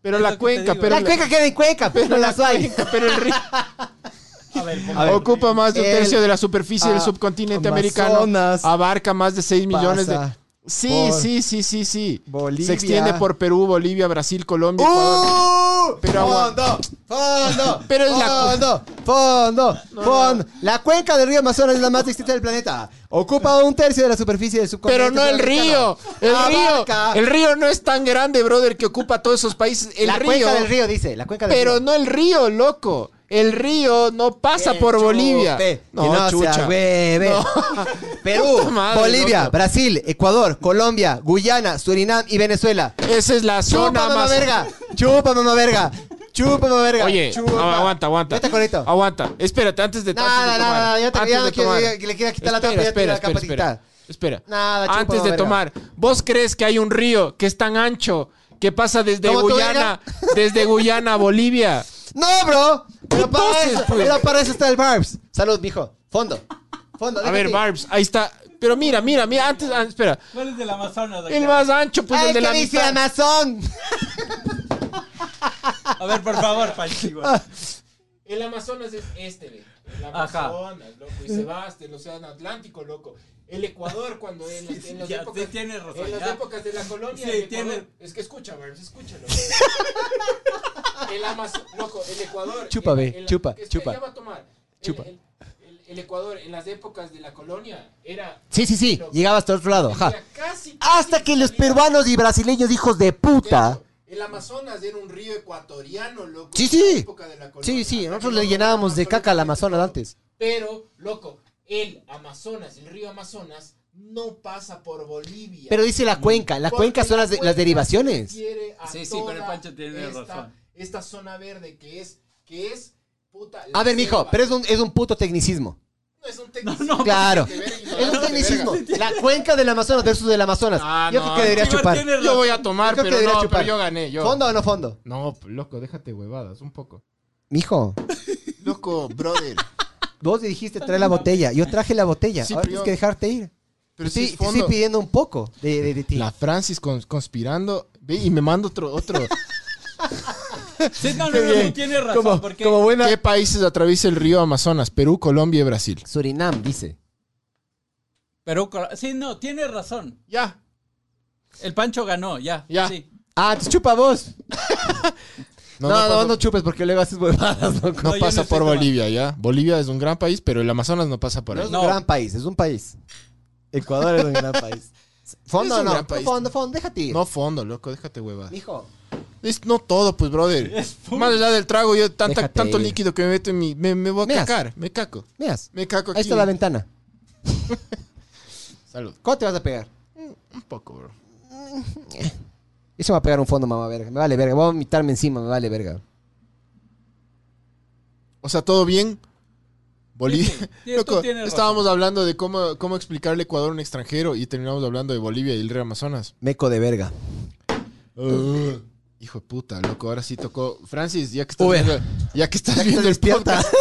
Speaker 2: Pero
Speaker 8: Es lo
Speaker 2: la
Speaker 8: que te
Speaker 2: cuenca,
Speaker 8: digo,
Speaker 2: pero.
Speaker 3: la cueca queda en cueca, pero las hay.
Speaker 2: pero el río
Speaker 8: A ver,
Speaker 3: A ver.
Speaker 2: ocupa más de un
Speaker 3: El-
Speaker 2: tercio de la superficie del
Speaker 3: a-
Speaker 2: subcontinente americano.
Speaker 3: Amazonas
Speaker 2: Abarca más de 6 millones de.
Speaker 3: pasa
Speaker 2: Sí,
Speaker 3: por
Speaker 2: sí, sí, sí, sí.
Speaker 3: Bolivia.
Speaker 2: Se extiende por Perú, Bolivia, Brasil, Colombia, Ecuador.
Speaker 3: ¡Uh!
Speaker 2: Pero agua-
Speaker 3: ¡Fondo! ¡Fondo!
Speaker 2: <laughs> Pero es la-
Speaker 3: ¡Fondo! ¡Fondo! ¡Fondo! La cuenca del río Amazonas es la más extensa del planeta. Ocupa un tercio de la superficie del
Speaker 2: Pero
Speaker 3: subcontinente.
Speaker 2: no el río.
Speaker 3: sudamericano.
Speaker 2: El
Speaker 3: Abarca-
Speaker 2: río. El río no es tan grande, brother, que ocupa todos esos países. El
Speaker 3: la
Speaker 2: río.
Speaker 3: cuenca del río, dice. La cuenca del
Speaker 2: Pero
Speaker 3: río.
Speaker 2: no el río, loco. El río no pasa por Bolivia.
Speaker 3: Chupe, que no, sea hueve. <laughs> Perú,
Speaker 2: <laughs> Puta madre,
Speaker 3: Bolivia,
Speaker 2: loco.
Speaker 3: Brasil, Ecuador, Colombia, Guyana, Surinam y Venezuela.
Speaker 2: Esa es la
Speaker 3: Chupa,
Speaker 2: zona
Speaker 3: mamá
Speaker 2: más.
Speaker 3: verga. Chupa, mamá verga. Chupa, mamá verga.
Speaker 2: Oye,
Speaker 3: Chupa.
Speaker 2: no, aguanta, aguanta.
Speaker 3: Vete, Corito.
Speaker 2: Aguanta. Espérate, antes de. antes
Speaker 3: Nada,
Speaker 2: de
Speaker 3: nada,
Speaker 2: tomar,
Speaker 3: nada. Ya te
Speaker 2: antes
Speaker 3: ya
Speaker 2: de
Speaker 3: no quiero
Speaker 2: tomar.
Speaker 3: ya que le quiera quitar la
Speaker 2: Espera,
Speaker 3: tapa, ya tiene
Speaker 2: espera,
Speaker 3: la
Speaker 2: espera, espera.
Speaker 3: capacidad.
Speaker 2: Espera.
Speaker 3: Nada, chupa,
Speaker 2: Antes
Speaker 3: mamá
Speaker 2: de
Speaker 3: verga.
Speaker 2: tomar, ¿vos crees que hay un río que es tan ancho que pasa desde
Speaker 3: ¿Como tu
Speaker 2: Guyana, desde Guyana
Speaker 3: <laughs>
Speaker 2: a Bolivia?
Speaker 3: No, bro. Pero para
Speaker 2: Entonces,
Speaker 3: eso,
Speaker 2: pues.
Speaker 3: pero para eso está el Barbs. Salud, mijo. Fondo. Fondo.
Speaker 2: A ver,
Speaker 3: déjate.
Speaker 2: Barbs, ahí está. Pero mira, mira, mira, antes, ah, espera.
Speaker 8: ¿cuál es del Amazonas?
Speaker 2: El
Speaker 8: doctor?
Speaker 2: más ancho, pues
Speaker 3: Ay,
Speaker 2: el de
Speaker 3: ¿qué
Speaker 2: la
Speaker 3: dice
Speaker 2: mitad.
Speaker 3: Amazon?
Speaker 8: A ver, por favor, Panchigua.
Speaker 2: El Amazonas es este, ve. El
Speaker 8: Ajá.
Speaker 2: Amazonas, loco. Y se va hasta el Océano Atlántico, loco. El Ecuador, cuando en, las- en las
Speaker 8: ya,
Speaker 2: épocas,
Speaker 8: sí tienes razón,
Speaker 2: en las
Speaker 8: ya.
Speaker 2: épocas de la colonia.
Speaker 8: Sí,
Speaker 2: el Ecuador-
Speaker 8: tienes-
Speaker 2: Es que escucha, Barbs, escúchalo. <laughs> el Amazonas, loco, el Ecuador.
Speaker 3: Chupa,
Speaker 2: el-
Speaker 3: ve,
Speaker 2: el-
Speaker 3: chupa,
Speaker 2: es que
Speaker 3: chupa.
Speaker 2: ya va a tomar. El-
Speaker 3: Chupa.
Speaker 2: El, el- el Ecuador, en las épocas de la colonia, era.
Speaker 3: Sí, sí, sí. Llegaba hasta otro lado. Ajá.
Speaker 2: tenía casi-
Speaker 3: Hasta que los peruanos y brasileños, hijos de puta.
Speaker 2: El Amazonas era un río ecuatoriano, loco.
Speaker 3: Sí,
Speaker 2: en
Speaker 3: sí.
Speaker 2: la época de la
Speaker 3: Sí,
Speaker 2: colonia.
Speaker 3: sí. Nosotros
Speaker 2: Hasta
Speaker 3: le
Speaker 2: que
Speaker 3: llenábamos de
Speaker 2: absolutamente
Speaker 3: caca al Amazonas
Speaker 2: todo.
Speaker 3: antes.
Speaker 2: Pero, loco, el Amazonas, el río Amazonas, no pasa por Bolivia.
Speaker 3: Pero dice la cuenca. La
Speaker 2: Porque
Speaker 3: cuenca son las, de-
Speaker 2: cuenca
Speaker 3: las derivaciones.
Speaker 2: refiere a
Speaker 8: Sí, sí, pero el
Speaker 2: toda
Speaker 8: Pancho tiene
Speaker 2: esta,
Speaker 8: razón.
Speaker 2: Esta zona verde que es, que es, puta. la
Speaker 3: A ver, mijo,
Speaker 2: selva.
Speaker 3: pero es un, es un puto tecnicismo.
Speaker 2: <laughs> No es un tecnicismo.
Speaker 3: Claro.
Speaker 2: de verga,
Speaker 3: Es un
Speaker 2: de Ah,
Speaker 3: tecnicismo. La cuenca del Amazonas versus del Amazonas. yo creo que debería
Speaker 8: Panchigua
Speaker 3: chupar.
Speaker 8: tiene
Speaker 2: Yo
Speaker 8: razón.
Speaker 2: voy a tomar,
Speaker 3: Yo creo que
Speaker 2: pero
Speaker 3: debería
Speaker 2: no,
Speaker 3: chupar.
Speaker 2: pero yo gané, yo.
Speaker 3: ¿Fondo o no fondo?
Speaker 2: No, loco, déjate huevadas, un poco.
Speaker 3: Mijo,
Speaker 11: Loco, brother.
Speaker 3: vos dijiste trae la botella. Yo traje la botella.
Speaker 2: Sí,
Speaker 3: Ahora
Speaker 2: pero
Speaker 3: tienes
Speaker 2: yo-
Speaker 3: que dejarte ir.
Speaker 2: Pero
Speaker 3: Sí,
Speaker 2: sí,
Speaker 3: te
Speaker 2: fondo.
Speaker 3: estoy pidiendo un poco de, de- de ti.
Speaker 2: La Francis cons- conspirando. Ve, y me manda
Speaker 3: <laughs>
Speaker 2: otro. otro.
Speaker 8: Sí, no, no, no, no, tiene razón. porque
Speaker 2: buena. ¿Qué países atraviesa el río Amazonas? Perú, Colombia y Brasil.
Speaker 3: Surinam, dice.
Speaker 8: Perú, Col- sí, no, tiene razón.
Speaker 2: Ya.
Speaker 8: El Pancho ganó, ya.
Speaker 2: Ya.
Speaker 8: sí.
Speaker 3: Ah, te chupa vos. No, no, no,
Speaker 2: pasa-
Speaker 3: chupes porque luego haces huevadas, <laughs> loco.
Speaker 2: no
Speaker 8: No, yo
Speaker 2: pasa
Speaker 8: no estoy
Speaker 2: por
Speaker 8: tomando.
Speaker 2: Bolivia, ya. Bolivia es un gran país, pero el Amazonas no pasa por
Speaker 3: No
Speaker 2: ahí.
Speaker 3: es
Speaker 8: No.
Speaker 3: un gran país, es un país. Ecuador <laughs> es un gran país. Fondo
Speaker 2: Es
Speaker 3: o
Speaker 2: un
Speaker 3: no.
Speaker 2: gran país.
Speaker 3: Fondo, fondo, déjate ir.
Speaker 2: No fondo, loco, déjate huevada.
Speaker 3: Mijo.
Speaker 2: Es no todo, pues,
Speaker 8: <laughs>
Speaker 2: brother. Más allá del trago, yo tanta-
Speaker 3: Déjate
Speaker 2: tanto
Speaker 3: ir.
Speaker 2: líquido que me meto en mi... Me, me voy a
Speaker 3: Meas.
Speaker 2: cacar, me caco.
Speaker 3: Miras.
Speaker 2: Me caco aquí.
Speaker 3: Ahí está la ventana.
Speaker 2: Salud.
Speaker 3: ¿Cuándo te vas a pegar?
Speaker 2: Un poco, bro.
Speaker 3: Yo se me va a pegar un fondo, mamá verga. Me vale verga. Voy a vomitarme encima, me vale verga.
Speaker 2: O sea, ¿todo bien? Bolivia.
Speaker 8: Sí, sí. Sí,
Speaker 2: <laughs>
Speaker 8: tú
Speaker 2: Loco,
Speaker 8: tienes razón.
Speaker 2: estábamos hablando de cómo, cómo explicarle Ecuador a un extranjero y terminamos hablando de Bolivia y el río Amazonas.
Speaker 3: Meco de verga.
Speaker 2: Uh, <laughs> hijo de puta, loco, ahora sí tocó. Francis, ya que estás
Speaker 3: Uber.
Speaker 2: viendo, ya que estás viendo el podcast,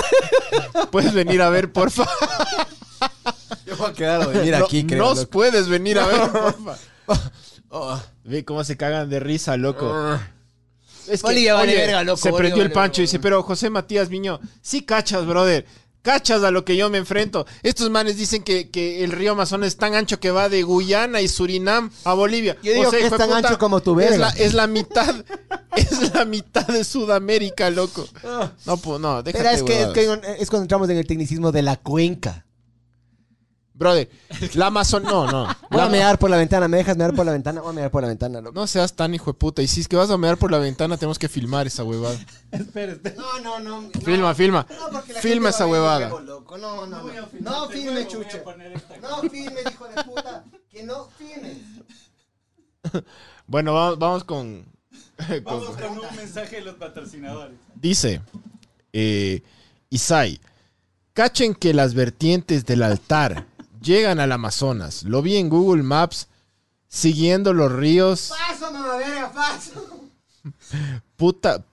Speaker 2: puedes venir a ver, porfa.
Speaker 3: va a quedar a venir aquí, creo.
Speaker 2: Nos
Speaker 3: loco.
Speaker 2: puedes venir a <laughs> ver, porfa.
Speaker 3: Oh,
Speaker 2: Ve cómo se cagan de risa, loco. Es que,
Speaker 3: Bolivia Ah. vale
Speaker 2: oye,
Speaker 3: verga, loco,
Speaker 2: se
Speaker 3: Bolivia
Speaker 2: prendió el
Speaker 3: vale
Speaker 2: pancho y
Speaker 3: verga.
Speaker 2: dice, pero José Matías Viño, sí cachas, brother. Cachas a lo que yo me enfrento. Estos manes dicen que, que el río Amazonas es tan ancho que va de Guyana y Surinam a Bolivia.
Speaker 3: Yo digo que es
Speaker 2: hijo de
Speaker 3: tan ancho como tu
Speaker 2: es
Speaker 3: verga.
Speaker 2: la- Es la, mitad, <laughs> es la mitad de Sudamérica, loco. No, pues no, déjate,
Speaker 3: Ah. Pero es que, es
Speaker 2: huevadas.
Speaker 3: que es cuando entramos en el tecnicismo de la cuenca.
Speaker 2: Brother, la Amazon... No,
Speaker 3: <laughs>
Speaker 2: no.
Speaker 3: Voy a
Speaker 2: La-
Speaker 3: mear por la ventana, ¿me dejas mear por la ventana? Voy a mear por la ventana, loco.
Speaker 2: No seas tan hijo de puta. Y si es que vas a mear por la ventana, tenemos que filmar esa huevada.
Speaker 8: Espera, espera.
Speaker 3: No, no, no. no.
Speaker 2: Filma, filma.
Speaker 3: No, porque la
Speaker 2: filma
Speaker 3: gente va
Speaker 2: esa
Speaker 3: a ver
Speaker 2: huevada.
Speaker 3: mi huevo, loco. No, no, no. No
Speaker 8: Te
Speaker 3: filme,
Speaker 8: juego, voy a
Speaker 3: chucha.
Speaker 8: poner esta
Speaker 3: No filme, hijo de puta. Que no filmes.
Speaker 2: Bueno, vamos, vamos con, con-
Speaker 8: Vamos con un mensaje de los patrocinadores.
Speaker 2: Dice eh, Isai, cachen que las vertientes del altar llegan al Amazonas. Lo vi en Google Maps siguiendo los ríos.
Speaker 3: Paso, mamá verga, paso.
Speaker 2: Puta,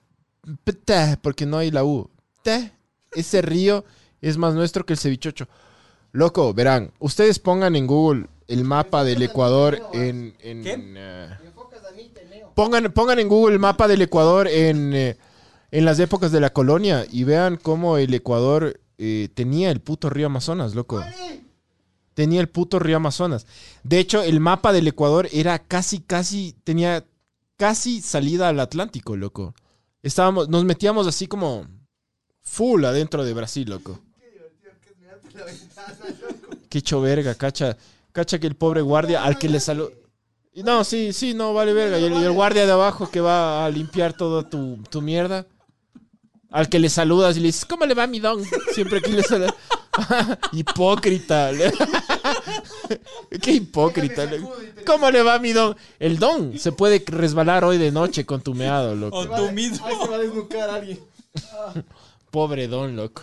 Speaker 2: puta, porque no hay la U. Te, ese río es más nuestro que el cevichocho. Loco, verán, ustedes pongan en Google el mapa del Ecuador en... en, eh, pongan, pongan en Google el mapa del Ecuador en, eh, en las épocas de la colonia y vean cómo el Ecuador eh, tenía el puto río Amazonas, loco. Tenía el puto río Amazonas. De hecho, el mapa del Ecuador era casi, casi, tenía casi salida al Atlántico, loco. Estábamos, nos metíamos así como full adentro de Brasil, loco. Qué hecho verga, cacha. Cacha que el pobre guardia al que le saló. Y No, sí, sí, no, vale verga. Y el, y el guardia de abajo que va a limpiar toda tu, tu mierda. Al que le saludas y le dices, ¿cómo le va mi don? Siempre que le saludas. <laughs> hipócrita. <laughs> Qué hipócrita. ¿Cómo le va mi don? El don se puede resbalar hoy de noche con tu meado,
Speaker 8: O
Speaker 2: loco.
Speaker 8: tú mismo.
Speaker 3: va a desnucar a alguien.
Speaker 2: Pobre don, loco.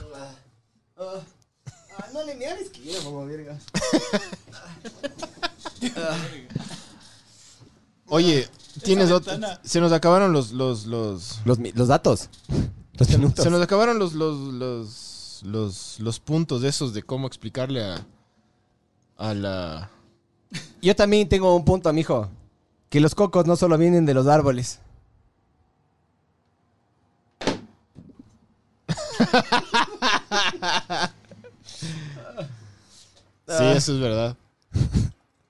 Speaker 3: Ah, no le mires que yo, mamá verga.
Speaker 2: Oye, tienes
Speaker 8: Esa
Speaker 2: ot-
Speaker 8: ventana.
Speaker 2: Se nos acabaron los, los, los.
Speaker 3: Los, mi- los datos. Los minutos.
Speaker 2: Se nos acabaron los, los, los, los, los puntos de esos de cómo explicarle a. A la.
Speaker 3: Yo también tengo un punto, mijo. Que los cocos no solo vienen de los árboles.
Speaker 2: Sí,
Speaker 3: Ah.
Speaker 2: eso es verdad.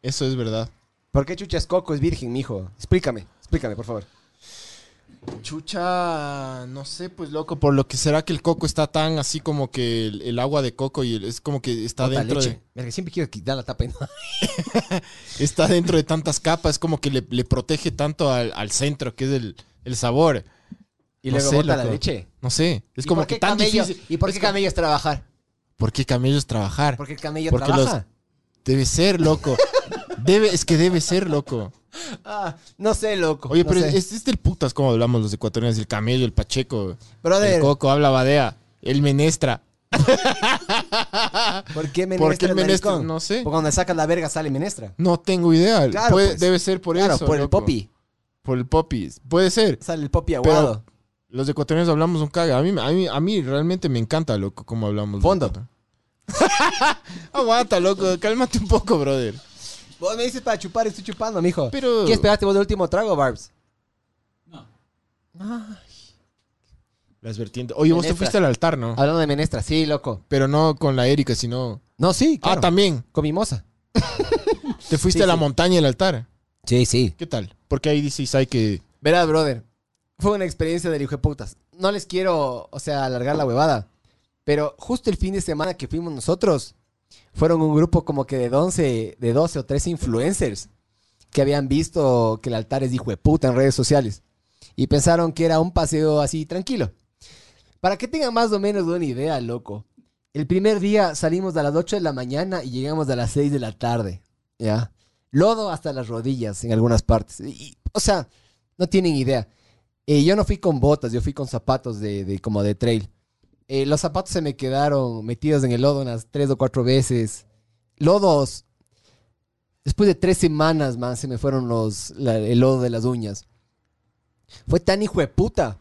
Speaker 2: Eso es verdad.
Speaker 3: ¿Por qué chuchas coco es virgen, mijo? Explícame, explícame, por favor.
Speaker 2: Chucha, no sé, pues loco, por lo que será que el coco está tan así como que el, el agua de coco y el- es como que está
Speaker 3: Puta
Speaker 2: dentro de.
Speaker 3: leche. Verga, siempre quiero quitar la tapa. y no.
Speaker 2: está dentro de tantas capas, es como que le, le protege tanto al, al centro, que es el, el sabor.
Speaker 3: Y
Speaker 2: No
Speaker 3: luego
Speaker 2: sé,
Speaker 3: bota la
Speaker 2: loco.
Speaker 3: leche.
Speaker 2: No sé, es
Speaker 3: ¿Y
Speaker 2: como
Speaker 3: por
Speaker 2: que
Speaker 3: qué
Speaker 2: tan
Speaker 3: camello?
Speaker 2: difícil.
Speaker 3: ¿Y por qué camello es trabajar?
Speaker 2: ¿Por qué camellos trabajar?
Speaker 3: Porque el camello
Speaker 2: Porque
Speaker 3: trabaja.
Speaker 2: Debe ser, loco. Debe, es que debe ser, loco.
Speaker 3: Ah, no sé, loco.
Speaker 2: Oye,
Speaker 3: no
Speaker 2: pero
Speaker 3: sé.
Speaker 2: es, es del putas como hablamos los ecuatorianos, el camello, el pacheco, el
Speaker 3: Brother,
Speaker 2: coco, habla badea, el menestra.
Speaker 3: ¿por qué menestra?
Speaker 2: ¿Por qué el menestra?
Speaker 3: maricón?
Speaker 2: No sé.
Speaker 3: Porque cuando sacas la verga sale menestra.
Speaker 2: No tengo idea.
Speaker 3: Claro,
Speaker 2: Puede-
Speaker 3: pues.
Speaker 2: Debe ser por
Speaker 3: Claro,
Speaker 2: eso.
Speaker 3: por el
Speaker 2: loco.
Speaker 3: popi.
Speaker 2: Por el popi. Puede ser.
Speaker 3: Sale el popi aguado.
Speaker 2: Los ecuatorianos hablamos un caga. A mí, a mí, a mí realmente me encanta, loco, cómo hablamos.
Speaker 3: Fondo.
Speaker 2: loco. <laughs> Aguanta, loco. Cálmate un poco, brother.
Speaker 3: Vos me dices para chupar, estoy chupando, mijo.
Speaker 2: Pero-
Speaker 3: ¿Qué esperaste vos del último trago, Barbs?
Speaker 8: No.
Speaker 2: Las vertientes. Oye, vos te
Speaker 3: Menestra. Ah.
Speaker 2: fuiste al altar, ¿no?
Speaker 3: Hablando de menestra, sí, loco.
Speaker 2: Pero no con la Erika, sino...
Speaker 3: No, sí, claro.
Speaker 2: Ah, también.
Speaker 3: Con mi moza.
Speaker 2: Te fuiste
Speaker 3: Sí,
Speaker 2: a la
Speaker 3: sí.
Speaker 2: montaña y al altar.
Speaker 3: Sí, sí.
Speaker 2: ¿Qué tal? Porque ahí dice Isai que...
Speaker 3: Verás, brother. Fue una experiencia del hijo de putas. No les quiero, o sea, alargar la huevada. Pero justo el fin de semana que fuimos nosotros, fueron un grupo como que de 11, de 12 o 13 influencers que habían visto que el altar es de hijo de puta en redes sociales. Y pensaron que era un paseo así tranquilo. Para que tengan más o menos una idea, loco. El primer día salimos a las 8 de la mañana y llegamos a las 6 de la tarde. ¿Ya? Lodo hasta las rodillas en algunas partes. Y- y, o sea, no tienen idea. Eh, yo no fui con botas, yo fui con zapatos de, de- como de trail. Eh, los zapatos se me quedaron metidos en el lodo unas tres o cuatro veces. Lodos. Después de tres semanas, man, se me fueron los, la- el lodo de las uñas. Fue tan hijo de puta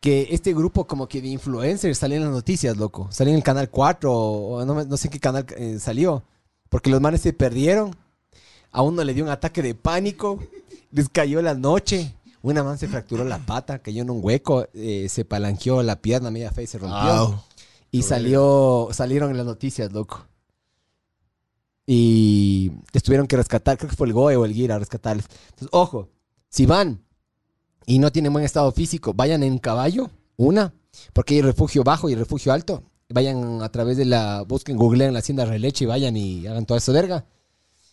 Speaker 3: que este grupo como que de influencers salió en las noticias, loco. Salió en el canal 4 o, o no, me- no sé en qué canal eh, salió. Porque los manes se perdieron. A uno le dio un ataque de pánico. Les cayó la noche. Una man se fracturó la pata, cayó en un hueco, eh, se palanqueó la pierna, media fe y se rompió.
Speaker 12: Au.
Speaker 3: Y salió, salieron en las noticias, loco. Y les tuvieron que rescatar, creo que fue el Goe o el Gira a rescatarles. Entonces, ojo, si van y no tienen buen estado físico, vayan en caballo, una, porque hay refugio bajo y refugio alto. Vayan a través de la, busquen, googleen la hacienda Releche y vayan y hagan toda esa verga.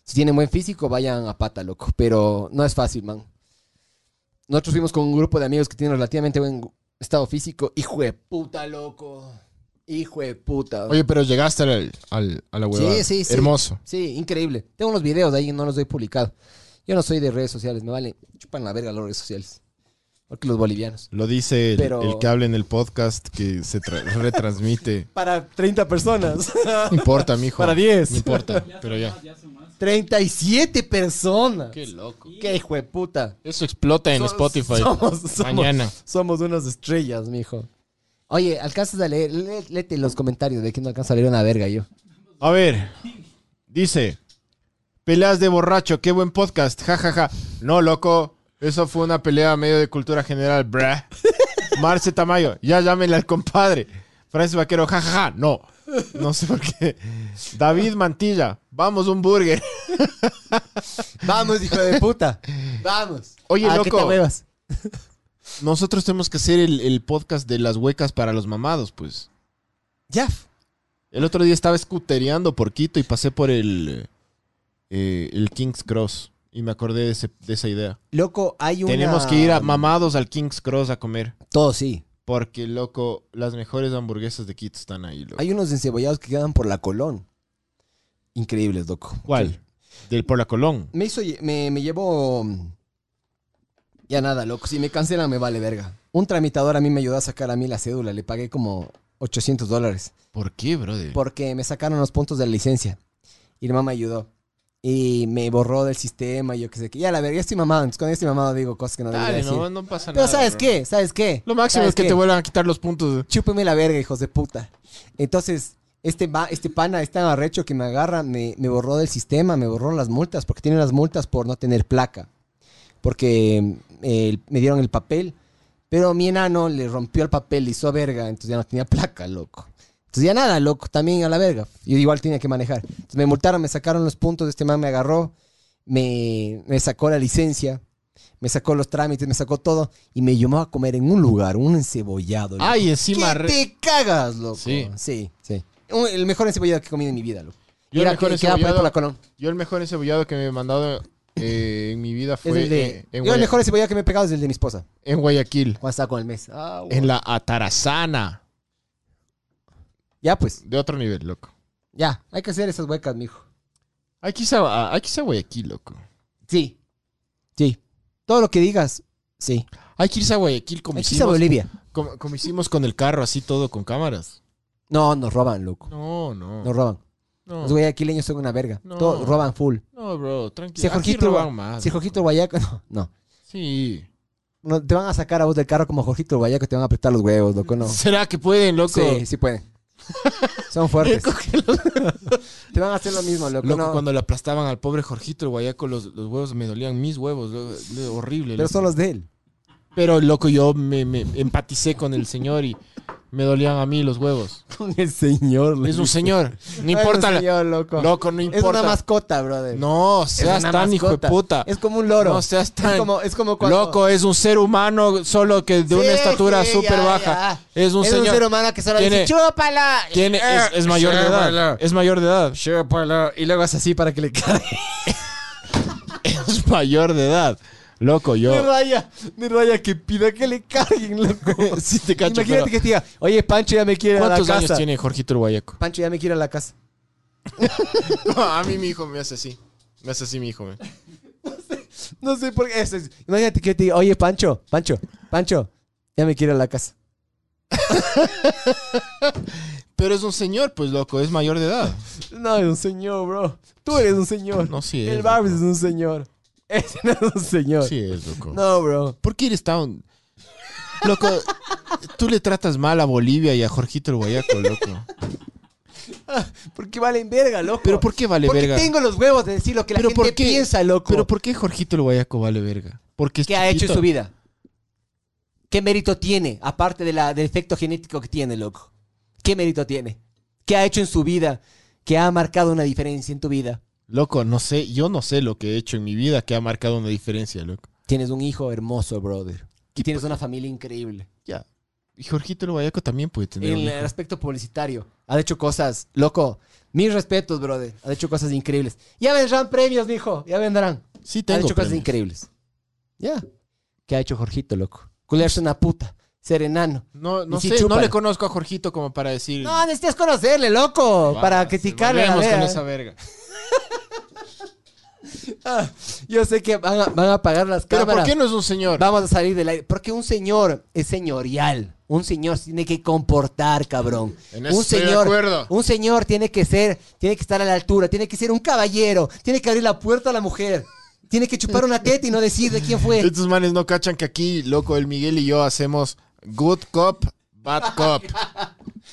Speaker 3: Si tienen buen físico, vayan a pata, loco. Pero no es fácil, man. Nosotros fuimos con un grupo de amigos que tienen relativamente buen estado físico. Hijo de puta, loco. Hijo de puta.
Speaker 2: Oye, pero llegaste al, al- a la huevada.
Speaker 3: Sí, sí, sí.
Speaker 2: Hermoso.
Speaker 3: Sí, increíble. Tengo unos videos ahí, no los doy publicado. Yo no soy de redes sociales, me vale. Chupan la verga las redes sociales. Porque los bolivianos.
Speaker 2: Lo dice el,
Speaker 3: Pero-
Speaker 2: el que habla en el podcast que se tra- retransmite.
Speaker 3: Para 30 <laughs> personas.
Speaker 2: No importa, mijo.
Speaker 3: Para 10.
Speaker 2: No importa, pero ya.
Speaker 13: sumas, ya sumas.
Speaker 3: 37 personas.
Speaker 2: Qué loco.
Speaker 3: Qué hijo de puta.
Speaker 2: Eso explota en
Speaker 3: Somos-
Speaker 2: Spotify.
Speaker 3: somos- somos-
Speaker 2: Pues, Mañana.
Speaker 3: Somos unas estrellas, mijo. Oye, alcanzas a leer, Lé- léete los comentarios de que no alcanza a leer una verga yo.
Speaker 2: A ver, dice, peleas de borracho, qué buen podcast, jajaja. No, loco, eso fue una pelea medio de cultura general, bruh. Marce Tamayo, ya llámenle al compadre. Francis Vaquero, jajaja, no. No sé por qué. David Mantilla, vamos un burger.
Speaker 3: Vamos, hijo de puta. Vamos.
Speaker 2: Oye,
Speaker 3: ¿A Ah, qué
Speaker 2: loco.
Speaker 3: te huevas?
Speaker 2: Nosotros tenemos que hacer el, el podcast de las huecas para los mamados, pues.
Speaker 3: Ya.
Speaker 2: El otro día estaba escutereando por Quito y pasé por el, eh, el King's Cross y me acordé de, ese- de esa idea.
Speaker 3: Loco, hay una...
Speaker 2: Tenemos que ir a mamados al King's Cross a comer.
Speaker 3: Todo sí.
Speaker 2: Porque, loco, las mejores hamburguesas de Quito están ahí, loco.
Speaker 3: Hay unos encebollados que quedan por la Colón. Increíbles, loco.
Speaker 2: ¿Cuál? Del por la Colón.
Speaker 3: Me hizo, lle- me, me llevo... mm, Ya nada, loco. Si me cancelan, me vale verga. Un tramitador a mí me ayudó a sacar a mí la cédula. Le pagué como 800 dólares.
Speaker 2: ¿Por qué, brother?
Speaker 3: Porque me sacaron los puntos de la licencia. Y mi mamá me ayudó. Y me borró del sistema y yo qué sé qué. Ya la verga, ya estoy mamado. Entonces cuando yo estoy mamado digo cosas que no debería
Speaker 2: Dale,
Speaker 3: decir.
Speaker 2: no, no pasa
Speaker 3: Pero
Speaker 2: nada.
Speaker 3: ¿sabes
Speaker 2: bro.
Speaker 3: qué? ¿Sabes qué?
Speaker 2: Lo máximo
Speaker 3: ¿Sabes
Speaker 2: es que
Speaker 3: qué?
Speaker 2: te vuelvan a quitar los puntos. eh.
Speaker 3: Chúpeme la verga, hijos de puta. Entonces, este, va, este pana, este arrecho que me agarra, me, me borró del sistema, me borró las multas, porque tiene las multas por no tener placa. Porque eh, me dieron el papel, pero mi enano le rompió el papel, le hizo verga, entonces ya no tenía placa, loco. Entonces ya nada, loco, también a la verga. Yo igual tenía que manejar. Entonces me multaron, me sacaron los puntos, este man me agarró, me, me sacó la licencia. Me sacó los trámites, me sacó todo y me llamó a comer en un lugar, un encebollado. loco.
Speaker 2: Ay, encima...
Speaker 3: ¿Qué
Speaker 2: re-
Speaker 3: te cagas, loco?
Speaker 2: Sí.
Speaker 3: Sí, sí. Un- el mejor encebollado que he comido en mi vida, loco.
Speaker 2: Yo
Speaker 3: Mira,
Speaker 2: el mejor
Speaker 3: que, que va a poner
Speaker 2: encebollado-
Speaker 3: por la Colón.
Speaker 2: Yo el mejor encebollado que me he mandado eh, en mi vida
Speaker 3: Es
Speaker 2: fue
Speaker 3: el de-
Speaker 2: eh,
Speaker 3: yo
Speaker 2: en,
Speaker 3: el
Speaker 2: Guaya-
Speaker 3: mejor encebollado que me he pegado es el de mi esposa.
Speaker 2: en Guayaquil.
Speaker 3: Cuando estaba con el mes. Ah, bueno.
Speaker 2: En la Atarazana.
Speaker 3: Ya, pues.
Speaker 2: De otro nivel, loco.
Speaker 3: Ya. Hay que hacer esas huecas, mijo.
Speaker 2: Aquí se, va- aquí se va Guayaquil, loco.
Speaker 3: Sí. Sí. Todo lo que digas, sí.
Speaker 2: Hay que irse a Guayaquil como
Speaker 3: Hay que irse a
Speaker 2: hicimos,
Speaker 3: Bolivia.
Speaker 2: como, como hicimos con el carro, así todo con cámaras.
Speaker 3: No, nos roban, loco.
Speaker 2: No, no.
Speaker 3: Nos roban.
Speaker 2: No,
Speaker 3: Los guayaquileños son una verga.
Speaker 2: No. Ah,
Speaker 3: Todo- roban full.
Speaker 2: no, bro, tranquilo.
Speaker 3: Si
Speaker 2: aquí
Speaker 3: Jorgito,
Speaker 2: roban más.
Speaker 3: si
Speaker 2: loco.
Speaker 3: Jorgito Guayaco, <laughs> no, no.
Speaker 2: Sí.
Speaker 3: No, Te van a sacar a vos del carro como Jorgito Guayaco, te van a apretar los huevos, loco,
Speaker 2: <laughs>
Speaker 3: no.
Speaker 2: ¿Será que pueden, loco?
Speaker 3: Sí, sí pueden. Son
Speaker 2: <laughs>
Speaker 3: fuertes. <laughs> Te van a hacer lo mismo, loco.
Speaker 2: Loco,
Speaker 3: no.
Speaker 2: cuando le aplastaban al pobre Jorgito el Guayaco, los, los huevos me dolían mis huevos. lo- lo- horrible.
Speaker 3: Pero
Speaker 2: loco.
Speaker 3: son los de él.
Speaker 2: Pero, loco, yo me, me empaticé con el señor y me dolían a mí los huevos.
Speaker 3: <laughs> Con el señor.
Speaker 2: Es
Speaker 3: <laughs>
Speaker 2: un señor. No
Speaker 3: Ay,
Speaker 2: importa.
Speaker 3: un
Speaker 2: la-
Speaker 3: señor, loco.
Speaker 2: Loco, no
Speaker 3: Es
Speaker 2: importa.
Speaker 3: una mascota, brother.
Speaker 2: No,
Speaker 3: Es
Speaker 2: seas
Speaker 3: una
Speaker 2: tan hijo de
Speaker 3: mascota.
Speaker 2: puta.
Speaker 3: Es como un loro.
Speaker 2: No seas tan-
Speaker 3: Es como, es como cuando...
Speaker 2: Loco, es un ser humano, solo que de una
Speaker 3: Sí,
Speaker 2: estatura
Speaker 3: sí,
Speaker 2: súper
Speaker 3: ya,
Speaker 2: baja.
Speaker 3: ya.
Speaker 2: Es un
Speaker 3: es
Speaker 2: señor.
Speaker 3: un ser humano que solo
Speaker 2: Tiene-
Speaker 3: dice ¡chúpala!
Speaker 2: Tiene- es,
Speaker 3: Eh,
Speaker 2: es mayor de edad. Es mayor de edad.
Speaker 3: ¡Chúpala! Y luego hace así para que le caiga.
Speaker 2: <laughs> Es mayor de edad. Loco, <laughs>
Speaker 3: De
Speaker 2: yo.
Speaker 3: raya, de raya que pida que le carguen, loco. <laughs>
Speaker 2: Sí te cacho,
Speaker 3: Imagínate
Speaker 2: pero-
Speaker 3: que te diga, oye, Pancho ya me quiere ir a la
Speaker 2: ¿Cuántos
Speaker 3: casa.
Speaker 2: años tiene Jorgito el <laughs> Guayaco?
Speaker 3: Pancho ya me quiere ir a la casa.
Speaker 2: a mí mi hijo me hace así. Me hace así mi hijo.
Speaker 3: No sé por qué. Eso es- Imagínate que yo te diga, oye, Pancho, Pancho, Pancho, ya me quiero ir a la casa.
Speaker 2: Pero es un señor, pues loco, es mayor de edad.
Speaker 3: No, es un señor, bro. Tú eres un señor.
Speaker 2: No, sí es.
Speaker 3: El Barbs es
Speaker 2: loco.
Speaker 3: un señor. Ese no es un señor.
Speaker 2: Sí es, loco.
Speaker 3: No, bro.
Speaker 2: ¿Por qué eres tan. Loco, tú le tratas mal a Bolivia y a Jorgito el Guayaco, loco.
Speaker 3: ¿Por qué valen verga, loco?
Speaker 2: Pero ¿por qué vale
Speaker 3: Porque
Speaker 2: verga?
Speaker 3: tengo los huevos de decir lo que la
Speaker 2: Pero
Speaker 3: gente
Speaker 2: ¿por qué?
Speaker 3: piensa, loco.
Speaker 2: Pero ¿por qué Jorgito el Guayaco vale verga? Porque es
Speaker 3: ¿Qué ha hecho en
Speaker 2: chiquito.
Speaker 3: su vida? ¿Qué mérito tiene, aparte de la, del efecto genético que tiene, loco? ¿Qué mérito tiene? ¿Qué ha hecho en su vida que ha marcado una diferencia en tu vida?
Speaker 2: Loco, no sé, yo no sé lo que he hecho en mi vida que ha marcado una diferencia, loco.
Speaker 3: Tienes un hijo hermoso, brother. Y tienes
Speaker 2: pues
Speaker 3: una familia increíble.
Speaker 2: Ya. Y Jorgito el Guayaco también puede tener
Speaker 3: En
Speaker 2: un hijo.
Speaker 3: el eh, aspecto publicitario, ha hecho cosas, loco. Mis respetos, brother. Ha hecho cosas increíbles. Ya vendrán premios, mijo. Ya vendrán.
Speaker 2: Sí,
Speaker 3: Ha
Speaker 2: tengo.
Speaker 3: hecho cosas
Speaker 2: premios.
Speaker 3: increíbles. Ya. ¿Qué ha hecho Jorgito, loco? Culearse una puta. Ser enano.
Speaker 2: No, no
Speaker 3: Y sí
Speaker 2: sé, no
Speaker 3: chúpala.
Speaker 2: le conozco a Jorgito como para decir.
Speaker 3: No, necesitas conocerle, loco.
Speaker 2: "Vas,
Speaker 3: para criticarle. a la
Speaker 2: volvemos con
Speaker 3: verga.
Speaker 2: esa verga.
Speaker 3: Ah, Yo sé que van a, van a apagar las
Speaker 2: Pero ¿por
Speaker 3: cámaras.
Speaker 2: qué no es un señor?
Speaker 3: Vamos a salir del aire. Porque un señor es señorial. Un señor se tiene que comportar, cabrón.
Speaker 2: En eso
Speaker 3: un
Speaker 2: estoy de
Speaker 3: señor,
Speaker 2: acuerdo.
Speaker 3: un señor tiene que ser, tiene que estar a la altura, tiene que ser un caballero, tiene que abrir la puerta a la mujer, tiene que chupar una teta y no decir de quién
Speaker 2: <laughs>
Speaker 3: fue.
Speaker 2: Estos manes no cachan que aquí, loco, el Miguel y yo hacemos good cop, bad cop.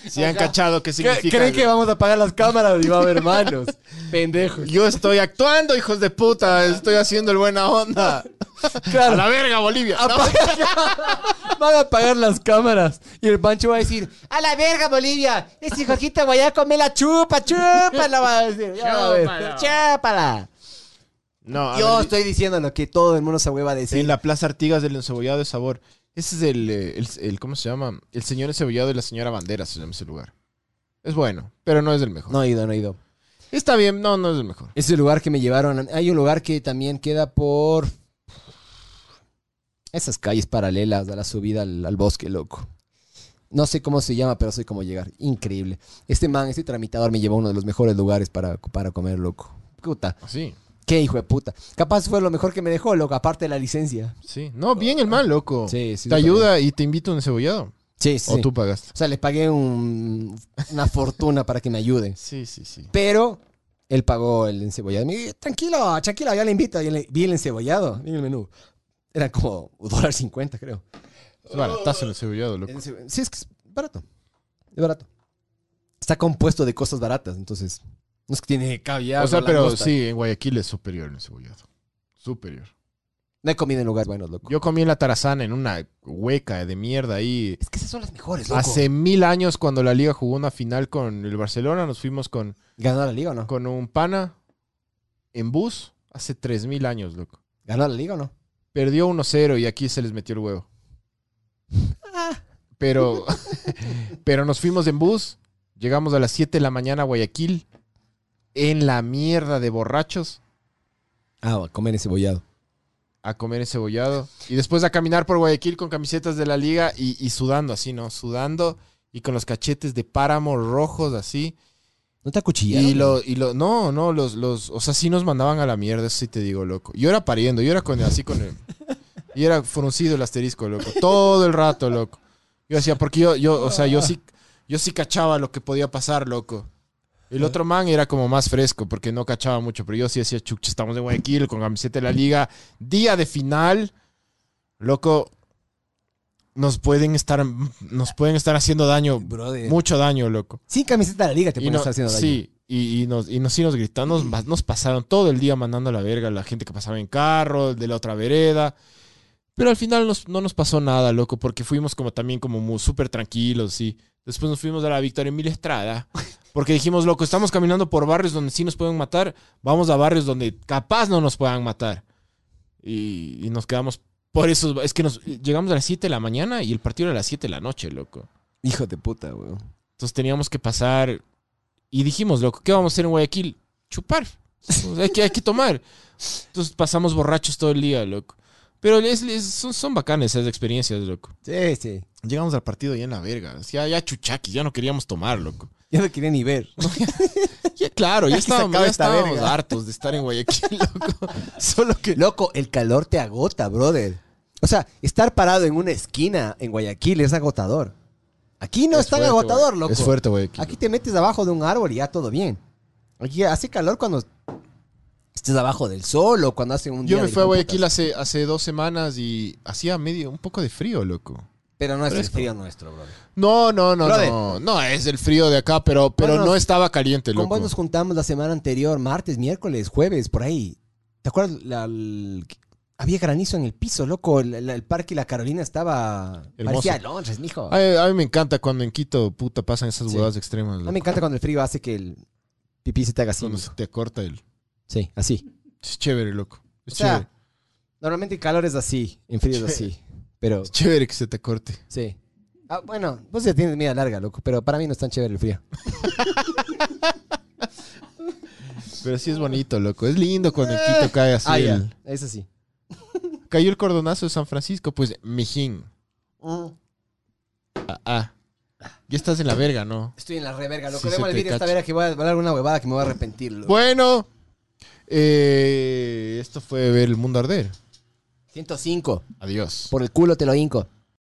Speaker 2: Si han cachado qué significa.
Speaker 3: ¿Creen que vamos a apagar las cámaras y va a haber
Speaker 2: <laughs>
Speaker 3: manos? Pendejos.
Speaker 2: Yo estoy actuando, hijos de puta. Estoy haciendo el
Speaker 3: <laughs>
Speaker 2: buena onda. A
Speaker 3: <laughs> Claro.
Speaker 2: la verga, Bolivia.
Speaker 3: Ah, <laughs>
Speaker 2: No.
Speaker 3: Van a apagar las cámaras. Y el Pancho va a decir: ¡A la verga, Bolivia! Ese Jorgito Guayaco me la chupa, chúpala, va a decir. Ya va a ver. Chúpala.
Speaker 2: No, a
Speaker 3: Yo
Speaker 2: ver,
Speaker 3: estoy diciendo lo que todo el mundo se hueva a decir.
Speaker 2: En la Plaza Artigas del Encebollado de Sabor. Ese es el, eh, el- el- ¿Cómo se llama? El señor Encebollado y la señora Bandera se llama ese lugar. Es bueno, pero no es el mejor.
Speaker 3: No he ido, no he ido.
Speaker 2: Está bien, no, no es el mejor.
Speaker 3: Ese lugar que me llevaron. Hay un lugar que también queda por. Esas calles paralelas a la subida al, al bosque, loco. No sé cómo se llama, pero sé cómo llegar. Increíble. Este man, este tramitador, me llevó a uno de los mejores lugares para, para comer, loco. Puta.
Speaker 2: Ah, Sí,
Speaker 3: Qué hijo de puta. Capaz fue lo mejor que me dejó, loco, aparte de la licencia.
Speaker 2: sí. No, bien el mal, loco.
Speaker 3: Sí, sí,
Speaker 2: Te
Speaker 3: yo
Speaker 2: ayuda y te invita un encebollado.
Speaker 3: Sí, sí.
Speaker 2: O tú pagaste.
Speaker 3: O sea, le pagué un- una fortuna para que me ayude.
Speaker 2: Sí, sí, sí.
Speaker 3: Pero él pagó el encebollado. Me dijo, tranquilo, tranquilo, ya le invito. Y le- vi el encebollado, vi el menú. Era como <laughs> $1.50, creo.
Speaker 2: Es baratazo el encebollado, loco.
Speaker 3: Ence- Sí, es que es barato. Es barato. Está compuesto de cosas baratas, entonces. No es que tiene caviar.
Speaker 2: O sea,
Speaker 3: no
Speaker 2: pero
Speaker 3: langosta.
Speaker 2: sí, en Guayaquil es superior el encebollado. Superior.
Speaker 3: No he comido en lugares buenos, loco.
Speaker 2: Yo comí en la Tarazana en una hueca de mierda ahí.
Speaker 3: Es que esas son las mejores, loco.
Speaker 2: Hace mil años cuando la liga jugó una final con el Barcelona, nos fuimos con,
Speaker 3: ¿Ganó la liga o no?
Speaker 2: con un pana en bus hace tres mil años, loco.
Speaker 3: ¿Ganó la liga o no?
Speaker 2: Perdió 1-0 y aquí se les metió el huevo. Pero, pero nos fuimos en bus, llegamos a las 7 de la mañana a Guayaquil, en la mierda de borrachos,
Speaker 3: Ah, va a comer encebollado.
Speaker 2: a comer encebollado. Y después a caminar por Guayaquil con camisetas de la liga y, y sudando así, ¿no? Sudando y con los cachetes de páramo rojos así.
Speaker 3: ¿No te acuchillaron?
Speaker 2: Y lo, y lo, no, no, los, los, o sea, sí nos mandaban a la mierda, eso sí te digo, loco. Yo era pariendo, yo era con, así con el, y era fruncido el asterisco, loco, todo el rato, loco. Yo decía, porque yo, yo, o sea, yo sí, yo sí cachaba lo que podía pasar, loco. El otro man era como más fresco, porque no cachaba mucho, pero yo sí decía, chucha, estamos en Guayaquil, con camiseta de la liga, día de final, loco. Nos pueden estar, nos pueden estar haciendo daño,
Speaker 3: Brother.
Speaker 2: mucho daño, loco
Speaker 3: Sin camiseta de la liga te
Speaker 2: y
Speaker 3: pones
Speaker 2: no-
Speaker 3: haciendo daño.
Speaker 2: Sí, y, y nos, y nos, sí nos gritaron, nos, ma- nos pasaron todo el día mandando a la verga a la gente que pasaba en carro, de la otra vereda. Pero al final nos- no nos pasó nada, loco, porque fuimos como también como muy súper tranquilos, sí. Después nos fuimos a la Victoria Emil
Speaker 3: <laughs>
Speaker 2: Estrada, porque dijimos, loco, estamos caminando por barrios donde sí nos pueden matar, vamos a barrios donde capaz no nos puedan matar. Y, y nos quedamos por eso, es que nos llegamos a las 7 de la mañana y el partido era a las 7 de la noche, loco.
Speaker 3: Hijo de puta, weón.
Speaker 2: Entonces teníamos que pasar. Y dijimos, loco, ¿qué vamos a hacer en Guayaquil? Chupar. O sea, hay, que, hay que tomar. Entonces pasamos borrachos todo el día, loco. Pero es- es- son, son bacanas esas experiencias, loco.
Speaker 3: Sí, sí.
Speaker 2: Llegamos al partido ya en la verga. O sea, ya chuchaquis, ya no queríamos tomar, loco.
Speaker 3: Yo no quería ni ver.
Speaker 2: Ya, claro,
Speaker 3: Ya
Speaker 2: ya <laughs>
Speaker 3: que se
Speaker 2: estábamos,
Speaker 3: acabe
Speaker 2: ya
Speaker 3: esta
Speaker 2: estábamos
Speaker 3: verga.
Speaker 2: hartos de estar en Guayaquil, <laughs> loco. Solo que.
Speaker 3: Loco, el calor te agota, brother. O sea, estar parado en una esquina en Guayaquil es agotador. Aquí no es, tan
Speaker 2: fuerte,
Speaker 3: agotador,
Speaker 2: Guay-
Speaker 3: loco.
Speaker 2: Es fuerte, Guayaquil.
Speaker 3: Aquí te metes abajo de un árbol y ya todo bien. Aquí hace calor cuando estés abajo del sol o cuando hace un día
Speaker 2: Yo me
Speaker 3: de
Speaker 2: fui a
Speaker 3: hijo de
Speaker 2: Guayaquil
Speaker 3: putas.
Speaker 2: hace, hace dos semanas y hacía medio, un poco de frío, loco.
Speaker 3: Pero no es el frío nuestro, brother.
Speaker 2: No, no, no,
Speaker 3: Brother.
Speaker 2: no. No, es el frío de acá, pero, pero
Speaker 3: Bueno,
Speaker 2: no estaba caliente,
Speaker 3: Con
Speaker 2: loco.
Speaker 3: vos nos juntamos la semana anterior, martes, miércoles, jueves, por ahí. ¿Te acuerdas? La- el- había granizo en el piso, loco. El, la- el parque y la Carolina estaba...
Speaker 2: Hermoso.
Speaker 3: Parecía Londres, mijo.
Speaker 2: Ay, a mí me encanta cuando en Quito, puta, pasan esas
Speaker 3: Sí.
Speaker 2: huevadas extremas.
Speaker 3: no me encanta cuando el frío hace que el pipí se te haga así.
Speaker 2: cuando
Speaker 3: mijo.
Speaker 2: se te corta el...
Speaker 3: Sí, así.
Speaker 2: Es chévere, loco. Es
Speaker 3: O sea,
Speaker 2: chévere.
Speaker 3: Normalmente el calor es así, en frío es así. Pero,
Speaker 2: Es chévere que se te corte.
Speaker 3: sí. Ah, bueno, vos ya tienes media larga, loco, pero para mí no es tan chévere el frío.
Speaker 2: Pero sí es bonito, loco. Es lindo cuando en Quito cae así.
Speaker 3: ah, ya,
Speaker 2: el-
Speaker 3: es así.
Speaker 2: Cayó el cordonazo de San Francisco, pues, mijín.
Speaker 3: Mm.
Speaker 2: Ah, ah. Ya estás en la verga, ¿no?
Speaker 3: Estoy en la reverga, loco.
Speaker 2: Sí,
Speaker 3: Debo
Speaker 2: se
Speaker 3: al
Speaker 2: te
Speaker 3: vídeo esta
Speaker 2: cacha.
Speaker 3: verga que voy a hablar una huevada que me voy a arrepentir, loco.
Speaker 2: Bueno, eh, esto fue ver el mundo arder.
Speaker 3: 105.
Speaker 2: Adiós.
Speaker 3: Por el culo te lo hinco.